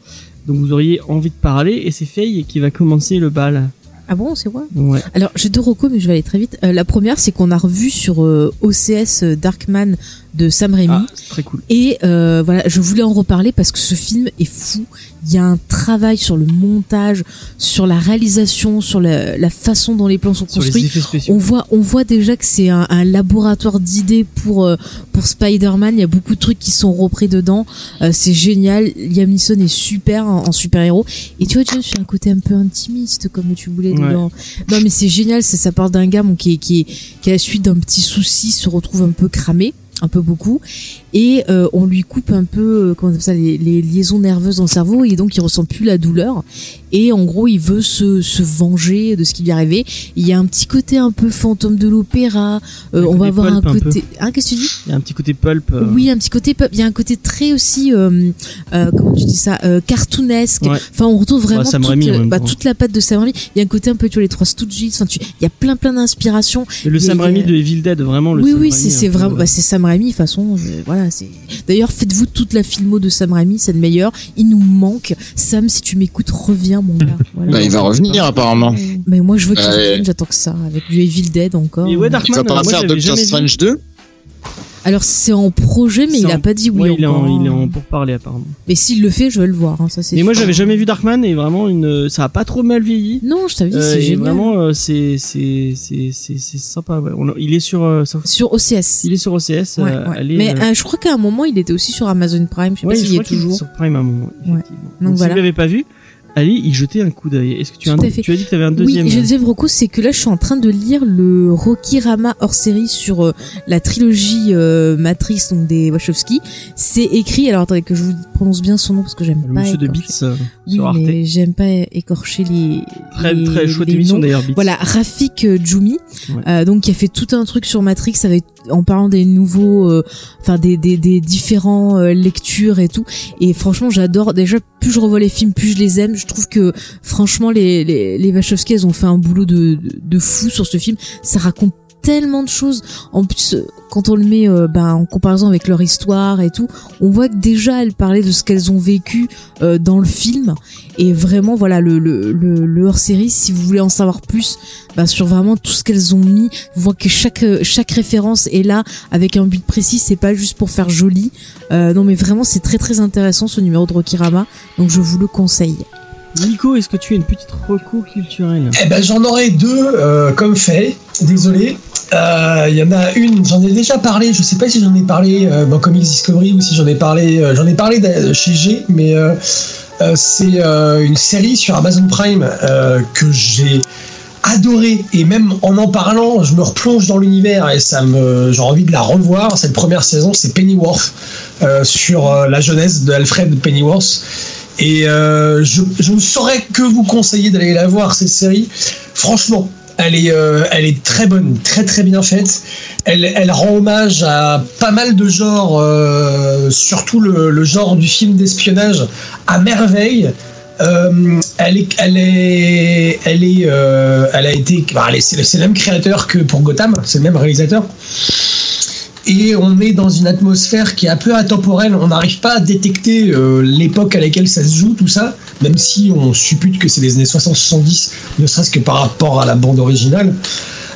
Speaker 1: Donc vous auriez envie de parler et c'est Faye qui va commencer le bal.
Speaker 2: Ah bon, c'est quoi
Speaker 1: Ouais.
Speaker 2: Alors, j'ai deux recos, mais je vais aller très vite. Euh, la première, c'est qu'on a revu sur euh, OCS euh, Darkman de Sam Raimi.
Speaker 1: Ah, c'est très cool.
Speaker 2: Et euh, voilà, je voulais en reparler parce que ce film est fou. Il y a un travail sur le montage, sur la réalisation, sur la, la façon dont les plans sont
Speaker 1: Sur les
Speaker 2: construits.
Speaker 1: effets spéciaux.
Speaker 2: On voit, on voit déjà que c'est un, un laboratoire d'idées pour euh, pour Spider-Man. Il y a beaucoup de trucs qui sont repris dedans. Euh, c'est génial. Liam Neeson est super en, en super-héros. Et tu vois, James, tu as un côté un peu intimiste comme tu voulais.
Speaker 1: Ouais.
Speaker 2: dedans. Non, mais c'est génial. C'est ça part d'un gars bon, qui est qui est qui à la suite d'un petit souci se retrouve un peu cramé, un peu beaucoup, et euh, on lui coupe un peu euh, comment on appelle ça les, les liaisons nerveuses dans le cerveau et donc il ressent plus la douleur. Et en gros, il veut se se venger de ce qui lui est arrivé. Il y a un petit côté un peu fantôme de l'opéra. euh,
Speaker 1: Un
Speaker 2: on
Speaker 1: côté
Speaker 2: va avoir un
Speaker 1: pulp un peu.
Speaker 2: côté. Hein, qu'est-ce que tu dis
Speaker 1: Il y a un petit côté pulp. euh,
Speaker 2: oui, un petit côté pop. Il y a un côté très aussi, euh, euh, comment tu dis ça, euh, cartoonesque.
Speaker 1: Ouais.
Speaker 2: Enfin, on retrouve vraiment
Speaker 1: Sam
Speaker 2: toute,
Speaker 1: Raimi, en
Speaker 2: euh,
Speaker 1: même
Speaker 2: bah,
Speaker 1: temps.
Speaker 2: toute la patte de Sam Raimi. Il y a un côté un peu, tu vois, les trois Stooges. Enfin, tu, il y a plein, plein d'inspirations.
Speaker 1: Le
Speaker 2: il y a-
Speaker 1: Sam Raimi de Evil Dead, vraiment le
Speaker 2: Oui,
Speaker 1: Sam
Speaker 2: oui,
Speaker 1: Raimi
Speaker 2: c'est
Speaker 1: un
Speaker 2: c'est
Speaker 1: peu,
Speaker 2: vraiment,
Speaker 1: euh,
Speaker 2: bah, c'est Sam Raimi. De toute façon, je- voilà, c'est. D'ailleurs, faites-vous toute la filmo de Sam Raimi, c'est le meilleur. Il nous manque. Sam, si tu m'écoutes, reviens, mon gars. Voilà.
Speaker 6: Bah, il va revenir apparemment.
Speaker 2: Mais moi, je veux qu'il
Speaker 6: Ouais.
Speaker 2: revienne. J'attends que ça, avec du Evil Dead encore.
Speaker 1: Et ouais,
Speaker 6: Il
Speaker 1: Darkman,
Speaker 6: va pas
Speaker 1: alors, moi,
Speaker 6: faire
Speaker 1: j'avais
Speaker 6: Doctor
Speaker 1: jamais vu.
Speaker 6: Strange 2
Speaker 2: Alors, c'est en projet, mais
Speaker 1: C'est
Speaker 2: il
Speaker 1: en-
Speaker 2: a pas dit oui.
Speaker 1: Ouais, il est en,
Speaker 2: encore.
Speaker 1: il est en pour parler apparemment.
Speaker 2: Mais s'il le fait, je veux le voir. Hein, ça, c'est
Speaker 1: Et moi
Speaker 2: sûr.
Speaker 1: j'avais jamais vu Darkman et vraiment une, euh, ça a pas trop mal vieilli.
Speaker 2: Non, je t'avais dit,
Speaker 1: Euh,
Speaker 2: c'est
Speaker 1: et
Speaker 2: génial.
Speaker 1: vraiment euh, c'est c'est c'est c'est c'est sympa. ouais. On- il est sur euh, sur-
Speaker 2: Sur OCS.
Speaker 1: il est sur OCS. euh,
Speaker 2: Ouais, ouais.
Speaker 1: allez,
Speaker 2: Mais
Speaker 1: euh,
Speaker 2: euh, je crois qu'à un moment, il était aussi sur Amazon Prime. Je sais
Speaker 1: ouais,
Speaker 2: pas
Speaker 1: je
Speaker 2: s'il y
Speaker 1: crois
Speaker 2: est
Speaker 1: qu'il est
Speaker 2: toujours.
Speaker 1: sur Prime à un moment. effectivement. Donc, si
Speaker 2: voilà.
Speaker 1: vous l'avez pas vu, allez y jeter un coup d'œil. Est-ce que tu as un-
Speaker 2: Tout à fait.
Speaker 1: tu as dit que tu avais un
Speaker 2: Oui,
Speaker 1: deuxième hein
Speaker 2: j'ai le deuxième recours, c'est que là, je suis en train de lire le Rocky Rama hors série sur euh, la trilogie euh, Matrix, donc des Wachowski. C'est écrit, alors attendez que je vous prononce bien son nom parce que j'aime
Speaker 1: le
Speaker 2: pas.
Speaker 1: monsieur de
Speaker 2: écorcher-
Speaker 1: Beats euh,
Speaker 2: Oui,
Speaker 1: sur Arte.
Speaker 2: mais j'aime pas écorcher les.
Speaker 1: Très
Speaker 2: les-
Speaker 1: très chouette
Speaker 2: les
Speaker 1: émission
Speaker 2: noms.
Speaker 1: d'ailleurs. Beats.
Speaker 2: Voilà, Rafik euh, Djoumi,
Speaker 1: Ouais.
Speaker 2: euh, donc qui a fait tout un truc sur Matrix avec en parlant des nouveaux, euh, enfin des, des des différents euh, lectures et tout. Et franchement, j'adore. Déjà, plus je revois les films, plus je les aime. Je trouve que franchement, les les, les Wachowski, elles ont fait un boulot de de, de fou sur ce film. Ça raconte tellement de choses. En plus, euh, quand on le met euh, ben, en comparaison avec leur histoire et tout, on voit que déjà elles parlaient de ce qu'elles ont vécu euh, dans le film. Et vraiment, voilà, le, le, le, le hors-série, si vous voulez en savoir plus bah, sur vraiment tout ce qu'elles ont mis, vous voyez que chaque, euh, chaque référence est là avec un but précis, c'est pas juste pour faire joli. Euh, non mais vraiment, c'est très très intéressant ce numéro de Rokirama, donc je vous le conseille.
Speaker 1: Nico, est-ce que tu as une petite reco culturelle
Speaker 3: Eh ben, j'en aurais deux, euh, comme fait. Désolé. Euh, Il y en a une, j'en ai déjà parlé. Je sais pas si j'en ai parlé euh, dans Comics Discovery ou si j'en ai parlé. euh, j'en ai parlé d'a- chez G, mais euh, euh, c'est euh, une série sur Amazon Prime euh, que j'ai adoré et même en en parlant je me replonge dans l'univers et ça me j'ai envie de la revoir cette première saison c'est Pennyworth euh, sur euh, la jeunesse de Alfred Pennyworth et euh, je, je ne saurais que vous conseiller d'aller la voir cette série franchement elle est, euh, elle est très bonne, très très bien faite. Elle, elle rend hommage à pas mal de genres, euh, surtout le, le genre du film d'espionnage à merveille. Euh, elle est, elle est, elle est, euh, elle a été, bah, elle est- c'est le c'est le même créateur que pour Gotham, c'est le même réalisateur. Et on est dans une atmosphère qui est un peu intemporelle. On n'arrive pas à détecter euh, l'époque à laquelle ça se joue, tout ça, même si on suppute que c'est les années 60-70, ne serait-ce que par rapport à la bande originale.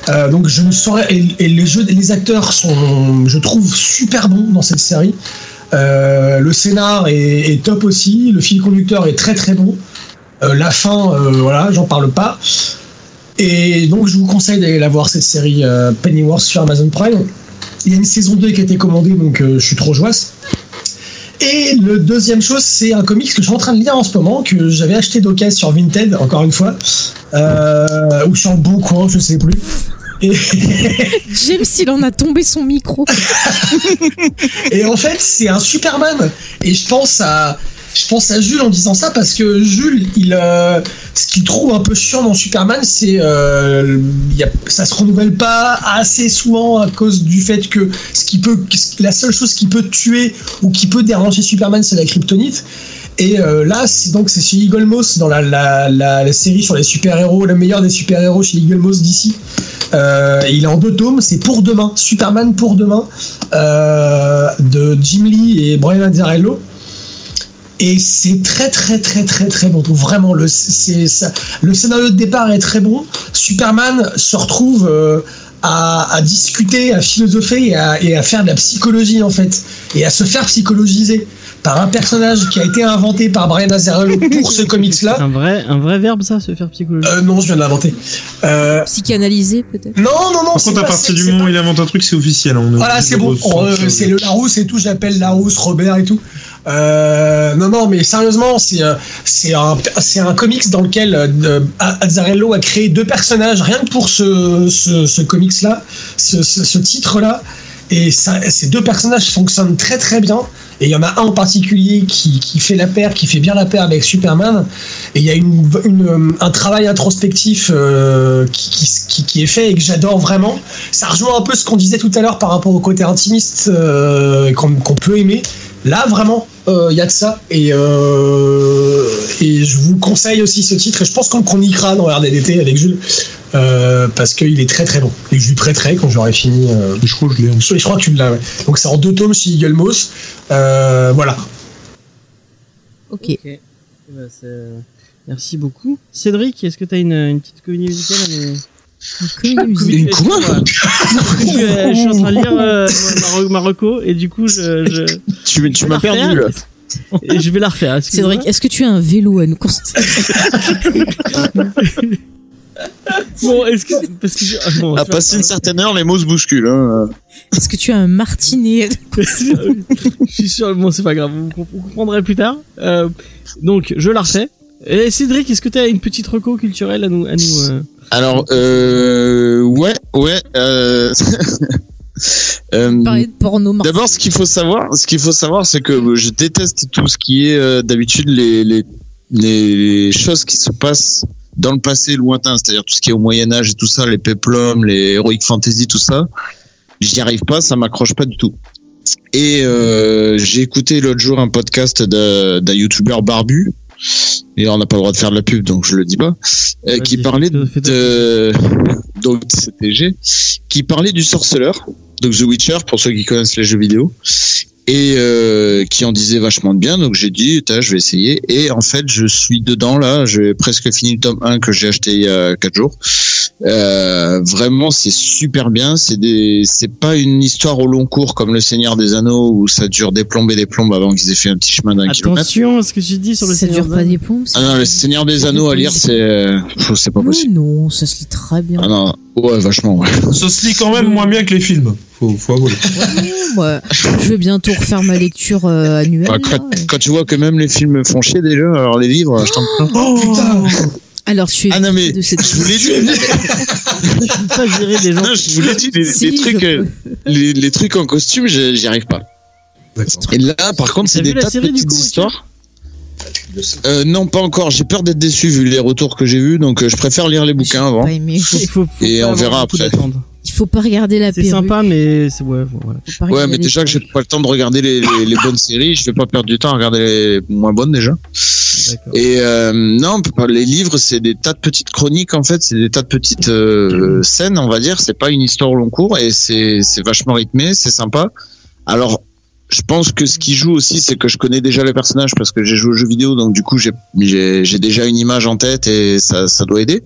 Speaker 3: Euh, donc je ne saurais. Et, et les jeux, les acteurs sont, je trouve, super bons dans cette série. Euh, le scénar est, est top aussi. Le fil conducteur est très très bon. Euh, la fin, euh, voilà, j'en parle pas. Et donc je vous conseille d'aller la voir cette série euh, Pennyworth sur Amazon Prime. Il y a une saison 2 qui a été commandée, donc euh, je suis trop joisse. Et le deuxième chose, c'est un comics que je suis en train de lire en ce moment, que j'avais acheté d'occasion sur Vinted, encore une fois, euh, ou sur le bon coin, je sais plus. Et,
Speaker 2: James, il en a tombé son micro.
Speaker 3: Et en fait, c'est un Superman. Et je pense à, je pense à Jules en disant ça parce que Jules, il, euh, ce qu'il trouve un peu chiant dans Superman, c'est, euh, il y a- ça se renouvelle pas assez souvent à cause du fait que ce qui peut, la seule chose qui peut tuer ou qui peut déranger Superman, c'est la kryptonite. Et euh, là, c'est donc c'est chez Eagle Moss dans la, la, la, la série sur les super-héros, le meilleur des super-héros chez Eagle Moss d'ici. Euh, il est en deux tomes, c'est pour demain, Superman pour demain euh, de Jim Lee et Brian Azzarello. Et c'est très très très très très bon. Vraiment, le, c'est- ça- le scénario de départ est très bon. Superman se retrouve euh, à, à discuter, à philosopher et à, et à faire de la psychologie en fait, et à se faire psychologiser par un personnage qui a été inventé par Brian Azzarello pour ce comics-là.
Speaker 6: Ah.
Speaker 1: Un vrai, un vrai verbe, ça, se faire psychologie.
Speaker 3: Euh, non, je viens de l'inventer. Euh,
Speaker 2: Psychanalysé, peut-être.
Speaker 3: non, non, non.
Speaker 4: Par
Speaker 3: c'est
Speaker 4: contre, à
Speaker 3: pas-
Speaker 4: partir
Speaker 3: c'est-
Speaker 4: du
Speaker 3: c'est
Speaker 4: moment
Speaker 3: pas-
Speaker 4: où il invente un truc, c'est officiel. hein, on est
Speaker 3: Voilà,
Speaker 4: obligé
Speaker 3: c'est
Speaker 4: de
Speaker 3: bon.
Speaker 4: ressentir
Speaker 3: On, euh,
Speaker 4: le-
Speaker 3: c'est le Larousse et tout. J'appelle Larousse, Robert et tout. Euh, non, non, mais sérieusement, c'est euh, c'est un c'est un comics dans lequel euh, euh, Azzarello a créé deux personnages rien que pour ce ce, ce comics là, ce, ce, ce titre là. Et ça, ces deux personnages fonctionnent très très bien. Et il y en a un en particulier qui, qui fait la paire, qui fait bien la paire avec Superman. Et il y a une, une, euh, un travail introspectif euh, qui, qui- qui- qui est fait et que j'adore vraiment. Ça rejoint un peu ce qu'on disait tout à l'heure par rapport au côté intimiste euh, qu'on qu'on peut aimer. Là, vraiment, euh, il y a de ça. Et, euh, et je vous conseille aussi ce titre. Et je pense qu'on le chroniquera dans RDDT avec Jules. euh, parce qu'il est très très bon. Et je lui prêterai quand j'aurai fini. euh,
Speaker 4: Je crois que je l'ai. en
Speaker 3: je crois que tu l'as, ouais. Donc c'est en deux tomes chez Eagle Moss. Euh, voilà.
Speaker 2: Ok.
Speaker 1: Eh ben, c'est, euh, Merci beaucoup. Cédric, est-ce que t'as une, une petite comédie musicale à nous-
Speaker 2: Une musique.
Speaker 6: Une quoi
Speaker 1: Je suis, euh, je suis en train de lire euh, Mar- Marocco et du coup je, je-
Speaker 6: Tu,
Speaker 1: je
Speaker 6: tu
Speaker 1: vais
Speaker 6: m'as
Speaker 1: la
Speaker 6: perdu là.
Speaker 1: refaire. Et je vais la refaire. excuse-moi.
Speaker 2: Cédric, est-ce que tu as un vélo à nous conseiller
Speaker 1: Bon, excuse parce que je... ah, bon,
Speaker 6: À
Speaker 1: je vais-
Speaker 6: passer une certaine heure, les mots se bousculent. hein.
Speaker 2: Est-ce que tu as un martinet
Speaker 1: je suis sûr. Bon, c'est pas grave. Vous, comp- vous comprendrez plus tard. Euh, donc je la refais. Et Cédric, est-ce que t'as une petite reco culturelle à nous à nous euh,
Speaker 6: Alors, euh, ouais, ouais. Euh, euh,
Speaker 2: Parler de porno martinet.
Speaker 6: D'abord, ce qu'il faut savoir, ce qu'il faut savoir, c'est que je déteste tout ce qui est euh, d'habitude les, les les choses qui se passent dans le passé lointain, c'est-à-dire tout ce qui est au Moyen Âge et tout ça, les péplums, les heroic fantasy, tout ça. J'y arrive pas, ça m'accroche pas du tout. Et euh, j'ai écouté l'autre jour un podcast d'un d'un youtubeur barbu. Et on n'a pas le droit de faire de la pub, donc je le dis pas. euh, qui
Speaker 1: Vas-y,
Speaker 6: parlait
Speaker 1: fais- fais-
Speaker 6: de donc c'était G, qui parlait du sorceleur, donc The Witcher pour ceux qui connaissent les jeux vidéo, et euh, qui en disait vachement de bien. Donc j'ai dit, Tain, je vais essayer. Et en fait, je suis dedans là. J'ai presque fini le tome 1 que j'ai acheté il y a quatre jours. Euh, vraiment, c'est super bien. C'est des, c'est pas une histoire au long cours comme Le Seigneur des Anneaux où ça dure des plombes et des plombes avant qu'ils aient fait un petit chemin d'un kilomètre.
Speaker 1: Attention à ce que tu dis sur le
Speaker 2: Ça
Speaker 1: Seigneur
Speaker 2: dure pas
Speaker 1: Dan.
Speaker 2: des plombes ça
Speaker 6: Ah non, Le Seigneur des Anneaux à lire, c'est, euh, pff, c'est pas
Speaker 2: Mais
Speaker 6: possible.
Speaker 2: non, ça se lit très bien.
Speaker 6: Ah non, ouais, vachement. Ouais.
Speaker 4: Ça se lit quand même moins bien que les films. Faut, faut avouer.
Speaker 2: Ouais, moi, je vais bientôt refaire ma lecture euh, annuelle.
Speaker 6: Bah,
Speaker 2: là.
Speaker 6: Quand tu vois que même les films font chier déjà, alors les livres, je t'en
Speaker 4: Oh,
Speaker 3: Oh, Putain,
Speaker 2: Alors, tu es
Speaker 6: Ah non, mais
Speaker 2: de cette
Speaker 6: je vous l'ai dit,
Speaker 1: Je peux pas gérer des gens.
Speaker 6: non, je vous l'ai dit, les,
Speaker 2: Si,
Speaker 6: les
Speaker 2: je
Speaker 6: trucs, euh,
Speaker 2: peux.
Speaker 6: les, les trucs en costume, je- j'y arrive pas. Et là, par contre,
Speaker 1: T'as
Speaker 6: c'est
Speaker 1: vu
Speaker 6: des
Speaker 1: la
Speaker 6: tas de
Speaker 1: série, du
Speaker 6: petites
Speaker 1: coup, Mathieu
Speaker 6: histoires.
Speaker 4: Oh.
Speaker 6: Euh, non, pas encore. J'ai peur d'être déçu vu les retours que j'ai vus, donc euh, je préfère lire les
Speaker 2: J'ai
Speaker 6: bouquins avant.
Speaker 2: pas aimé.
Speaker 1: Il faut, faut
Speaker 6: Et
Speaker 1: pas
Speaker 6: on
Speaker 1: avoir
Speaker 6: verra
Speaker 1: beaucoup
Speaker 6: après.
Speaker 1: d'attentes.
Speaker 2: Il faut pas regarder la
Speaker 1: C'est
Speaker 2: perruque.
Speaker 1: sympa, mais c'est ouais, voilà.
Speaker 2: faut pas
Speaker 6: Ouais,
Speaker 2: regarder
Speaker 6: mais
Speaker 2: les
Speaker 6: déjà que j'ai
Speaker 2: perruques.
Speaker 6: pas le temps de regarder les, les- les bonnes séries, je vais pas perdre du temps à regarder les moins bonnes déjà.
Speaker 1: D'accord.
Speaker 6: Et euh, non, les livres, c'est des tas de petites chroniques en fait, c'est des tas de petites euh, scènes, on va dire. C'est pas une histoire au long cours et c'est c'est vachement rythmé, c'est sympa. Alors, je pense que ce qui joue aussi, c'est que je connais déjà les personnages parce que j'ai joué aux jeux vidéo, donc du coup j'ai j'ai j'ai déjà une image en tête et ça ça doit aider.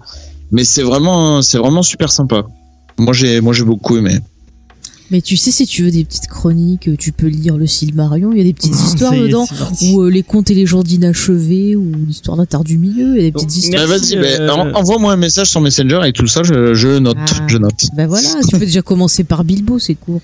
Speaker 6: Mais c'est vraiment c'est vraiment super sympa. Moi j'ai moi j'ai beaucoup aimé.
Speaker 2: Mais tu sais, si tu veux des petites chroniques, euh, tu peux lire le Silmarion. Il y a des petites histoires
Speaker 1: Ah, C'est-
Speaker 2: dedans.
Speaker 1: c'est parti.
Speaker 2: Ou euh, les contes et les jours d'inachevés, ou l'histoire d'un tard du milieu. Il y a des
Speaker 1: Donc,
Speaker 2: petites histoires.
Speaker 6: Bah,
Speaker 1: Merci,
Speaker 6: Vas-y, bah,
Speaker 1: euh,
Speaker 6: en- envoie-moi un message sur Messenger et tout ça, je, je note,
Speaker 2: Ah.
Speaker 6: je note.
Speaker 2: Bah voilà, tu peux déjà commencer par Bilbo, c'est court.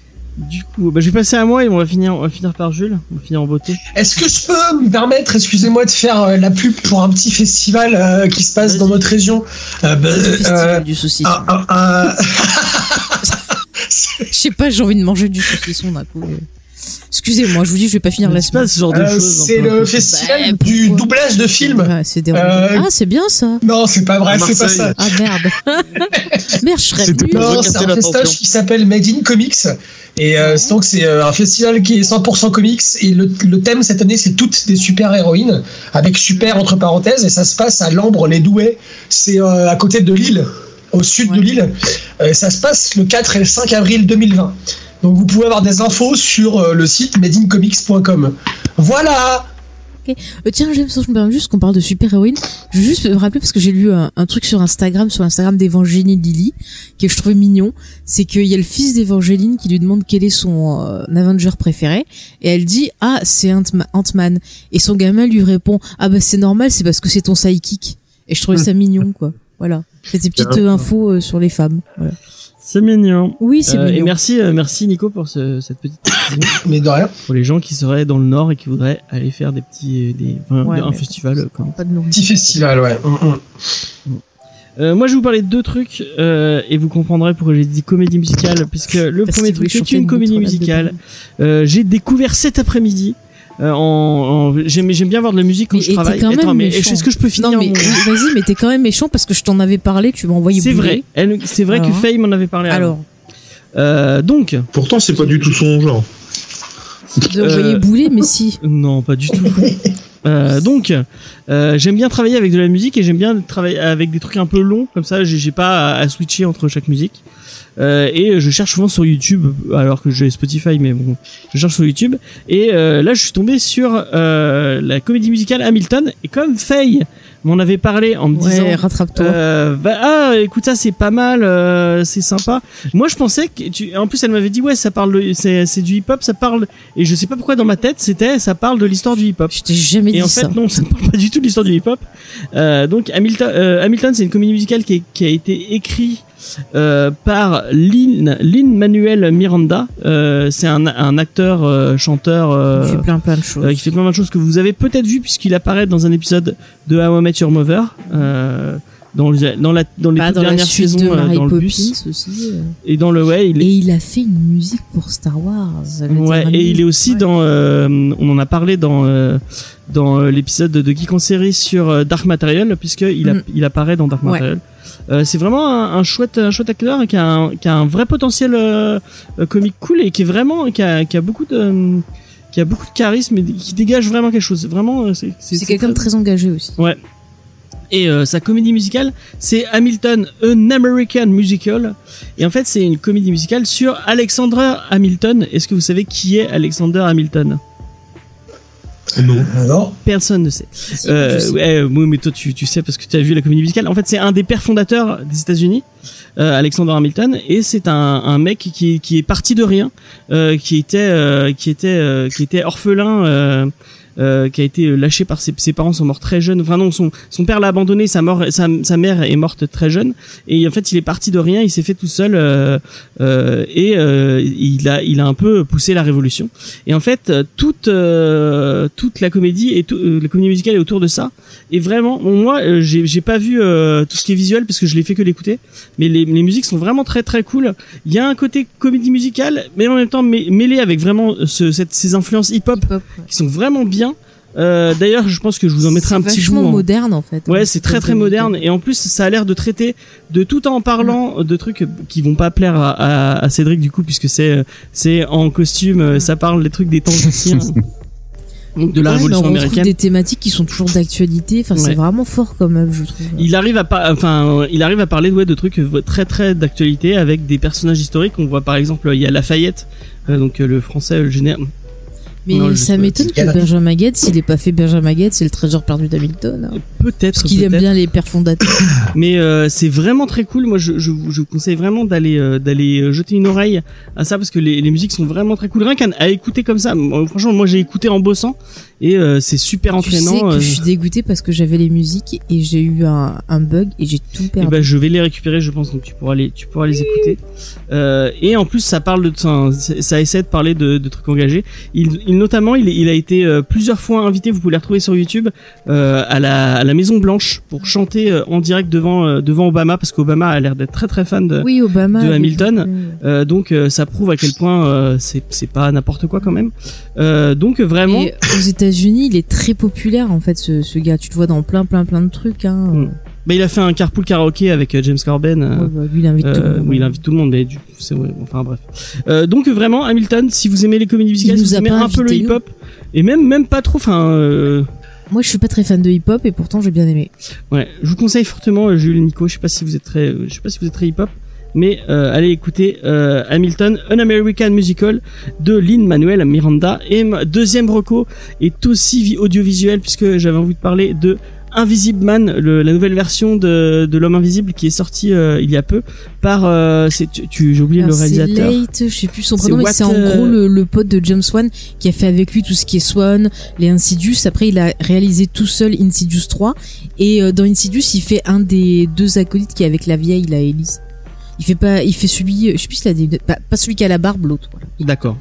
Speaker 1: Du coup, bah, je vais passer à moi et on va finir, on va finir par Jules. On va finir en beauté.
Speaker 3: est-ce que je peux me permettre, excusez-moi, de faire euh, la pub pour un petit festival euh, qui se passe dans notre région Euh, bah,
Speaker 2: C'est le
Speaker 3: euh,
Speaker 2: festival du saucisson.
Speaker 1: ah.
Speaker 3: un- un- un-
Speaker 2: Je sais pas, j'ai envie de manger du saucisson d'un coup. Excusez-moi, je vous dis, je vais pas finir la
Speaker 1: Il se
Speaker 2: semaine.
Speaker 1: passe ce genre de
Speaker 3: euh,
Speaker 1: choses.
Speaker 3: C'est
Speaker 1: enfin.
Speaker 3: le festival
Speaker 2: Bah,
Speaker 3: du
Speaker 2: pourquoi
Speaker 3: doublage de films.
Speaker 2: Ouais, c'est des-
Speaker 3: Euh,
Speaker 2: Ah, c'est bien ça.
Speaker 3: Non, c'est pas vrai, c'est pas
Speaker 4: Marseille.
Speaker 3: ça.
Speaker 2: Ah merde. merde, je serais
Speaker 6: C'était
Speaker 2: venue.
Speaker 6: pas-
Speaker 3: Non,
Speaker 6: Recapter
Speaker 3: c'est un
Speaker 6: l'attention.
Speaker 3: festival qui s'appelle Made in Comics. Et euh, c'est donc c'est euh, un festival qui est 100% comics. Et le, le thème cette année, c'est toutes des super-héroïnes, avec super entre parenthèses. Et ça se passe à Lambre, les Douais. C'est euh, à côté de Lille, au sud
Speaker 2: Ouais.
Speaker 3: de Lille. Euh, ça se passe le 4 et le 5 avril 2020. Donc vous pouvez avoir des infos sur euh, le site madeincomics.com. Voilà
Speaker 2: ok. Euh, tiens, j'aime ça, je me permets juste qu'on parle de super-héroïne. Je veux juste me rappeler, parce que j'ai lu euh, un, un truc sur Instagram, sur Instagram d'Evangeline Lily, que je trouvais mignon. C'est qu'il y a le fils d'Evangeline qui lui demande quel est son euh, Avenger préféré. Et elle dit, ah, c'est Ant-Ma- Ant-Man. et son gamin lui répond, ah bah c'est normal, c'est parce que c'est ton sidekick. Et je trouvais ça mignon, quoi. Voilà. C'est des petites euh, infos euh, sur les femmes. Voilà.
Speaker 1: C'est mignon.
Speaker 2: Oui, c'est
Speaker 1: Euh, et
Speaker 2: mignon.
Speaker 1: merci, euh, merci Nico pour ce- cette petite précision.
Speaker 3: Mais de rien.
Speaker 1: pour les gens qui seraient dans le nord et qui voudraient aller faire des petits, euh, des, enfin,
Speaker 2: Ouais,
Speaker 1: un
Speaker 2: mais-
Speaker 1: festival. euh, quoi.
Speaker 2: Pas de nourriture.
Speaker 3: Petit festival, ouais. Mm, mm.
Speaker 1: Euh, moi, je vais vous parler de deux trucs euh, et vous comprendrez pourquoi j'ai dit comédie musicale, puisque le
Speaker 2: Parce
Speaker 1: premier
Speaker 2: qu'il voulait
Speaker 1: truc est
Speaker 2: chanter
Speaker 1: une comédie
Speaker 2: Notre-Dame de
Speaker 1: musicale.
Speaker 2: Paris.
Speaker 1: Euh, j'ai découvert cet après-midi. euh, en, en- j'aime, j'aime bien voir de la musique quand
Speaker 2: Mais
Speaker 1: je
Speaker 2: et t'es
Speaker 1: travaille.
Speaker 2: quand même
Speaker 1: Attends, mais
Speaker 2: méchant.
Speaker 1: est-ce que je peux finir
Speaker 2: Non mais
Speaker 1: mon-
Speaker 2: oui, vas-y, mais t'es quand même méchant parce que je t'en avais parlé, tu m'as envoyé.
Speaker 1: C'est
Speaker 2: bouler.
Speaker 1: vrai. Elle- c'est vrai que
Speaker 2: Alors.
Speaker 1: Faye m'en avait parlé. avant.
Speaker 2: Alors,
Speaker 1: Euh, donc,
Speaker 4: Pourtant, c'est pas du tout son genre.
Speaker 2: de envoyer
Speaker 1: Euh,
Speaker 2: bouler, mais si.
Speaker 1: Non, pas du tout. Euh, donc, euh, j'aime bien travailler avec de la musique et j'aime bien travailler avec des trucs un peu longs, comme ça, j'ai j'ai pas à, à switcher entre chaque musique. Euh, et je cherche souvent sur YouTube, alors que j'ai Spotify, mais bon, je cherche sur YouTube. Et euh, là, je suis tombé sur euh, la comédie musicale Hamilton. Et comme Faye m'en avait parlé en me disant,
Speaker 2: Ouais, rattrape-toi.
Speaker 1: euh, bah, ah, écoute, ça c'est pas mal, euh, c'est sympa. Moi, je pensais que tu. En plus, elle m'avait dit ouais, ça parle, de- c'est c'est du hip-hop, ça parle. Et je sais pas pourquoi dans ma tête c'était, ça parle de l'histoire du hip-hop.
Speaker 2: je t'ai jamais
Speaker 1: Et
Speaker 2: dit
Speaker 1: en fait,
Speaker 2: ça.
Speaker 1: non, ça ne parle pas du tout de l'histoire du hip-hop. Euh, donc, Hamilton, euh, Hamilton, c'est une comédie musicale qui, est- qui a été écrite euh, par Lin, Lin Manuel Miranda. Euh, c'est un, un acteur, euh, chanteur.
Speaker 2: Tu
Speaker 1: Euh,
Speaker 2: fais plein plein de choses.
Speaker 1: euh, qui fait plein de choses que vous avez peut-être vu puisqu'il apparaît dans un épisode de How I Met Your Mother euh, dans, le- dans la dans les
Speaker 2: Pas
Speaker 1: toutes
Speaker 2: Bah, dans la
Speaker 1: dernières
Speaker 2: suite
Speaker 1: saisons
Speaker 2: de
Speaker 1: euh,
Speaker 2: Mary
Speaker 1: dans le
Speaker 2: Poppins
Speaker 1: bus
Speaker 2: aussi. euh.
Speaker 1: et dans le ouais il
Speaker 2: Et
Speaker 1: est,
Speaker 2: il a fait une musique pour Star Wars. ça veut
Speaker 1: ouais,
Speaker 2: dire un
Speaker 1: et il est aussi
Speaker 2: ouais.
Speaker 1: dans euh, on en a parlé dans euh, dans euh, l'épisode de Geek en série sur euh, Dark Material puisque il, a-
Speaker 2: Mm.
Speaker 1: il apparaît dans Dark
Speaker 2: Ouais.
Speaker 1: Material Euh, c'est vraiment un, un chouette un chouette acteur qui a un, qui a un vrai potentiel euh, euh, comique cool et qui est vraiment qui a, qui a beaucoup de euh, qui a beaucoup de charisme et qui dégage vraiment quelque chose vraiment euh, c'est c'est-
Speaker 2: C'est quelqu'un de très engagé aussi.
Speaker 1: et euh, sa comédie musicale, c'est Hamilton, an American Musical. Et en fait, c'est une comédie musicale sur Alexander Hamilton. Est-ce que vous savez qui est Alexander Hamilton
Speaker 4: Non.
Speaker 3: Alors,
Speaker 1: Personne ne sait.
Speaker 2: Si,
Speaker 1: Euh,
Speaker 2: je sais.
Speaker 1: ouais, euh, oui, mais toi, tu, tu sais parce que tu as vu la comédie musicale. En fait, c'est un des pères fondateurs des États-Unis, euh, Alexander Hamilton, et c'est un, un mec qui, qui est parti de rien, euh, qui était, euh, qui était, euh, qui était orphelin. euh, euh, qui a été lâché par ses, ses parents sont morts très jeunes enfin non son, son père l'a abandonné sa, mort, sa, sa mère est morte très jeune et en fait il est parti de rien il s'est fait tout seul euh, euh, et euh, il, a, il a un peu poussé la révolution et en fait, euh, toute euh, toute la comédie et tout, euh, la comédie musicale est autour de ça. Et vraiment, bon, moi, euh, j'ai j'ai pas vu euh, tout ce qui est visuel parce que je l'ai fait que l'écouter. Mais les, les musiques sont vraiment très très cool. Il y a un côté comédie musicale, mais en même temps mê- mêlé avec vraiment ce, cette, ces influences hip-hop
Speaker 2: Hip-hop, ouais.
Speaker 1: qui sont vraiment bien. Euh, D'ailleurs, je pense que je vous en mettrai un petit
Speaker 2: C'est
Speaker 1: bout. hein.
Speaker 2: vachement
Speaker 1: en-
Speaker 2: moderne en fait. hein,
Speaker 1: Ouais, c'est très très moderne et en plus ça a l'air de traiter de tout en parlant de trucs qui vont pas plaire à, à- à Cédric du coup puisque c'est euh, c'est en costume, euh, ça parle des trucs des temps anciens, donc de la
Speaker 2: Ouais, mais
Speaker 1: révolution
Speaker 2: on retrouve
Speaker 1: américaine.
Speaker 2: des thématiques qui sont toujours d'actualité. Enfin,
Speaker 1: Ouais.
Speaker 2: c'est vraiment fort comme œuvre, je trouve.
Speaker 1: Il arrive à pas, enfin, euh, il arrive à parler ouais, de trucs euh, très très d'actualité avec des personnages historiques. On voit par exemple il y a Lafayette, euh, donc euh, le français le général.
Speaker 2: Mais
Speaker 1: Non, je sais
Speaker 2: ça
Speaker 1: pas,
Speaker 2: m'étonne
Speaker 3: c'est
Speaker 2: que
Speaker 3: galère.
Speaker 2: Benjamin Gates, s'il n'est pas fait Benjamin Gates, c'est le trésor perdu d'Hamilton. hein.
Speaker 1: Peut-être.
Speaker 2: Parce qu'il aime
Speaker 1: peut-être.
Speaker 2: bien les pères fondateurs.
Speaker 1: Mais euh, c'est vraiment très cool. Moi, je, je, vous- je vous conseille vraiment d'aller euh, d'aller euh, jeter une oreille à ça parce que les, les musiques sont vraiment très cool. Rien qu'à à écouter comme ça. moi, franchement, moi j'ai écouté en bossant et euh, c'est super
Speaker 2: tu sais
Speaker 1: entraînant.
Speaker 2: que
Speaker 1: euh,
Speaker 2: je suis dégoûtée parce que j'avais les musiques et j'ai eu un, un bug et j'ai tout
Speaker 1: et
Speaker 2: perdu.
Speaker 1: ben, je vais les récupérer, je pense. Donc tu pourras les tu pourras les écouter. Euh, et en plus, ça parle de ça, ça essaie de parler de, de trucs engagés. Il, il notamment, il, il a été euh, plusieurs fois invité. Vous pouvez les retrouver sur YouTube euh, à la à la Maison Blanche pour chanter euh, en direct devant euh, devant Obama parce qu'Obama a l'air d'être très très fan de
Speaker 2: oui, Obama.
Speaker 1: ben, de
Speaker 2: avait-
Speaker 1: Hamilton. Euh, donc euh, ça prouve à quel point euh, c'est c'est pas n'importe quoi quand même. Euh, donc vraiment,
Speaker 2: Et aux États-Unis, il est très populaire en fait, ce, ce gars. Tu le vois dans plein, plein, plein de trucs. Hein.
Speaker 1: Mm. bah, il a fait un carpool karaoké avec euh, James Corben. euh,
Speaker 2: Ouais, bah, lui, il invite tout le
Speaker 1: euh,
Speaker 2: monde.
Speaker 1: où il invite tout le monde, mais du, c'est, ouais, enfin bref. Euh, donc vraiment, Hamilton, si vous aimez les comédies musicales,
Speaker 2: Il
Speaker 1: si
Speaker 2: nous
Speaker 1: vous
Speaker 2: a
Speaker 1: aimez
Speaker 2: pas
Speaker 1: un peu le
Speaker 2: invités, nous.
Speaker 1: hip-hop, et même même pas trop, enfin, euh,
Speaker 2: Moi, je suis pas très fan de hip-hop et pourtant j'ai bien aimé.
Speaker 1: euh, ouais, je vous conseille fortement euh, Jules et Nico. Je sais pas si vous êtes très, je sais pas si vous êtes très hip-hop, mais euh, allez écouter euh, Hamilton, An American Musical de Lin Manuel Miranda. Et ma deuxième reco est aussi vi- audiovisuel puisque j'avais envie de parler de Invisible Man, le- la nouvelle version de, de l'homme invisible qui est sortie euh, il y a peu par euh, c'est tu, tu- j'ai oublié
Speaker 2: Alors,
Speaker 1: le réalisateur.
Speaker 2: C'est Late, je sais plus son
Speaker 1: C'est
Speaker 2: prénom, mais
Speaker 1: Watt,
Speaker 2: c'est en
Speaker 1: euh,
Speaker 2: gros le, le pote de James Wan qui a fait avec lui tout ce qui est Swan, les Insidious. Après, il a réalisé tout seul Insidious 3. Et euh, dans Insidious, il fait un des deux acolytes qui est avec la vieille, la Elise. Il fait pas, il fait celui, je sais plus s'il a des, pas, pas celui qui a la barbe, l'autre. voilà.
Speaker 1: D'accord.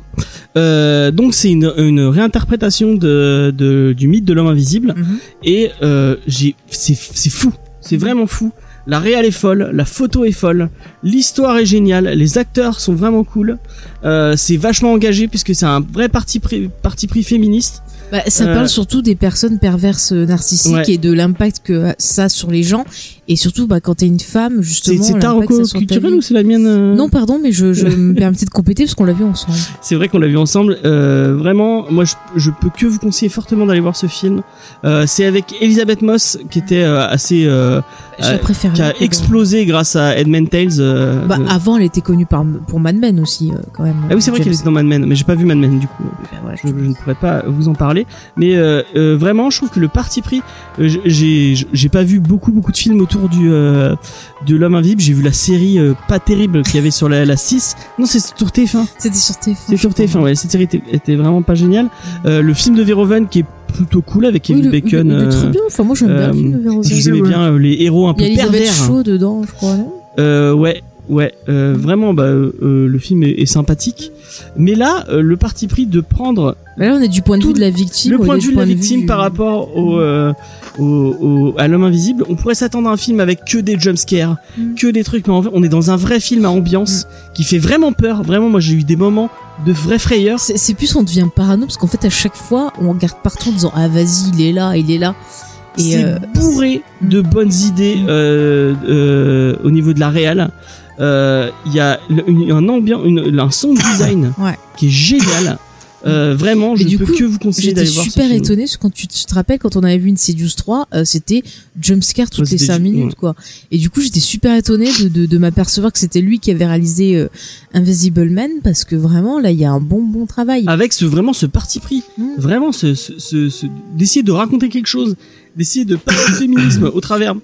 Speaker 1: Euh, donc c'est une, une réinterprétation de, de- du mythe de l'homme invisible
Speaker 2: Mhm.
Speaker 1: et euh, j'ai c'est c'est fou, c'est vraiment fou. La réal est folle, la photo est folle, l'histoire est géniale, les acteurs sont vraiment cool, euh, c'est vachement engagé puisque c'est un vrai parti pris, parti pris féministe.
Speaker 2: Bah, ça
Speaker 1: Euh,
Speaker 2: parle surtout des personnes perverses euh, narcissiques
Speaker 1: Ouais.
Speaker 2: et de l'impact que a- ça a sur les gens. Et surtout, bah, quand t'es une femme,
Speaker 1: C'est
Speaker 2: justement.
Speaker 1: c'est ta
Speaker 2: l'impact
Speaker 1: reco
Speaker 2: que ça a sur ta
Speaker 1: culturelle
Speaker 2: vie.
Speaker 1: ou c'est la mienne euh
Speaker 2: Non, pardon, mais je, je me permettais de compléter parce qu'on l'a vu ensemble.
Speaker 1: C'est vrai qu'on l'a vu ensemble. Euh, vraiment, moi, je, je peux que vous conseiller fortement d'aller voir ce film. Euh, c'est avec Elisabeth Moss qui était euh, assez euh,
Speaker 2: Je
Speaker 1: euh,
Speaker 2: préfère.
Speaker 1: qui a explosé grâce à Edmund Tales. euh,
Speaker 2: Bah,
Speaker 1: de-
Speaker 2: Avant, elle était connue par, pour Mad Men aussi, euh, quand même.
Speaker 1: Ah oui, c'est vrai qu'elle était dans Mad Men, mais j'ai pas vu Mad Men du coup. Je, je ne pourrais pas vous en parler. Mais euh, euh, vraiment, je trouve que le parti pris, euh, j- j'ai j'ai pas vu beaucoup beaucoup de films autour du euh, de l'homme invisible. J'ai vu la série euh, pas terrible qu'il y avait sur la, la 6. Non, c'est sur TF1.
Speaker 2: C'était sur TF1.
Speaker 1: C'est sur TF1. Ouais, cette série était, était vraiment pas géniale. Euh, le film de Verhoeven qui est plutôt cool avec
Speaker 2: Oui,
Speaker 1: Kevin
Speaker 2: le-
Speaker 1: Bacon.
Speaker 2: Il est- il est
Speaker 1: euh,
Speaker 2: très bien. Enfin, moi, j'aime bien le film de Verhoeven.
Speaker 1: si vous aimez bien euh, les héros un
Speaker 2: Il y
Speaker 1: peu
Speaker 2: a Elisabeth
Speaker 1: pervers.
Speaker 2: Shaw dedans, je crois. non
Speaker 1: Euh, ouais, ouais, euh, vraiment, bah, euh, euh, le film est, est sympathique. Mais là, euh, le parti pris de prendre
Speaker 2: Mais là, on est du point de
Speaker 1: Tout
Speaker 2: vue de la victime.
Speaker 1: le
Speaker 2: on est
Speaker 1: point de
Speaker 2: du
Speaker 1: vue de la victime
Speaker 2: du-
Speaker 1: par rapport au, euh, au, au- à l'homme invisible, on pourrait s'attendre à un film avec que des jumpscares,
Speaker 2: Mm.
Speaker 1: que des trucs, mais en fait, on est dans un vrai film à ambiance qui fait vraiment peur. Vraiment, moi, j'ai eu des moments de vraie frayeur.
Speaker 2: C'est c'est plus on devient parano parce qu'en fait à chaque fois on regarde partout en disant ah vas-y il est là il est là et
Speaker 1: c'est
Speaker 2: euh,
Speaker 1: bourré de bonnes idées euh, euh, au niveau de la réal. Euh, Il y a le- une- un ambiance, une, un sound design
Speaker 2: Ouais.
Speaker 1: qui est génial. Euh, vraiment, je
Speaker 2: du
Speaker 1: peux
Speaker 2: coup,
Speaker 1: que vous conseiller
Speaker 2: j'étais
Speaker 1: d'aller voir.
Speaker 2: super
Speaker 1: ce film.
Speaker 2: étonnée parce que quand tu, tu te rappelles quand on avait vu une Seduce 3 euh, c'était jumpscare toutes
Speaker 1: Ouais,
Speaker 2: les
Speaker 1: c'était
Speaker 2: 5
Speaker 1: ju- mm.
Speaker 2: minutes
Speaker 1: ouais.
Speaker 2: quoi et du coup j'étais super étonnée de, de, de m'apercevoir que c'était lui qui avait réalisé euh, Invisible Man parce que vraiment là il y a un bon bon travail
Speaker 1: Avec ce vraiment ce parti pris,
Speaker 2: Mm.
Speaker 1: vraiment ce, ce, ce- ce- d'essayer de raconter quelque chose, d'essayer de parler du féminisme au travers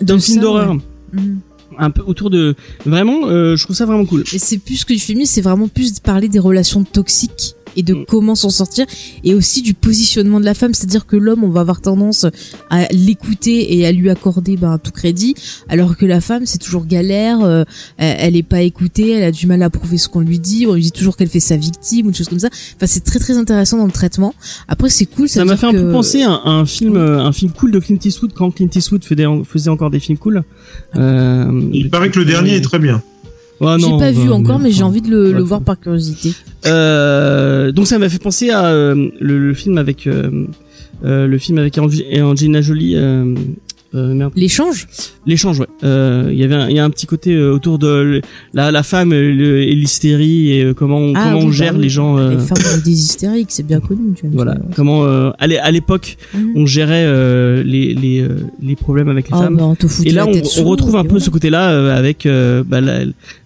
Speaker 1: d'un
Speaker 2: De
Speaker 1: film
Speaker 2: ça,
Speaker 1: d'horreur,
Speaker 2: ouais. Mm.
Speaker 1: un peu autour de vraiment, euh, je trouve ça vraiment cool.
Speaker 2: Et c'est plus que du féminisme, c'est vraiment plus de parler des relations toxiques et de
Speaker 1: Mm.
Speaker 2: comment s'en sortir et aussi du positionnement de la femme c'est-à-dire que l'homme on va avoir tendance à l'écouter et à lui accorder ben, tout crédit alors que la femme c'est toujours galère euh, elle elle est pas écoutée elle a du mal à prouver ce qu'on lui dit on lui dit toujours qu'elle fait sa victime ou des choses comme ça enfin c'est très très intéressant dans le traitement après c'est cool
Speaker 1: Ça
Speaker 2: veut
Speaker 1: m'a
Speaker 2: dire
Speaker 1: fait un
Speaker 2: que-
Speaker 1: peu penser à un, un film, euh, un film cool de Clint Eastwood quand Clint Eastwood faisait, faisait encore des films cool. Euh,
Speaker 4: Il paraît que le dernier est très bien.
Speaker 1: Ouais,
Speaker 2: j'ai
Speaker 1: Ah non,
Speaker 2: pas
Speaker 1: on
Speaker 2: vu
Speaker 1: va-
Speaker 2: encore mais j'ai
Speaker 1: enfin.
Speaker 2: envie de le,
Speaker 1: Ouais,
Speaker 2: le
Speaker 1: faut-
Speaker 2: voir par curiosité
Speaker 1: Euh, donc ça m'a fait penser à euh, le, le film avec euh, euh, le film avec Ange- Angelina Jolie. Euh, euh, merde.
Speaker 2: l'échange
Speaker 1: L'échange, ouais. Euh, Il y avait, un- il y a un petit côté euh, autour de l- la, la femme euh, le- et l'hystérie et euh, comment on,
Speaker 2: Ah
Speaker 1: comment
Speaker 2: oui,
Speaker 1: on
Speaker 2: bah
Speaker 1: gère
Speaker 2: oui.
Speaker 1: les gens. euh,
Speaker 2: les femmes ont des hystériques c'est bien connu tu vois,
Speaker 1: voilà.
Speaker 2: ça, ouais.
Speaker 1: Comment euh, à l'é- à l'époque
Speaker 2: Mm.
Speaker 1: on gérait euh, les les, euh, les problèmes avec les
Speaker 2: Ah,
Speaker 1: femmes.
Speaker 2: bah, on te fout
Speaker 1: Et
Speaker 2: de
Speaker 1: là,
Speaker 2: la
Speaker 1: on,
Speaker 2: tête sous
Speaker 1: on
Speaker 2: l'eau,
Speaker 1: retrouve un
Speaker 2: et
Speaker 1: peu
Speaker 2: voilà.
Speaker 1: ce côté-là euh, avec euh, bah, la-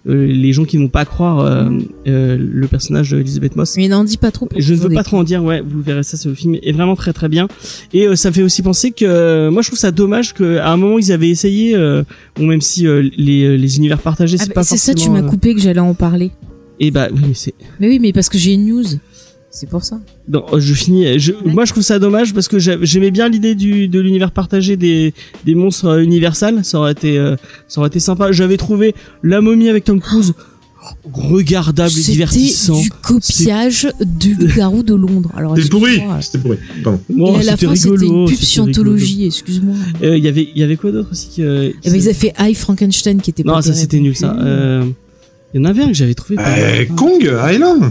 Speaker 1: euh, les gens qui n'ont pas à croire euh,
Speaker 2: Mm.
Speaker 1: euh, le personnage d'Elisabeth Moss.
Speaker 2: Mais n'en dis pas trop. pour
Speaker 1: Je ne veux
Speaker 2: qu'on
Speaker 1: pas trop en dire, ouais, vous verrez ça, ce film est vraiment très très bien. Et euh, ça me fait aussi penser que, euh, moi je trouve ça dommage qu'à un moment ils avaient essayé, euh, bon même si euh, les, les univers partagés
Speaker 2: Ah,
Speaker 1: c'est
Speaker 2: bah,
Speaker 1: pas
Speaker 2: c'est ça,
Speaker 1: forcément... hein.
Speaker 2: tu m'as coupé que j'allais en parler.
Speaker 1: Et bah oui, mais c'est...
Speaker 2: Mais oui, mais parce que j'ai une news. C'est pour ça.
Speaker 1: Non, oh, je finis. Je, Moi je trouve ça dommage parce que j'a- j'aimais bien l'idée du de l'univers partagé des, des monstres euh, universels, ça aurait été, euh, ça aurait été sympa. J'avais trouvé La momie avec Tom Cruise regardable et divertissant.
Speaker 2: C'était du copiage du garou de Londres. Alors,
Speaker 4: C'était pourri.
Speaker 2: excuse-moi.
Speaker 4: C'était pourri. Pardon.
Speaker 1: Bon,
Speaker 2: Et à la
Speaker 1: Oh, c'était
Speaker 2: fin, c'était une
Speaker 1: rigolo,
Speaker 2: pub
Speaker 1: c'était rigolo.
Speaker 2: scientologie, excuse-moi.
Speaker 1: Euh, Il y avait, il y avait quoi d'autre aussi euh, que,
Speaker 2: Et ben, ils avaient fait I Frankenstein qui était pas
Speaker 1: Non, ça
Speaker 2: terrible.
Speaker 1: c'était nul ça. Euh, Il y en avait un que j'avais trouvé. pas mal.
Speaker 4: Euh, Kong Island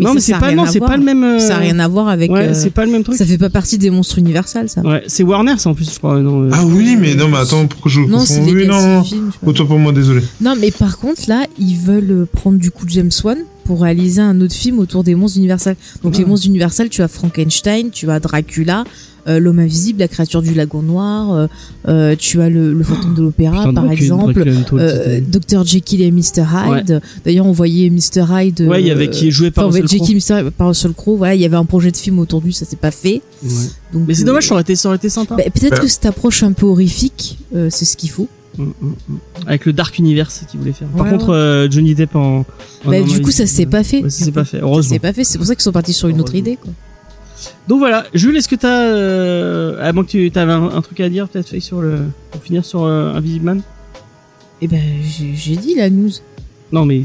Speaker 1: non,
Speaker 2: ça,
Speaker 1: mais
Speaker 2: ça
Speaker 1: c'est
Speaker 2: a
Speaker 1: pas,
Speaker 2: rien
Speaker 1: non,
Speaker 2: à
Speaker 1: c'est
Speaker 2: voir.
Speaker 1: pas le même. euh,
Speaker 2: Ça a rien à voir avec.
Speaker 1: Ouais,
Speaker 2: euh,
Speaker 1: c'est pas le même truc.
Speaker 2: Ça fait pas partie des monstres universels, ça.
Speaker 1: Ouais, c'est Warner, ça en plus, je crois. Non, euh,
Speaker 4: Ah oui, mais non, mais attends, pourquoi je
Speaker 2: Non,
Speaker 4: confonds
Speaker 2: c'est des
Speaker 4: Oui, non.
Speaker 2: films. je sais pas.
Speaker 4: Autant pour moi, désolé.
Speaker 2: Non, mais par contre, là, ils veulent prendre euh, du coup James Wan pour réaliser un autre film autour des monstres universels. Donc
Speaker 1: Ah.
Speaker 2: les monstres universels, tu as Frankenstein, tu as Dracula, euh, l'homme invisible, la créature du lagon noir, euh, euh, tu as le, le fantôme de l'opéra
Speaker 1: Putain,
Speaker 2: par
Speaker 1: Dracula,
Speaker 2: exemple,
Speaker 1: Dracula Untold,
Speaker 2: euh,
Speaker 1: c'était-
Speaker 2: Dr Jekyll et Mr Hyde. D'ailleurs, on voyait Mr Hyde.
Speaker 1: ouais, il y
Speaker 2: euh,
Speaker 1: avait qui est joué
Speaker 2: Enfin,
Speaker 1: par
Speaker 2: on voyait
Speaker 1: Russell
Speaker 2: Jekyll et Mr par Russell Crowe. Voilà, il y avait un projet de film autour de lui, ça s'est pas fait.
Speaker 1: Crowe. Ouais.
Speaker 2: Donc,
Speaker 1: Mais c'est
Speaker 2: euh,
Speaker 1: dommage, ça aurait été, ça aurait été sympa.
Speaker 2: bah, peut-être que cette approche un peu horrifique, euh, c'est ce qu'il faut.
Speaker 1: Mm, mm, mm. Avec le Dark Universe qu'il voulait faire. Par
Speaker 2: Ouais,
Speaker 1: contre, euh, Johnny Depp en. en
Speaker 2: Bah,
Speaker 1: Normandie, euh,
Speaker 2: du coup, ça s'est pas fait.
Speaker 1: ouais, ça s'est pas fait,
Speaker 2: Ça s'est
Speaker 1: heureusement.
Speaker 2: pas fait. C'est pour ça qu'ils sont partis sur une autre
Speaker 1: Heureusement.
Speaker 2: idée. Quoi.
Speaker 1: Donc voilà, Jules, est-ce que t'as. Euh, à moins que tu avais un, un truc à dire, peut-être, fait sur le. Pour finir sur euh, Invisible Man
Speaker 2: Eh ben, j'ai j'ai dit la news.
Speaker 1: Non, mais.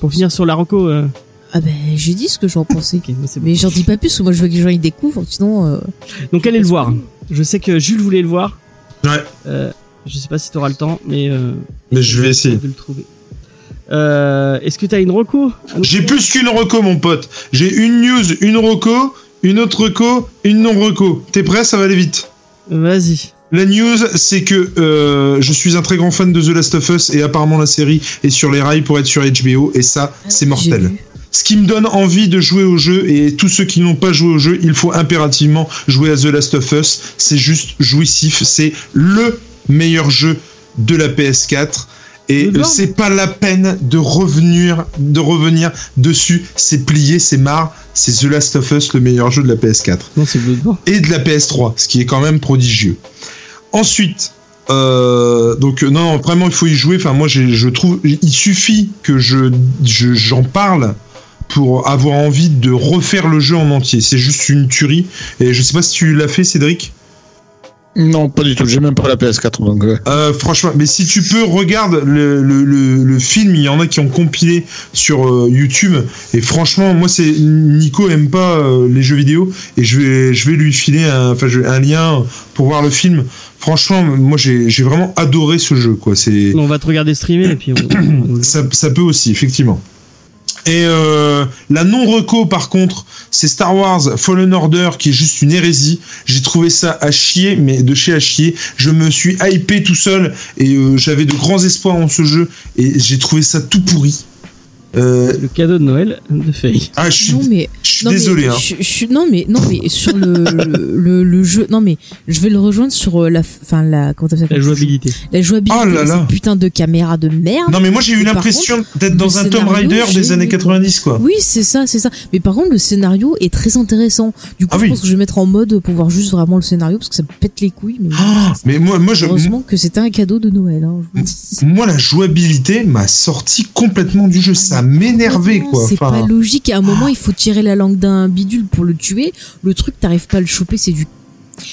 Speaker 1: Pour finir sur la Rocco. euh,
Speaker 2: Ah ben, j'ai dit ce que j'en pensais.
Speaker 1: ok, bah, c'est bon.
Speaker 2: Mais j'en dis pas plus, parce que moi je veux que les gens y découvrent, sinon. euh,
Speaker 1: Donc allez le voir. Je sais que Jules voulait le voir.
Speaker 4: Ouais.
Speaker 1: Euh, je sais pas si t'auras le temps, mais. euh,
Speaker 4: Mais je vais essayer.
Speaker 1: de le trouver. Euh, est-ce que t'as une Rocco
Speaker 4: J'ai plus qu'une reco, mon pote. J'ai une news, une reco, une autre reco, une non reco. T'es prêt Ça va aller vite.
Speaker 1: Vas-y.
Speaker 4: La news, c'est que euh, je suis un très grand fan de The Last of Us et apparemment la série est sur les rails pour être sur HBO et ça,
Speaker 2: Ah, j'ai
Speaker 4: c'est mortel.
Speaker 2: vu.
Speaker 4: Ce qui me donne envie de jouer au jeu et tous ceux qui n'ont pas joué au jeu, il faut impérativement jouer à The Last of Us. C'est juste jouissif. C'est le meilleur jeu de la PS4. Et
Speaker 1: Mais non.
Speaker 4: euh, c'est pas la peine de revenir, de revenir dessus. C'est plié, c'est marre. C'est The Last of Us, le meilleur jeu de la PS4
Speaker 1: Non, c'est Bloodborne.
Speaker 4: et de la PS3, ce qui est quand même prodigieux. Ensuite, euh, donc euh, non, non, vraiment il faut y jouer. Enfin moi j'ai- je trouve, il suffit que je je- j'en parle pour avoir envie de refaire le jeu en entier. C'est juste une tuerie. Et je sais pas si tu l'as fait Cédric.
Speaker 6: Non, pas du tout. J'ai même pas la PS4. Donc, euh,
Speaker 4: Euh, franchement, mais si tu peux, regarde le, le, le, le film. Il y en a qui ont compilé sur euh, YouTube. Et franchement, moi, c'est Nico aime pas euh, les jeux vidéo et je vais, je vais lui filer un, enfin, je- un lien pour voir le film. Franchement, moi, j'ai j'ai vraiment adoré ce jeu. Quoi, c'est
Speaker 1: On va te regarder streamer et puis on. on- on-
Speaker 4: ça, ça peut aussi, effectivement. Et euh, la non-reco, par contre, c'est Star Wars Fallen Order, qui est juste une hérésie. J'ai trouvé ça à chier, mais de chez à chier. Je me suis hypé tout seul et euh, j'avais de grands espoirs en ce jeu et j'ai trouvé ça tout pourri. Euh,
Speaker 1: Le cadeau de Noël de Faye.
Speaker 4: ah, je suis,
Speaker 2: Non mais,
Speaker 4: je suis
Speaker 2: non, mais
Speaker 4: désolé. hein.
Speaker 2: je, je suis- non mais, non mais sur le, le, le- le jeu, non mais je vais le rejoindre sur euh, la, enfin la, comment t'appelles ça
Speaker 1: La jouabilité.
Speaker 2: la jouabilité,
Speaker 4: Oh là là.
Speaker 2: cette putain de caméra de merde.
Speaker 4: Non, mais moi j'ai eu
Speaker 2: Et par
Speaker 4: l'impression d'être dans
Speaker 2: le
Speaker 4: un Tomb
Speaker 2: scénario,
Speaker 4: Raider des
Speaker 2: j'ai-
Speaker 4: années 90, quoi.
Speaker 2: Oui, c'est ça, c'est ça. Mais par contre, le scénario est très intéressant. Du coup,
Speaker 4: Ah
Speaker 2: je
Speaker 4: oui.
Speaker 2: pense que je vais mettre en mode pour voir juste vraiment le scénario parce que ça me pète les couilles. Mais
Speaker 4: Ah, mais moi, moi, je,
Speaker 2: heureusement que c'était un cadeau de Noël. Hein, je vous dis.
Speaker 4: moi, la jouabilité m'a sorti complètement du jeu. Ça m'énervait, quoi.
Speaker 2: Ah, C'est
Speaker 4: Enfin,
Speaker 2: pas logique. À un moment, il faut tirer la langue d'un bidule pour le tuer. Le truc, t'arrives pas à le choper, c'est du.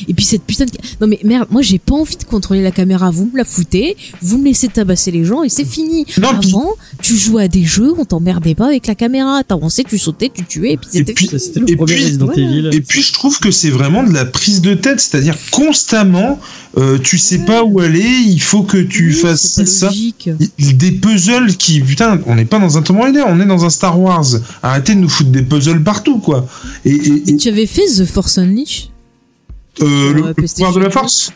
Speaker 2: Et puis cette putain de. Non mais merde, moi j'ai pas envie de contrôler la caméra. Vous me la foutez, vous me laissez tabasser les gens et c'est fini.
Speaker 4: Non, puis-
Speaker 2: Avant, tu jouais à des jeux, on t'emmerdait pas avec la caméra. T'avançais, tu sautais, tu tuais et puis c'était
Speaker 4: puis-
Speaker 2: fini.
Speaker 1: Ça, C'était le
Speaker 4: Et
Speaker 1: premier
Speaker 4: puis-
Speaker 1: Resident
Speaker 2: voilà.
Speaker 1: Evil.
Speaker 4: Et puis je trouve que c'est vraiment de la prise de tête, c'est-à-dire constamment, euh, tu sais pas où aller, il faut que tu
Speaker 2: Oui,
Speaker 4: fasses
Speaker 2: c'est pas
Speaker 4: ci, ça.
Speaker 2: logique.
Speaker 4: Des puzzles qui, putain, on n'est pas dans un Tomb Raider, on est dans un Star Wars. Arrêtez de nous foutre des puzzles partout, quoi. Et, et-
Speaker 2: Et
Speaker 4: et,
Speaker 2: tu avais fait The Force Unleashed
Speaker 4: euh, le,
Speaker 2: Ouais,
Speaker 4: le
Speaker 2: PlayStation.
Speaker 4: pouvoir de la force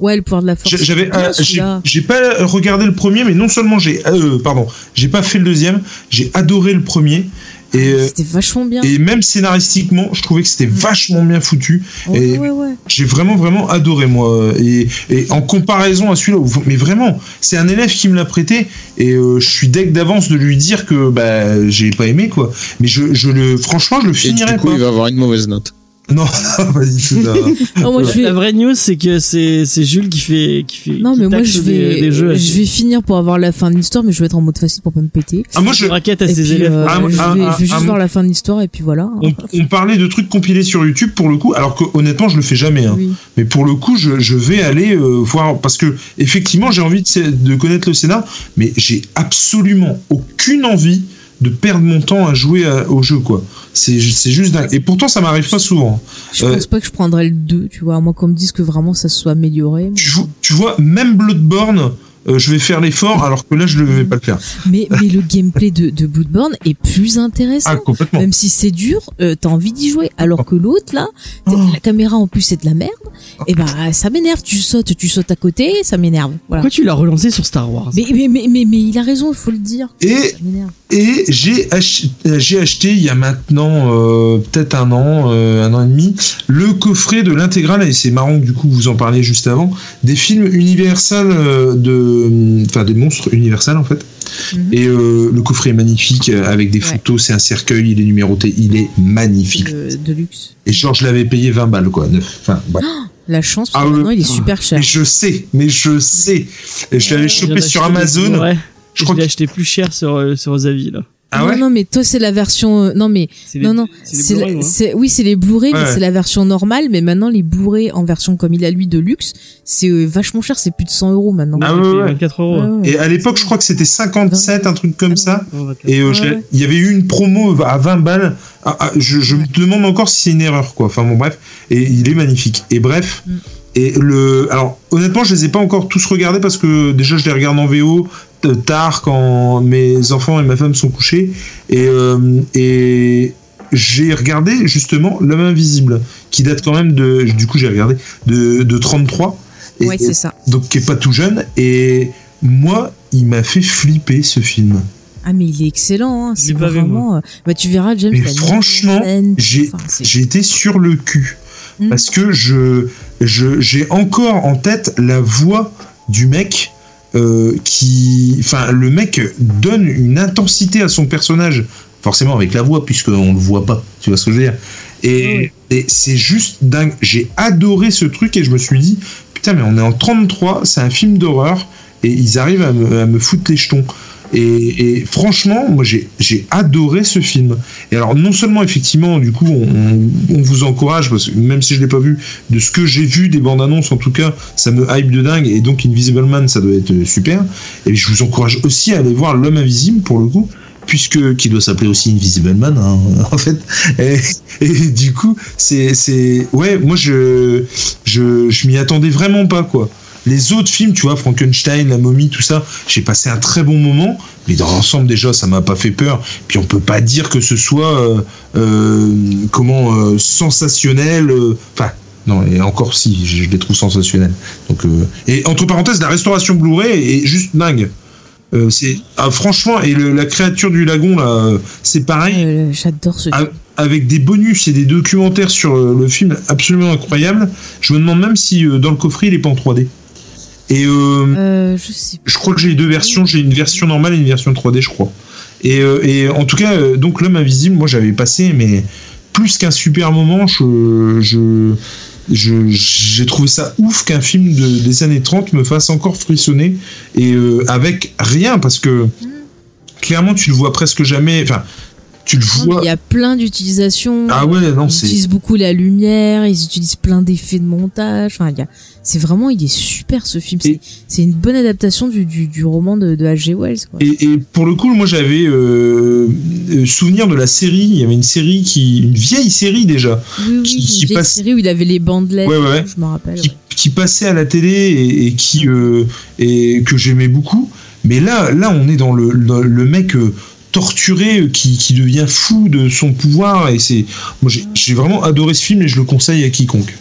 Speaker 2: Ouais, le pouvoir de la force.
Speaker 4: J'ai- J'avais,
Speaker 2: Bien,
Speaker 4: euh, j'ai
Speaker 2: celui-là.
Speaker 4: j'ai pas regardé le premier, mais non seulement j'ai, euh, pardon, j'ai pas fait le deuxième, j'ai adoré le premier. Et, euh,
Speaker 2: C'était vachement bien. Mm.
Speaker 4: et même scénaristiquement, je trouvais que c'était vachement bien foutu.
Speaker 2: Ouais,
Speaker 4: et-
Speaker 2: ouais, ouais.
Speaker 4: J'ai vraiment vraiment adoré moi et, et en comparaison à celui-là, vous- mais vraiment, c'est un élève qui me l'a prêté et euh, je suis deg d'avance de lui dire que bah j'ai pas aimé quoi. Mais je, je le franchement je le
Speaker 6: et
Speaker 4: finirai
Speaker 6: du coup,
Speaker 4: pas.
Speaker 6: il va avoir une mauvaise note.
Speaker 4: Non, vas-y c'est ça.
Speaker 2: Non, moi, je vais-
Speaker 1: La vraie news, c'est que c'est c'est Jules qui fait qui fait.
Speaker 2: Non,
Speaker 1: qui
Speaker 2: mais moi,
Speaker 1: taxe
Speaker 2: je
Speaker 1: des-
Speaker 2: vais,
Speaker 1: des jeux à-
Speaker 2: je vais finir pour avoir la fin de l'histoire, mais je vais être en mode facile pour pas me péter.
Speaker 4: Ah moi je
Speaker 1: des raquettes à
Speaker 2: Et
Speaker 1: ses
Speaker 2: puis,
Speaker 1: élèves.
Speaker 2: euh,
Speaker 4: Ah,
Speaker 2: je vais,
Speaker 4: ah,
Speaker 2: je vais
Speaker 4: ah,
Speaker 2: juste
Speaker 4: ah,
Speaker 2: voir la fin de l'histoire, et puis voilà.
Speaker 4: on, on parlait de trucs compilés sur YouTube pour le coup, alors que honnêtement je le fais jamais. hein.
Speaker 2: Oui.
Speaker 4: Mais pour le coup, je, je vais aller euh, voir parce que effectivement, j'ai envie de, sé- de connaître le scénar, mais j'ai absolument aucune envie de perdre mon temps à jouer à- au jeu quoi. C'est ju- c'est juste dingue. Et pourtant, ça m'arrive pas souvent.
Speaker 2: Je
Speaker 4: Euh,
Speaker 2: pense pas que je prendrais le 2, tu vois. à moins qu'on me dise que vraiment ça se soit amélioré.
Speaker 4: Tu, vois- tu vois, même Bloodborne, euh, je vais faire l'effort, alors que là, je ne vais pas le faire.
Speaker 2: Mais, mais le gameplay de, de Bloodborne est plus intéressant.
Speaker 4: Ah, complètement. Oh.
Speaker 2: Même si c'est dur, euh, t'as envie d'y jouer. Alors que l'autre, là, t'as- la caméra en plus c'est de la merde. et bah ça m'énerve. Tu sautes, tu sautes à côté, ça m'énerve. Voilà.
Speaker 1: Pourquoi tu l'as relancé sur Star Wars
Speaker 2: Mais, mais, mais, mais, mais il a raison, il faut le dire.
Speaker 4: Et
Speaker 2: Ça m'énerve.
Speaker 4: Et j'ai ach- euh, j'ai acheté il y a maintenant euh, peut-être un an, euh, un an et demi, le coffret de l'intégrale, et c'est marrant que du coup vous en parliez juste avant, des films Universal, euh, de, enfin des monstres Universal en fait.
Speaker 2: Mhm.
Speaker 4: Et euh, le coffret est magnifique euh, avec des
Speaker 2: Ouais.
Speaker 4: photos, c'est un cercueil, il est numéroté, il est magnifique.
Speaker 2: De, de luxe.
Speaker 4: Et Georges l'avait payé 20 balles quoi, neuf. Enfin, ouais.
Speaker 2: La chance, parce
Speaker 4: Ah,
Speaker 2: que maintenant
Speaker 4: le-
Speaker 2: il est super cher.
Speaker 4: Et je sais, mais je sais. Et je l'avais
Speaker 1: Je viens
Speaker 4: chopé sur
Speaker 1: d'acheter des-
Speaker 4: Amazon.
Speaker 1: Ouais.
Speaker 4: Je
Speaker 1: Je,
Speaker 4: crois
Speaker 1: l'ai
Speaker 4: que-
Speaker 1: acheté plus cher sur, euh, sur Ozavi, là.
Speaker 4: Ah ouais
Speaker 2: non, non, mais toi c'est la version. euh, non, mais
Speaker 1: C'est
Speaker 2: non, non.
Speaker 1: les
Speaker 2: C'est
Speaker 1: Blu-ray, hein.
Speaker 2: la-
Speaker 1: moi.
Speaker 2: c'est- oui, c'est les Blu-ray,
Speaker 4: Ouais,
Speaker 2: mais
Speaker 4: ouais.
Speaker 2: c'est la version normale. Mais maintenant les Blu-ray en version comme il a lui de luxe, c'est euh, vachement cher. C'est plus de 100 euros maintenant.
Speaker 4: Ah
Speaker 1: J'ai
Speaker 4: ouais,
Speaker 1: payé
Speaker 4: ouais.
Speaker 1: 24 euros. hein.
Speaker 4: Et à l'époque, je crois que c'était 57, un truc
Speaker 2: Ah
Speaker 4: comme ça.
Speaker 1: Oh, 24.
Speaker 4: Et euh, je
Speaker 2: Ouais,
Speaker 4: l'ai-
Speaker 2: ouais.
Speaker 4: il y avait eu une promo à 20 balles. Ah, ah, je je me demande encore si c'est une erreur, quoi. Enfin bon, bref. Et il est magnifique. Et bref.
Speaker 2: Mm.
Speaker 4: Et le. Alors, honnêtement, je les ai pas encore tous regardés parce que déjà, je les regarde en VO euh, tard quand mes enfants et ma femme sont couchés. Et. euh, et j'ai regardé justement L'homme invisible, qui date quand même de. Du coup, j'ai regardé. De, de 33. Et,
Speaker 2: ouais, c'est ça.
Speaker 4: donc, qui est pas tout jeune. Et moi, il m'a fait flipper ce film.
Speaker 2: Ah mais il est excellent, hein,
Speaker 1: Je
Speaker 2: c'est
Speaker 1: l'ai pas vu,
Speaker 2: vraiment. euh, Bah tu verras, James.
Speaker 4: Mais
Speaker 2: t'as une
Speaker 4: franchement,
Speaker 2: scène,
Speaker 4: j'ai-
Speaker 2: enfin, c'est-
Speaker 4: j'ai été sur le cul
Speaker 2: Mm.
Speaker 4: parce que je je- j'ai encore en tête la voix du mec euh, qui enfin le mec donne une intensité à son personnage forcément avec la voix puisque on le voit pas tu vois ce que je veux dire et, et c'est juste dingue j'ai adoré ce truc et je me suis dit putain mais on est en 33 c'est un film d'horreur et ils arrivent à me, à me foutre les jetons et, et franchement moi j'ai j'ai adoré ce film et alors, non seulement, effectivement, du coup, on, on vous encourage, parce que même si je l'ai pas vu, de ce que j'ai vu des bandes annonces, en tout cas, ça me hype de dingue, et donc Invisible Man, ça doit être euh, super. Et je vous encourage aussi à aller voir L'homme invisible, pour le coup, puisque, qui doit s'appeler aussi Invisible Man, hein, en fait. Et, et du coup, c'est, c'est, ouais, moi, je, je, je m'y attendais vraiment pas, quoi. Les autres films, tu vois, Frankenstein, La momie, tout ça, j'ai passé un très bon moment, mais dans l'ensemble, déjà, ça m'a pas fait peur. Puis on peut pas dire que ce soit euh, euh, comment euh, sensationnel. euh, Enfin, non, et encore si, je, je les trouve sensationnels. Donc, euh, et entre parenthèses, la restauration Blu-ray est juste dingue. Euh, c'est ah, franchement et le- la créature du lagon là, euh, c'est pareil
Speaker 2: Euh, J'adore ce.
Speaker 4: Ah,
Speaker 2: film.
Speaker 4: avec des bonus et des documentaires sur euh, le film absolument incroyable. Je me demande même si euh, dans le coffret il est pas en 3D. Et euh,
Speaker 2: Euh, je sais.
Speaker 4: je crois que j'ai deux versions. J'ai une version normale et une version 3D, je crois. Et, euh, et en tout cas, euh, donc l'homme invisible, moi j'avais passé, mais plus qu'un super moment, je, je, je- j'ai trouvé ça ouf qu'un film de- des années 30 me fasse encore frissonner et euh, avec rien parce que
Speaker 2: Mm.
Speaker 4: clairement tu le vois presque jamais. Enfin, tu le
Speaker 2: Non, mais
Speaker 4: vois.
Speaker 2: Il y a plein d'utilisations.
Speaker 4: Ah ouais, non,
Speaker 2: Ils
Speaker 4: c'est.
Speaker 2: utilisent beaucoup la lumière, ils utilisent plein d'effets de montage. Enfin, il y a- c'est vraiment, il est super ce film. C'est
Speaker 4: Et-
Speaker 2: c'est une bonne adaptation du, du, du roman de, de H.G. Wells. Quoi.
Speaker 4: Et, et pour le coup, moi j'avais euh, euh, souvenir de la série. Il y avait une série qui, une vieille série déjà,
Speaker 2: oui, oui,
Speaker 4: qui-
Speaker 2: une
Speaker 4: qui
Speaker 2: vieille
Speaker 4: passe-
Speaker 2: série où il avait les bandelettes.
Speaker 4: Ouais, ouais, ouais.
Speaker 2: et tout, Je me rappelle.
Speaker 4: qui,
Speaker 2: ouais.
Speaker 4: qui passait à la télé et, et qui euh, et que j'aimais beaucoup. Mais là, là, on est dans le, le, le mec euh, torturé euh, qui, qui devient fou de son pouvoir et c'est moi j'ai- j'ai vraiment adoré ce film et je le conseille à quiconque.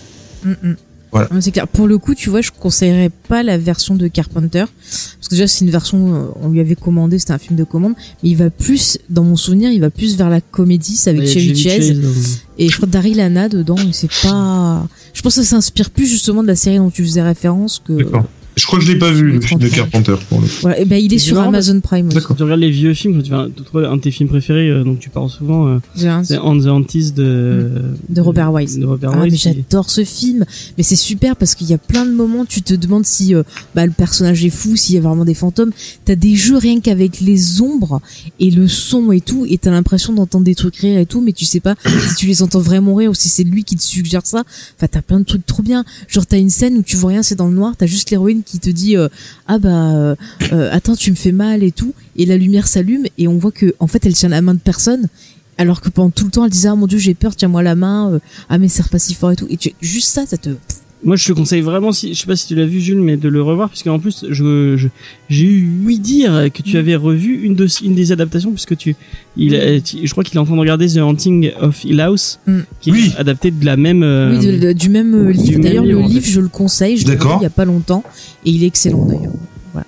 Speaker 2: Mm, mm.
Speaker 4: Voilà.
Speaker 2: Non, mais C'est clair. Pour le coup, tu vois, je conseillerais pas la version de Carpenter parce que déjà c'est une version, euh, on lui avait commandé, c'était un film de commande, mais il va plus, dans mon souvenir, il va plus vers la comédie, c'est avec
Speaker 1: Ouais,
Speaker 2: Chevy
Speaker 1: Chevy
Speaker 2: Chase.
Speaker 1: Chase, euh,
Speaker 2: Et je crois que Daryl Anna dedans, mais c'est pas. Je pense que ça s'inspire plus justement de la série dont tu faisais référence que.
Speaker 4: D'accord. Je crois que je l'ai pas vu le film de Carpenter pour le. coup.
Speaker 2: Voilà. Et ben il est
Speaker 1: C'est
Speaker 2: sur
Speaker 1: marrant,
Speaker 2: Amazon Prime. aussi.
Speaker 1: Quand tu regardes les vieux films, quand tu vas- tu trouves un de tes films préférés, euh, dont tu parles souvent, euh,
Speaker 2: J'ai un-
Speaker 1: c'est On the Antis de,
Speaker 2: Mm. De Robert Wise.
Speaker 1: de Robert
Speaker 2: Ah, mais
Speaker 1: Wise qui-
Speaker 2: j'adore ce film. Mais c'est super parce qu'il y a plein de moments, tu te demandes si euh, bah, le personnage est fou, s'il y a vraiment des fantômes. T'as des jeux rien qu'avec les ombres et le son et tout, et t'as l'impression d'entendre des trucs rire et tout, mais tu sais pas si tu les entends vraiment rire ou si c'est lui qui te suggère ça. Enfin, t'as plein de trucs trop bien. Genre, t'as une scène où tu vois rien, c'est dans le noir, t'as juste l'héroïne qui te dit euh, Ah bah, euh, euh, attends, tu me fais mal et tout, et la lumière s'allume, et on voit que en fait, elle tient la main de personne. Alors que pendant tout le temps, elle disait ah mon dieu j'ai peur, tiens-moi la main, euh, ah mais serre pas si fort et tout et tu, juste ça ça te pff,
Speaker 1: Moi, je te conseille vraiment, si, je sais pas si tu l'as vu, Jules, mais de le revoir, parce qu'en plus, je, je- j'ai eu huit dire que tu
Speaker 2: Mm.
Speaker 1: avais revu une, de, une des adaptations, puisque tu, il, euh, tu- je crois qu'il est en train de regarder The Haunting of Hill House,
Speaker 2: Mm.
Speaker 1: qui
Speaker 4: Oui.
Speaker 1: est adapté de la même. euh,
Speaker 2: Oui, de- de- du même euh,
Speaker 1: du
Speaker 2: livre.
Speaker 1: même
Speaker 2: D'ailleurs,
Speaker 1: livre,
Speaker 2: le
Speaker 1: en
Speaker 2: livre, je le conseille. Je l'ai
Speaker 4: D'accord.
Speaker 2: lu il y a pas longtemps et il est excellent d'ailleurs.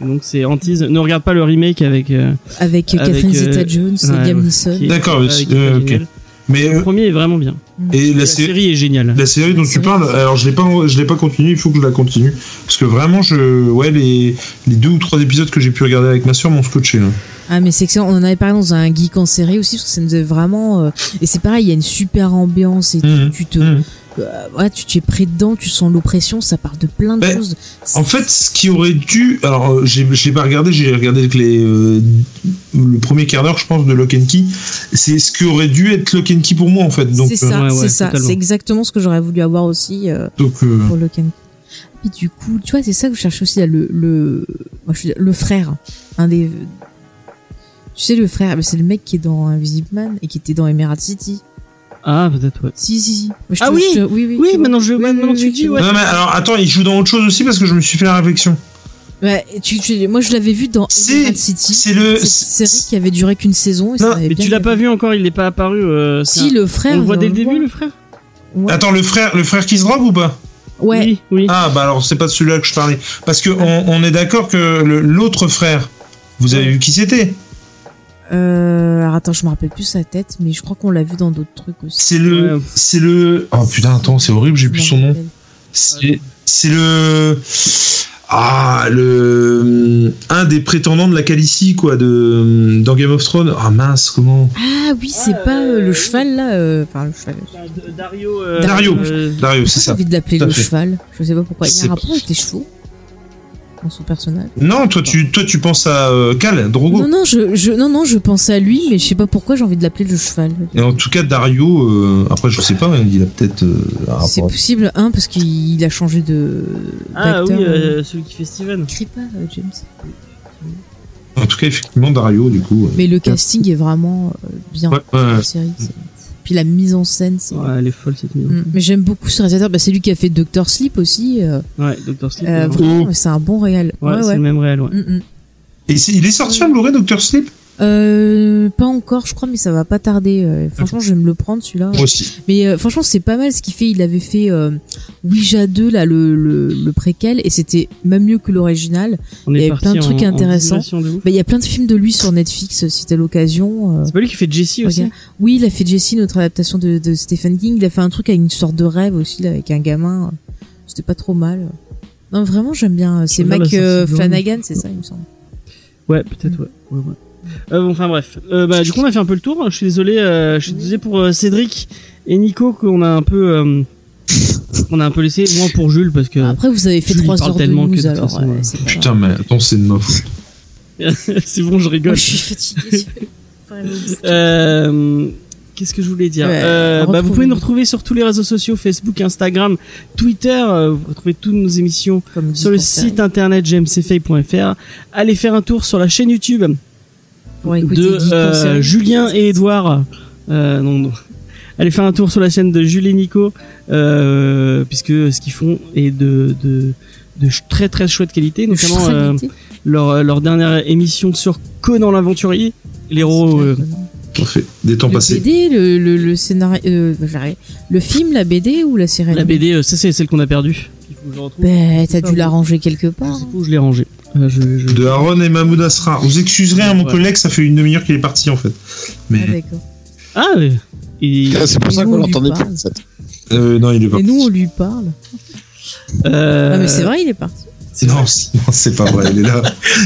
Speaker 1: donc c'est Antise. Ne regarde pas le remake avec. euh,
Speaker 2: Avec, euh,
Speaker 1: Avec,
Speaker 2: Catherine
Speaker 1: euh,
Speaker 2: Zeta-Jones et
Speaker 1: ouais,
Speaker 2: Liam
Speaker 1: ouais,
Speaker 2: Neeson.
Speaker 1: qui est-
Speaker 4: D'accord,
Speaker 1: avec-
Speaker 4: euh,
Speaker 1: avec
Speaker 4: ok.
Speaker 1: Daniel.
Speaker 4: Mais
Speaker 1: Le
Speaker 4: euh,
Speaker 1: premier est vraiment bien.
Speaker 2: Mm.
Speaker 4: et la
Speaker 1: La
Speaker 4: série.
Speaker 1: série est géniale.
Speaker 4: La série dont tu
Speaker 2: série.
Speaker 4: parles, alors je l'ai pas, je l'ai pas continuée. Il faut que je la continue parce que vraiment, je, ouais, les, les deux ou trois épisodes que j'ai pu regarder avec ma sœur m'ont scotché. Là.
Speaker 2: Ah mais c'est excellent, on en avait parlé dans un geek en série aussi parce que ça nous est vraiment euh, et c'est pareil, il y a une super ambiance et
Speaker 4: Mhm.
Speaker 2: tu te
Speaker 4: Mhm.
Speaker 2: euh, ouais, tu, tu es pris dedans, tu sens l'oppression, ça parle de plein de
Speaker 4: Ben,
Speaker 2: choses.
Speaker 4: En fait, ce qui aurait dû, alors euh, j'ai- je l'ai pas regardé, j'ai regardé avec les, euh, le premier quart d'heure, je pense, de Lock and Key. C'est ce qui aurait dû être Lock and Key pour moi en fait. Donc,
Speaker 2: c'est ça,
Speaker 1: euh, ouais, ouais,
Speaker 2: c'est ça,
Speaker 1: totalement.
Speaker 2: c'est exactement ce que j'aurais voulu avoir aussi euh,
Speaker 4: euh, donc euh,
Speaker 2: pour le Ken. Puis du coup, tu vois, c'est ça que je cherche aussi là, le le moi, je suis- le frère, un des tu sais le frère, ben, c'est le mec qui est dans Invisible Man et qui était dans Emerald City.
Speaker 1: Ah, peut-être, ouais.
Speaker 2: Si si si. Moi, je
Speaker 1: Ah
Speaker 2: te-
Speaker 1: oui
Speaker 2: je te- oui oui.
Speaker 1: Oui,
Speaker 2: tu vois.
Speaker 1: maintenant, je,
Speaker 2: Oui,
Speaker 1: maintenant
Speaker 2: oui,
Speaker 1: tu
Speaker 2: oui,
Speaker 1: dis,
Speaker 2: tu
Speaker 1: ouais.
Speaker 4: non, mais alors attends, il joue dans autre chose aussi parce que je me suis fait la réflexion.
Speaker 2: Ouais, tu, tu- moi je l'avais vu dans
Speaker 4: C'est-
Speaker 2: Emerald City.
Speaker 4: C'est le,
Speaker 2: C'est une série qui avait duré qu'une saison. Et ça
Speaker 4: Non,
Speaker 2: m'avait
Speaker 1: Mais
Speaker 2: bien
Speaker 1: tu l'as pas
Speaker 2: gâté.
Speaker 1: vu encore, il n'est pas apparu. euh, c'est
Speaker 2: Si,
Speaker 1: un-
Speaker 2: le frère. euh,
Speaker 1: On le voit dès le
Speaker 2: on
Speaker 1: début, le frère
Speaker 2: voit.
Speaker 4: attends, le frère, le frère qui se drogue ou pas
Speaker 2: Ouais.
Speaker 1: Oui, oui.
Speaker 4: Ah bah alors c'est pas de celui-là que je parlais. Parce que on, on est d'accord que le- l'autre frère, vous avez vu qui c'était
Speaker 2: Euh, alors attends, je me rappelle plus sa tête, mais je crois qu'on l'a vu dans d'autres trucs aussi.
Speaker 4: C'est le,
Speaker 1: Ouais.
Speaker 4: c'est le. Oh putain attends c'est horrible j'ai plus son nom. C'est c'est le. Ah le hum, un des prétendants de la Calicie quoi de dans Game of Thrones. Ah mince comment
Speaker 2: Ah oui, c'est
Speaker 1: Ah,
Speaker 2: pas euh,
Speaker 1: euh,
Speaker 2: le cheval là. euh, Enfin, le cheval.
Speaker 1: Dario.
Speaker 4: Dario.
Speaker 1: euh,
Speaker 4: Dario
Speaker 2: Pourquoi J'ai
Speaker 4: c'est ça.
Speaker 2: envie de l'appeler
Speaker 4: Tout à
Speaker 2: le
Speaker 4: fait.
Speaker 2: cheval. Je sais pas pourquoi. Il y a
Speaker 4: C'est
Speaker 2: un
Speaker 4: pas-
Speaker 2: rapport avec les chevaux dans son personnage.
Speaker 4: Non toi tu toi tu penses à euh, Cal Drogo.
Speaker 2: Non, non, je, je, non, non, je pensais à lui, mais je sais pas pourquoi j'ai envie de l'appeler le cheval.
Speaker 4: Et en tout cas Dario euh, après je sais pas il a peut-être euh, un
Speaker 2: C'est
Speaker 4: rapport.
Speaker 2: possible, un, parce qu'il il a changé de.
Speaker 1: Ah oui,
Speaker 2: d'acteur.
Speaker 1: euh, celui qui fait Steven.
Speaker 2: Crie pas, euh, James.
Speaker 4: En tout cas effectivement Dario du coup. euh.
Speaker 2: Mais le casting est vraiment euh, bien.
Speaker 4: Ouais, ouais,
Speaker 2: La série, c'est- Puis la mise en scène, c'est.
Speaker 1: Ouais, elle est folle cette maison.
Speaker 2: Mm. Mais j'aime beaucoup ce réalisateur. Bah, c'est lui qui a fait Doctor Sleep aussi. euh,
Speaker 1: Ouais, Dr. Sleep.
Speaker 2: euh,
Speaker 1: ouais.
Speaker 2: vraiment, mais c'est un bon réel.
Speaker 1: Ouais,
Speaker 2: Ouais,
Speaker 1: c'est
Speaker 2: ouais.
Speaker 1: le même réel, ouais.
Speaker 2: Mm, mm.
Speaker 4: Et c'est- il est sorti en Blu-ray, Doctor Sleep
Speaker 2: Euh, pas encore, je crois, mais ça va pas tarder. euh, Franchement, je vais me le prendre celui-là.
Speaker 4: aussi.
Speaker 2: Mais euh, franchement, c'est pas mal ce qu'il fait. Il avait fait euh, Ouija 2, là, le, le, le préquel, et c'était même mieux que l'original.
Speaker 1: On
Speaker 2: Il y
Speaker 1: est
Speaker 2: avait
Speaker 1: parti
Speaker 2: plein de
Speaker 1: en-
Speaker 2: trucs
Speaker 1: en
Speaker 2: intéressants.
Speaker 1: digression de ouf.
Speaker 2: Bah, Il y a plein de films de lui sur Netflix, si t'as l'occasion. euh,
Speaker 1: C'est pas lui qui fait Jesse aussi
Speaker 2: Regarde. Oui, il a fait Jessie, notre adaptation de, de Stephen King. Il a fait un truc avec une sorte de rêve aussi, là, avec un gamin. C'était pas trop mal. Non, vraiment, j'aime bien. C'est
Speaker 1: regarde
Speaker 2: Mac
Speaker 1: la sortie
Speaker 2: euh,
Speaker 1: de
Speaker 2: Flanagan, c'est ça, il me semble.
Speaker 1: Ouais, peut-être, ouais. ouais, ouais. Euh, bon, enfin bref. Euh, bah, du coup, on a fait un peu le tour. Je suis désolé, euh, je suis désolé pour euh, Cédric et Nico qu'on a un peu. euh, on a un peu laissé, moins pour Jules parce que
Speaker 2: Après, vous avez fait
Speaker 1: Julie
Speaker 2: 3
Speaker 1: Euh, parle
Speaker 2: heures de
Speaker 1: tellement que de
Speaker 2: news,
Speaker 1: toute
Speaker 2: alors.
Speaker 1: façon,
Speaker 2: ouais,
Speaker 1: euh,
Speaker 2: c'est pas grave.
Speaker 4: Putain, mais attends, c'est de ma faute.
Speaker 1: c'est bon, je rigole.
Speaker 2: Moi, je suis fatiguée. Vraiment.
Speaker 1: Euh, Qu'est-ce que je voulais dire
Speaker 2: Ouais,
Speaker 1: Euh, bah, Vous
Speaker 2: retrouvez-nous.
Speaker 1: pouvez nous retrouver sur tous les réseaux sociaux Facebook, Instagram, Twitter. euh, Vous retrouvez toutes nos émissions
Speaker 2: Comme
Speaker 1: sur le site internet jmcfay.fr. Allez faire un tour sur la chaîne YouTube
Speaker 2: hein,
Speaker 1: de euh, Julien et Edouard. Euh, non, non. Allez faire un tour sur la chaîne de Jules et Nico, euh, puisque ce qu'ils font est de, de, de ch- très très chouette qualité, notamment euh, leur, euh, leur dernière émission sur Conan l'aventurier, l'héros euh,
Speaker 4: Parfait. Des temps
Speaker 2: le
Speaker 4: passés.
Speaker 2: BD, le, le, le scénario, euh, j'arrive. le film, la BD ou la série
Speaker 1: La
Speaker 2: animée
Speaker 1: BD, euh, ça c'est celle qu'on a perdue. Il faut que je retrouve.
Speaker 2: Ben, t'as
Speaker 1: C'est ça,
Speaker 2: dû la
Speaker 1: oui.
Speaker 2: ranger quelque
Speaker 1: Je
Speaker 2: part.
Speaker 4: Ah,
Speaker 1: sais pas où je l'ai rangée. Euh, je- je-
Speaker 4: De Aaron et Mahmoud Asrar. Vous excuserez, hein, mon
Speaker 1: Ouais.
Speaker 4: collègue, ça fait une demi-heure qu'il est parti en fait.
Speaker 2: Ah,
Speaker 4: Mais
Speaker 2: d'accord.
Speaker 1: Ah oui. Et,
Speaker 6: Ah, C'est pour ça
Speaker 2: Nous,
Speaker 6: qu'on
Speaker 2: on
Speaker 6: l'entendait
Speaker 2: lui
Speaker 6: plus
Speaker 2: parle.
Speaker 6: en fait.
Speaker 4: euh, non, il est pas.
Speaker 2: Et nous, on lui parle.
Speaker 1: euh,
Speaker 2: Ah, mais c'est vrai, il est parti.
Speaker 4: Non, c'est- non, c'est pas vrai. Il est là.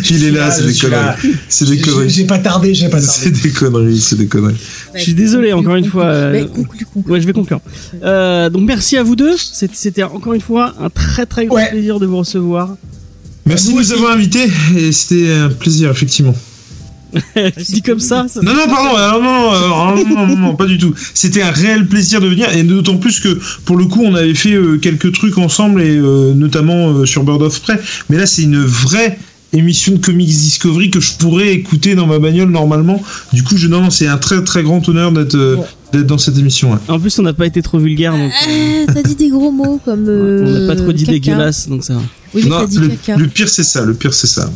Speaker 4: Il est là. C'est
Speaker 3: je
Speaker 4: des
Speaker 3: suis là.
Speaker 4: conneries. C'est des
Speaker 3: J'ai
Speaker 4: conneries.
Speaker 3: j'ai pas tardé, j'ai pas
Speaker 4: C'est
Speaker 3: tardé.
Speaker 4: des conneries. C'est des conneries.
Speaker 1: Je suis désolé, encore une fois, euh,
Speaker 4: Bah,
Speaker 2: Mais conclu, conclu.
Speaker 1: Ouais, je vais conclure. Euh, donc merci à vous deux. C'est- C'était encore une fois un très très grand
Speaker 3: Ouais.
Speaker 1: plaisir de vous recevoir.
Speaker 4: Merci de nous avoir invités et c'était un plaisir effectivement.
Speaker 1: Je dis comme ça. ça-
Speaker 4: Non non pardon euh, non non, euh, non, non, non, non, pas du tout. C'était un réel plaisir de venir et d'autant plus que pour le coup on avait fait euh, quelques trucs ensemble et euh, notamment euh, sur Bird of Prey. Mais là c'est une vraie émission de Comics Discovery que je pourrais écouter dans ma bagnole normalement. Du coup je non non c'est un très très grand honneur d'être euh, d'être dans cette émission. ouais.
Speaker 1: En plus, on n'a pas été trop vulgaire, donc euh,
Speaker 2: Ah, T'as dit des gros mots comme. euh,
Speaker 1: on n'a pas trop dit
Speaker 2: caca.
Speaker 1: dégueulasse, donc ça. va.
Speaker 2: Oui, mais
Speaker 4: Non,
Speaker 2: t'as dit
Speaker 4: le,
Speaker 2: caca.
Speaker 4: le pire c'est ça, le pire c'est ça.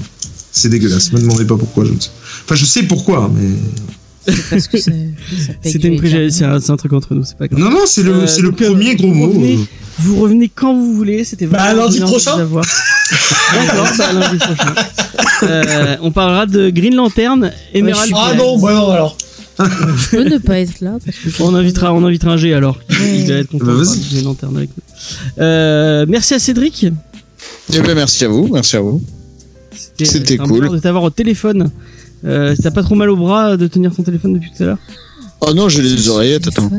Speaker 4: C'est dégueulasse. Me demandez pas pourquoi. Je ne sais. Enfin, je sais pourquoi, mais
Speaker 2: Parce que c'est- ça fait
Speaker 1: C'était une
Speaker 2: du bien.
Speaker 1: préjugée, c'est un, c'est un truc entre nous, c'est pas grave.
Speaker 4: non, non, c'est le,
Speaker 1: Euh,
Speaker 4: c'est le
Speaker 1: donc, euh,
Speaker 4: premier gros
Speaker 1: vous
Speaker 4: mot.
Speaker 1: revenez- Vous revenez quand vous voulez, c'était
Speaker 3: Bah,
Speaker 1: vraiment
Speaker 3: lundi
Speaker 1: bien
Speaker 3: prochain.
Speaker 1: de vous avoir. D'accord, bah, lundi prochain. Euh, on parlera de Green Lantern, Emerald.
Speaker 2: suis
Speaker 3: Ah
Speaker 1: Flag.
Speaker 3: non, bah non, alors.
Speaker 2: Je peux ne pas être là. Parce que
Speaker 1: On invitera, on invitera un G alors.
Speaker 2: Ouais.
Speaker 1: Il va être content.
Speaker 4: Bah,
Speaker 1: de
Speaker 4: vas-y.
Speaker 1: parler de Green Lantern avec nous. Euh, merci à Cédric.
Speaker 6: Eh ben, merci à vous, merci à vous.
Speaker 1: C'était
Speaker 6: C'était
Speaker 1: c'était un
Speaker 6: cool.
Speaker 1: bonheur de t'avoir au téléphone. Euh, T'as pas trop mal au bras de tenir ton téléphone depuis tout à l'heure
Speaker 6: Oh non, j'ai les oreillettes, attends.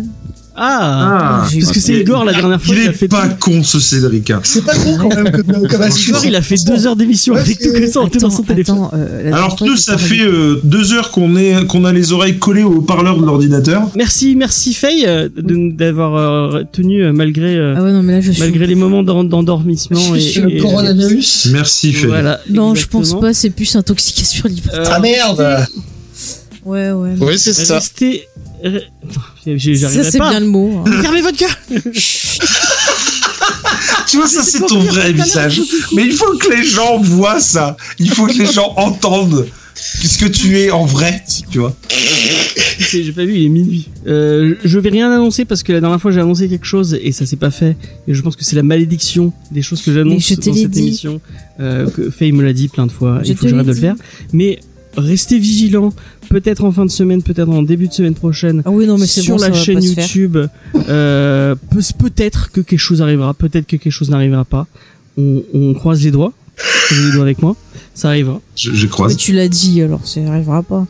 Speaker 1: Ah,
Speaker 4: Ah,
Speaker 1: Parce que c'est Igor la dernière fois
Speaker 4: il
Speaker 1: qu'il a
Speaker 4: est
Speaker 1: fait.
Speaker 4: pas con ce Cédric. hein.
Speaker 3: C'est pas con quand même que- que- comme
Speaker 1: deux- Igor,
Speaker 3: astuce.
Speaker 1: il a fait deux heures d'émission
Speaker 3: Ouais,
Speaker 1: avec tout
Speaker 3: c'est-
Speaker 1: que ça en tenant son téléphone.
Speaker 2: euh,
Speaker 4: Alors que nous, ça fait euh, deux heures qu'on est, qu'on a les oreilles collées au parleur de l'ordinateur.
Speaker 1: Merci, merci Faye euh, de nous- d'avoir euh, tenu euh, malgré euh,
Speaker 2: Ah ouais, non, mais là, je suis.
Speaker 1: malgré les moments d'en- d'endormissement et,
Speaker 3: C'est le
Speaker 1: et-
Speaker 3: coronavirus.
Speaker 4: Merci, Fede.
Speaker 1: voilà.
Speaker 2: Non, je
Speaker 1: exactement.
Speaker 2: pense pas, c'est plus intoxication libre.
Speaker 1: Euh,
Speaker 3: Ah merde
Speaker 2: Ouais, ouais.
Speaker 6: Oui, c'est ça.
Speaker 1: Restez. re- Putain, j'ai-
Speaker 2: Ça,
Speaker 1: J'arriverai
Speaker 2: c'est
Speaker 1: pas.
Speaker 2: bien le mot. hein.
Speaker 1: Fermez votre gueule.
Speaker 4: Tu vois, ça, c'est ton vrai visage. Mais il faut que les gens voient ça. Il faut que les gens entendent ce que tu es en vrai, tu vois.
Speaker 1: C'est- J'ai pas vu, il est minuit. Euh, je vais rien annoncer parce que la dernière fois j'ai annoncé quelque chose et ça s'est pas fait. Et je pense que c'est la malédiction des choses que
Speaker 2: Mais
Speaker 1: j'annonce
Speaker 2: je te
Speaker 1: dans
Speaker 2: l'ai
Speaker 1: cette
Speaker 2: dit.
Speaker 1: émission. Euh, que Faye me l'a dit plein de fois.
Speaker 2: Je
Speaker 1: il faut que
Speaker 2: te l'ai
Speaker 1: j'arrête de le
Speaker 2: dit.
Speaker 1: faire. Mais restez vigilants. Peut-être en fin de semaine, peut-être en début de semaine prochaine.
Speaker 2: Ah oui, non, mais c'est
Speaker 1: sur
Speaker 2: bon, ça
Speaker 1: la
Speaker 2: va pas
Speaker 1: chaîne
Speaker 2: se faire.
Speaker 1: YouTube, euh, peut- peut-être que quelque chose arrivera, peut-être que quelque chose n'arrivera pas. On, on croise les doigts. Croisez les doigts avec moi. Ça arrivera.
Speaker 4: Je, je
Speaker 2: Mais
Speaker 4: croise.
Speaker 2: tu l'as dit, alors ça arrivera pas.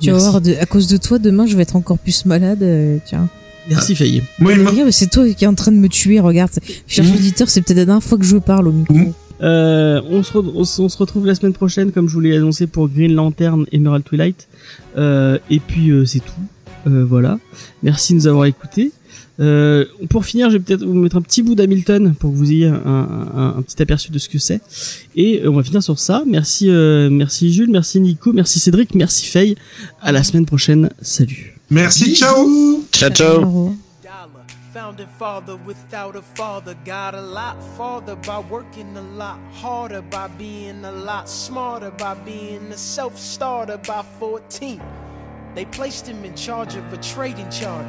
Speaker 2: Tu vas
Speaker 1: Merci.
Speaker 2: voir, de- à cause de toi, demain, je vais être encore plus malade. euh, tiens.
Speaker 1: Merci Faye.
Speaker 4: Moi, il m'a-
Speaker 2: Regarde, mais c'est toi qui est en train de me tuer, regarde. Cher
Speaker 1: Mmh.
Speaker 2: auditeur, c'est peut-être la dernière fois que je parle au micro.
Speaker 1: Euh, on, se re- on se- on se retrouve la semaine prochaine, comme je vous l'ai annoncé pour Green Lantern, Emerald Twilight. Euh, et puis euh, c'est tout. Euh, voilà. Merci de nous avoir écoutés. Euh, pour finir, je vais peut-être vous mettre un petit bout d'Hamilton pour que vous ayez un, un- un petit aperçu de ce que c'est. Et euh, on va finir sur ça. Merci, euh, merci Jules, merci Nico, merci Cédric, merci Faye. À la semaine prochaine. Salut.
Speaker 4: Merci, ciao
Speaker 6: Ciao, ciao.
Speaker 1: Mmh.
Speaker 2: Au revoir.
Speaker 7: dollar. Founding father without a father. Got a lot farther by working a lot harder, by being a lot smarter, by being a self starter by 14. They placed him in charge of a trading charter.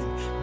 Speaker 7: and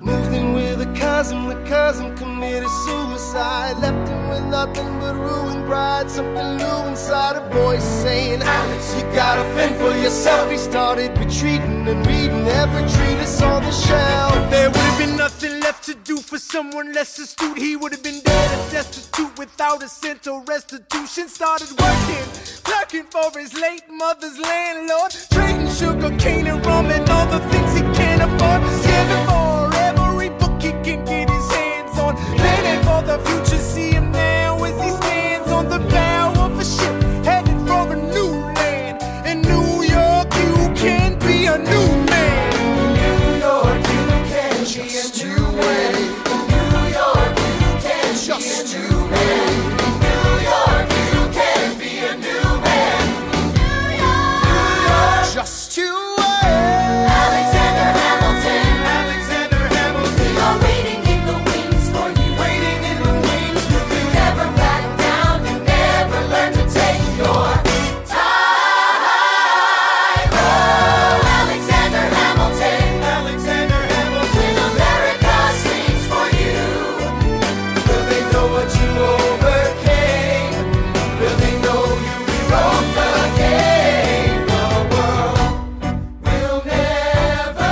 Speaker 8: Moved in with a cousin, the cousin committed suicide. Left him with nothing but ruined pride. Something new inside a voice saying, Alex, you gotta fend for yourself. He started retreating and reading every treatise on the shelf.
Speaker 7: There would have been nothing left to do for someone less astute. He would have been dead and destitute without a cent or restitution. Started working, clerking for his late mother's landlord, trading sugar cane and rum and all the things he can't afford. Scamming for every book he can get his hands on. Planning for the future, see him now as he stands on the bow of a ship headed for a new land. In New York, you can be a new man.
Speaker 8: Just you wait. New York, you can just you wait. New York, you can be a new man. New York, just you wait. Alexander.
Speaker 9: Oh, Oh,
Speaker 7: never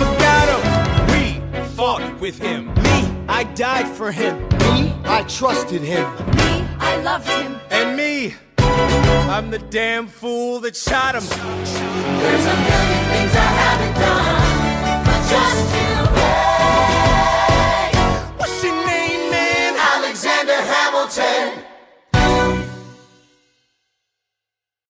Speaker 7: forgot him. We fought with him.
Speaker 8: Me, I died for him. Me, I trusted him.
Speaker 9: Me, I loved him.
Speaker 7: And me, I'm the damn fool that shot him.
Speaker 9: There's a million